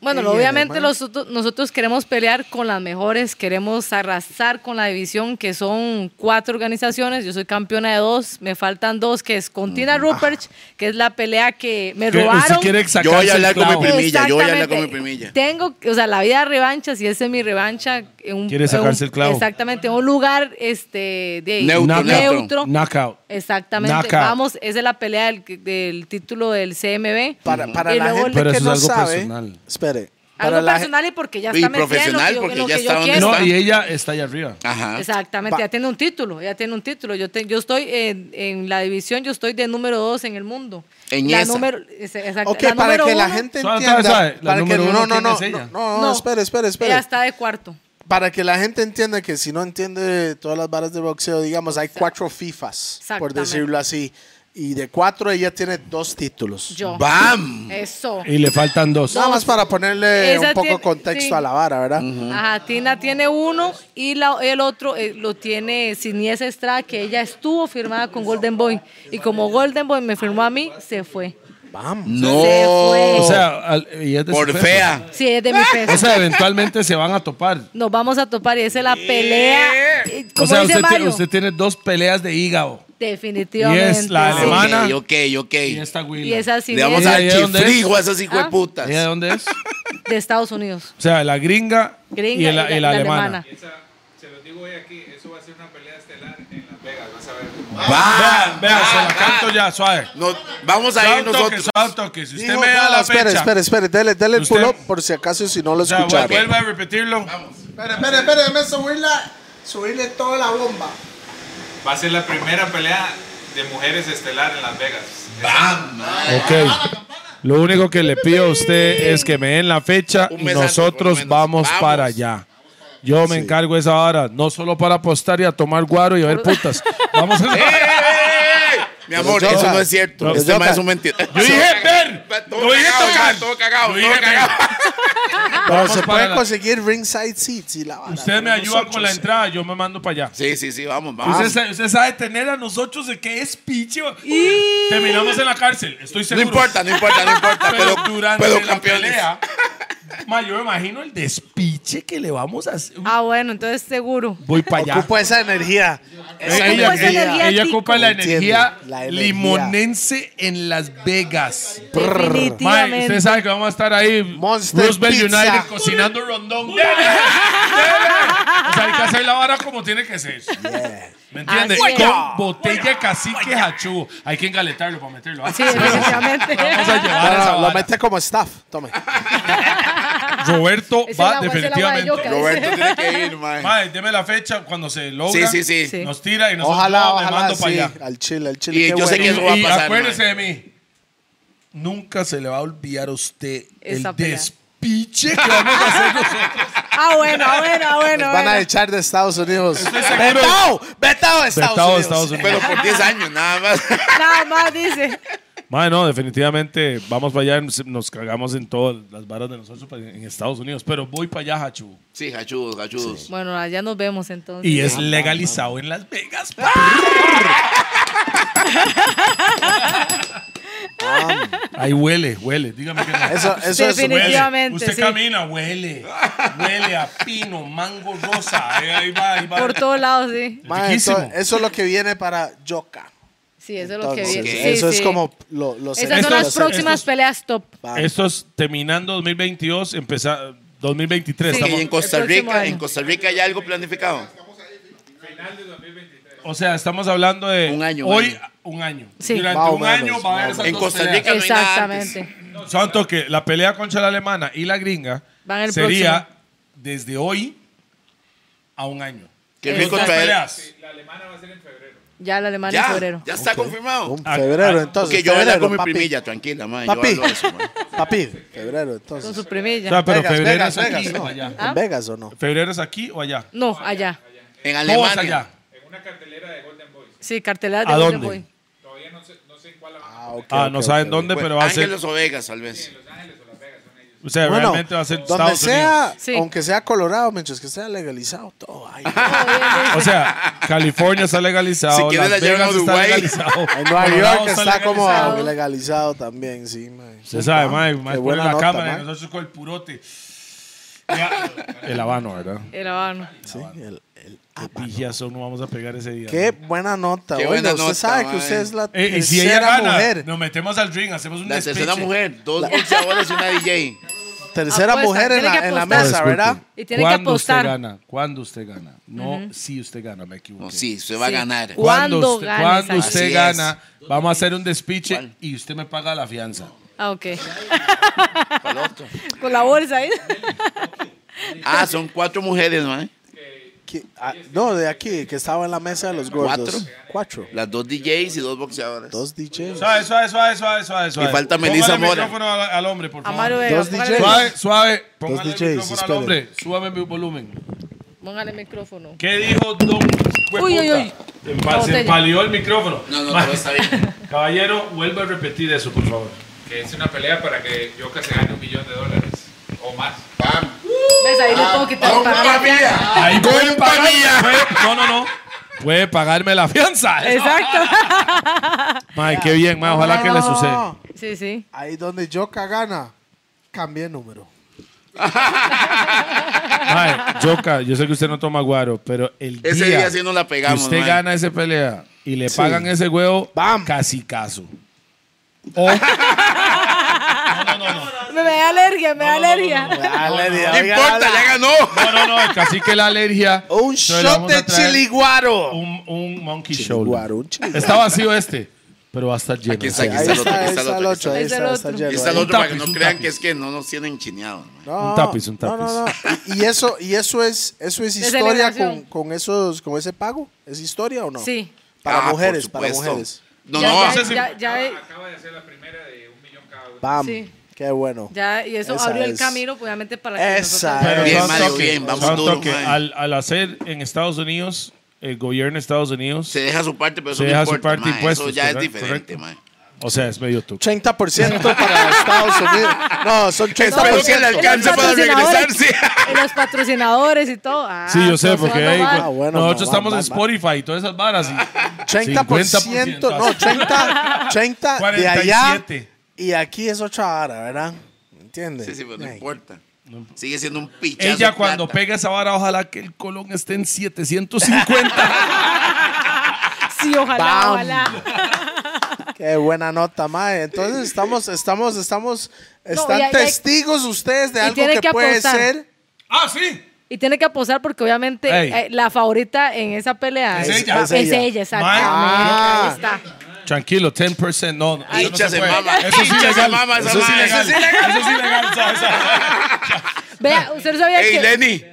[SPEAKER 5] Bueno,
[SPEAKER 4] Sí,
[SPEAKER 5] obviamente
[SPEAKER 4] además.
[SPEAKER 5] nosotros, nosotros queremos pelear con las mejores, queremos arrasar con la división, que son cuatro organizaciones. Yo soy campeona de dos, me faltan dos, que es con Tina Rupert, que es la pelea que me
[SPEAKER 3] Que
[SPEAKER 5] robaron.
[SPEAKER 3] Si quiere sacarse
[SPEAKER 2] Yo voy a hablar
[SPEAKER 3] el
[SPEAKER 2] con mi
[SPEAKER 3] clavo.
[SPEAKER 2] primo. primilla, yo voy a
[SPEAKER 5] Exactamente.
[SPEAKER 2] hablar con mi primilla.
[SPEAKER 5] Tengo, o sea, la vida de revancha, si esa es mi revancha. en un-
[SPEAKER 3] Quiere
[SPEAKER 5] en un-
[SPEAKER 3] sacarse el clavo.
[SPEAKER 5] Exactamente, en un lugar este, de
[SPEAKER 2] Neutro,
[SPEAKER 5] neutro.
[SPEAKER 3] Knockout.
[SPEAKER 5] Exactamente.
[SPEAKER 3] Knockout.
[SPEAKER 5] Vamos, esa es la pelea del, del título del CMB.
[SPEAKER 4] Para, para
[SPEAKER 5] Y
[SPEAKER 4] la
[SPEAKER 5] luego-
[SPEAKER 4] gente
[SPEAKER 3] Pero
[SPEAKER 4] que
[SPEAKER 3] eso es algo
[SPEAKER 4] no sabe.
[SPEAKER 3] personal.
[SPEAKER 4] Espere. Para
[SPEAKER 5] Algo
[SPEAKER 4] la,
[SPEAKER 5] personal y porque ya
[SPEAKER 2] Y
[SPEAKER 5] está metiendo
[SPEAKER 2] profesional,
[SPEAKER 5] lo que-
[SPEAKER 2] porque
[SPEAKER 5] lo
[SPEAKER 2] ya
[SPEAKER 5] que
[SPEAKER 2] está
[SPEAKER 5] yo
[SPEAKER 2] donde
[SPEAKER 5] quiero.
[SPEAKER 3] No, y ella está allá arriba.
[SPEAKER 2] Ajá.
[SPEAKER 5] Exactamente,
[SPEAKER 4] Pa-
[SPEAKER 5] ya tiene un título, ya tiene un título. Yo, te- yo estoy en, en la división, yo estoy de número dos en el mundo.
[SPEAKER 2] En
[SPEAKER 5] la
[SPEAKER 2] esa.
[SPEAKER 5] número, es- exacto,
[SPEAKER 4] Ok,
[SPEAKER 5] la
[SPEAKER 4] para
[SPEAKER 5] número
[SPEAKER 4] que la
[SPEAKER 5] uno,
[SPEAKER 4] gente
[SPEAKER 3] Suave, suave,
[SPEAKER 4] entienda.
[SPEAKER 3] suave. La
[SPEAKER 4] para que,
[SPEAKER 3] número
[SPEAKER 4] no,
[SPEAKER 3] uno,
[SPEAKER 4] no, no,
[SPEAKER 3] ¿quién
[SPEAKER 4] no,
[SPEAKER 3] es ella?
[SPEAKER 4] no, no, espere, espere, espere.
[SPEAKER 5] Ella está de cuarto.
[SPEAKER 4] Para que la gente entienda que si no entiende todas las varas de boxeo, digamos, hay cuatro FIFAs, por
[SPEAKER 5] Exactamente.
[SPEAKER 4] decirlo así. Y de cuatro, ella tiene dos títulos.
[SPEAKER 5] Yo.
[SPEAKER 2] ¡Bam!
[SPEAKER 5] Eso.
[SPEAKER 3] Y le faltan dos.
[SPEAKER 4] Nada más para ponerle
[SPEAKER 5] Esa
[SPEAKER 4] un poco
[SPEAKER 5] tiene-
[SPEAKER 4] contexto
[SPEAKER 5] sí.
[SPEAKER 4] a la vara, ¿verdad?
[SPEAKER 5] Ajá, Tina tiene uno y la, el otro eh, lo tiene Sinies Estrada, que ella estuvo firmada con Golden Boy. Y como Golden Boy me firmó a mí, se fue.
[SPEAKER 4] Vamos.
[SPEAKER 5] Se fue.
[SPEAKER 2] No.
[SPEAKER 3] O sea, al- y es de
[SPEAKER 2] por
[SPEAKER 3] su peso.
[SPEAKER 2] fea.
[SPEAKER 5] Sí, es de mi peso.
[SPEAKER 3] O sea, eventualmente se van a topar.
[SPEAKER 5] Nos vamos a topar y esa es la pelea. eh, Como
[SPEAKER 3] O sea,
[SPEAKER 5] dice
[SPEAKER 3] usted, ti-
[SPEAKER 5] Mario,
[SPEAKER 3] usted tiene dos peleas de hígado.
[SPEAKER 5] definitivamente.
[SPEAKER 3] Y es la
[SPEAKER 5] sí.
[SPEAKER 3] alemana.
[SPEAKER 2] Ok, ok,
[SPEAKER 3] Y
[SPEAKER 2] ok.
[SPEAKER 3] esta güila.
[SPEAKER 5] Y esa sí
[SPEAKER 2] Le vamos
[SPEAKER 5] es
[SPEAKER 3] ¿Y
[SPEAKER 2] a
[SPEAKER 3] ella de dónde es?
[SPEAKER 2] chifrijo a esas hijo de putas.
[SPEAKER 3] ¿Ella de dónde es?
[SPEAKER 5] de Estados Unidos.
[SPEAKER 3] O sea, la gringa,
[SPEAKER 5] Gringa
[SPEAKER 3] y, la, y la alemana.
[SPEAKER 6] Esa, se los digo hoy aquí, eso va a ser una pelea estelar en Las Vegas, vas a ver cómo.
[SPEAKER 2] ¡Bam!
[SPEAKER 3] Vean, vean, se la canto ya, suave.
[SPEAKER 2] Nos- vamos a
[SPEAKER 3] Suave
[SPEAKER 2] ir
[SPEAKER 3] un toque,
[SPEAKER 2] Ah, nosotros.
[SPEAKER 3] suave un toque. Si usted
[SPEAKER 4] Dijo,
[SPEAKER 3] me da
[SPEAKER 4] no,
[SPEAKER 3] la
[SPEAKER 4] espere,
[SPEAKER 3] fecha.
[SPEAKER 4] espere, espere, dele, dele el
[SPEAKER 3] Usted-
[SPEAKER 4] pull-up por si acaso si no lo
[SPEAKER 3] O sea,
[SPEAKER 4] escucharon.
[SPEAKER 3] vuelva a repetirlo.
[SPEAKER 4] Espere, espere, espere, déjeme subirla, subirle toda la bomba.
[SPEAKER 6] Va a ser la primera pelea de mujeres estelar en Las Vegas.
[SPEAKER 3] Ok. Lo único que le pido a usted es que me den la fecha
[SPEAKER 2] Un
[SPEAKER 3] y
[SPEAKER 2] mes antes, por lo
[SPEAKER 3] nosotros
[SPEAKER 2] menos.
[SPEAKER 3] vamos,
[SPEAKER 2] Vamos.
[SPEAKER 3] para allá. Yo me encargo esa hora, no solo para apostar y a tomar guaro y a ver putas. Vamos a...
[SPEAKER 2] ¡Ey, ey, ey! Mi amor,
[SPEAKER 4] Pero
[SPEAKER 2] eso
[SPEAKER 4] Yoka,
[SPEAKER 2] no es cierto.
[SPEAKER 4] pero
[SPEAKER 2] Este
[SPEAKER 4] Yoka.
[SPEAKER 2] man es un mentira.
[SPEAKER 3] Yo dije ver,
[SPEAKER 2] Todo
[SPEAKER 3] yo dije
[SPEAKER 2] cagado,
[SPEAKER 3] tocar.
[SPEAKER 2] Todo cagado,
[SPEAKER 3] Yo dije
[SPEAKER 2] todo
[SPEAKER 3] ver.
[SPEAKER 2] cagado.
[SPEAKER 4] Pero
[SPEAKER 3] Vamos
[SPEAKER 4] se
[SPEAKER 3] para
[SPEAKER 4] puede
[SPEAKER 3] la-
[SPEAKER 4] conseguir ringside seats y la vara.
[SPEAKER 3] Usted me ayuda con la
[SPEAKER 4] Nosotros.
[SPEAKER 3] entrada, yo me mando para allá.
[SPEAKER 2] Sí, sí, sí, vamos, vamos.
[SPEAKER 5] Ah.
[SPEAKER 3] Usted, sa- usted sabe tener a nosotros de qué es picho. Terminamos en la cárcel, estoy
[SPEAKER 2] no
[SPEAKER 3] seguro.
[SPEAKER 2] importa, no importa, no importa.
[SPEAKER 3] Pero
[SPEAKER 2] pero,
[SPEAKER 3] durante
[SPEAKER 2] pero
[SPEAKER 3] la
[SPEAKER 2] campeones.
[SPEAKER 3] pelea, ma, yo me imagino el despiche cheque le vamos a hacer.
[SPEAKER 5] Ah, bueno, entonces seguro.
[SPEAKER 3] Voy para allá.
[SPEAKER 4] Ocupa esa energía.
[SPEAKER 5] Esa
[SPEAKER 3] ella,
[SPEAKER 5] energía.
[SPEAKER 3] ella-
[SPEAKER 5] energía,
[SPEAKER 3] ella
[SPEAKER 5] tico.
[SPEAKER 3] ocupa la
[SPEAKER 4] Entiendo,
[SPEAKER 3] energía,
[SPEAKER 4] la energía.
[SPEAKER 3] limonense en Las Vegas. Mae,
[SPEAKER 5] Definitivamente.
[SPEAKER 3] usted sabe que vamos a estar ahí.
[SPEAKER 4] Monster
[SPEAKER 3] Roosevelt
[SPEAKER 4] Pizza.
[SPEAKER 3] United cocinando rondón. ¡Dele! ¡Dele! O sea, hay que hacer la vara como tiene que ser. ¿Me entiendes?
[SPEAKER 5] Así es.
[SPEAKER 3] Con botella cacique hachú. Hay que engaletarlo para meterlo. ¿ah?
[SPEAKER 5] Sí, definitivamente.
[SPEAKER 3] Vamos a llevar
[SPEAKER 4] No,
[SPEAKER 3] esa
[SPEAKER 4] no, lo
[SPEAKER 3] vara.
[SPEAKER 4] mete como staff. Tome.
[SPEAKER 3] Roberto
[SPEAKER 5] Esa
[SPEAKER 3] va
[SPEAKER 5] es la- esa es la guayoca.
[SPEAKER 3] definitivamente.
[SPEAKER 2] Roberto tiene que ir, mae.
[SPEAKER 3] Mae, deme la fecha cuando se
[SPEAKER 2] Sí,
[SPEAKER 3] logra.
[SPEAKER 2] sí, sí.
[SPEAKER 5] Sí.
[SPEAKER 3] Nos tira y nos
[SPEAKER 4] Ojalá,
[SPEAKER 3] me
[SPEAKER 4] ojalá.
[SPEAKER 3] mando para
[SPEAKER 4] Sí,
[SPEAKER 3] allá.
[SPEAKER 4] al chile, al chile.
[SPEAKER 2] Y
[SPEAKER 4] qué
[SPEAKER 2] yo sé
[SPEAKER 4] bueno.
[SPEAKER 2] que eso va a
[SPEAKER 3] Y
[SPEAKER 2] pasar,
[SPEAKER 3] acuérdese de mí. Nunca se le va a olvidar a usted
[SPEAKER 5] Esa
[SPEAKER 3] el
[SPEAKER 5] pelea.
[SPEAKER 3] despiche que vamos a hacer nosotros.
[SPEAKER 5] Ah, bueno, ah, bueno, ah, bueno.
[SPEAKER 4] Van a
[SPEAKER 5] bueno.
[SPEAKER 4] echar de Estados Unidos.
[SPEAKER 3] seguro.
[SPEAKER 4] Betao, betao de Estados
[SPEAKER 3] Vetado de
[SPEAKER 4] Unidos.
[SPEAKER 3] Estados Unidos.
[SPEAKER 2] Pero por 10 años nada más.
[SPEAKER 5] Nada más dice.
[SPEAKER 3] Mae, no, definitivamente vamos para allá. Nos cagamos en todas las varas de nosotros pa- en Estados Unidos. Pero voy para allá, Hachu.
[SPEAKER 2] Sí, hachudos, hachudos.
[SPEAKER 5] Bueno, allá nos vemos entonces.
[SPEAKER 3] Y es legalizado en Las Vegas. Ahí huele, huele. Dígame que no.
[SPEAKER 4] Eso, eso es.
[SPEAKER 5] Definitivamente.
[SPEAKER 3] Usted
[SPEAKER 5] sí.
[SPEAKER 3] camina, huele. Huele a pino, mango rosa. Ahí, ahí va, ahí va.
[SPEAKER 5] Por todos lados, sí.
[SPEAKER 4] Ma, eso-
[SPEAKER 3] Riquísimo.
[SPEAKER 4] eso es lo que viene para Yoka.
[SPEAKER 5] Sí, eso es lo que
[SPEAKER 4] Entonces,
[SPEAKER 5] viene. Sí,
[SPEAKER 4] Eso es
[SPEAKER 5] sí.
[SPEAKER 4] como lo, los
[SPEAKER 5] Esas
[SPEAKER 3] Estos-
[SPEAKER 5] son las
[SPEAKER 3] estos-
[SPEAKER 5] próximas peleas top.
[SPEAKER 4] Va.
[SPEAKER 3] Esto es terminando 2022, empezar 2023.
[SPEAKER 5] Sí.
[SPEAKER 2] Y
[SPEAKER 3] estamos-
[SPEAKER 2] en Costa
[SPEAKER 5] El próximo
[SPEAKER 2] Rica,
[SPEAKER 5] año.
[SPEAKER 2] en Costa Rica hay algo planificado.
[SPEAKER 3] o sea, estamos hablando de
[SPEAKER 2] Un año,
[SPEAKER 3] hoy
[SPEAKER 2] año.
[SPEAKER 3] un año.
[SPEAKER 5] Sí.
[SPEAKER 3] Durante
[SPEAKER 4] Más o
[SPEAKER 3] un
[SPEAKER 4] menos,
[SPEAKER 3] año va a haber
[SPEAKER 4] más o
[SPEAKER 3] esas
[SPEAKER 2] En
[SPEAKER 3] dos
[SPEAKER 2] Costa
[SPEAKER 3] peleas.
[SPEAKER 2] Rica no hay nada antes.
[SPEAKER 5] Exactamente.
[SPEAKER 3] Santo que la pelea contra la alemana y la gringa
[SPEAKER 5] Van el
[SPEAKER 3] sería
[SPEAKER 5] próximo.
[SPEAKER 3] desde hoy a un año.
[SPEAKER 2] Qué
[SPEAKER 3] Dos
[SPEAKER 2] rico traer.
[SPEAKER 3] peleas.
[SPEAKER 6] La alemana va a ser en febrero.
[SPEAKER 5] Ya la alemana en
[SPEAKER 2] Ya,
[SPEAKER 5] febrero.
[SPEAKER 2] ya está confirmado.
[SPEAKER 4] Un
[SPEAKER 3] Ah,
[SPEAKER 4] febrero,
[SPEAKER 3] ah,
[SPEAKER 4] entonces.
[SPEAKER 2] Que yo venga
[SPEAKER 4] febrero,
[SPEAKER 2] con mi
[SPEAKER 4] papi.
[SPEAKER 2] primilla, tranquila, mae. Yo
[SPEAKER 4] Papi.
[SPEAKER 2] hablo de eso, mae.
[SPEAKER 4] Papi, febrero,
[SPEAKER 5] Con
[SPEAKER 4] entonces.
[SPEAKER 5] su primilla.
[SPEAKER 3] O sea, pero
[SPEAKER 4] Vegas,
[SPEAKER 3] febrero
[SPEAKER 4] Vegas,
[SPEAKER 3] es aquí
[SPEAKER 4] Vegas,
[SPEAKER 3] o
[SPEAKER 4] no.
[SPEAKER 3] allá.
[SPEAKER 5] ¿Ah?
[SPEAKER 4] ¿En Vegas o no?
[SPEAKER 3] ¿Febrero es aquí o allá?
[SPEAKER 5] No, allá.
[SPEAKER 2] En
[SPEAKER 3] Todos
[SPEAKER 2] Alemania.
[SPEAKER 3] allá.
[SPEAKER 6] En una cartelera de Golden Boys.
[SPEAKER 5] Sí, cartelada de
[SPEAKER 3] ¿A
[SPEAKER 5] Golden
[SPEAKER 3] dónde?
[SPEAKER 5] Boy.
[SPEAKER 6] Todavía no sé, no sé en cuál la van a
[SPEAKER 4] Ah, ok,
[SPEAKER 3] Ah,
[SPEAKER 4] ok,
[SPEAKER 3] no
[SPEAKER 4] ok,
[SPEAKER 3] saben
[SPEAKER 4] ok.
[SPEAKER 3] dónde, pero va a ser.
[SPEAKER 2] Ángeles o Vegas, tal vez.
[SPEAKER 3] O sea,
[SPEAKER 4] Bueno,
[SPEAKER 3] realmente va a ser
[SPEAKER 4] donde
[SPEAKER 3] Estados
[SPEAKER 4] sea,
[SPEAKER 3] Unidos.
[SPEAKER 5] Sí.
[SPEAKER 4] aunque sea Colorado, mientras que sea legalizado, todo ahí.
[SPEAKER 3] O sea, California está legalizado.
[SPEAKER 2] Si quiere
[SPEAKER 3] Las
[SPEAKER 2] la llevan a
[SPEAKER 3] Vegas está
[SPEAKER 2] Dubái.
[SPEAKER 3] legalizado.
[SPEAKER 4] En Nueva
[SPEAKER 3] Colorado
[SPEAKER 4] York está, como
[SPEAKER 3] legalizado.
[SPEAKER 4] legalizado también, sí, man.
[SPEAKER 3] Se sabe, Mike.
[SPEAKER 4] Qué
[SPEAKER 3] Mike pone
[SPEAKER 4] buena
[SPEAKER 3] la
[SPEAKER 4] nota,
[SPEAKER 3] cámara
[SPEAKER 4] man.
[SPEAKER 3] y nosotros con el purote. Ya. El habano, ¿verdad?
[SPEAKER 5] El Habano.
[SPEAKER 4] Sí, el- el-
[SPEAKER 3] Pijazo, no vamos a pegar ese día.
[SPEAKER 4] Qué buena nota.
[SPEAKER 2] Qué
[SPEAKER 4] Oiga,
[SPEAKER 2] buena
[SPEAKER 4] usted
[SPEAKER 2] nota,
[SPEAKER 4] sabe
[SPEAKER 2] man.
[SPEAKER 4] que usted es la
[SPEAKER 3] Eh,
[SPEAKER 4] tercera
[SPEAKER 3] y si ella gana,
[SPEAKER 4] mujer,
[SPEAKER 3] nos metemos al ring, hacemos un
[SPEAKER 2] La tercera
[SPEAKER 3] despiche.
[SPEAKER 2] mujer, dos boxeadores y una DJ.
[SPEAKER 4] tercera
[SPEAKER 5] Apuesta,
[SPEAKER 4] mujer en
[SPEAKER 5] tiene
[SPEAKER 4] la,
[SPEAKER 5] que
[SPEAKER 4] en la
[SPEAKER 5] apostar.
[SPEAKER 4] mesa, ¿verdad?
[SPEAKER 5] Y tiene que
[SPEAKER 3] ¿Cuándo
[SPEAKER 5] apostar.
[SPEAKER 3] usted gana? ¿Cuándo usted gana? No, si usted gana, me equivoqué.
[SPEAKER 2] No, sí, se va a
[SPEAKER 5] Sí.
[SPEAKER 2] ganar.
[SPEAKER 5] Cu- ¿Cuándo
[SPEAKER 3] usted,
[SPEAKER 5] ganes,
[SPEAKER 3] cuando
[SPEAKER 5] Alex?
[SPEAKER 3] usted
[SPEAKER 2] Así
[SPEAKER 3] gana, vamos a hacer un despiche
[SPEAKER 2] ¿Cuál?
[SPEAKER 3] y usted me paga la fianza.
[SPEAKER 5] Ah, ok.
[SPEAKER 2] Para el otro.
[SPEAKER 5] Con la bolsa ¿eh? ahí.
[SPEAKER 2] Ah, son cuatro mujeres, mae.
[SPEAKER 4] Que- ah, no, de aquí, que estaba en la mesa de los gordos. Cuatro.
[SPEAKER 2] Las dos DJs y dos boxeadores.
[SPEAKER 4] Dos DJs.
[SPEAKER 3] Suave, suave, suave, suave, suave. suave.
[SPEAKER 2] falta
[SPEAKER 3] Póngale
[SPEAKER 2] Melissa
[SPEAKER 3] el
[SPEAKER 2] Mora.
[SPEAKER 3] micrófono al, al hombre, por favor.
[SPEAKER 5] Amaro Vega.
[SPEAKER 4] Dos
[SPEAKER 5] póngale-
[SPEAKER 4] DJs.
[SPEAKER 3] Suave, suave. Póngale
[SPEAKER 4] DJs,
[SPEAKER 3] el micrófono al
[SPEAKER 4] espere.
[SPEAKER 3] hombre. Súbame mi volumen.
[SPEAKER 5] Póngale el micrófono.
[SPEAKER 3] ¿Qué dijo Don
[SPEAKER 5] Uy, uy, uy.
[SPEAKER 3] Empa- Se
[SPEAKER 5] botella.
[SPEAKER 3] empalió el micrófono.
[SPEAKER 2] No, no, pues.
[SPEAKER 3] Ma-
[SPEAKER 2] todo está bien.
[SPEAKER 3] Caballero, vuelva a repetir eso, por favor.
[SPEAKER 6] Que es una pelea para que Yoka se gane un millón de dólares o más.
[SPEAKER 5] ¿Ves? Ahí le tengo que quitar para la fianza.
[SPEAKER 3] Ahí puede pagarme- puede- No, no, no. Puede pagarme la fianza.
[SPEAKER 5] Exacto.
[SPEAKER 3] Mae, qué bien, mae. Ojalá que le suceda.
[SPEAKER 4] No,
[SPEAKER 5] Sí, sí.
[SPEAKER 4] Ahí donde Yoka gana, cambié número.
[SPEAKER 3] Mae, Yoka, yo sé que usted no toma guaro, pero el día,
[SPEAKER 2] Ese día sí nos la pegamos,
[SPEAKER 3] que usted
[SPEAKER 2] mae.
[SPEAKER 3] gana esa pelea y le pagan ese huevo,
[SPEAKER 4] Bam.
[SPEAKER 3] casi caso. O,
[SPEAKER 5] Me da alergia, me da alergia.
[SPEAKER 4] Dale,
[SPEAKER 2] No importa, ya ganó.
[SPEAKER 3] no, no, no, casi que la alergia.
[SPEAKER 4] Un
[SPEAKER 3] Entonces le
[SPEAKER 4] shot
[SPEAKER 3] vamos a
[SPEAKER 4] de
[SPEAKER 3] traer
[SPEAKER 4] chiliguaro.
[SPEAKER 3] Un, un monkey
[SPEAKER 4] Chiliguaro,
[SPEAKER 3] shoulder.
[SPEAKER 4] un chiliguaro.
[SPEAKER 3] Está vacío este, pero va a estar lleno.
[SPEAKER 2] Aquí está, aquí
[SPEAKER 4] Ahí
[SPEAKER 2] está el otro,
[SPEAKER 4] está,
[SPEAKER 2] aquí
[SPEAKER 4] ahí
[SPEAKER 2] está el
[SPEAKER 4] está el
[SPEAKER 2] otro.
[SPEAKER 4] otro, ahí
[SPEAKER 5] Es el
[SPEAKER 4] está, está
[SPEAKER 5] otro.
[SPEAKER 4] lleno
[SPEAKER 2] Aquí está el
[SPEAKER 4] ahí.
[SPEAKER 2] otro para que
[SPEAKER 3] tapiz,
[SPEAKER 2] no
[SPEAKER 3] un
[SPEAKER 2] crean
[SPEAKER 3] tapiz.
[SPEAKER 2] que es que no nos tienen chineados, mae.
[SPEAKER 4] No,
[SPEAKER 3] Un tapiz, un
[SPEAKER 4] No, no, no.
[SPEAKER 3] tapiz.
[SPEAKER 4] Y, y eso, y eso es, eso es
[SPEAKER 5] De
[SPEAKER 4] historia con,
[SPEAKER 5] celebración.
[SPEAKER 4] con esos, con ese pago. ¿Es historia o no?
[SPEAKER 5] Sí.
[SPEAKER 4] Para
[SPEAKER 2] Ah,
[SPEAKER 4] mujeres,
[SPEAKER 2] por
[SPEAKER 4] para
[SPEAKER 2] supuesto.
[SPEAKER 4] mujeres.
[SPEAKER 2] No,
[SPEAKER 5] ya,
[SPEAKER 2] no,
[SPEAKER 5] ya,
[SPEAKER 2] ese
[SPEAKER 3] sí.
[SPEAKER 5] ya, ya,
[SPEAKER 6] Acaba de hacer la primera de un millón cada uno.
[SPEAKER 4] Bam.
[SPEAKER 5] Sí.
[SPEAKER 4] Qué bueno.
[SPEAKER 5] ya, y eso
[SPEAKER 4] Esa
[SPEAKER 5] abrió el
[SPEAKER 4] es.
[SPEAKER 5] camino, obviamente, para que
[SPEAKER 4] Esa
[SPEAKER 5] nosotros-
[SPEAKER 3] Pero
[SPEAKER 2] Ah, Bien,
[SPEAKER 3] son
[SPEAKER 2] Mario,
[SPEAKER 3] toque,
[SPEAKER 2] bien, vamos
[SPEAKER 3] son
[SPEAKER 2] duro,
[SPEAKER 3] toque.
[SPEAKER 2] Mario.
[SPEAKER 3] Al, al hacer en Estados Unidos, el gobierno de Estados Unidos,
[SPEAKER 2] se deja su parte, pero eso
[SPEAKER 3] Se
[SPEAKER 2] no
[SPEAKER 3] deja su
[SPEAKER 2] importa,
[SPEAKER 3] parte
[SPEAKER 2] mae.
[SPEAKER 3] impuestos,
[SPEAKER 2] Eso ya es
[SPEAKER 3] correcto,
[SPEAKER 2] diferente,
[SPEAKER 3] correcto.
[SPEAKER 2] mae.
[SPEAKER 3] o sea, es medio tuco.
[SPEAKER 4] 30% para Estados Unidos. No, son 30%.
[SPEAKER 2] Espero que le alcance para
[SPEAKER 5] Los patrocinadores.
[SPEAKER 2] regresarse.
[SPEAKER 5] Y los patrocinadores y todo. Ah,
[SPEAKER 3] Sí, yo sé,
[SPEAKER 5] todo
[SPEAKER 3] porque
[SPEAKER 5] sonando
[SPEAKER 3] ahí,
[SPEAKER 5] mal.
[SPEAKER 3] güey,
[SPEAKER 4] bueno, no,
[SPEAKER 3] nosotros
[SPEAKER 4] va,
[SPEAKER 3] estamos
[SPEAKER 4] va,
[SPEAKER 3] en
[SPEAKER 4] va.
[SPEAKER 3] Spotify y todas esas varas. y-
[SPEAKER 4] 30%,
[SPEAKER 3] 50%,
[SPEAKER 4] no, 30, 30 de allá
[SPEAKER 3] 47.
[SPEAKER 4] y aquí es otra hora, ¿verdad? ¿Me ¿Entiendes?
[SPEAKER 2] Sí, pues, sí, pero no
[SPEAKER 4] Ey,
[SPEAKER 2] importa. Sigue siendo un pichazo.
[SPEAKER 3] Ella
[SPEAKER 2] de
[SPEAKER 3] cuando
[SPEAKER 2] plata.
[SPEAKER 3] pega esa vara, ojalá que el colón esté en 750.
[SPEAKER 5] Sí, ojalá,
[SPEAKER 4] Bam.
[SPEAKER 5] ojalá.
[SPEAKER 4] Qué buena nota, mae. Entonces estamos, estamos, estamos, están
[SPEAKER 5] y hay-
[SPEAKER 4] testigos ustedes de
[SPEAKER 5] y
[SPEAKER 4] algo
[SPEAKER 5] tiene
[SPEAKER 4] que,
[SPEAKER 5] que
[SPEAKER 4] puede
[SPEAKER 5] apostar.
[SPEAKER 4] ser.
[SPEAKER 3] ah, sí.
[SPEAKER 5] Y tiene que aposar porque obviamente
[SPEAKER 3] Ey.
[SPEAKER 5] eh, la favorita en esa pelea
[SPEAKER 3] Es
[SPEAKER 5] es,
[SPEAKER 3] ella.
[SPEAKER 5] es
[SPEAKER 4] Es ella.
[SPEAKER 5] ella, exactamente.
[SPEAKER 4] Ah.
[SPEAKER 5] Ahí está.
[SPEAKER 3] Tranquilo, 10%. No, no,
[SPEAKER 2] Ay,
[SPEAKER 3] eso no
[SPEAKER 2] ya
[SPEAKER 3] se
[SPEAKER 2] se
[SPEAKER 3] puede.
[SPEAKER 2] mama.
[SPEAKER 3] Eso es
[SPEAKER 2] Ay, ya se
[SPEAKER 3] ilegal.
[SPEAKER 2] mama esa
[SPEAKER 3] Eso es
[SPEAKER 2] madre.
[SPEAKER 3] ilegal.
[SPEAKER 2] Eso
[SPEAKER 3] Eso es ilegal. ¿sabes?
[SPEAKER 5] Vea, usted sabía
[SPEAKER 2] Ah. Ey,
[SPEAKER 5] que,
[SPEAKER 2] Lenny.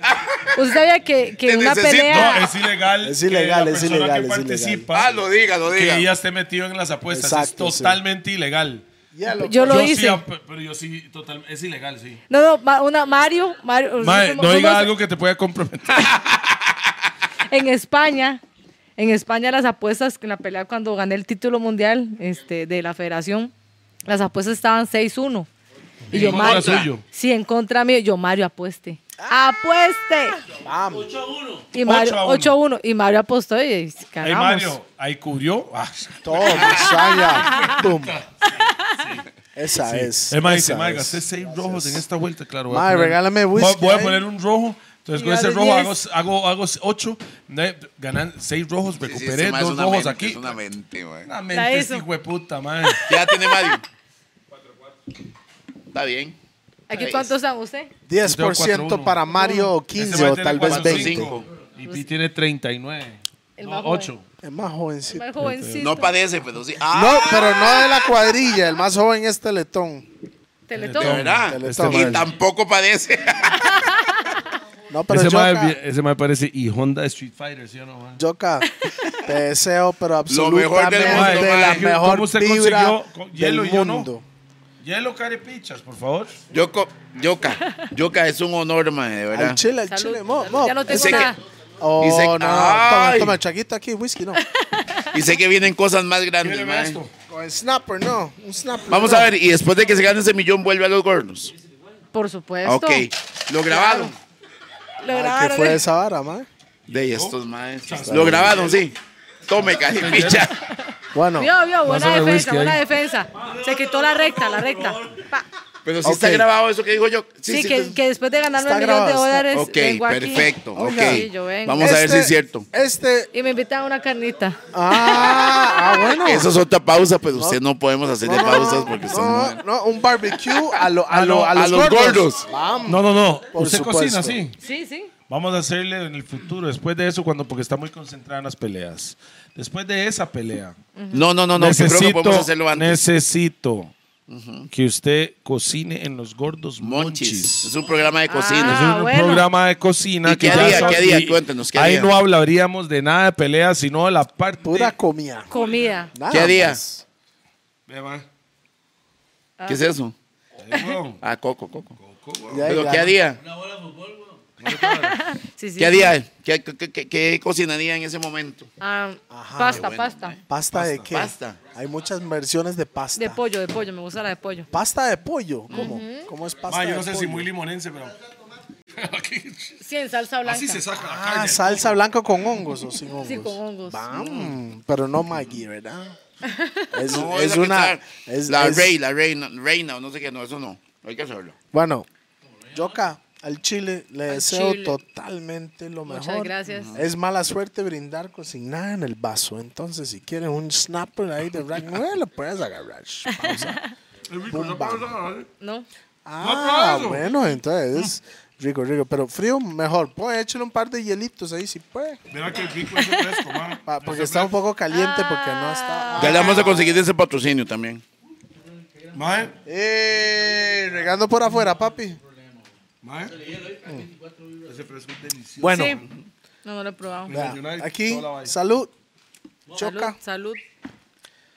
[SPEAKER 5] ¿usted sabía que, que
[SPEAKER 2] Te
[SPEAKER 5] una
[SPEAKER 2] necesito.
[SPEAKER 5] pelea...
[SPEAKER 3] No, es ilegal.
[SPEAKER 4] Es ilegal,
[SPEAKER 3] que la
[SPEAKER 4] es
[SPEAKER 3] persona
[SPEAKER 4] ilegal,
[SPEAKER 3] que
[SPEAKER 4] es ilegal.
[SPEAKER 3] participa,
[SPEAKER 2] Ah, lo diga, lo
[SPEAKER 3] Que ella
[SPEAKER 2] diga.
[SPEAKER 3] esté metido en las apuestas. es
[SPEAKER 4] Exacto, sí.
[SPEAKER 3] totalmente ilegal.
[SPEAKER 4] Ya lo-
[SPEAKER 5] Yo lo
[SPEAKER 3] sí,
[SPEAKER 5] hice.
[SPEAKER 3] ah, pe- pero yo sí, total, es ilegal, sí.
[SPEAKER 5] No, no, ma- una Mario, Mario
[SPEAKER 3] Mae,
[SPEAKER 5] somos-
[SPEAKER 3] no diga
[SPEAKER 5] somos-
[SPEAKER 3] algo que te pueda comprometer.
[SPEAKER 5] en España, en España las apuestas en la pelea cuando gané el título mundial este, de la federación, las apuestas estaban 6-1. Y yo,
[SPEAKER 3] En contra
[SPEAKER 5] Mario,
[SPEAKER 3] suyo.
[SPEAKER 5] sí, en contra mío, yo, Mario, apueste. ¡Apueste!
[SPEAKER 4] Vamos.
[SPEAKER 5] Y Mario,
[SPEAKER 3] 8
[SPEAKER 5] 8-1. Y Mario apostó y y
[SPEAKER 3] Ahí
[SPEAKER 5] ganamos.
[SPEAKER 3] Mario, ahí cubrió. Ah,
[SPEAKER 4] Todo, Shaya. Boom. Esa es.
[SPEAKER 3] el Mae dice,
[SPEAKER 4] esa
[SPEAKER 3] Mae,
[SPEAKER 4] es.
[SPEAKER 3] gasté seis rojos en esta vuelta, claro. voy a
[SPEAKER 4] Mae,
[SPEAKER 3] poner-
[SPEAKER 4] regálame
[SPEAKER 3] voy-
[SPEAKER 4] whisky,
[SPEAKER 3] Voy a
[SPEAKER 4] ahí.
[SPEAKER 3] poner un rojo. Entonces
[SPEAKER 5] Y
[SPEAKER 3] con ese
[SPEAKER 5] dale
[SPEAKER 3] rojo hago,
[SPEAKER 5] diez.
[SPEAKER 3] hago, hago ocho, ne- ganan seis rojos, recuperé
[SPEAKER 2] Ese mae es
[SPEAKER 3] dos
[SPEAKER 2] una
[SPEAKER 3] rojos
[SPEAKER 2] mente,
[SPEAKER 3] aquí.
[SPEAKER 2] Es una mente, güey.
[SPEAKER 3] Una
[SPEAKER 5] La
[SPEAKER 3] mente,
[SPEAKER 5] hizo.
[SPEAKER 3] ese hijo de puta, mae.
[SPEAKER 2] ¿Qué edad tiene Mario? Está bien.
[SPEAKER 5] ¿Aquí cuántos están usted?
[SPEAKER 4] 10% para Mario o 15
[SPEAKER 3] Ese mae
[SPEAKER 4] o
[SPEAKER 3] tiene
[SPEAKER 4] tal vez
[SPEAKER 3] 45.
[SPEAKER 4] 20.
[SPEAKER 3] Y Pi tiene 39.
[SPEAKER 5] El
[SPEAKER 3] No,
[SPEAKER 5] más joven.
[SPEAKER 3] 8.
[SPEAKER 4] Es más jovencito.
[SPEAKER 5] Más jovencito.
[SPEAKER 2] No padece, pero sí.
[SPEAKER 4] No,
[SPEAKER 2] Ah,
[SPEAKER 4] pero no de la cuadrilla. El más joven es Teletón.
[SPEAKER 5] Teletón.
[SPEAKER 2] de verdad.
[SPEAKER 4] Teletón.
[SPEAKER 2] y tampoco padece.
[SPEAKER 4] No, pero
[SPEAKER 3] ese, mae,
[SPEAKER 4] Yoka,
[SPEAKER 3] vi- ese mae parece y Honda Street Fighter, ¿sí o no, mae?
[SPEAKER 4] Yoka, te deseo, pero
[SPEAKER 2] Lo mejor
[SPEAKER 4] absolutamente
[SPEAKER 2] del mundo,
[SPEAKER 4] de la
[SPEAKER 2] mae.
[SPEAKER 4] mejor
[SPEAKER 3] ¿Cómo usted
[SPEAKER 4] vibra
[SPEAKER 3] consiguió con hielo
[SPEAKER 4] del
[SPEAKER 3] y yo no?
[SPEAKER 4] mundo.
[SPEAKER 3] Hielo, carepichas, por favor.
[SPEAKER 2] Yoco, Yoka. Yoka es un honor, man, de
[SPEAKER 4] Al
[SPEAKER 2] verdad.
[SPEAKER 4] chile, al
[SPEAKER 5] Salud.
[SPEAKER 4] chile. Mo,
[SPEAKER 5] Salud.
[SPEAKER 4] mo.
[SPEAKER 5] Ya no tengo
[SPEAKER 2] Ese que-
[SPEAKER 5] nada.
[SPEAKER 4] Oh,
[SPEAKER 2] Dice-
[SPEAKER 4] no, no, no. Toma,
[SPEAKER 2] Ay.
[SPEAKER 4] toma el chaguito aquí, whisky, no.
[SPEAKER 2] Y sé que vienen cosas más grandes,
[SPEAKER 3] Míreme
[SPEAKER 2] man.
[SPEAKER 3] esto.
[SPEAKER 4] Con el snapper, no. Un snapper.
[SPEAKER 2] Vamos
[SPEAKER 4] no.
[SPEAKER 2] a ver, y después de que se gane ese millón, vuelve a los gordos.
[SPEAKER 5] Por supuesto.
[SPEAKER 2] Ok, lo grabaron.
[SPEAKER 5] Lo
[SPEAKER 4] Ay, ¿Qué
[SPEAKER 5] grabaron.
[SPEAKER 4] fue esa vara, man?
[SPEAKER 2] De estos Ah, maestros. Lo grabaron, sí. Tome, cajipicha.
[SPEAKER 4] Bueno,
[SPEAKER 5] Vio, vio, buena
[SPEAKER 3] Pásame
[SPEAKER 5] defensa,
[SPEAKER 3] whisky
[SPEAKER 5] buena
[SPEAKER 3] ahí.
[SPEAKER 5] defensa. Se quitó la recta, la recta. Pa.
[SPEAKER 2] Pero sí está
[SPEAKER 4] Ok.
[SPEAKER 2] grabado eso que dijo yo.
[SPEAKER 5] Sí, que, que después de ganarme
[SPEAKER 4] Está
[SPEAKER 5] un millón de
[SPEAKER 4] grabado, está-
[SPEAKER 5] dólares,
[SPEAKER 2] Ok,
[SPEAKER 5] vengo aquí.
[SPEAKER 2] perfecto. Ok.
[SPEAKER 4] Oiga.
[SPEAKER 5] Sí, yo vengo.
[SPEAKER 2] Vamos a ver si es cierto.
[SPEAKER 4] Este.
[SPEAKER 5] Y me invitan a una carnita.
[SPEAKER 4] Ah, ah bueno.
[SPEAKER 2] Eso es otra pausa, pero usted no podemos hacerle
[SPEAKER 4] No,
[SPEAKER 2] pausas porque
[SPEAKER 4] no,
[SPEAKER 2] son.
[SPEAKER 4] no, no, un barbecue a, lo- a, lo- Ah, a
[SPEAKER 2] a
[SPEAKER 4] los,
[SPEAKER 2] los gordos.
[SPEAKER 4] Vamos.
[SPEAKER 3] No, no, no.
[SPEAKER 4] Por
[SPEAKER 3] Usted
[SPEAKER 4] supuesto.
[SPEAKER 3] cocina, sí.
[SPEAKER 5] Sí, sí.
[SPEAKER 3] Vamos a hacerle en el futuro, después de eso, cuando porque está muy concentrada en las peleas. Después de esa pelea,
[SPEAKER 2] No, no, no, no. yo creo que podemos hacerlo
[SPEAKER 3] necesito,
[SPEAKER 2] antes.
[SPEAKER 3] necesito que usted cocine en los gordos
[SPEAKER 2] Monchis.
[SPEAKER 3] monchis.
[SPEAKER 2] Es un programa de
[SPEAKER 3] Es
[SPEAKER 2] cocina.
[SPEAKER 5] Ah,
[SPEAKER 3] un
[SPEAKER 5] bueno.
[SPEAKER 3] programa de cocina.
[SPEAKER 2] ¿Y qué
[SPEAKER 3] que ya
[SPEAKER 2] haría?
[SPEAKER 3] sabe-
[SPEAKER 2] ¿Qué haría?
[SPEAKER 3] y
[SPEAKER 2] Cuéntenos, ¿qué
[SPEAKER 3] Ahí
[SPEAKER 2] haría?
[SPEAKER 3] no hablaríamos de nada de pelea, sino de la parte.
[SPEAKER 4] Pura comida.
[SPEAKER 5] Comida.
[SPEAKER 4] Nada
[SPEAKER 2] ¿Qué haría?
[SPEAKER 4] más.
[SPEAKER 3] Ve, ma.
[SPEAKER 2] ¿Qué es eso?
[SPEAKER 3] Ahí, weón.
[SPEAKER 2] Ah, coco, coco.
[SPEAKER 4] Ya,
[SPEAKER 2] ¿Pero
[SPEAKER 4] ya.
[SPEAKER 2] qué haría?
[SPEAKER 5] Sí, sí.
[SPEAKER 2] ¿Qué haría? ¿Qué, qué, qué- qué cocinaría en ese momento?
[SPEAKER 5] Ah,
[SPEAKER 4] Ajá.
[SPEAKER 5] pasta,
[SPEAKER 2] Qué bueno,
[SPEAKER 5] pasta.
[SPEAKER 4] ¿Pasta de qué?
[SPEAKER 2] Pasta.
[SPEAKER 4] Hay muchas versiones de pasta.
[SPEAKER 5] De pollo, de pollo. Me gusta la de pollo.
[SPEAKER 4] ¿Pasta de pollo? ¿Cómo? ¿Cómo es pasta
[SPEAKER 3] Ma, yo
[SPEAKER 4] de
[SPEAKER 3] no sé
[SPEAKER 4] pollo?
[SPEAKER 3] si muy limonense, pero.
[SPEAKER 5] Sí, en salsa blanca.
[SPEAKER 3] Así se saca la
[SPEAKER 4] Ah,
[SPEAKER 3] carne.
[SPEAKER 4] salsa blanca con hongos o sin hongos.
[SPEAKER 5] Sí, con hongos.
[SPEAKER 4] Bam, pero no Maggie, ¿verdad? Es,
[SPEAKER 2] No,
[SPEAKER 4] es
[SPEAKER 2] esa que
[SPEAKER 4] una.
[SPEAKER 2] está-
[SPEAKER 4] es-
[SPEAKER 2] la
[SPEAKER 4] es-
[SPEAKER 2] rey, la reina, reina, o no sé qué, no, eso no. Hay que hacerlo.
[SPEAKER 4] Bueno, Yoka, al Chile le deseo
[SPEAKER 5] Chile.
[SPEAKER 4] totalmente lo mejor.
[SPEAKER 5] Muchas gracias.
[SPEAKER 4] Es mala suerte brindar con sin nada en el vaso. Entonces, si quieres un snapper ahí de Rack 9, lo puedes agarrar. Pausa. Boom, bam.
[SPEAKER 5] ¿No?
[SPEAKER 4] Ah, bueno, entonces. Rico, rico, pero frío mejor. Puede échale un par de hielitos ahí si puede.
[SPEAKER 3] Mira que el pico es fresco, ma.
[SPEAKER 4] Pa- porque está un poco caliente, porque no está.
[SPEAKER 2] Ya le vamos a conseguir ese patrocinio también.
[SPEAKER 3] Ma,
[SPEAKER 4] Eh, regando por afuera, papi.
[SPEAKER 3] ma. Ese fresco es delicioso.
[SPEAKER 4] Bueno,
[SPEAKER 5] Sí. No, no lo he probado.
[SPEAKER 4] vea,
[SPEAKER 3] United,
[SPEAKER 4] aquí,
[SPEAKER 3] toda la vaina.
[SPEAKER 4] salud, choca.
[SPEAKER 5] Salud,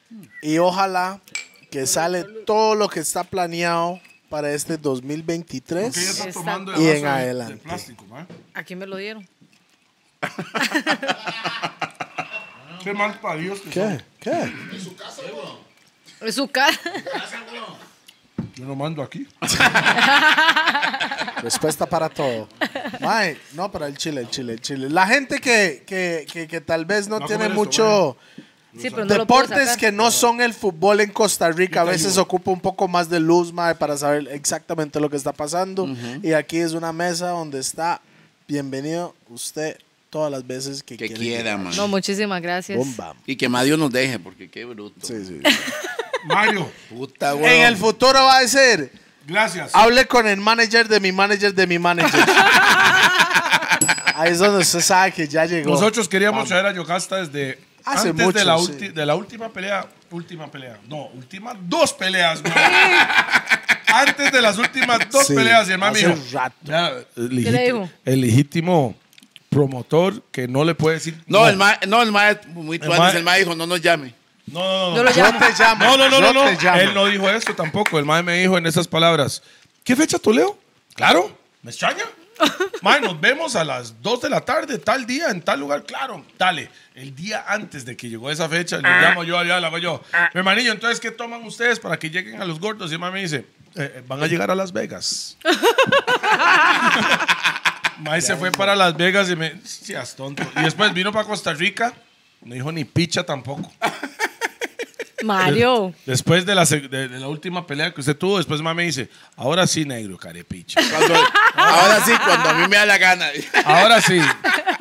[SPEAKER 5] salud.
[SPEAKER 4] Y ojalá que sale todo lo que está planeado para este 2023.
[SPEAKER 3] está
[SPEAKER 5] Exacto.
[SPEAKER 3] tomando el
[SPEAKER 4] Y en
[SPEAKER 3] vaso de- de
[SPEAKER 4] adelante.
[SPEAKER 3] plástico, ma.
[SPEAKER 5] Aquí me lo dieron.
[SPEAKER 3] Qué mal paridos que
[SPEAKER 4] ¿Qué?
[SPEAKER 3] son.
[SPEAKER 4] ¿Qué?
[SPEAKER 5] Es su cara.
[SPEAKER 3] Yo lo mando aquí.
[SPEAKER 4] Respuesta para todo. Mae, no, para el chile, el chile, el chile. La gente que, que, que, que tal vez no
[SPEAKER 3] No
[SPEAKER 4] tiene
[SPEAKER 3] comer esto,
[SPEAKER 4] mucho,
[SPEAKER 5] Sí, pero no lo puedo
[SPEAKER 4] Deportes
[SPEAKER 5] sacar.
[SPEAKER 4] que no son el fútbol en Costa Rica, a veces ocupa un poco más de luz, mae, para saber exactamente lo que está pasando. Y aquí es una mesa donde está bienvenido usted todas las veces que,
[SPEAKER 2] Que
[SPEAKER 4] quiera.
[SPEAKER 2] quiera, man.
[SPEAKER 5] No, muchísimas gracias.
[SPEAKER 4] Bomba.
[SPEAKER 2] Y que más Dios nos deje, porque qué bruto.
[SPEAKER 4] Sí, sí.
[SPEAKER 3] Mario,
[SPEAKER 2] Puta,
[SPEAKER 4] en el futuro va a ser,
[SPEAKER 3] gracias.
[SPEAKER 4] hable con el manager de mi manager de mi manager. Ahí es donde usted sabe que ya llegó.
[SPEAKER 3] Nosotros queríamos traer a Yocasta desde
[SPEAKER 4] Hace
[SPEAKER 3] antes
[SPEAKER 4] mucho,
[SPEAKER 3] de, la
[SPEAKER 4] sí.
[SPEAKER 3] ulti- de la última pelea. Última pelea. No, últimas dos peleas, güey. Antes de las últimas dos
[SPEAKER 4] Sí,
[SPEAKER 3] peleas, y el mami
[SPEAKER 4] hace
[SPEAKER 3] dijo,
[SPEAKER 4] rato.
[SPEAKER 3] ya, el,
[SPEAKER 5] ¿Qué le dijo?
[SPEAKER 3] el legítimo promotor que no le puede decir.
[SPEAKER 2] No, el mae, no, el mae, muy tuanis,
[SPEAKER 3] mae-
[SPEAKER 2] el mae dijo, no nos llame.
[SPEAKER 3] No, no, no.
[SPEAKER 5] Yo lo
[SPEAKER 4] Yo
[SPEAKER 5] llamo.
[SPEAKER 4] te llamo.
[SPEAKER 3] No, no, no,
[SPEAKER 4] yo
[SPEAKER 3] no, no.
[SPEAKER 4] te llamo.
[SPEAKER 3] Él no dijo eso tampoco. El mae me dijo en esas palabras. ¿Qué fecha Toledo? Claro. ¿Me extraña? Mae, nos vemos a las 2 de la tarde, tal día, en tal lugar. Claro, dale. El día antes de que llegó esa fecha, le llamo yo allá, le hago yo. Mi hermanillo, entonces, ¿qué toman ustedes para que lleguen a los gordos? Y el mae me dice, eh, eh, van a llegar a Las Vegas. Mae se fue para Las Vegas y me... Seas tonto. Y después vino para Costa Rica. No dijo ni picha tampoco.
[SPEAKER 5] Mario.
[SPEAKER 3] Después de la, seg- de, de la última pelea que usted tuvo, después mami dice, ahora sí, negro, carepicha.
[SPEAKER 2] Cuando- ahora sí, cuando a mí me da la gana.
[SPEAKER 3] Ahora sí.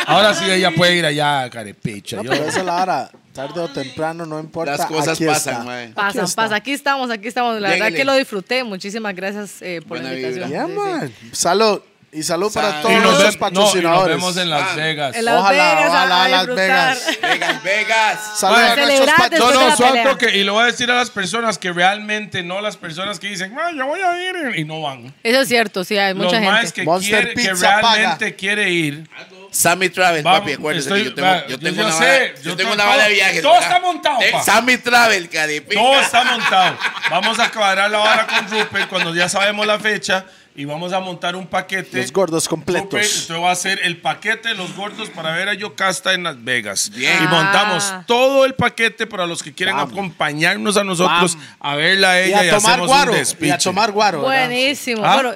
[SPEAKER 3] Ahora sí ella puede ir allá, carepicha.
[SPEAKER 4] No,
[SPEAKER 3] Yo-
[SPEAKER 4] pero esa es la hora. Tarde o temprano, no importa.
[SPEAKER 2] Las cosas
[SPEAKER 4] aquí
[SPEAKER 2] pasan,
[SPEAKER 4] está.
[SPEAKER 2] mae.
[SPEAKER 4] Aquí
[SPEAKER 5] Pasa,
[SPEAKER 4] está.
[SPEAKER 5] pasa. Aquí estamos, aquí estamos. La verdad
[SPEAKER 2] Lléguele.
[SPEAKER 5] que lo disfruté. Muchísimas gracias eh, por la
[SPEAKER 2] Buena
[SPEAKER 5] invitación.
[SPEAKER 4] Yeah,
[SPEAKER 5] Sí, sí.
[SPEAKER 4] man. Salud. Y salud para
[SPEAKER 2] Salud.
[SPEAKER 4] todos
[SPEAKER 2] Y nos
[SPEAKER 4] nuestros
[SPEAKER 3] ve- no, y nos
[SPEAKER 4] patrocinadores. Ah.
[SPEAKER 3] vemos en Las Vegas.
[SPEAKER 5] En Las
[SPEAKER 4] Ojalá,
[SPEAKER 5] Vegas,
[SPEAKER 4] ojalá
[SPEAKER 5] a, a
[SPEAKER 4] Las
[SPEAKER 5] disfrutar.
[SPEAKER 4] Vegas.
[SPEAKER 2] Vegas, Vegas.
[SPEAKER 4] Salud
[SPEAKER 3] Para
[SPEAKER 4] a nuestros
[SPEAKER 5] celebrar
[SPEAKER 4] patrocinadores.
[SPEAKER 5] después
[SPEAKER 3] No,
[SPEAKER 5] de
[SPEAKER 3] no,
[SPEAKER 5] la pelea.
[SPEAKER 3] suelto que, y lo voy a decir a las personas que realmente, no las personas que dicen, "Ah, yo voy a ir, y no van.
[SPEAKER 5] Eso es cierto, sí, hay
[SPEAKER 3] Los
[SPEAKER 5] mucha
[SPEAKER 3] más
[SPEAKER 5] gente.
[SPEAKER 3] que,
[SPEAKER 4] Monster
[SPEAKER 3] quiere- que
[SPEAKER 4] Pizza paga.
[SPEAKER 3] realmente quiere ir.
[SPEAKER 2] Sammy Travel,
[SPEAKER 3] Vamos,
[SPEAKER 2] papi, acuérdese
[SPEAKER 3] estoy-
[SPEAKER 2] que yo tengo,
[SPEAKER 3] va,
[SPEAKER 2] yo
[SPEAKER 3] yo-
[SPEAKER 2] tengo
[SPEAKER 3] yo
[SPEAKER 2] una
[SPEAKER 3] sé,
[SPEAKER 2] bala,
[SPEAKER 3] yo
[SPEAKER 2] yo
[SPEAKER 3] tengo
[SPEAKER 2] tengo una bala de
[SPEAKER 3] todo-
[SPEAKER 2] viaje.
[SPEAKER 3] todo
[SPEAKER 2] ¿verdad?
[SPEAKER 3] está montado,
[SPEAKER 2] Eh,
[SPEAKER 3] pa.
[SPEAKER 2] Sammy Travel, caripica.
[SPEAKER 3] Todo está montado. Vamos a cuadrar la hora con Rupert cuando ya sabemos la fecha y vamos a montar un paquete.
[SPEAKER 4] Los gordos
[SPEAKER 3] Rupert,
[SPEAKER 4] completos.
[SPEAKER 3] Esto va a ser el paquete de los gordos para ver a Yocasta en Las Vegas.
[SPEAKER 2] Bien.
[SPEAKER 3] Y montamos
[SPEAKER 5] Ah.
[SPEAKER 3] todo el paquete para los que quieren
[SPEAKER 4] Vamos.
[SPEAKER 3] acompañarnos a nosotros
[SPEAKER 4] Vamos.
[SPEAKER 3] a verla a
[SPEAKER 4] Y
[SPEAKER 3] ella y,
[SPEAKER 4] a tomar
[SPEAKER 3] hacemos
[SPEAKER 4] guaro.
[SPEAKER 3] un
[SPEAKER 4] Y a
[SPEAKER 3] despiche.
[SPEAKER 4] tomar guaro. ¿verdad?
[SPEAKER 5] Buenísimo.
[SPEAKER 3] Ah.
[SPEAKER 5] Bueno,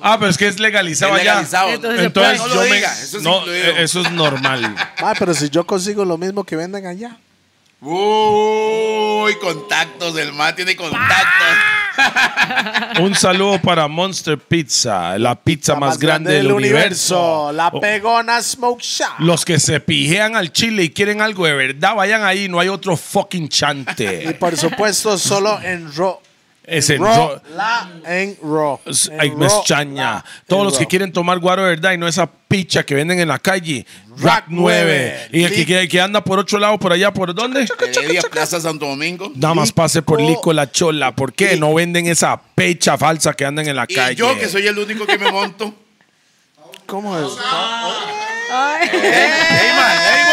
[SPEAKER 3] Ah, pero es que es legalizado,
[SPEAKER 2] Es legalizado.
[SPEAKER 3] allá.
[SPEAKER 5] Entonces se
[SPEAKER 3] Entonces
[SPEAKER 2] puede.
[SPEAKER 3] yo
[SPEAKER 2] No lo
[SPEAKER 3] me-
[SPEAKER 2] diga, eso es
[SPEAKER 3] no,
[SPEAKER 2] incluido.
[SPEAKER 3] eh, eso es normal.
[SPEAKER 4] Mae, Ah, pero si yo consigo lo mismo que venden allá.
[SPEAKER 2] Uy, contactos, el más tiene
[SPEAKER 5] Ah,
[SPEAKER 2] contactos.
[SPEAKER 3] un saludo para Monster Pizza, la pizza más, grande del universo.
[SPEAKER 4] La
[SPEAKER 3] Oh.
[SPEAKER 4] pegona Smoke Shop.
[SPEAKER 3] Los que se pijean al chile y quieren algo de verdad, vayan ahí, no hay otro fucking
[SPEAKER 4] Y
[SPEAKER 3] chante.
[SPEAKER 4] por supuesto, solo en Raw.
[SPEAKER 3] Ese
[SPEAKER 4] Raw,
[SPEAKER 3] ro-
[SPEAKER 4] la, en Raw.
[SPEAKER 3] s-
[SPEAKER 4] En
[SPEAKER 3] ay, me
[SPEAKER 4] Raw,
[SPEAKER 3] extraña.
[SPEAKER 4] la,
[SPEAKER 3] Todos
[SPEAKER 4] en
[SPEAKER 3] los que
[SPEAKER 4] Raw.
[SPEAKER 3] quieren tomar guaro de verdad y no esa picha que venden en la calle.
[SPEAKER 4] Rack
[SPEAKER 3] Rack 9. Y el que,
[SPEAKER 4] Lic-
[SPEAKER 3] que- que anda por otro lado, por allá, ¿por dónde?
[SPEAKER 2] Heredia, Plaza Santo Domingo.
[SPEAKER 3] Nada más pase por
[SPEAKER 4] Lico-
[SPEAKER 3] Lico La Chola. ¿Por qué
[SPEAKER 4] Lic-
[SPEAKER 3] no venden esa pecha falsa que andan en la
[SPEAKER 2] Y
[SPEAKER 3] calle?
[SPEAKER 2] yo, que soy el único que me monto.
[SPEAKER 4] ¿Cómo es?
[SPEAKER 2] Ey, man, ey,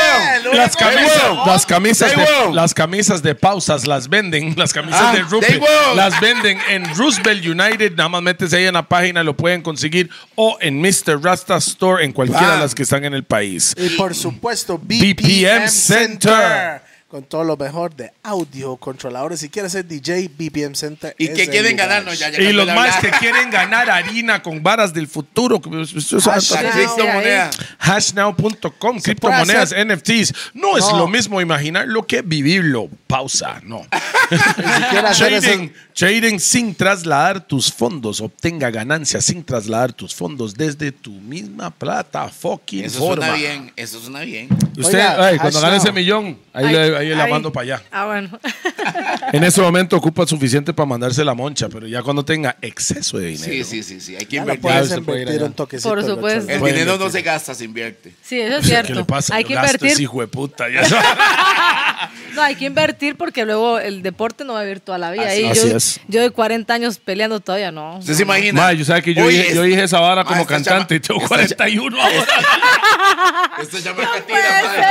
[SPEAKER 2] weón.
[SPEAKER 3] Las camisas,
[SPEAKER 2] Day
[SPEAKER 3] las camisas,
[SPEAKER 2] Day
[SPEAKER 3] de,
[SPEAKER 2] Wow.
[SPEAKER 3] las camisas de pausas las venden, las camisas
[SPEAKER 2] Ah,
[SPEAKER 3] de
[SPEAKER 2] Day
[SPEAKER 3] Rupert
[SPEAKER 2] Wow.
[SPEAKER 3] las venden en Roosevelt United, nada más métese ahí en la página, lo pueden conseguir o en Mr. Rasta Store en cualquiera de
[SPEAKER 2] Ah.
[SPEAKER 3] las que están en el país.
[SPEAKER 4] Y por supuesto,
[SPEAKER 3] BPM
[SPEAKER 4] BPM
[SPEAKER 3] Center.
[SPEAKER 4] Center. Con todo lo mejor de audio controladores. Si quieres ser DJ, BPM Center.
[SPEAKER 2] ¿Y
[SPEAKER 4] es
[SPEAKER 2] qué
[SPEAKER 4] el
[SPEAKER 2] quieren
[SPEAKER 4] lugar.
[SPEAKER 2] ganarnos? Ya
[SPEAKER 3] Y
[SPEAKER 2] llegando
[SPEAKER 3] los
[SPEAKER 2] la
[SPEAKER 3] más que
[SPEAKER 2] bla-
[SPEAKER 3] quieren ganar harina con varas del futuro. que-
[SPEAKER 2] La
[SPEAKER 4] Hashtag.
[SPEAKER 2] criptomoneda.
[SPEAKER 3] Hashnow.com,
[SPEAKER 4] puede
[SPEAKER 3] criptomonedas, NFTs. No, es
[SPEAKER 4] No.
[SPEAKER 3] lo mismo imaginarlo que vivirlo. Pausa, no.
[SPEAKER 4] Si quieres hacer
[SPEAKER 3] Trading,
[SPEAKER 4] eso-
[SPEAKER 3] trading sin trasladar tus fondos. Obtenga ganancias sin trasladar tus fondos desde tu misma plata. Fucking
[SPEAKER 2] Eso
[SPEAKER 3] forma.
[SPEAKER 2] suena bien, eso suena bien.
[SPEAKER 3] Usted,
[SPEAKER 4] Oiga,
[SPEAKER 3] ay, cuando
[SPEAKER 4] hash
[SPEAKER 3] gane
[SPEAKER 4] now.
[SPEAKER 3] ese millón, ahí, le, ahí le la mando para allá.
[SPEAKER 5] Ah, bueno.
[SPEAKER 3] En ese momento ocupa suficiente para mandarse la moncha, pero ya cuando tenga exceso de dinero.
[SPEAKER 2] Sí, sí, sí, sí. Hay que
[SPEAKER 4] Ya la
[SPEAKER 2] invertir.
[SPEAKER 4] puedes
[SPEAKER 3] se puede ir
[SPEAKER 4] invertir
[SPEAKER 3] allá.
[SPEAKER 4] un toquecito.
[SPEAKER 5] Por
[SPEAKER 4] en otro
[SPEAKER 5] supuesto.
[SPEAKER 2] El
[SPEAKER 4] lado.
[SPEAKER 3] Pueden
[SPEAKER 2] dinero no
[SPEAKER 3] invertir.
[SPEAKER 2] se gasta, se invierte.
[SPEAKER 5] Sí, eso es
[SPEAKER 3] O sea, Pues,
[SPEAKER 5] cierto.
[SPEAKER 3] ¿Qué le pasa?
[SPEAKER 5] Hay
[SPEAKER 3] Yo
[SPEAKER 5] que
[SPEAKER 3] gasto
[SPEAKER 5] invertir.
[SPEAKER 3] ese hijo de puta. ya sabe.
[SPEAKER 5] No, hay que invertir porque luego el deporte no va a vivir toda la vida.
[SPEAKER 2] Así
[SPEAKER 5] y
[SPEAKER 3] es.
[SPEAKER 5] yo,
[SPEAKER 3] Así es.
[SPEAKER 5] yo de 40 años peleando todavía, no.
[SPEAKER 2] ¿Usted se imagina?
[SPEAKER 3] Ma, yo sabes que yo,
[SPEAKER 2] Oye,
[SPEAKER 3] dije, yo dije esa vara
[SPEAKER 2] ma,
[SPEAKER 3] como
[SPEAKER 2] esta
[SPEAKER 3] cantante y
[SPEAKER 2] chama-
[SPEAKER 3] tengo 41 ahora.
[SPEAKER 2] Esta chamaca tira, madre.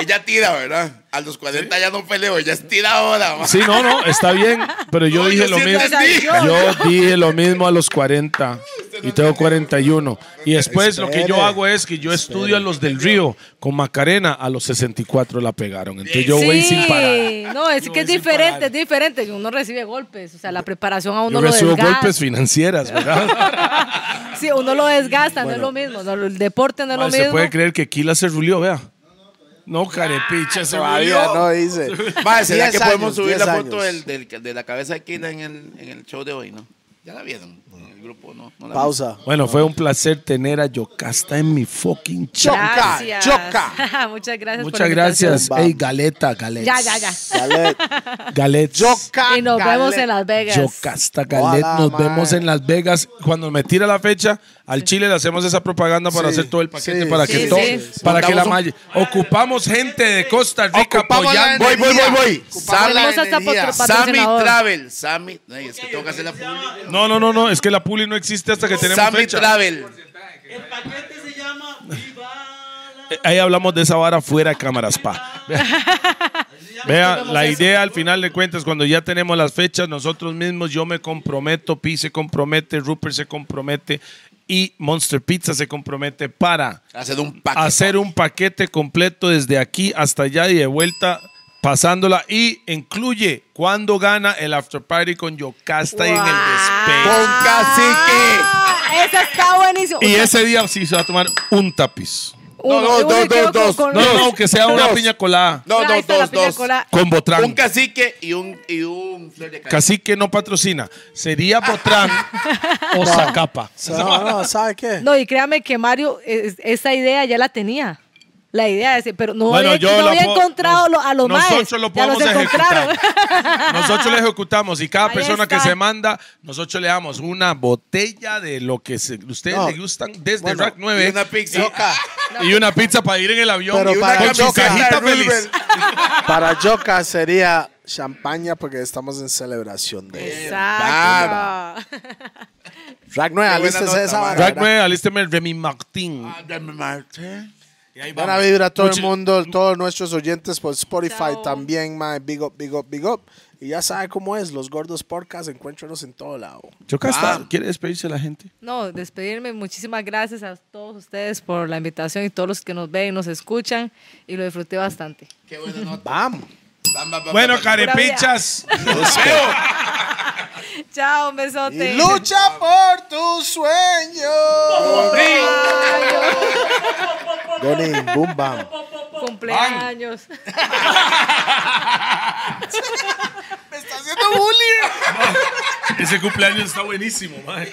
[SPEAKER 2] Ella tira, ¿verdad? A los 40 ya no peleo, ella es tira ahora, madre.
[SPEAKER 3] Sí, no, no, está bien, pero yo
[SPEAKER 2] No,
[SPEAKER 3] dije
[SPEAKER 2] yo
[SPEAKER 3] lo
[SPEAKER 2] sí
[SPEAKER 3] mismo.
[SPEAKER 2] entendí.
[SPEAKER 3] Yo dije lo mismo a los 40 y tengo 41. Y después lo que yo
[SPEAKER 4] Espere,
[SPEAKER 3] hago es que yo estudio a los del río. Con Macarena a los 64 la pegaron. Entonces yo voy sin parar.
[SPEAKER 5] no, es que es
[SPEAKER 3] sin
[SPEAKER 5] diferente,
[SPEAKER 3] parar.
[SPEAKER 5] es diferente. Uno recibe golpes, o sea, la preparación a uno
[SPEAKER 3] Yo
[SPEAKER 5] lo
[SPEAKER 3] recibo
[SPEAKER 5] desgasta.
[SPEAKER 3] golpes financieras, ¿verdad?
[SPEAKER 5] Sí, uno lo desgasta, no es lo mismo. no, el deporte no es
[SPEAKER 3] Ma,
[SPEAKER 5] lo
[SPEAKER 3] Se
[SPEAKER 5] mismo.
[SPEAKER 3] puede creer que Kila se rulió, vea. No, carepicha, se
[SPEAKER 4] Todavía
[SPEAKER 3] murió.
[SPEAKER 4] no dice.
[SPEAKER 2] Mae, ¿será
[SPEAKER 4] 10
[SPEAKER 2] que podemos
[SPEAKER 4] años,
[SPEAKER 2] subir
[SPEAKER 4] 10
[SPEAKER 2] la foto
[SPEAKER 4] años.
[SPEAKER 2] del- del- de la cabeza de Kila en el, en el show de hoy? ¿No? ¿Ya la vieron? En el grupo, ¿no? no la
[SPEAKER 4] Pausa.
[SPEAKER 3] Bueno, fue un placer tener a Yocasta en mi fucking show.
[SPEAKER 4] Choca,
[SPEAKER 5] Gracias.
[SPEAKER 4] choca.
[SPEAKER 5] Muchas gracias por la
[SPEAKER 3] Muchas
[SPEAKER 5] invitación.
[SPEAKER 3] gracias.
[SPEAKER 4] Vamos.
[SPEAKER 3] Ey, Galeta, Galet.
[SPEAKER 5] Ya, ya, ya.
[SPEAKER 4] Galet.
[SPEAKER 3] Galet.
[SPEAKER 4] Yoca.
[SPEAKER 5] Y nos vemos en Las Vegas.
[SPEAKER 3] Yocasta Galet.
[SPEAKER 4] Hola,
[SPEAKER 3] Nos
[SPEAKER 4] mae.
[SPEAKER 3] vemos en Las Vegas. Cuando me tira la fecha, al Chile le hacemos esa propaganda para
[SPEAKER 4] Sí,
[SPEAKER 3] hacer todo el paquete,
[SPEAKER 4] sí,
[SPEAKER 3] para
[SPEAKER 5] sí,
[SPEAKER 3] que
[SPEAKER 5] sí.
[SPEAKER 3] todo,
[SPEAKER 5] Sí.
[SPEAKER 3] para que la
[SPEAKER 2] Mandamos
[SPEAKER 3] malla. Ocupamos gente de Costa Rica
[SPEAKER 2] Ocupamos la
[SPEAKER 3] apoyando.
[SPEAKER 2] Voy, voy, voy, voy.
[SPEAKER 5] Tenemos hasta
[SPEAKER 2] energía.
[SPEAKER 5] patro-
[SPEAKER 2] Sammy
[SPEAKER 5] patrocinador.
[SPEAKER 2] Travel. Sammy. Ay, es que tengo que hacer la publi.
[SPEAKER 3] No, no, no, no. Es que la puli no existe hasta que tenemos
[SPEAKER 2] Sammy
[SPEAKER 3] fecha.
[SPEAKER 2] Travel.
[SPEAKER 8] El paquete se llama Viva la-
[SPEAKER 3] Eh, Ahí hablamos de esa vara fuera de cámaras, pa. Vea, la idea al final de cuentas, cuando ya tenemos las fechas, nosotros mismos, yo me comprometo, Pi se compromete, Rupert se compromete y Monster Pizza se compromete para
[SPEAKER 2] Hacer un paquete.
[SPEAKER 3] hacer un paquete completo desde aquí hasta allá y de vuelta pasándola y incluye cuando gana el after party con Yocasta y en el despegue.
[SPEAKER 2] Con cacique.
[SPEAKER 5] Ah, Esa está buenísima.
[SPEAKER 3] Y ese día sí se va a tomar un tapiz.
[SPEAKER 5] Uno,
[SPEAKER 2] no,
[SPEAKER 5] uno
[SPEAKER 2] dos,
[SPEAKER 5] y creo
[SPEAKER 2] dos, dos.
[SPEAKER 5] con-
[SPEAKER 3] No, no, que sea una
[SPEAKER 2] Dos.
[SPEAKER 3] piña colada
[SPEAKER 2] No,
[SPEAKER 5] Ahí
[SPEAKER 2] no,
[SPEAKER 5] está la
[SPEAKER 2] dos,
[SPEAKER 5] piña
[SPEAKER 2] dos.
[SPEAKER 5] colada.
[SPEAKER 3] con Botran.
[SPEAKER 2] Un cacique y un, y un flor de cacique.
[SPEAKER 3] Cacique no patrocina. Sería
[SPEAKER 5] Ah.
[SPEAKER 3] Botrán o Zacapa.
[SPEAKER 4] No, no, ¿sabe qué?
[SPEAKER 5] No, y créame que Mario, es- esa idea ya la tenía. La idea ese, pero no
[SPEAKER 3] Bueno,
[SPEAKER 5] había,
[SPEAKER 3] yo
[SPEAKER 5] no
[SPEAKER 3] la
[SPEAKER 5] había
[SPEAKER 3] puedo-
[SPEAKER 5] encontrado
[SPEAKER 3] nos-
[SPEAKER 5] lo- a los maes.
[SPEAKER 3] nosotros lo
[SPEAKER 5] ya los
[SPEAKER 3] podemos
[SPEAKER 5] encontraron.
[SPEAKER 3] Nosotros le ejecutamos y cada
[SPEAKER 5] Ahí
[SPEAKER 3] persona
[SPEAKER 5] está.
[SPEAKER 3] que se manda, nosotros le damos una botella de lo que se- ustedes
[SPEAKER 4] No.
[SPEAKER 3] les gustan desde
[SPEAKER 4] Bueno,
[SPEAKER 3] Rack 9
[SPEAKER 2] y una pizza.
[SPEAKER 3] Yoca. Y, una pizza para ir en el avión.
[SPEAKER 4] Pero
[SPEAKER 3] y una
[SPEAKER 4] para
[SPEAKER 3] con su
[SPEAKER 4] Yoca.
[SPEAKER 3] cajita
[SPEAKER 2] Rubén.
[SPEAKER 3] feliz.
[SPEAKER 4] Para Yoca sería champaña porque estamos en celebración de él.
[SPEAKER 5] Exacto.
[SPEAKER 2] Qué
[SPEAKER 4] Rack 9,
[SPEAKER 2] buena
[SPEAKER 4] alístese
[SPEAKER 2] nota,
[SPEAKER 4] esa
[SPEAKER 2] man.
[SPEAKER 4] vara.
[SPEAKER 3] Rack
[SPEAKER 4] ¿verdad?
[SPEAKER 3] 9, alísteme el Remy Martín.
[SPEAKER 2] Ah, dame, ¿eh? Marte.
[SPEAKER 4] Buena vibra a todo
[SPEAKER 3] Muchi-
[SPEAKER 4] el mundo, todos nuestros oyentes por Spotify
[SPEAKER 5] Chao.
[SPEAKER 4] también, man. Big up, big up, big up. Y ya sabe cómo es, los gordos podcast, encuéntranos en todo lado.
[SPEAKER 3] Yoca está. ¿Quiere despedirse de la gente?
[SPEAKER 5] No, despedirme. Muchísimas gracias a todos ustedes por la invitación y todos los que nos ven y nos escuchan. Y lo disfruté bastante.
[SPEAKER 2] Qué buena nota.
[SPEAKER 4] Vamos.
[SPEAKER 2] Bam, bam, bam,
[SPEAKER 3] Bueno,
[SPEAKER 2] bam, bam.
[SPEAKER 3] carepichas.
[SPEAKER 5] Chao, un besote.
[SPEAKER 4] Lucha por tu sueño. Donny, boom, bam.
[SPEAKER 5] Cumpleaños.
[SPEAKER 3] Ese cumpleaños está buenísimo, mae.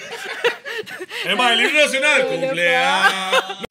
[SPEAKER 3] Es más, el himno nacional. Cumpleaños.